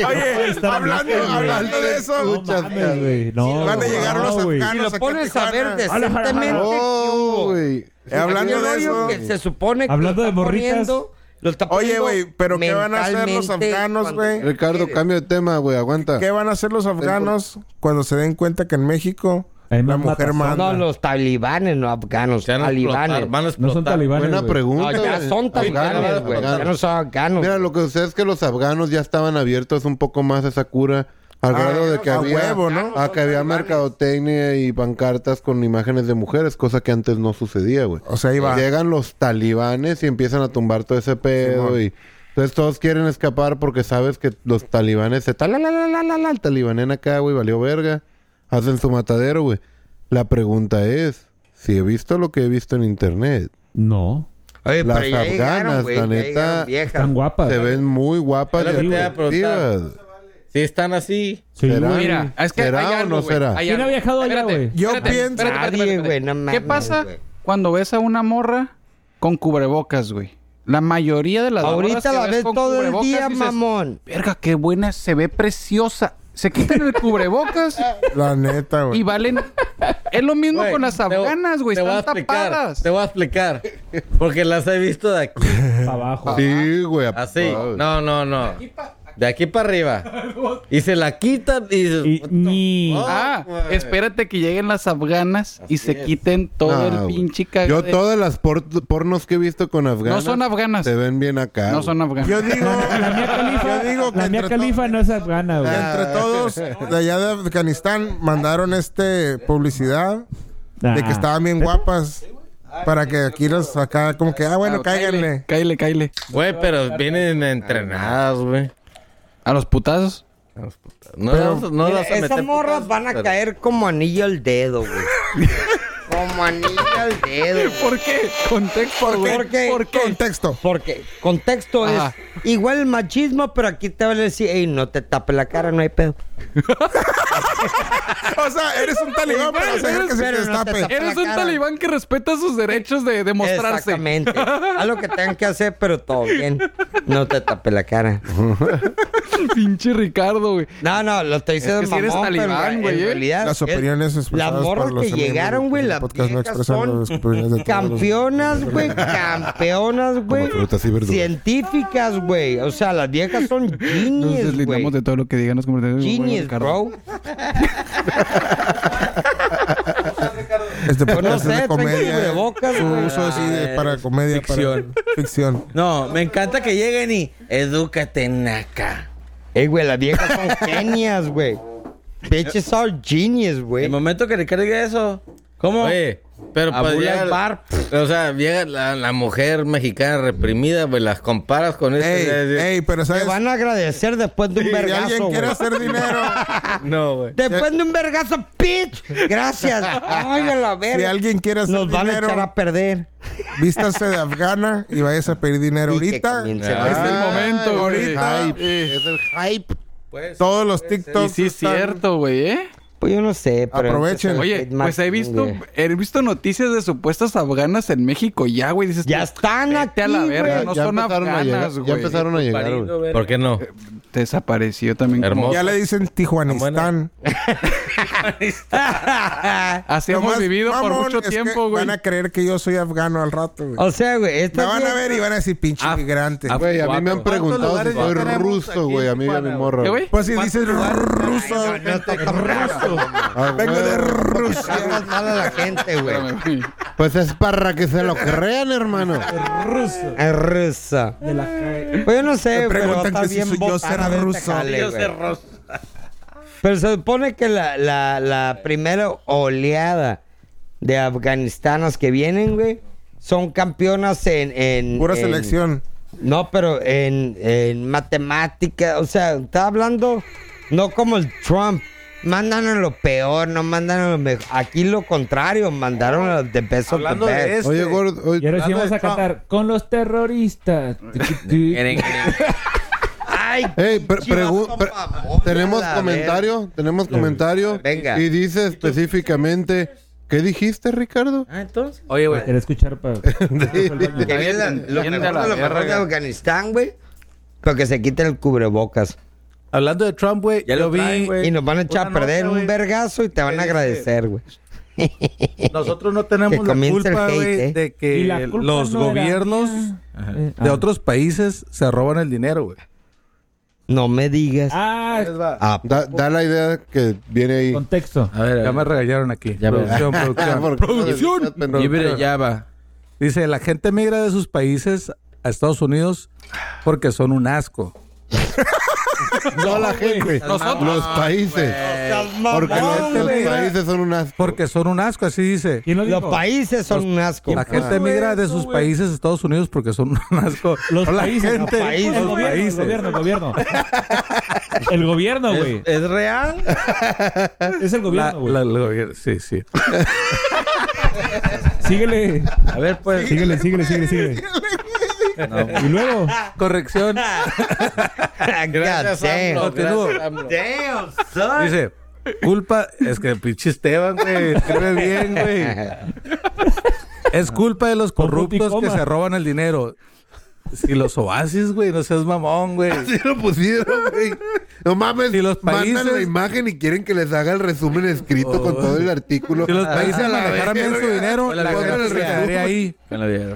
S3: Oye,
S12: Está
S3: hablando,
S12: loco, güey.
S3: hablando de
S12: No
S3: eso,
S12: mames, güey. No.
S3: van a llegar
S12: no,
S3: los
S12: güey.
S3: afganos.
S2: si lo
S3: aquí
S2: pones a ver
S3: Tijuana.
S2: decentemente, ¿qué
S7: Oh,
S2: hubo?
S7: güey.
S3: Eh, hablando
S2: Aquel
S3: de
S2: rollo
S3: eso.
S2: que se supone que
S12: Hablando
S2: lo
S12: de
S2: está
S12: morritas.
S2: poniendo- lo está
S3: Oye,
S2: poniendo
S3: güey, pero ¿qué van a hacer los
S2: mentalmente
S3: afganos,
S2: cuando-
S3: güey?
S7: Ricardo, cambio de tema, güey. Aguanta.
S3: ¿Qué van a hacer los afganos cuando se den cuenta que en México
S12: Hay
S3: la
S12: más
S3: mujer
S12: matazón.
S3: manda?
S2: No,
S3: *laughs*
S2: los talibanes, no afganos,
S4: Se van a explotar,
S2: talibanes.
S4: Van a
S12: No son
S4: explotar.
S12: talibanes.
S7: Buena
S12: güey.
S7: pregunta.
S2: No, Ah, ya
S7: güey.
S2: son talibanes,
S7: Afganos,
S2: güey. Ya
S7: afganos.
S2: no son afganos.
S7: Mira, lo que sucede es que los afganos ya estaban abiertos un poco más a esa cura. Al
S3: Ah,
S7: grado de que
S3: a
S7: había,
S3: huevo, ¿no?
S7: a que había mercadotecnia y pancartas con imágenes de mujeres, cosa que antes no sucedía, güey.
S3: O sea, ahí va.
S7: Llegan los talibanes y empiezan a tumbar todo ese pedo
S3: Simón.
S7: y entonces todos quieren escapar porque sabes que los talibanes se talalalalala, el talibanén acá, güey, valió verga. Hacen su matadero, güey. La pregunta es, si he visto lo que he visto en internet,
S12: No.
S2: Oye,
S7: las
S2: pero ya llegaron,
S7: afganas,
S2: güey,
S7: la
S2: ya
S7: neta,
S2: llegaron viejas.
S12: Están guapas.
S7: se ven muy guapas
S4: Es lo
S7: y
S4: que te iba a preguntar.
S7: atractivas.
S4: Si están así,
S12: Sí,
S7: ¿Será?
S12: güey.
S5: Mira, es que
S7: ¿Será
S5: hay
S7: o
S5: algo,
S7: no
S5: güey.
S7: será?
S5: Hay
S12: ¿Quién
S5: algo.
S12: ha viajado allá,
S5: Espérate,
S12: güey?
S3: Yo
S5: espérate,
S3: pienso-
S5: espérate, espérate,
S2: Nadie,
S5: espérate.
S2: güey, no mames,
S5: ¿Qué pasa
S2: güey.
S5: cuando ves a una morra con cubrebocas, güey? La mayoría de las morras
S2: Ahorita
S5: que
S2: la ves
S5: con
S2: todo el
S5: cubrebocas
S2: día,
S5: dices,
S2: mamón.
S5: Verga, qué buena, se ve preciosa. Se quitan el cubrebocas
S3: *laughs* La neta,
S5: y
S3: güey.
S5: valen. Es lo mismo
S4: Güey,
S5: con las
S4: te-
S5: afganas, güey.
S4: te voy a
S5: Están
S4: explicar,
S5: tapadas.
S4: Te voy a explicar. Porque las he visto de aquí.
S12: Para
S3: *laughs*
S12: abajo.
S7: Sí, güey. *laughs*
S4: Así.
S7: apá.
S4: No, no, no. De aquí
S5: *laughs*
S4: para arriba. Y se la quitan y...
S12: Y ni.
S5: Ah, espérate que lleguen las afganas y se quiten todo
S7: Ah,
S5: el
S7: güey.
S5: pinche cagado.
S7: Yo todas las por- pornos que he visto con
S5: No
S7: afganas
S5: son afganas.
S7: se ven bien acá.
S5: No
S7: güey.
S5: son afganas.
S3: Yo digo,
S12: La mía
S3: yo digo
S12: califa,
S3: que
S12: la mía
S3: entre, to-
S12: califa no es afgana,
S3: que
S12: güey.
S3: entre todos de allá de Afganistán mandaron este publicidad de
S12: Nah.
S3: que estaban bien guapas para que aquí los acá como que ah bueno, cáiganle.
S5: Cállale, cállale.
S4: Güey, pero vienen entrenadas, güey.
S5: A los putazos.
S4: No,
S3: Pero-
S4: las- no
S2: Mira,
S4: las vas a meter
S2: esas morras
S4: putazos,
S2: van a
S4: pero-
S2: caer como anillo al dedo, güey. Como anillo al dedo.
S5: ¿Por qué? Contexto, güey.
S2: Porque,
S5: ¿Por qué?
S3: Contexto.
S2: porque contexto es
S5: Ajá.
S2: igual el machismo, pero aquí te van a decir, ey, no te tapes la cara, no hay pedo.
S3: O sea, eres un talibán para hacer que
S2: Pero
S3: se te
S2: no te
S3: destape.
S2: tapes.
S5: Eres
S2: la
S5: un
S2: cara.
S5: talibán que respeta sus derechos de demostrarse.
S2: Exactamente. Haz lo que tengan que hacer, pero todo bien. No te tapes la cara.
S5: *laughs* Pinche Ricardo, güey.
S2: No, no, lo estoy diciendo
S5: que sí eres
S2: mamón, pero
S5: talibán,
S2: en
S5: güey, ¿eh?
S2: realidad
S3: Las
S2: es-
S3: opiniones
S2: Las
S3: expresadas
S2: morras
S3: por los
S2: que
S3: amigos
S2: llegaron,
S3: del
S2: güey, las
S3: podcast no
S2: viejas
S3: expresan
S2: son
S3: las opiniones de todos los-
S2: campeonas, güey, campeonas, güey.
S7: frutas y verduras.
S2: Científicas, güey. O sea, las viejas son
S5: Nos
S2: genies,
S5: deslindamos
S2: güey.
S5: de todo lo que digan los comentarios.
S2: Genies, bro.
S3: Este
S2: Pues no
S3: podcast es
S2: sé,
S3: de
S2: tengo
S3: comedia.
S2: cubrebocas,
S3: Su
S2: güey. Ah,
S3: uso es de- para comedia. para-
S4: Ficción.
S3: ficción.
S13: No, me encanta que lleguen y edúcate, naca.
S2: Ey, güey, las viejas *laughs* son genias, güey. Bitches are genius, güey.
S13: El momento que Ricardo diga eso, ¿cómo?
S4: Oye, pero
S13: A
S4: pues
S13: Bull
S4: llega-
S13: al bar.
S4: O sea, llega la, la mujer mexicana reprimida, pues las comparas con este.
S3: Ey,
S4: ya dices,
S3: ey, pero
S2: Te
S3: ¿sabes?
S2: van a agradecer después de un
S3: Si alguien
S2: vergazo,
S3: quiere
S2: güey. *laughs*
S3: hacer dinero,
S4: No, güey.
S2: Después de un vergazo, bitch. Gracias. Ay, a la verga.
S3: si alguien quiere hacer
S2: Nos van a
S3: dinero,
S2: echar a perder.
S3: vístase de afgana y vayas a pedir dinero
S2: Y que
S3: ahorita.
S2: comience
S3: Ah,
S2: a-
S5: Es el momento, güey.
S3: ahorita.
S7: Es el hype.
S3: Todos los
S5: Y
S3: TikToks.
S5: sí, es
S3: están-
S5: cierto, güey, ¿eh?
S2: Pues yo no sé, pero...
S3: Aprovechen.
S5: Oye, pues he visto, he visto noticias de supuestas afganas en México ya, güey. Dices,
S2: Ya
S5: tú,
S2: están
S5: vete
S2: aquí,
S5: a la verga,
S2: güey.
S5: no son
S7: a llegar.
S5: afganas,
S7: Ya
S5: güey.
S7: empezaron a llegar,
S13: Parido,
S7: güey.
S13: ver-
S4: ¿Por qué no?
S5: Desapareció también. como-
S4: Hermoso.
S3: Ya le dicen Tijuanistán.
S5: Así
S3: Lo
S5: hemos
S3: más
S5: vivido por
S3: mamón
S5: mucho
S3: es que
S5: tiempo, güey.
S3: Van a creer que yo soy afgano al rato, güey.
S2: O sea, güey, esta
S3: Me van a ver y van a decir pinche
S6: Ah,
S3: migrante.
S6: ah,
S7: Güey, a mí me han
S6: ¿Cuántos
S7: preguntado si
S6: lugares
S7: soy
S6: ya tenemos aquí
S7: ruso,
S6: en
S7: güey. A mí ya me
S6: Tijuana,
S7: morro.
S5: ¿Qué, güey?
S3: Pues si dices ruso,
S7: Ah,
S3: vengo
S7: güey.
S3: de Rusia.
S2: Hagas mal a la gente,
S3: *laughs*
S2: güey.
S5: Espérame, güey.
S7: Pues es para que se lo crean, hermano.
S2: Es rusa. Pues yo no sé,
S3: Me
S2: pero
S3: preguntan
S2: está
S3: que si
S2: bien
S3: soy yo
S2: botana
S3: ser
S2: de este
S3: ruso.
S2: jale,
S13: Yo
S2: güey.
S13: sé rosa.
S2: Pero se supone que la, la, la primera oleada de afganistanos que vienen, güey, son campeonas en... en
S3: Pura
S2: en-
S3: selección.
S2: No, pero en, en matemática, o sea, está hablando no como el Trump. Mandan a lo peor, no mandan a lo mejor. Aquí lo contrario, mandaron a los de peso
S6: Hablando de este,
S7: Oye, gordo.
S9: Y ahora sí vamos a cantar con
S5: *laughs*
S9: los terroristas.
S2: Ay,
S7: Hey, pre-
S2: pinche
S7: pregu-
S2: vato
S7: pre-
S2: mamón,
S7: tenemos
S2: a la
S7: comentario, tenemos comentario.
S2: Venga.
S7: Y dice específicamente, ¿qué
S6: *laughs*
S7: dijiste, Ricardo?
S13: Ah, entonces.
S6: Oye, güey.
S9: Quería escuchar para...
S2: verga. Que viene la- lo
S5: Viene
S2: mejor
S5: la
S2: de lo mejor
S5: verga.
S2: de Afganistán, güey. Pero que se quiten el cubrebocas.
S6: Hablando de Trump, güey,
S13: Ya
S6: yo
S13: lo
S6: vi.
S13: traen, güey.
S2: Y nos van a echar a
S6: Una
S2: perder
S6: nota,
S2: un
S6: güey.
S2: vergazo y te van a
S6: dice-
S2: agradecer, güey.
S6: Nosotros no
S2: Que
S6: tenemos la
S2: comience el
S6: culpa,
S2: hate,
S6: güey,
S2: ¿eh?
S6: de que los gobiernos
S9: Eh,
S6: de otros países se roban el dinero, güey.
S2: No me digas.
S9: Ah,
S2: Ah,
S7: *laughs* Da, da la idea que viene ahí.
S9: contexto.
S4: A ver,
S6: Ya me regañaron aquí.
S4: Ya ves.
S2: *laughs*
S6: producción,
S7: Ah,
S6: producción.
S7: porque- Pero-
S4: Libre Java.
S6: Dice, la gente migra de sus países a Estados Unidos porque son un asco.
S7: No la gente. Los países.
S2: Ah,
S7: Porque los
S6: güey.
S7: países son unas.
S6: Porque son un asco, así dice.
S9: ¿Quién lo dijo?
S2: los países son un asco.
S6: La gente migra de sus países a Estados Unidos porque son un asco.
S9: Los
S6: No, la
S9: países,
S6: gente,
S2: los países.
S9: El
S6: los
S9: gobierno,
S6: países.
S9: el gobierno, el gobierno.
S6: *laughs*
S9: El gobierno, güey.
S13: ¿Es real?
S2: *laughs*
S9: Es el
S6: La-
S9: gobierno,
S6: la-
S9: güey.
S6: el gobierno, sí, sí.
S9: Síguele,
S13: A ver, pues.
S9: síguele, síguele,
S6: *laughs*
S9: síguele, síguele. Y luego,
S2: *laughs*
S6: Corrección.
S2: Gracias, damn.
S6: Continúo.
S2: Damn, son.
S6: Dice, culpa, es que pinche Esteban, güey, escribe bien, güey. Es culpa de los
S9: punto y
S6: corruptos que
S9: coma.
S6: se roban el dinero. Si los oasis, güey, no seas mamón, güey.
S7: Así lo pusieron, güey. No mames.
S6: Si los
S7: Mandan la
S6: países- Oh.
S7: imagen y quieren que les haga el resumen escrito con todo el artículo.
S6: Si los países
S7: Ah, la
S6: manejaran bien su
S7: verga.
S6: dinero,
S7: Pongan
S6: la gente
S7: el
S6: se
S7: resumen.
S6: quedaría ahí.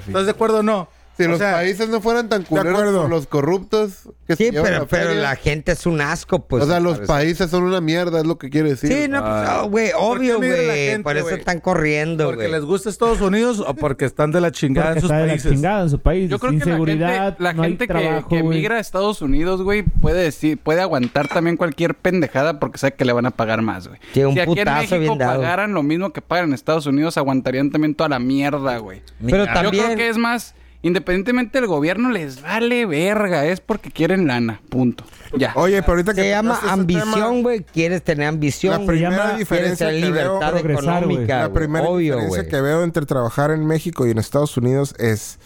S6: ¿Estás de acuerdo o no?
S7: Si
S6: O
S7: los
S6: sea,
S7: países no fueran tan culeros
S3: acuerdo.
S7: con los corruptos que se
S2: Sí,
S7: llevan
S2: pero,
S7: la
S2: pero
S7: feria.
S2: la gente es un asco, pues.
S7: o sea, los
S2: parece.
S7: países son una mierda, es lo que quiere decir.
S2: Sí, no, pues, oh, güey,
S6: ¿Por qué
S2: obvio,
S6: migra la
S2: güey.
S6: gente,
S2: Por eso
S6: güey?
S2: están corriendo,
S6: porque
S2: güey.
S6: les gusta Estados Unidos o porque están de la chingada
S9: porque
S6: en sus
S9: está de la
S6: países.
S9: chingada en su país.
S5: Yo creo que la
S9: Inseguridad,
S5: gente, la
S9: no hay
S5: gente que-
S9: trabajo,
S5: que,
S9: güey.
S5: migra a Estados Unidos, güey, puede decir, puede aguantar también cualquier pendejada porque sabe que le van a pagar más, güey.
S2: Sí, un
S5: si aquí en
S2: putazo
S5: México
S2: bien dado.
S5: pagaran lo mismo que pagan en Estados Unidos, aguantarían también toda la mierda, güey.
S2: Pero
S5: Yo creo
S2: también-
S5: que es más Independientemente del gobierno, les vale verga. Es porque quieren lana. Punto. Ya.
S3: Oye, pero ahorita
S2: Se llama
S6: este
S2: ambición, güey. Quieres tener ambición.
S3: La
S2: güey.
S3: primera
S2: Quieres
S3: diferencia
S2: tener
S3: que
S2: libertad
S3: veo,
S2: económica.
S3: la
S2: güey.
S3: primera
S2: Obvio,
S3: diferencia
S2: güey.
S3: que veo entre trabajar en México y en Estados Unidos es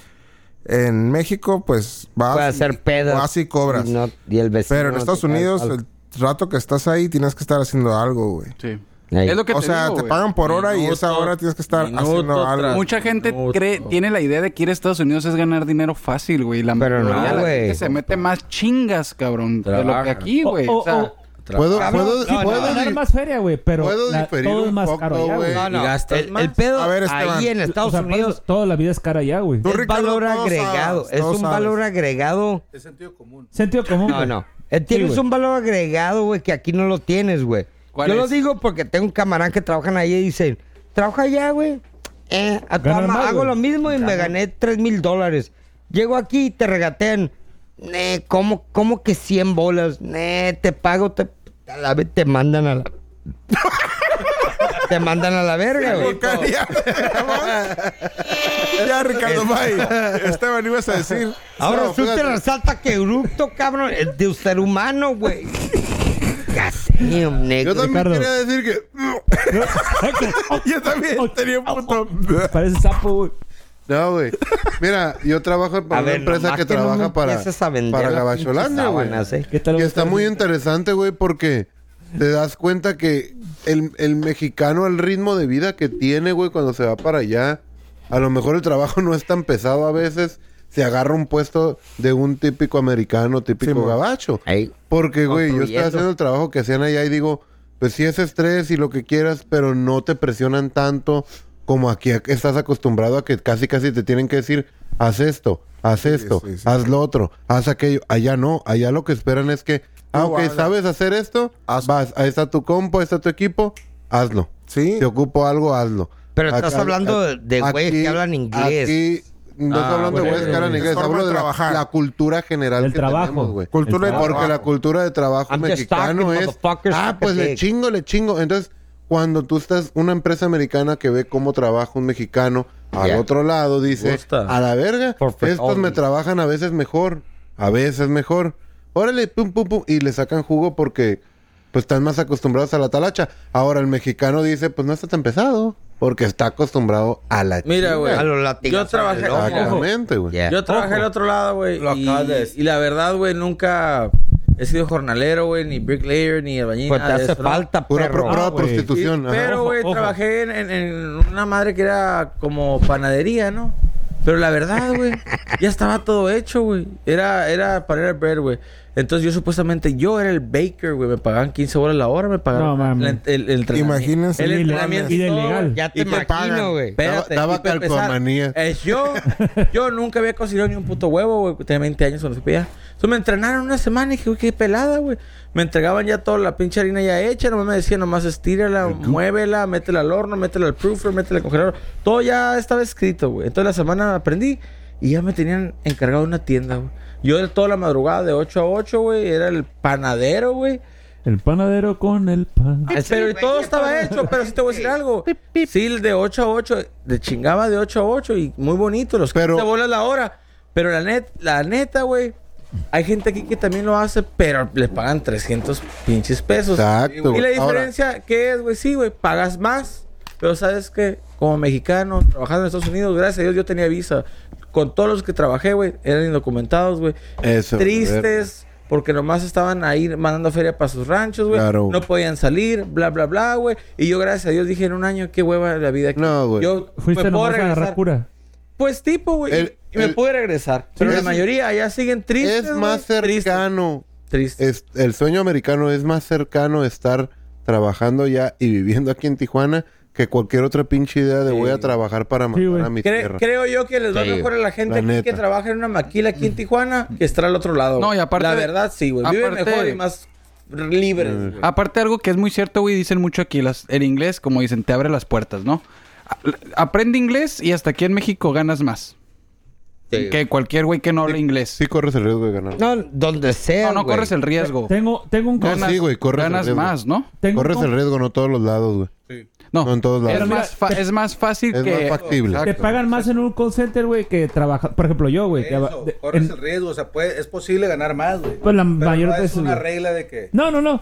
S3: en México pues vas
S2: Puedes hacer
S3: y-
S2: pedas
S3: vas y cobras.
S2: y no- y el vecino
S3: Pero en
S2: te
S3: Estados
S2: cae
S3: Unidos
S2: palo.
S3: el rato que estás ahí tienes que estar haciendo algo, güey.
S5: Sí.
S2: Ey.
S5: Es lo que
S3: O
S5: te
S3: sea,
S5: digo,
S3: te
S5: güey.
S3: pagan por hora y esa hora tienes que estar haciendo algo.
S5: Mucha gente cree, tiene la idea de que ir a Estados Unidos es ganar dinero fácil, güey. La
S2: Pero no,
S5: mayoría de la
S2: güey.
S5: gente se mete más chingas, cabrón, de lo que
S4: Trabaja.
S5: aquí, güey. O, sea,
S7: ¿Puedo, puedo,
S9: No,
S7: puedo
S9: no, ganar
S7: di-
S9: más feria, güey, pero
S7: puedo
S9: la-
S7: diferir
S9: todo es
S7: un
S9: más
S7: poco,
S9: caro allá, güey.
S7: güey.
S2: No, no.
S4: Y gastas
S2: el,
S4: más.
S2: el pedo
S3: A ver, Esteban.
S2: ahí en
S9: O
S2: Estados
S9: sea, pues,
S2: Unidos
S9: para- Toda la vida es cara allá, güey.
S3: Tú,
S2: es
S3: Ricardo,
S2: valor
S3: todos
S2: agregado.
S3: sabes,
S2: es
S3: todos
S2: un valor
S3: sabes.
S2: agregado.
S6: Es sentido común.
S9: Sentido común.
S2: No,
S9: güey.
S2: no. Eh, Tienes
S9: güey.
S2: un valor agregado, güey, que aquí no lo tienes, güey. Yo
S5: ¿Cuál
S2: lo
S5: es?
S2: digo porque tengo un camarán que trabajan ahí y dicen, trabaja allá, güey. Eh, a toda
S9: Ganas
S2: ma-
S9: más,
S2: hago
S9: güey.
S2: lo mismo y me gané 3 mil dólares. Llego aquí y te regatean. Eh, ¿cómo, ¿Cómo que 100 bolas? Eh, te pago, te, a la vez te mandan a la... te mandan a la verga, güey.
S3: Ya, ya, *laughs*
S1: Eh,
S3: Ricardo Este, May.
S1: *laughs*
S3: Esteban, ibas a decir.
S2: Ahora
S7: No,
S2: resulta y
S7: fíjate.
S2: resalta que eructo, cabrón, es de un ser humano, güey. Castillo, negro.
S7: Yo también
S9: Ricardo.
S7: quería decir que...
S3: Yo también tenía un puto.
S9: Parece sapo, güey.
S7: No, güey. Mira, yo trabajo para
S2: A
S7: una
S2: ver,
S7: empresa
S2: nomás
S7: que
S2: que no me
S7: trabaja para,
S2: empieces a vender
S7: para
S2: las
S7: Gabacholandia,
S2: pinches
S7: güey.
S2: sábanas, ¿eh?
S9: ¿Qué tal,
S7: Y
S9: güey?
S7: está muy interesante, güey, porque te das cuenta que el, el mexicano, el ritmo de vida que tiene, güey, cuando se va para allá, a lo mejor el trabajo *laughs* no es tan pesado a veces. Se agarra un puesto de un típico americano, típico
S3: Sí, mo.
S7: gabacho.
S2: Ey,
S7: Porque, güey, yo estaba
S2: Construyendo.
S7: haciendo el trabajo que hacían allá y digo, pues sí es estrés y lo que quieras, pero no te presionan tanto como aquí a- estás acostumbrado a que casi casi te tienen que decir, haz esto, haz esto,
S3: sí, sí.
S7: haz lo otro, haz aquello. Allá no, allá lo que esperan es que, ah, ok,
S3: hablas.
S7: sabes hacer esto,
S3: Hazlo.
S7: vas, ahí está tu compo, ahí está tu equipo, hazlo.
S3: Sí.
S7: Te ocupo algo, hazlo.
S2: Pero estás
S7: Acá-
S2: hablando de- de güeyes que
S7: aquí-
S2: hablan inglés. Ah,
S7: Aquí no estoy hablando de
S9: bueno,
S7: güeyes que hablan
S9: es
S7: inglés,
S3: forma
S7: hablo
S3: de
S7: de la,
S3: trabajar.
S7: la cultura general
S9: Del
S7: que
S9: trabajo.
S7: tenemos, güey.
S3: Cultura
S9: El
S3: de
S9: trabajo.
S7: Porque la cultura de trabajo
S2: I'm just talking,
S7: mexicano es.
S2: motherfuckers,
S7: Ah, pues le
S2: dick."
S7: chingo, le chingo. Entonces, cuando tú estás, una empresa americana que ve cómo trabaja un mexicano al
S2: Yeah.
S7: otro lado, dice,
S4: Gusta.
S7: a la verga,
S2: For free
S7: estos me
S2: only."
S7: trabajan a veces mejor, a veces mejor. Órale, pum, pum, pum. Y le sacan jugo porque, pues, están más acostumbrados a la talacha. Ahora, el mexicano dice, pues, no está tan pesado. Porque está acostumbrado a la
S4: Mira, güey.
S2: A los latigazos
S4: Yo trabajé.
S2: del
S4: Ojo.
S7: Exactamente, güey.
S2: Yeah.
S4: Yo trabajé al otro lado, güey.
S14: Lo
S4: Y,
S14: acabas de decir.
S4: y la verdad, güey, nunca he sido jornalero, güey, ni bricklayer, ni albañil.
S2: Pues te
S4: nada de
S2: hace
S4: eso, ¿no?
S2: falta,
S7: Pura,
S2: perro.
S7: pura
S9: Ah, güey.
S4: Y-
S7: prostitución. ajá.
S4: pero,
S9: Ojo,
S4: güey,
S9: ojo.
S4: trabajé en, en- en una madre que era como panadería, ¿no? Pero la verdad,
S2: *laughs*
S4: güey, ya estaba todo hecho, güey. Era, era para ir al bread, güey. Entonces yo supuestamente, yo era el baker, güey. Me pagaban 15 horas la hora, me pagaban
S9: No, mames.
S4: la en- el, el entrenamiento.
S3: Imagínense.
S4: El
S9: Y le-
S4: entrenamiento.
S9: y de
S4: todo, güey.
S9: legal.
S2: Ya te
S4: Y te pagan.
S2: imagino, güey.
S4: Espérate,
S7: Daba- daba
S4: y para empezar,
S7: calcomanía.
S4: eh, yo, yo nunca había cocinado ni un puto huevo, güey. Tenía 20 años cuando fui para allá. Entonces me entrenaron una semana y dije, güey, qué pelada, güey. Me entregaban ya toda la pinche harina ya hecha. Nomás me decían, nomás estírala, muévela, métela al horno, métela al proofer, métela al congelador. Todo ya estaba escrito, güey. Entonces la semana aprendí y ya me tenían encargado de una tienda, güey. Yo de toda la madrugada de 8 a 8, güey, era el panadero, güey.
S9: El panadero con el pan.
S4: Ah, Pero y todo estaba hecho, pero sí te voy a decir algo. Sí, el de 8 a 8, de chingaba de 8 a 8 y muy bonito, los
S7: Pero-
S4: pero, te bolas la hora. Pero la, net, la neta, güey, hay gente aquí que también lo hace, pero les pagan 300 pinches pesos.
S7: Exacto,
S4: Y la
S7: güey. Ahora-
S4: diferencia, que ¿qué es, güey? Sí, güey, pagas más, pero sabes que como mexicano, trabajando en Estados Unidos, gracias a Dios yo tenía visa. Con todos los que trabajé, güey, eran indocumentados, güey.
S7: Eso, verga.
S4: Tristes, porque nomás estaban ahí mandando feria para sus ranchos, güey.
S7: Claro.
S4: No podían salir, bla, bla, bla, güey. Y yo, gracias a Dios, dije en un año, qué hueva la vida. aquí.
S7: No, güey.
S4: Yo
S9: Fuiste
S4: me puedo
S9: nomás a agarrar
S4: regresar.
S9: cura.
S4: Pues tipo, güey.
S7: El-
S4: y me
S7: el-
S4: pude regresar. Pero
S7: es-
S4: la mayoría allá siguen tristes.
S7: es más
S4: güey,
S7: cercano.
S4: Tristes.
S7: Es, el sueño americano es más cercano estar trabajando ya y viviendo aquí en Tijuana que cualquier otra pinche idea de voy a trabajar para matar
S9: güey.
S7: a mi
S4: Cre-
S7: tierra.
S4: creo yo que les va
S2: Sí,
S4: mejor a la gente
S7: la
S4: aquí
S7: neta.
S4: que trabaja en una maquila aquí en Tijuana que estar al otro lado.
S5: No,
S4: güey.
S5: y aparte-
S4: La verdad, sí, güey. Viven
S5: aparte-
S4: mejor y más libres.
S7: Mm.
S4: güey.
S5: Aparte, algo que es muy cierto, güey, dicen mucho aquí, las, el inglés, como dicen, te abre las puertas, ¿no? A- Aprende inglés y hasta aquí en México ganas más.
S2: Sí.
S5: Que cualquier güey que no hable inglés.
S7: Sí corres el riesgo de ganar.
S2: No, donde sea,
S5: no, no
S2: güey.
S5: corres el riesgo.
S9: Tengo, tengo un
S7: No,
S9: compa-
S7: sí, güey, corres el
S5: ganas
S7: riesgo.
S5: más, ¿no?
S9: tengo un
S7: Corres
S9: compa-
S7: el riesgo, no todos los lados, güey.
S5: No,
S7: No, en todos lados.
S5: es, más fa- es más fácil
S7: Es
S5: que...
S7: más factible.
S9: Te pagan más en un call center, güey, que trabajar. Por ejemplo, yo, güey. que-
S6: Eso,
S9: de-
S6: corres
S9: en-
S6: el riesgo, o sea, puede- es posible ganar más, güey.
S9: Pues la mayor
S6: no es
S9: veces,
S6: una
S9: güey.
S6: regla de que...
S9: No, no, no.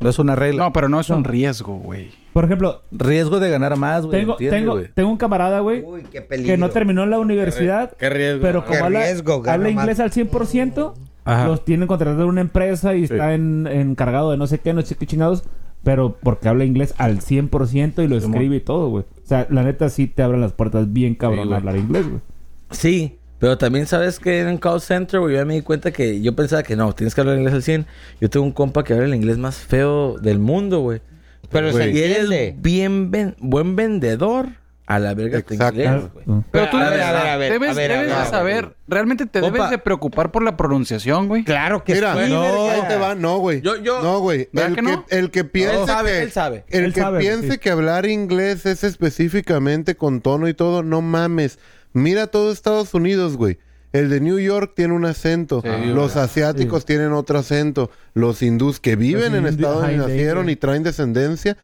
S6: No es una regla.
S5: No, pero no es un riesgo, güey.
S9: Por ejemplo,
S6: Riesgo de ganar más, güey.
S9: tengo,
S6: ¿entiendes,
S9: tengo,
S6: güey?
S9: tengo un camarada, güey,
S2: Uy, qué peligro.
S9: que no terminó la universidad,
S4: Qué riesgo.
S9: pero
S2: Qué
S9: como habla,
S2: riesgo, gana
S9: habla
S2: más.
S9: inglés al 100%,
S6: Ajá.
S9: los tienen contratado en una empresa y está en- encargado de no sé qué, no sé qué chingados, pero porque habla inglés al 100% y lo escribe y todo, güey. O sea, la neta sí te abren las puertas bien cabrón
S6: güey.
S9: hablar inglés, güey.
S15: Sí, pero también sabes que en un call center, güey, yo ya me di cuenta que yo pensaba que no, tienes que hablar inglés al 100. Yo tengo un compa que habla el inglés más feo del mundo, güey.
S2: Pero se
S7: Güey.
S15: Y él
S2: entiende.
S15: es bien ven- buen vendedor a la verga tu
S7: Exacto.
S15: inglés, güey.
S9: Mm.
S2: Pero tú
S15: A
S2: debes,
S15: ver, a ver, a
S5: Debes, debes de saber, realmente te
S7: Compa.
S5: debes de preocupar por la pronunciación, güey.
S2: Claro que
S7: Mira,
S2: sí,
S7: no,
S2: verga.
S7: ahí te va, no, güey.
S15: Yo- yo-
S7: no, güey.
S5: ¿Verdad
S7: El
S5: que
S7: que,
S5: no?
S7: el que piense
S15: Él sabe,
S7: que,
S15: él sabe.
S7: el
S9: Él
S7: que
S9: sabe,
S7: piense
S9: sí.
S7: que hablar inglés es específicamente con tono y todo, no mames. Mira todo Estados Unidos, güey. El de New York tiene un acento. los asiáticos tienen otro acento. Los hindús que viven en
S9: indios,
S7: Estados
S9: ay,
S7: Unidos
S9: de-
S7: nacieron y traen descendencia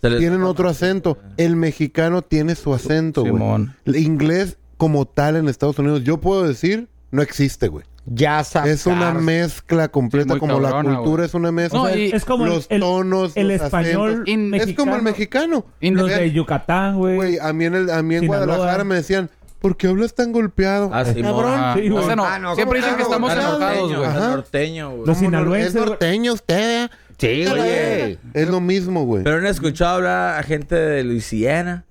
S7: tienen otro acento. El mexicano tiene su acento, güey.
S6: Simón.
S7: El inglés como tal en Estados Unidos, yo puedo decir, no existe, güey.
S2: Ya sabes.
S7: Es una mezcla completa,
S5: muy
S7: como
S5: cabrona,
S7: la cultura
S5: güey.
S7: es una mezcla.
S5: No,
S9: O sea,
S5: y
S9: es como
S7: los
S9: el,
S7: tonos,
S9: el
S7: los
S9: español
S7: acentos.
S5: In-
S7: Es como el mexicano.
S5: Y
S9: Los
S7: Vean,
S9: de Yucatán, güey.
S7: Güey, a mí en, el- a mí en
S9: Sinaloa.
S7: Guadalajara me decían, ¿por qué hablas tan golpeado?
S15: Ah, sí,
S7: Cabrón.
S5: Ah,
S9: Sí, güey.
S5: o sea, no,
S2: Ah, no,
S5: siempre dicen que
S7: claro,
S5: estamos
S7: claro.
S5: enojados, güey.
S7: Ajá.
S15: norteño, güey.
S9: Los
S7: ¿Cómo no? Es
S9: sinaloenses, güey.
S7: norteño usted.
S2: Sí, güey.
S7: Oye. Es lo mismo, güey.
S15: Pero no he escuchado hablar a gente de Luisiana.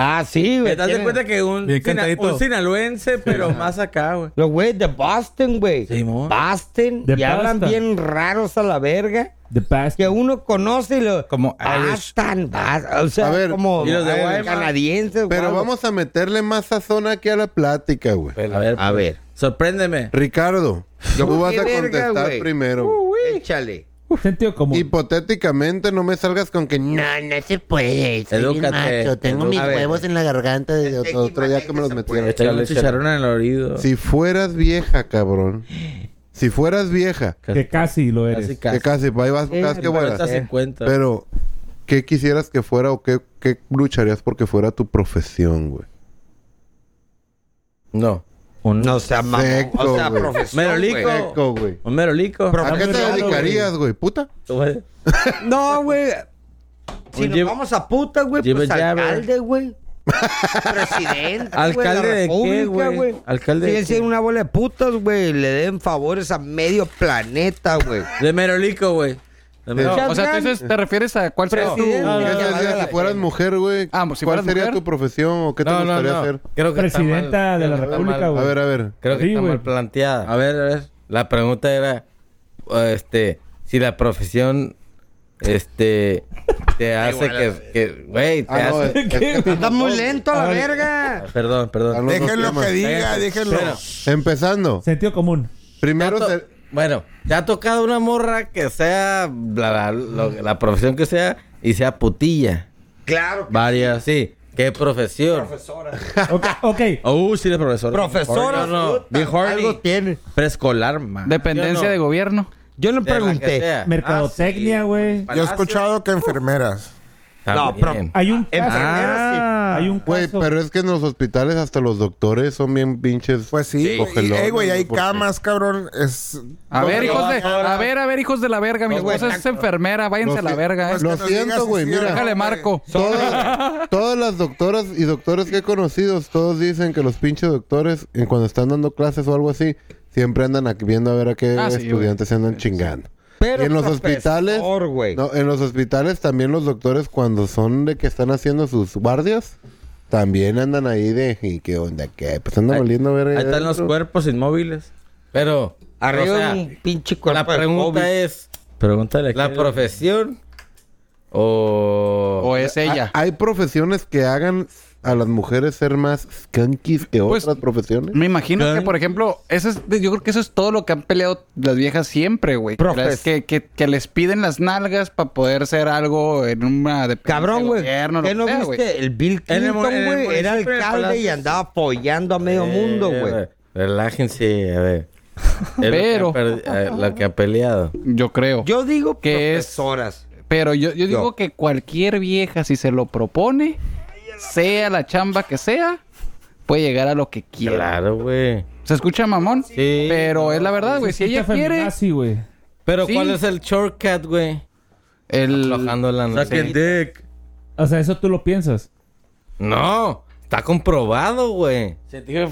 S2: Ah, sí, güey.
S15: ¿Te das de
S2: tienen-
S15: cuenta que un,
S6: Bien
S15: sina-
S6: cantadito.
S15: un sinaloense, pero más acá, güey?
S2: Los güeyes de Boston, güey.
S15: Simón.
S2: Boston.
S9: De
S2: y hablan
S9: Boston.
S2: bien raros a la verga.
S9: The Past.
S2: Que uno conoce y lo...
S6: Como
S4: Ah,
S6: Irish.
S2: Boston, Boston. O sea,
S7: A ver,
S2: como
S15: y los de
S2: ay,
S15: Guaymas.
S2: canadienses.
S7: Pero
S2: guau,
S7: vamos a meterle más sazón aquí a la plática, güey.
S15: A ver, pues,
S2: A ver.
S15: sorpréndeme.
S7: Ricardo, tú vas
S2: qué
S7: a
S2: verga,
S7: contestar
S2: güey?
S7: primero.
S2: Échale.
S9: Sentido como...
S7: Hipotéticamente no me salgas con que no, no se puede. Soy bien
S15: Edúcate,
S7: macho, tengo mis
S2: A ver.
S7: huevos en la garganta de otro, otro día que me los metieron.
S15: Echale un chicharrón en el oído.
S7: Si fueras vieja, cabrón. Si fueras vieja,
S9: Que casi lo eres.
S15: Casi, casi.
S7: que casi, pues ahí vas,
S2: Eh,
S7: casi que
S15: Pero
S7: buenas.
S15: está 50.
S7: Pero, ¿qué quisieras que fuera o qué, qué lucharías porque fuera tu profesión, güey?
S15: No.
S2: No sea mamón.
S7: Seco,
S2: o sea,
S7: güey.
S2: profesor,
S15: Merolico.
S2: güey.
S7: Seco, güey.
S15: Un merolico.
S7: ¿A qué te
S2: Profesor,
S7: dedicarías, güey? ¿Puta?
S15: Güey.
S2: No, güey. Si
S15: Un
S2: nos
S15: lleve-
S2: vamos a puta, güey,
S15: lleve
S2: pues
S15: llave.
S2: alcalde, güey.
S15: *laughs*
S2: Presidente, güey,
S15: ¿Alcalde
S2: la
S15: de qué,
S2: República,
S15: güey? ¿Alcalde de
S2: Siguen siendo
S15: qué?
S2: una bola de putas, güey. Le den favores a medio planeta, güey.
S15: De merolico, güey. De
S7: Sí.
S15: merolico.
S5: O sea, tú dices, te refieres a cuál sería tu...
S2: Presidente.
S7: ¿Qué
S2: Que
S7: te
S2: valga
S7: harías
S2: la
S7: si fueras
S2: pena.
S7: mujer, güey?
S5: Ah, pues, si
S7: ¿Cuál
S5: fueras
S7: sería
S5: mujer.
S7: tu profesión o qué te
S4: No, no,
S7: gustaría
S4: no.
S7: hacer?
S4: Creo que está
S9: Presidenta
S4: mal.
S9: de la
S4: Creo que está
S9: República,
S4: mal.
S7: A ver, a ver.
S4: Creo que
S9: Sí,
S4: está
S9: güey.
S4: mal planteada.
S15: A ver, a ver.
S4: La pregunta era, este, si la profesión, este, te hace que, que, güey, te
S7: Ah, no, *laughs*
S9: *laughs*
S4: hace...
S7: es- es que
S2: Está muy lento a la verga.
S15: Perdón,
S7: Ah,
S15: perdón.
S7: no, no
S3: Déjenlo
S7: temas.
S3: que diga, déjenlo.
S7: Empezando.
S9: Sentido común.
S7: Primero,
S4: Te ha to-
S7: se-
S4: Bueno, te ha tocado una morra que sea la, la- lo- la profesión que sea y sea putilla.
S2: Claro.
S4: Varias. Sí. ¿Qué profesión?
S5: *laughs*
S9: Ok. okay.
S15: Uh, sí, de profesor.
S2: Profesora,
S4: No, no.
S2: puta,
S15: Bien horny.
S2: algo tiene.
S15: Preescolar, man.
S5: Dependencia
S4: Yo no.
S5: de gobierno.
S2: Yo le
S4: De la que
S2: pregunté.
S4: sea. Ah,
S5: Ah,
S9: Mercadotecnia, güey.
S3: Yo he escuchado que enfermeras.
S2: No,
S4: También.
S9: Hay
S5: Ah,
S9: un caso.
S2: Enfermera,
S9: Hay un caso.
S7: güey, pero es que en los hospitales hasta los doctores son bien pinches.
S3: Pues sí. güey.
S7: cogelones,
S3: Eh, güey, hay
S7: porque-
S3: camas, cabrón. Es...
S5: A ver, hijos de...
S3: Ahora-
S5: A ver, a ver, hijos de la verga. Mi
S2: No, güey,
S5: esposa es enfermera. Váyanse a la
S7: Lo-
S5: verga, eh.
S7: Lo
S3: pues Que nos digas
S7: siento,
S3: si
S7: güey,
S3: sí o
S7: mira.
S3: no,
S5: Déjale,
S3: güey.
S5: Marco.
S7: Todas, todas las doctoras y doctores que he conocido, todos dicen que los pinches doctores, en cuando están dando clases o algo así, siempre andan aquí viendo a ver a qué
S5: Ah, sí, güey.
S7: estudiantes se andan chingando.
S2: Pero
S7: y en los
S2: profesor,
S7: hospitales,
S2: güey.
S7: no, en los hospitales también los doctores cuando son de que están haciendo sus guardias, también andan ahí de y qué onda, qué, pues andan
S15: Ahí-
S7: oliendo a ver.
S15: Ahí están los
S7: adentro.
S15: cuerpos inmóviles.
S4: Pero,
S2: Arriba
S4: o sea,
S2: de un pinche cuerpo
S4: la pregunta es,
S15: Pregúntale.
S4: ¿la profesión o...?
S5: O
S7: Ah,
S5: es ella.
S7: Hay profesiones que hagan a las mujeres ser más skankies que
S5: Pues,
S7: otras profesiones.
S5: Me imagino que, por ejemplo, eso es, yo creo que eso es todo lo que han peleado las viejas siempre, güey. Que
S2: Profes.
S5: las- Que, que, que les piden las nalgas para poder ser algo en una dependencia
S2: Cabrón,
S5: de
S2: güey.
S5: gobierno, lo
S2: ¿Qué
S5: que
S2: no
S5: sea,
S2: viste?
S5: güey.
S2: El Bill
S15: En el
S2: Clinton,
S15: mo- en el
S2: güey,
S15: municipio
S2: era
S15: de
S2: alcalde y
S15: Palacios.
S2: andaba apoyando a medio mundo,
S4: Eh,
S2: güey.
S4: Relájense, a *laughs* ver. Es lo que
S5: Pero-
S4: ha perdi- eh, Lo que ha peleado.
S5: Yo creo.
S2: Yo digo
S5: Que es-
S2: profesoras.
S5: Pero yo, yo digo
S3: No.
S5: que cualquier vieja, si se lo propone, sea la chamba que sea, puede llegar a lo que quiera.
S4: Claro, güey.
S5: Se escucha mamón,
S4: Sí.
S5: pero es la verdad, güey. Si ella quiere,
S9: Así, güey.
S4: Pero
S5: Sí.
S4: ¿cuál es el shortcut, güey?
S5: el...
S4: Aflojando la
S6: Saquen
S4: nariz.
S6: dick.
S9: O sea, eso tú lo piensas.
S4: No, está comprobado, güey.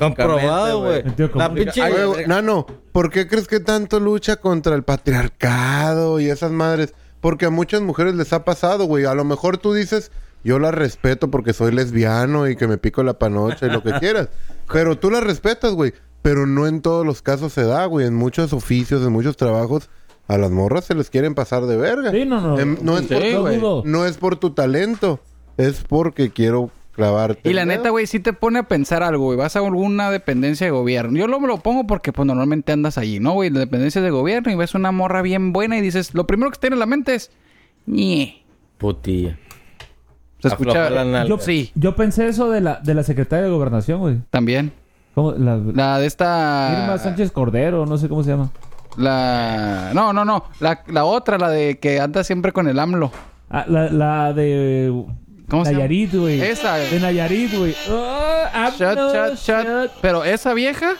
S4: Comprobado, güey.
S9: Sentido
S4: La
S9: común.
S4: pinche...
S7: Oye, güey, Nano, ¿por qué crees que tanto lucha contra el patriarcado y esas madres? Porque a muchas mujeres les ha pasado, güey. A lo mejor tú dices, yo la respeto porque soy lesbiano y que me pico la panocha y lo que quieras. Pero tú la respetas, güey. Pero no en todos los casos se da, güey. En muchos oficios, en muchos trabajos, a las morras se les quieren pasar de verga.
S9: Sí, no, no.
S7: Em, no, es
S9: Sí,
S7: por,
S9: no
S7: güey,
S9: dudo.
S7: no es por tu talento. Es porque quiero clavarte.
S5: Y la
S7: el
S5: neta,
S7: dedo.
S5: güey, sí te pone a pensar algo, güey. Vas a alguna dependencia de gobierno. Yo lo, me lo pongo porque, pues, normalmente andas allí, ¿no, güey? Dependencias de gobierno y ves una morra bien buena y dices, lo primero que te viene a la mente es, ñe.
S4: Putilla.
S5: Se escucha.
S4: Aflojar la nalga.
S9: Yo,
S5: Sí,
S9: yo pensé eso de la, de la secretaria de gobernación, güey.
S5: también.
S9: ¿Cómo? La,
S5: La de esta.
S9: Irma Sánchez Cordero, no sé cómo se llama.
S5: La. No, no, no. La, la otra, la de que anda siempre con el AMLO.
S9: Ah, la, la de.
S5: ¿Cómo se llama?
S9: Nayarit, güey.
S5: Esa.
S9: De Nayarit, güey. Oh,
S5: Shut,
S9: AMLO,
S5: shut, shut. Pero esa vieja.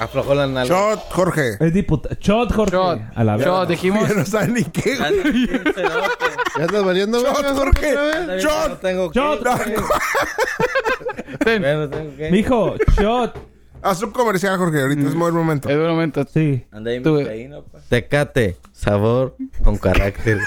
S4: Aflojó
S3: *laughs*
S4: la nalga.
S3: Shot, Jorge.
S9: Es diputada. Shot, Jorge.
S5: Shot.
S9: A la verga.
S5: Yo, dijimos.
S3: Ya no sabe ni qué, güey.
S4: *laughs*
S7: ¿Ya estás valiendo, güey?
S3: Shot, Jorge.
S4: No
S3: Shot.
S4: tengo que...
S9: Shot.
S5: Ten.
S4: No tengo que...
S9: Mijo, shot.
S3: Haz un comercial, Jorge. Ahorita
S2: Mm.
S3: es buen momento.
S5: Es un momento.
S9: Sí.
S6: Anda ahí,
S5: Tú-
S6: Micaíno, pa.
S4: Tecate. Sabor con carácter.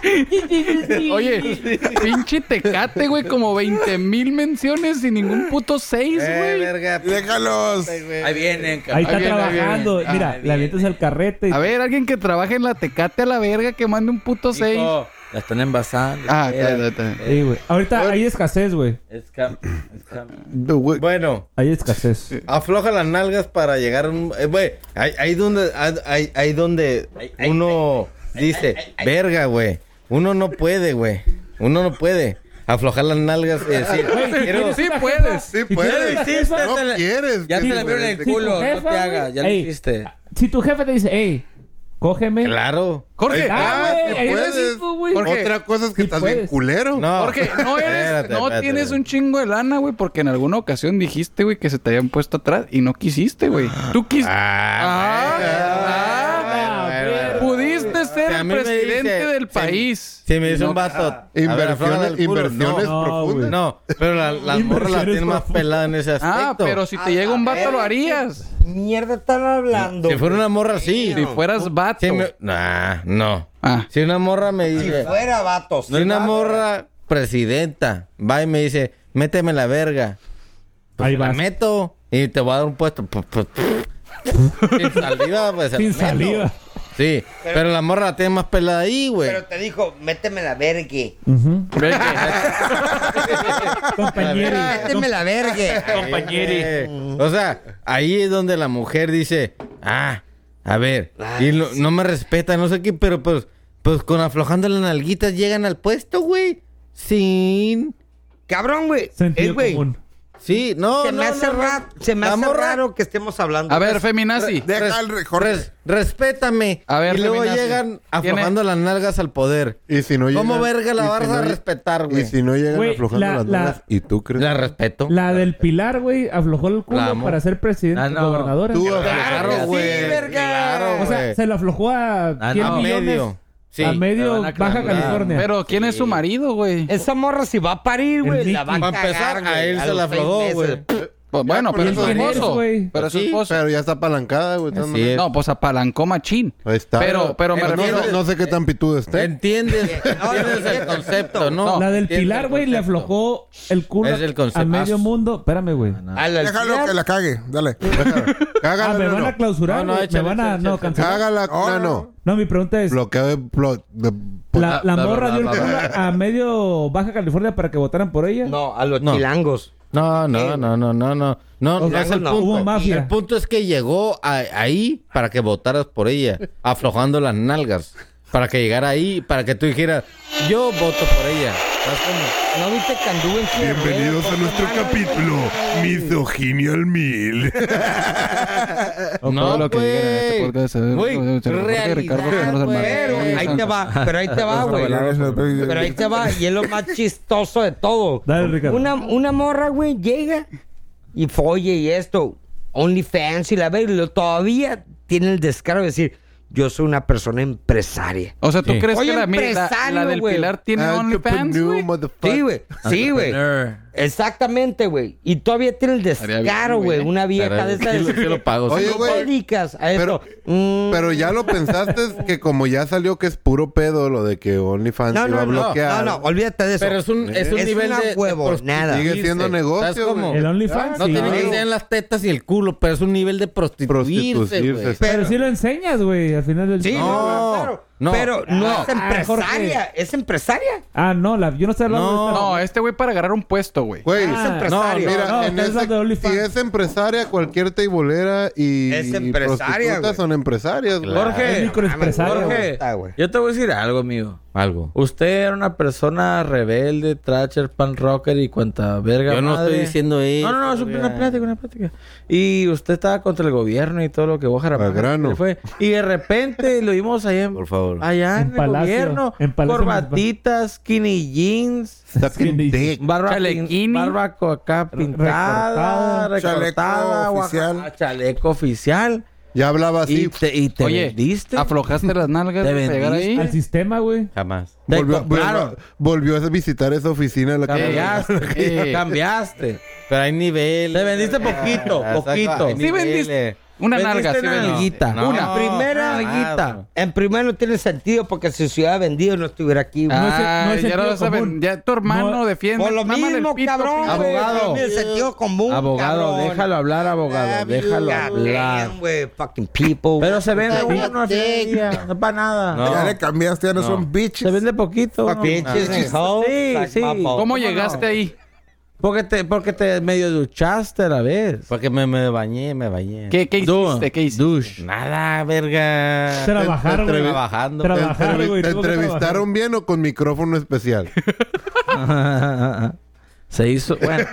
S4: Eh,
S5: Oye, pinche tecate, güey, como 20 mil menciones y ningún puto 6,
S6: Eh,
S5: güey.
S4: verga.
S3: Déjalos.
S6: Ahí vienen, cabrón.
S5: viene,
S9: Ahí está
S5: ahí viene.
S9: trabajando.
S5: Ah,
S9: Mira,
S6: ahí
S9: la
S6: viene.
S9: avientas al carrete. y-
S5: A ver, alguien que trabaje en la tecate a la verga que mande un puto 6.
S6: Hijo, La están envasando.
S5: Ah,
S6: Espera.
S5: claro, claro.
S9: Sí, güey. Ahorita hay escasez, güey.
S6: Es cam- es cam-
S7: Güey,
S4: Bueno,
S9: Hay escasez.
S4: afloja las nalgas para llegar a un... eh, Güey, ahí, ahí donde, ahí, ahí donde uno dice, verga, güey. Uno no puede, güey. Uno no puede. Aflojar las nalgas y decir, quiero...
S5: Sí puedes.
S7: Sí
S9: puedes.
S7: puedes.
S9: Ya lo hiciste,
S7: No
S6: te la-
S7: quieres.
S6: Ya
S7: que
S6: te la vieron en el
S7: te-
S9: Sí,
S6: culo,
S9: tu
S6: no
S9: jefa,
S6: te hagas, ya lo
S9: güey.
S6: hiciste.
S9: Si tu jefe te dice, hey, cógeme.
S4: Claro.
S5: Jorge,
S7: Ah,
S9: Ah,
S7: sí
S9: güey, ahí
S7: puedes.
S9: recibo, güey.
S5: Jorge.
S7: Otra cosa es que
S9: Sí
S7: estás bien
S9: puedes.
S7: culero.
S4: No.
S5: Jorge,
S4: *laughs*
S5: no eres,
S4: Espérate,
S5: no
S4: espérate,
S5: tienes
S4: güey.
S5: un chingo de lana, güey, porque en alguna ocasión dijiste, güey, que se te habían puesto atrás y no quisiste, güey. Tú quisiste. Ah,
S9: ah,
S4: bueno, bueno, bueno, bueno.
S5: Pudiste Este ser
S4: Si a
S5: el
S4: mí me
S5: presidente
S4: dice-
S5: del
S4: si-
S5: país.
S4: Si me dice
S5: No,
S4: un vato. a ver, afloja
S7: Inversiones,
S4: el culo,
S7: inversiones
S9: No,
S7: profundas.
S9: güey.
S4: No, no, pero
S5: *laughs*
S4: la- las morras la tienen más pelada en ese aspecto.
S5: Ah, pero si te llega un vato lo harías.
S2: Mierda están hablando.
S4: Si fuera una morra, sí.
S5: Si fueras vato.
S4: Si me- Nah, no.
S5: Ah.
S4: Si una morra me dice...
S2: Fuera vatos.
S4: Si una morra presidenta va y me dice, méteme la verga.
S9: Ahí
S4: Pues, La
S9: vas.
S4: meto y te voy a dar un puesto. Pu- pu- Sin saliva, pues. se
S9: Sin
S4: la meto.
S9: saliva.
S4: Sí, pero, la morra la tiene más pelada ahí, güey.
S2: Pero te dijo, méteme la vergue.
S9: Ujú.
S4: *laughs*
S5: Ve que-
S9: Compañero.
S2: Méteme la vergue.
S16: compañero.
S4: Eh, o sea, ahí es donde la mujer dice, ah, a ver, y no, no me respeta, no sé qué, pero pues, pues con aflojando las nalguitas llegan al puesto, güey. Sin...
S2: Cabrón, güey. Eh,
S9: Sentido
S2: güey,
S9: común.
S4: Sí, no,
S2: Se me
S4: no,
S2: hace
S4: no, no.
S2: raro, se me
S4: La
S2: hace
S4: morra-
S2: raro que estemos hablando.
S5: A ver, feminazi.
S3: Deja
S4: Res-
S3: al re- Jorge.
S4: res- respétame.
S5: A ver,
S4: y luego
S5: feminazi.
S4: llegan aflojando las nalgas al poder.
S7: Y si no
S4: ¿Cómo
S7: llegan-
S4: verga
S7: y
S4: la
S7: si
S4: vas
S7: no
S4: a
S7: lle-
S4: respetar,
S7: Y
S4: güey?
S7: si no llegan
S9: Güey,
S7: aflojando
S9: la-
S7: las
S9: la-
S7: nalgas. ¿Y tú crees?
S4: La respeto.
S9: La del Pilar, güey, aflojó el
S4: La
S9: culo
S4: amo.
S9: para ser presidente
S6: Ah, no.
S9: gobernadora.
S7: Tú
S4: Claro,
S7: aflojas-
S4: güey. Claro,
S9: o sea,
S4: güey.
S9: se lo aflojó a
S6: Ah,
S9: 100
S6: no.
S4: a
S9: millones.
S4: medio. Sí.
S9: a medio
S6: Te van a
S9: Baja
S6: clavar.
S9: California.
S5: Pero ¿quién es su marido, güey?
S2: Esa morra si va a parir, güey,
S9: El
S2: la va a
S4: Para
S2: cagar,
S4: empezar, a
S2: güey,
S4: él se
S2: los
S4: la
S2: seis
S4: aflojó,
S2: meses.
S4: güey.
S5: Pues bueno, pero es su
S9: quién eres,
S5: esposo.
S9: güey?
S5: Pero es su
S4: Sí,
S5: esposo.
S7: Pero ya está apalancada, güey. de todas
S4: Así
S7: maneras.
S4: es.
S5: No, pues apalancó machín.
S7: Ahí está.
S5: Pero- pero me
S7: no,
S5: refiero-
S7: sé- no sé qué tan pitudo esté.
S4: ¿Entiendes?
S2: no,
S4: ¿Entiendes
S2: no,
S4: el
S2: no,
S4: concepto, no?
S9: la del
S4: ¿Entiendes
S9: Pilar,
S4: el
S9: güey, le
S4: concepto?
S9: aflojó el culo
S4: Es el concepto.
S9: a medio mundo. Espérame, güey.
S6: Ah,
S2: A la
S3: Déjalo que la cague. Dale.
S9: Ah,
S7: Cágala,
S9: me van
S7: no,
S9: a clausurar,
S4: No, no,
S9: güey.
S4: échale,
S9: me van a...
S4: échale,
S9: no,
S4: échale.
S9: cancelar.
S7: Cágala,
S3: No, no,
S7: no,
S3: no.
S7: no.
S9: No, mi pregunta es...
S7: Bloqueo de... blo- de-
S9: La, la
S6: Va, va,
S9: morra
S6: va,
S9: dio el
S6: va,
S9: culo
S6: va.
S9: a medio Baja California para que votaran por ella.
S2: No, a los
S4: No.
S2: chilangos.
S4: No, no, no, no, no, no. No,
S9: O
S4: no
S9: sea,
S4: es el
S2: no,
S9: hubo
S4: punto.
S9: mafia.
S4: El punto es que llegó a- ahí para que votaras por ella, aflojando las nalgas. Para que llegara ahí, para que tú dijeras, Yo voto por ella. ¿Sabes cómo?
S2: ¿No viste Candú en silla de ruedas,
S1: Bienvenidos a
S2: Pokémon?
S1: nuestro
S2: Ay,
S3: *laughs*
S1: capítulo Misoginia al Mil.
S3: Este
S5: O
S4: No,
S5: todo lo que
S4: güey.
S5: digan en este podcast, eh,
S4: Güey,
S5: eh, se reporte de Ricardo
S4: realidad,
S5: Fernández
S4: güey.
S5: Hernández.
S2: Pero ahí te va, pero ahí te *laughs* va, güey. Pero ahí te va, y es lo más chistoso de todo.
S12: Dale, Ricardo.
S2: Una, una morra, güey, llega y folle y esto. OnlyFans y la ver, y lo- todavía tiene el descaro de decir, yo soy una persona empresaria.
S5: O sea, ¿tú
S4: Sí.
S5: crees
S2: Soy
S5: que la, mira, la, la del
S2: empresario, güey.
S5: Pilar tiene
S7: Ah,
S5: OnlyFans,
S7: Entrepreneur,
S5: güey?
S7: motherfucker.
S2: Sí, güey, sí, güey. Exactamente, güey. Y todavía tiene el
S5: Estaría bien,
S2: descaro, güey. ¿eh?
S5: güey.
S2: Una vieja de
S4: Estaría-
S2: esas.
S4: sí lo- sí lo pago, sí.
S2: Oye,
S7: Oye,
S2: güey.
S7: güey,
S2: dedicas a
S7: pero-
S2: esto? Mm,
S7: Pero ya lo pensaste que como ya salió que es puro pedo lo de que OnlyFans
S2: no,
S7: iba
S2: no,
S7: a
S2: no, no,
S7: bloquear.
S2: no, olvídate de eso.
S4: Pero es un, es un
S2: Es
S4: nivel
S2: una
S4: de. de
S2: huevo,
S4: prostitu-
S2: nada.
S7: Sigue siendo
S4: ¿Sabes
S7: negocio,
S4: cómo?
S7: güey.
S12: El OnlyFans,
S4: No
S12: sí.
S4: tiene que ser en las tetas y el culo, pero es un nivel de prostituirse,
S7: Prostituirse,
S4: güey.
S7: sí.
S12: Pero sí lo enseñas, güey, al final del
S2: Sí,
S12: No.
S2: no,
S4: No,
S2: claro.
S4: no.
S2: Pero no
S12: Ah,
S2: es
S12: ah,
S2: empresaria. ¿Es empresaria?
S12: Ah, no, la, yo no estoy hablando de esta.
S5: No, este güey para agarrar un puesto, güey.
S7: Güey,
S2: Es empresaria.
S7: mira,
S12: Ah, no,
S7: en
S12: estás
S7: ese-
S12: hablando de OnlyFans.
S7: si es empresaria, cualquier teibolera y,
S2: Es
S7: y
S2: empresaria,
S7: prostitutas
S2: güey.
S7: son empresarias, güey.
S12: Es
S6: Jorge,
S12: microempresario,
S2: Mames,
S12: güey.
S6: Jorge.
S2: Está, güey.
S6: Eh, yo te voy a decir algo, amigo.
S4: Algo.
S6: Usted era una persona rebelde, tracher, pan rocker y cuanta verga.
S4: Yo no
S6: madre.
S4: estoy diciendo eso.
S6: No, no, no, es una plática, una plática. Y usted estaba contra el gobierno y todo lo que vos
S7: Al grano.
S6: fue. Y de
S4: *laughs*
S6: repente lo vimos allá en,
S4: Por favor.
S6: allá en,
S12: En
S6: el
S12: Palacio,
S6: gobierno.
S12: en Palacio
S6: corbatitas, skinny jeans,
S7: Sucking dick.
S6: barba,
S5: Chalequini.
S6: barba co- acá pintada,
S12: Recortada.
S6: recortada,
S3: Chaleco
S6: guaja-
S2: ah,
S3: oficial.
S6: chaleco oficial.
S7: Ya hablaba así.
S6: Y te, y te
S5: Oye,
S6: vendiste.
S5: Aflojaste las nalgas
S6: ¿Te
S5: para llegar ahí.
S12: Al sistema, güey.
S4: Jamás.
S6: Te
S7: volvió,
S6: compraron.
S7: volvió a visitar esa oficina. La que-
S6: Cambiaste.
S5: Sí.
S6: Cambiaste.
S4: Pero hay niveles.
S6: Te vendiste poquito,
S4: Ah,
S6: poquito.
S4: hay
S6: Sí
S5: Sí vendiste
S4: niveles.
S5: una
S6: Vendiste
S5: nalga, sí
S6: una
S5: vendiste.
S6: nalguita.
S4: No,
S6: Una primera
S4: jamás,
S6: nalguita.
S4: bro.
S2: Ah, En primer no tiene sentido porque si se hubiera vendido no estuviera aquí. güey.
S12: es-
S5: Ah,
S12: no es
S5: ya
S12: sentido
S5: lo saben.
S12: común.
S5: Ya tu hermano
S12: No-
S5: defiende.
S2: Por lo
S5: Mámale el
S2: mismo,
S5: pito,
S2: cabrón.
S5: pinche.
S2: güey,
S6: Abogado.
S2: por lo mismo, El sentido común.
S6: Abogado,
S2: cabrón.
S6: déjalo hablar, abogado.
S2: Ah,
S6: déjalo
S2: God
S6: hablar.
S2: damn, güey, fucking people.
S6: Pero se vende
S2: Fucking
S6: uno al final del día, No es para nada.
S4: No.
S3: Ya le cambiaste, ya no, son
S6: Se
S3: bitches.
S6: vende poquito. uno.
S2: Bitches and hoes,
S6: Sí,
S2: like
S6: sí.
S2: my
S4: Ah,
S2: balls.
S5: ¿Cómo
S6: ¿Cómo no?
S5: llegaste ahí?
S6: Porque te, porque te medio duchaste a la vez.
S4: Porque me, me bañé, me bañé.
S5: ¿Qué, qué
S6: Du-
S5: hiciste? ¿Qué hiciste?
S6: Douche.
S4: Nada, verga.
S12: Trabajar, güey.
S4: Trabajando.
S12: Tra-
S7: ¿Te,
S12: Trabajar,
S7: entrevi-
S12: güey,
S7: te
S12: tuvo que
S7: entrevistaron bien o con micrófono especial?
S6: Se hizo. Bueno.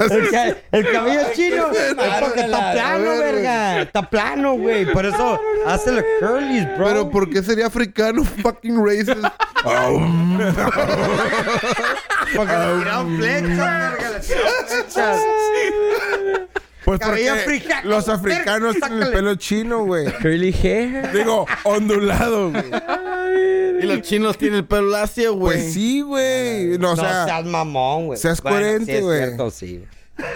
S2: El, ca- el cabello chino es porque está plano, verga. Está plano, güey. Por eso hace los curlies, bro.
S7: Pero ¿por qué sería africano fucking racist?
S2: porque le tiraron flechas, verga. Le tiraron flechas.
S3: Pues
S2: Cabello
S3: porque
S2: africano.
S3: los africanos tienen el
S2: Sácale.
S3: pelo
S2: *laughs*
S3: chino, güey.
S6: Curly hair.
S3: Digo, ondulado, güey.
S4: Y los chinos tienen el pelo lacio, güey.
S3: Pues sí, güey. No, o
S2: no
S3: sea,
S2: seas mamón, güey.
S3: seas
S2: Bueno,
S3: coherente,
S2: sí es
S3: güey.
S2: cierto, sí.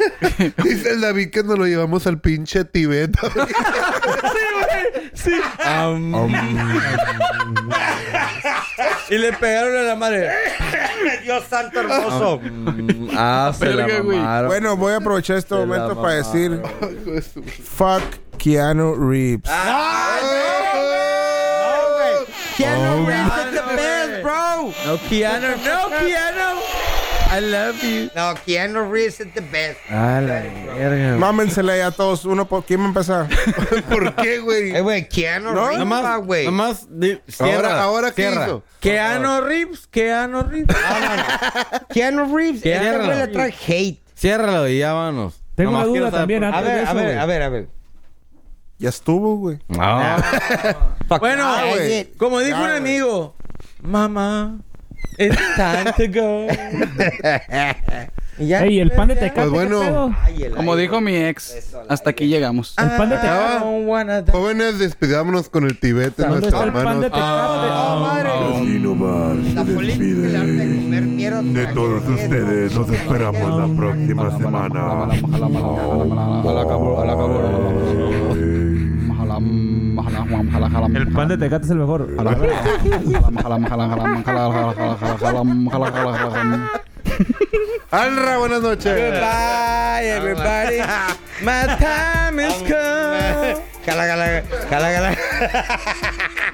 S7: *laughs* Dice el David que nos lo llevamos al pinche
S9: *laughs*
S7: Tibet.
S3: um,
S17: Y le pegaron a la madre.
S2: Dios santo hermoso.
S4: Mm, ah, se la
S5: Verga, güey.
S4: mamaron.
S3: Bueno, voy a aprovechar este
S4: la
S3: momento para
S4: mamaron.
S3: decir: Fuck Keanu Reeves.
S2: Ah.
S3: Oh,
S2: Keanu Reeves is the best, este bro.
S4: No, Keanu. No, *laughs* Keanu. I love you.
S2: No, Keanu Reeves is the best.
S4: Ah, la verga.
S3: Mámensela ahí a todos. Uno por... ¿Quién va a empezar?
S7: ¿Por qué, güey?
S2: Eh, güey, Keanu Reeves, va,
S18: Nomás,
S2: güey.
S18: nomás, di- cierra,
S7: Ahora, ahora ¿qué
S18: cierra.
S7: hizo?
S4: Keanu Reeves. Keanu Reeves.
S2: Keanu Reeves, este
S18: Keanu.
S2: güey le trae hate.
S18: Ciérralo y ya vámonos.
S9: Tengo
S18: Nomás
S9: una duda
S18: quiero saber
S9: también
S18: por-
S9: antes
S2: A
S9: de
S2: ver,
S9: eso,
S2: a ver,
S9: güey.
S2: a ver, a ver.
S3: Ya estuvo, güey.
S18: Ah,
S4: Bueno,
S2: Ah,
S4: güey,
S2: güey.
S4: como dijo un amigo, mamá, it's time to go. Y ya.
S9: Ey, el pan de tecate.
S7: Pues
S9: ¿qué
S7: bueno.
S9: pedo?
S2: Ay, el
S5: Como
S2: aire.
S5: dijo mi ex, hasta aquí llegamos.
S9: El pan
S7: ah,
S9: de
S4: I
S9: tecate.
S4: don't wanna die.
S7: Jóvenes, despidámonos con el Tibete en
S9: ¿Dónde está
S7: nuestras
S9: el pan de
S7: manos.
S9: tecate? Oh, madre.
S1: Casino Bar
S2: La
S1: se
S2: política le hace
S1: despide.
S2: comer mierda.
S1: De todos ustedes, los esperamos la próxima semana.
S7: Eh.
S9: El pan de tecate es el mejor.
S7: Alra, buenas noches.
S2: *laughs*
S4: Bye, everybody. My time is come.
S2: Cala, cala, cala, cala.